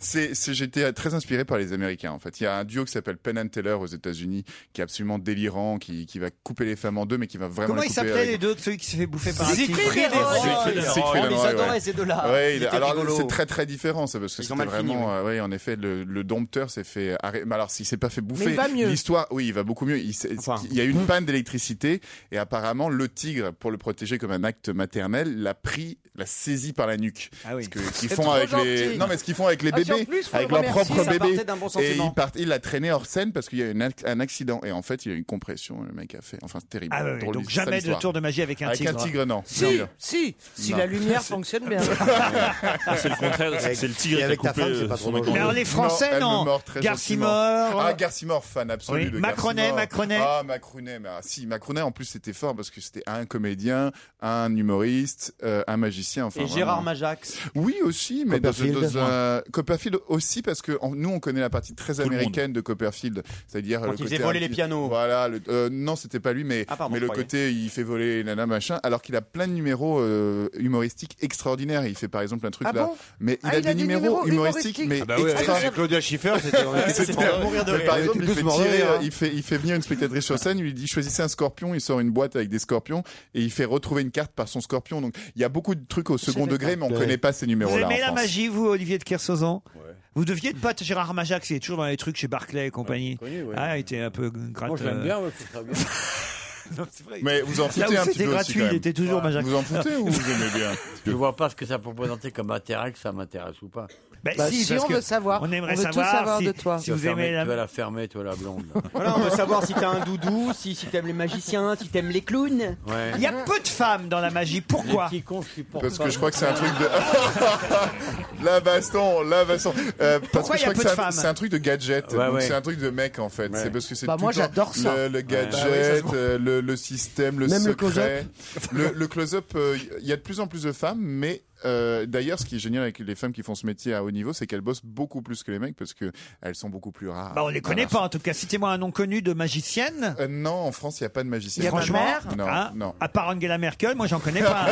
[SPEAKER 30] c'est, c'est- J'étais très inspiré par les Américains, en fait. Il y a un duo qui s'appelle Penn and Teller aux États-Unis, qui est absolument délirant, qui, qui va couper les femmes en deux, mais qui va vraiment vraiment
[SPEAKER 5] Comment
[SPEAKER 30] les
[SPEAKER 5] ils
[SPEAKER 30] couper
[SPEAKER 5] s'appelaient
[SPEAKER 30] avec-
[SPEAKER 5] les deux, de celui qui s'est fait bouffer par un
[SPEAKER 30] Siegfried
[SPEAKER 5] tigre
[SPEAKER 30] et Roy. Siegfried et Roy,
[SPEAKER 5] Ils
[SPEAKER 30] ouais.
[SPEAKER 5] Oh, adoraient ces deux-là.
[SPEAKER 30] Ouais, il-
[SPEAKER 5] Ils étaient
[SPEAKER 30] alors
[SPEAKER 5] rigolos.
[SPEAKER 30] c'est très très différent, ça, parce que
[SPEAKER 5] Ils
[SPEAKER 30] c'était
[SPEAKER 5] ont mal fini,
[SPEAKER 30] vraiment, euh, ouais, en effet, le, le dompteur s'est fait arrêter. Mais alors, s'il s'est pas fait bouffer,
[SPEAKER 5] Mais il va mieux.
[SPEAKER 30] l'histoire, oui, il va beaucoup mieux. Il, s'est- il y a eu une panne d'électricité et apparemment, le tigre, pour le protéger comme un acte maternel, l'a pris, l'a saisi par la nuque. Ah oui. Ce qu'ils
[SPEAKER 16] C'est
[SPEAKER 30] font
[SPEAKER 16] trop
[SPEAKER 30] avec les,
[SPEAKER 16] gentil.
[SPEAKER 30] non mais ce qu'ils font avec les
[SPEAKER 16] Ah, sur
[SPEAKER 30] bébés,
[SPEAKER 16] plus, faut
[SPEAKER 30] avec
[SPEAKER 16] le
[SPEAKER 30] leur
[SPEAKER 16] remercier,
[SPEAKER 30] propre
[SPEAKER 16] ça
[SPEAKER 30] bébé,
[SPEAKER 16] partait d'un bon
[SPEAKER 30] et
[SPEAKER 16] sentiment.
[SPEAKER 30] il part, il l'a traîné hors scène parce qu'il y a eu une ac- un accident et en fait, il y a eu une compression. Le mec a fait, enfin, c'est terrible.
[SPEAKER 5] Ah ouais,
[SPEAKER 30] Drôle
[SPEAKER 5] donc
[SPEAKER 30] d'hi-
[SPEAKER 5] jamais
[SPEAKER 30] sale
[SPEAKER 5] de
[SPEAKER 30] histoire.
[SPEAKER 5] tour de magie avec un
[SPEAKER 30] Avec
[SPEAKER 5] tigre. *laughs*
[SPEAKER 30] un tigre, non.
[SPEAKER 5] Si,
[SPEAKER 30] Non.
[SPEAKER 6] Si, si
[SPEAKER 30] Non.
[SPEAKER 6] la
[SPEAKER 16] *laughs*
[SPEAKER 6] lumière fonctionne *laughs* bien.
[SPEAKER 13] Ah, C'est le contraire, c'est c'est le tigre
[SPEAKER 30] Et
[SPEAKER 13] qui a
[SPEAKER 30] avec ta
[SPEAKER 13] coupé
[SPEAKER 30] femme, c'est
[SPEAKER 13] euh,
[SPEAKER 30] pas
[SPEAKER 13] son
[SPEAKER 30] trop dangereux.
[SPEAKER 13] écran.
[SPEAKER 5] Français,
[SPEAKER 30] elle me
[SPEAKER 5] non.
[SPEAKER 30] mord très
[SPEAKER 5] Garcimore.
[SPEAKER 30] gentiment. Ah, Garcimore, fan absolu
[SPEAKER 5] Oui.
[SPEAKER 30] de
[SPEAKER 5] Macronet,
[SPEAKER 30] Garcimore.
[SPEAKER 5] Macronet.
[SPEAKER 30] Ah, Macronet. Mais, ah, si, Macronet, en plus, c'était fort parce que c'était un comédien, un humoriste, euh, un magicien. Enfin,
[SPEAKER 16] Et
[SPEAKER 30] vraiment.
[SPEAKER 16] Gérard Majax.
[SPEAKER 30] Oui, aussi, mais dans,
[SPEAKER 16] Copperfield.
[SPEAKER 30] dans un- Copperfield aussi parce que en- nous, on connaît la partie très
[SPEAKER 16] le monde.
[SPEAKER 30] américaine de Copperfield. C'est-à-dire.
[SPEAKER 16] Quand
[SPEAKER 30] le
[SPEAKER 16] il
[SPEAKER 30] côté
[SPEAKER 16] faisait voler
[SPEAKER 30] un
[SPEAKER 16] les
[SPEAKER 30] petit-
[SPEAKER 16] pianos.
[SPEAKER 30] Voilà. le- euh, non, c'était pas lui, mais,
[SPEAKER 16] Ah, pardon,
[SPEAKER 30] mais
[SPEAKER 16] je
[SPEAKER 30] le
[SPEAKER 16] croyais.
[SPEAKER 30] côté, il fait voler les nanas, machin, alors qu'il a plein de numéros euh, humoristiques extraordinaires. Il fait par exemple un truc
[SPEAKER 16] Ah
[SPEAKER 30] là.
[SPEAKER 16] bon
[SPEAKER 30] mais
[SPEAKER 16] Ah,
[SPEAKER 30] il a
[SPEAKER 16] il a
[SPEAKER 30] des
[SPEAKER 16] des
[SPEAKER 30] numéros
[SPEAKER 16] numéros
[SPEAKER 30] humoristiques,
[SPEAKER 16] humoristiques.
[SPEAKER 30] mais
[SPEAKER 16] Ah bah ouais,
[SPEAKER 30] extra-
[SPEAKER 16] avec Claudia Schiffer, c'était-
[SPEAKER 30] C'était-
[SPEAKER 16] *laughs* c'était à mourir de
[SPEAKER 30] mais
[SPEAKER 16] rire.
[SPEAKER 30] Par
[SPEAKER 16] Elle
[SPEAKER 30] exemple,
[SPEAKER 16] était
[SPEAKER 30] il fait,
[SPEAKER 16] douce mordre de
[SPEAKER 30] tirer,
[SPEAKER 16] rire,
[SPEAKER 30] euh,
[SPEAKER 16] hein.
[SPEAKER 30] il fait il fait venir une spectatrice sur scène, il lui dit choisissez un scorpion, il sort une boîte avec des scorpions et il fait retrouver une carte par son scorpion. Donc il y a beaucoup de trucs au second degré, mais on
[SPEAKER 5] Ouais.
[SPEAKER 30] connaît pas ces numéros
[SPEAKER 5] Vous
[SPEAKER 30] là.
[SPEAKER 5] aimez la magie, vous, Olivier de Kersauzon Vous deviez de pote Gérard Majax, il est toujours dans les trucs chez Barclay et compagnie.
[SPEAKER 10] connu, ouais.
[SPEAKER 5] Ah, il était un peu gratte.
[SPEAKER 10] Moi, je l'aime
[SPEAKER 5] euh,
[SPEAKER 10] bien, ouais, c'est très bien.
[SPEAKER 30] Mais vous en
[SPEAKER 5] Là où
[SPEAKER 30] foutez un petit
[SPEAKER 5] c'était
[SPEAKER 30] peu
[SPEAKER 5] gratuit,
[SPEAKER 30] aussi, quand
[SPEAKER 5] il
[SPEAKER 30] même.
[SPEAKER 5] était toujours Majax.
[SPEAKER 30] Vous en foutez ou vous aimez bien
[SPEAKER 10] Je vois pas ce que ça peut présenter comme intérêt, que ça m'intéresse ou pas.
[SPEAKER 5] Bah, Bah, si, si, parce on que veut savoir. on aimerait On veut tout savoir savoir si- de toi. si
[SPEAKER 10] Tu vas
[SPEAKER 5] vous
[SPEAKER 10] fermer-
[SPEAKER 5] aimez la-
[SPEAKER 10] Tu vas la fermer, toi, la blonde.
[SPEAKER 5] Voilà, on veut
[SPEAKER 15] savoir si t'as un doudou, si, si t'aimes les magiciens, si t'aimes les clowns.
[SPEAKER 10] Ouais.
[SPEAKER 5] Il y a peu de femmes dans la magie, pourquoi
[SPEAKER 30] Parce que je crois que c'est un truc de. *laughs* la baston, la baston. Euh, parce
[SPEAKER 5] Pourquoi
[SPEAKER 30] que je
[SPEAKER 5] y a
[SPEAKER 30] crois que
[SPEAKER 5] peu de
[SPEAKER 30] c'est un,
[SPEAKER 5] femmes
[SPEAKER 30] c'est un truc de gadget.
[SPEAKER 10] Ouais,
[SPEAKER 30] donc
[SPEAKER 10] ouais.
[SPEAKER 30] C'est un truc de mec en fait. C'est parce que c'est
[SPEAKER 6] Bah,
[SPEAKER 30] tout
[SPEAKER 6] moi,
[SPEAKER 30] le temps
[SPEAKER 6] j'adore ça.
[SPEAKER 30] Le, le
[SPEAKER 6] Ouais.
[SPEAKER 30] gadget,
[SPEAKER 6] Bah oui, ça se voit.
[SPEAKER 30] euh, le, le système, le
[SPEAKER 6] Même le
[SPEAKER 30] secret. Le, le close-up, euh, il y a de plus en plus de femmes, mais euh, d'ailleurs, ce qui est génial avec les femmes qui font ce métier à haut niveau, c'est qu'elles bossent beaucoup plus que les mecs parce que elles sont beaucoup plus rares.
[SPEAKER 5] Bah, on les connaît pas, en tout cas. Citez-moi un nom connu de magicienne.
[SPEAKER 30] Euh, non, en France, il n'y a pas de magicienne.
[SPEAKER 5] magicienne. Franchement,
[SPEAKER 30] Non,
[SPEAKER 5] hein,
[SPEAKER 30] non.
[SPEAKER 5] à part Angela Merkel, moi, j'en connais
[SPEAKER 30] *laughs*
[SPEAKER 5] pas.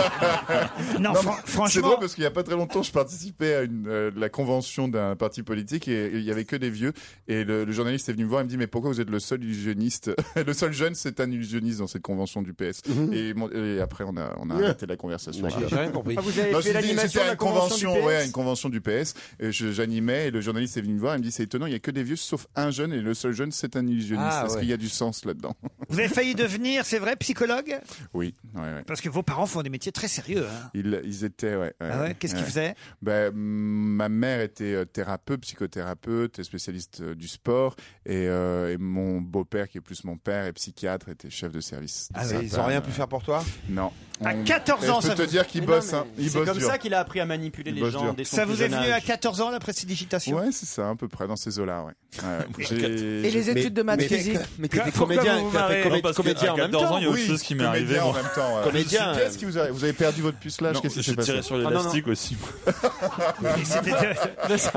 [SPEAKER 5] Non,
[SPEAKER 30] mais
[SPEAKER 5] fran-
[SPEAKER 30] C'est
[SPEAKER 5] franchement-
[SPEAKER 30] drôle parce qu'il n'y a pas très longtemps, je participais à une, euh, la convention d'un parti politique et il y avait que des vieux. Et le, le journaliste est venu me voir et me dit mais pourquoi vous êtes le seul illusionniste *laughs* Le seul jeune, c'est un illusionniste dans cette convention du PS. et, mon- et après, on a, on a arrêté la conversation.
[SPEAKER 16] J'ai rien compris. Ah, vous avez
[SPEAKER 30] Non,
[SPEAKER 16] fait
[SPEAKER 30] c'était-
[SPEAKER 16] l'animation
[SPEAKER 30] c'était
[SPEAKER 16] de
[SPEAKER 30] à
[SPEAKER 16] la
[SPEAKER 30] une
[SPEAKER 16] convention du PS
[SPEAKER 30] ouais, à une convention du PS. Et je- J'animais et le journaliste est venu me voir et me dit c'est étonnant, il n'y a que des vieux sauf un jeune et le seul jeune, c'est un illusionniste.
[SPEAKER 5] Ah,
[SPEAKER 30] Est-ce
[SPEAKER 5] ouais.
[SPEAKER 30] qu'il y a du sens là-dedans
[SPEAKER 5] Vous avez failli devenir, c'est vrai, psychologue
[SPEAKER 30] Oui, *laughs* ouais, ouais.
[SPEAKER 5] Parce que vos parents font des métiers très sérieux.
[SPEAKER 30] *laughs*
[SPEAKER 5] hein.
[SPEAKER 30] Ils, ils étaient, ouais.
[SPEAKER 5] Ah ouais Qu'est-ce qu'ils faisaient
[SPEAKER 30] ben, mm, Ma mère était euh, thérapeute, psychothérapeute, et spécialiste euh, du sport. Et, euh, et mon beau-père, qui est plus mon père, est psychiatre, était chef de service.
[SPEAKER 16] Ah ouais, ils ont rien pu faire
[SPEAKER 30] pour toi Non. Eh,
[SPEAKER 16] À
[SPEAKER 15] 14 ans,
[SPEAKER 30] Je
[SPEAKER 15] ça
[SPEAKER 30] peux te
[SPEAKER 15] vous-
[SPEAKER 30] dire qu'ils
[SPEAKER 15] Mais non,
[SPEAKER 30] bossent.
[SPEAKER 15] mais
[SPEAKER 30] hein. Ils
[SPEAKER 15] c'est
[SPEAKER 30] bossent
[SPEAKER 15] comme
[SPEAKER 30] dur.
[SPEAKER 15] ça qu'il a appris à manipuler
[SPEAKER 30] Ils
[SPEAKER 15] les
[SPEAKER 30] bossent
[SPEAKER 15] gens
[SPEAKER 30] dur.
[SPEAKER 15] dès son
[SPEAKER 5] Ça
[SPEAKER 15] plus
[SPEAKER 5] vous est
[SPEAKER 15] jeune âge.
[SPEAKER 5] venu à 14 ans, la prestidigitation
[SPEAKER 30] Ouais, c'est ça, à peu près, dans ces eaux-là, ouais. Ouais. J'ai-
[SPEAKER 5] Et les
[SPEAKER 30] j'ai-
[SPEAKER 5] études de maths
[SPEAKER 30] mais-
[SPEAKER 5] physique
[SPEAKER 30] mais t'étais
[SPEAKER 5] Pourquoi vous vous marrez
[SPEAKER 30] comé-
[SPEAKER 13] Non, parce que à 14 ans, il y a autre
[SPEAKER 30] Oui,
[SPEAKER 13] chose qui m'est
[SPEAKER 30] comédien
[SPEAKER 13] arrivée,
[SPEAKER 30] en
[SPEAKER 13] moi.
[SPEAKER 30] même temps. ouais.
[SPEAKER 13] Comédien,
[SPEAKER 30] Qu'est-ce qui vous a- Vous avez perdu votre pucelage
[SPEAKER 13] Non,
[SPEAKER 30] Qu'est-ce qui
[SPEAKER 13] j'ai
[SPEAKER 30] s'est passé
[SPEAKER 13] tiré sur
[SPEAKER 5] Ah,
[SPEAKER 13] l'élastique aussi.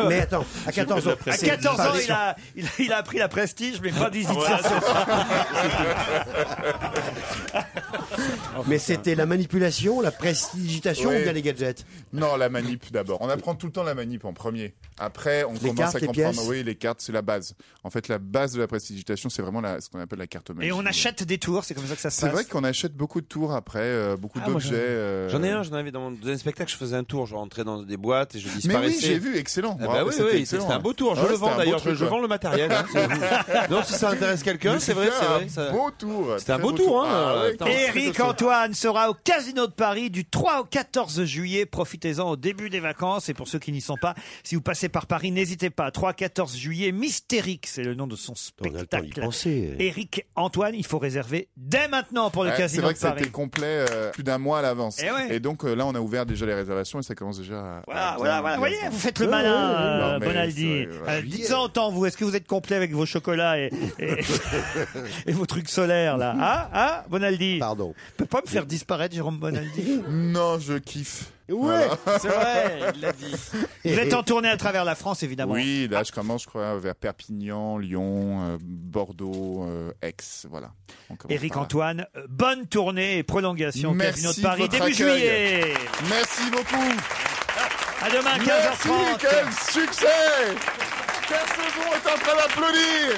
[SPEAKER 8] Mais attends, à 14 ans.
[SPEAKER 5] À 14 ans, il a, il, a, il a appris la prestige, mais pas d'hésitation.
[SPEAKER 8] Voilà, c'est Mais c'était la manipulation, la prestidigitation
[SPEAKER 30] Ouais.
[SPEAKER 8] ou bien les gadgets
[SPEAKER 30] Non, la manip d'abord. On apprend tout le temps la manip en premier. Après, on
[SPEAKER 8] Les
[SPEAKER 30] commence
[SPEAKER 8] cartes,
[SPEAKER 30] à
[SPEAKER 8] les
[SPEAKER 30] comprendre.
[SPEAKER 8] pièces
[SPEAKER 30] oui, les cartes, c'est la base. En fait, la base de la prestidigitation, c'est vraiment la- ce qu'on appelle la cartomagie.
[SPEAKER 5] Et on achète des tours, c'est comme ça que ça se
[SPEAKER 30] C'est
[SPEAKER 5] passe.
[SPEAKER 30] vrai qu'on achète beaucoup de tours après, euh, beaucoup
[SPEAKER 16] Ah, moi,
[SPEAKER 30] d'objets. euh,
[SPEAKER 16] J'en ai un, j'en avais dans mon deuxième spectacle, je faisais un tour, je rentrais dans des boîtes et je
[SPEAKER 30] Mais
[SPEAKER 16] disparaissais.
[SPEAKER 30] oui, j'ai vu, excellent.
[SPEAKER 16] Ah bah
[SPEAKER 30] Bravo,
[SPEAKER 16] oui,
[SPEAKER 30] c'était
[SPEAKER 16] oui,
[SPEAKER 30] excellent.
[SPEAKER 16] c'était un beau tour. Je
[SPEAKER 30] Ah ouais,
[SPEAKER 16] le
[SPEAKER 30] c'était
[SPEAKER 16] vends
[SPEAKER 30] un beau
[SPEAKER 16] d'ailleurs,
[SPEAKER 30] truc,
[SPEAKER 16] je
[SPEAKER 30] quoi.
[SPEAKER 16] vends le matériel. hein,
[SPEAKER 5] *laughs*
[SPEAKER 16] c'est- non, si ça intéresse quelqu'un,
[SPEAKER 30] Mais
[SPEAKER 16] c'est vrai,
[SPEAKER 30] c'était
[SPEAKER 16] c'est
[SPEAKER 30] un
[SPEAKER 16] vrai. ça-
[SPEAKER 30] beau tour.
[SPEAKER 16] C'était un
[SPEAKER 30] très
[SPEAKER 16] beau tour, hein.
[SPEAKER 30] Ah ouais,
[SPEAKER 16] Attends,
[SPEAKER 30] très beau
[SPEAKER 5] Eric
[SPEAKER 30] tour.
[SPEAKER 5] Antoine sera au Casino de Paris du 3 au 14 juillet. Profitez-en au début des vacances. Et pour ceux qui n'y sont pas, si vous passez par Paris, n'hésitez pas. 3-14 juillet, Mystérique, c'est le nom de son spectacle.
[SPEAKER 8] penser.
[SPEAKER 5] Eric Antoine, il faut réserver dès maintenant pour le
[SPEAKER 30] Ouais, c'est
[SPEAKER 5] Casino
[SPEAKER 30] vrai
[SPEAKER 5] de
[SPEAKER 30] que
[SPEAKER 5] Paris.
[SPEAKER 30] c'était complet euh, plus d'un mois à l'avance.
[SPEAKER 5] Eh ouais.
[SPEAKER 30] donc euh, là, on a ouvert déjà les réservations et ça commence déjà à.
[SPEAKER 5] Voilà,
[SPEAKER 30] à
[SPEAKER 5] voilà,
[SPEAKER 30] bien-
[SPEAKER 5] voilà. Vous
[SPEAKER 30] bien-
[SPEAKER 5] voyez, vous faites le
[SPEAKER 30] Ouais,
[SPEAKER 5] malin,
[SPEAKER 30] ouais, ouais.
[SPEAKER 5] euh,
[SPEAKER 30] Non, mais
[SPEAKER 5] Bonaldi.
[SPEAKER 30] c'est-
[SPEAKER 5] Euh,
[SPEAKER 30] voilà.
[SPEAKER 5] Dites-en en temps, vous, est-ce que vous êtes complet avec vos chocolats et, et- *laughs* et vos trucs solaires, là Ah, ah, Bonaldi
[SPEAKER 8] Pardon.
[SPEAKER 5] peut pas me faire disparaître, Jérôme Bonaldi
[SPEAKER 30] Non, je kiffe.
[SPEAKER 5] Ouais,
[SPEAKER 30] c'est *laughs* vrai,
[SPEAKER 5] il l'a dit. Vous êtes en tournée à travers la France, évidemment.
[SPEAKER 30] Oui, là, je commence, je crois, vers Perpignan, Lyon, euh, Bordeaux, euh, Aix, voilà. On commence
[SPEAKER 5] Éric
[SPEAKER 30] par là.
[SPEAKER 5] Antoine, euh, bonne tournée et prolongation au
[SPEAKER 30] Merci
[SPEAKER 5] Casino de
[SPEAKER 30] de
[SPEAKER 5] Paris
[SPEAKER 30] votre
[SPEAKER 5] début
[SPEAKER 30] accueil.
[SPEAKER 5] juillet.
[SPEAKER 30] Merci beaucoup.
[SPEAKER 5] À demain, 15h30.
[SPEAKER 30] Merci, quel succès Cassezon est en train d'applaudir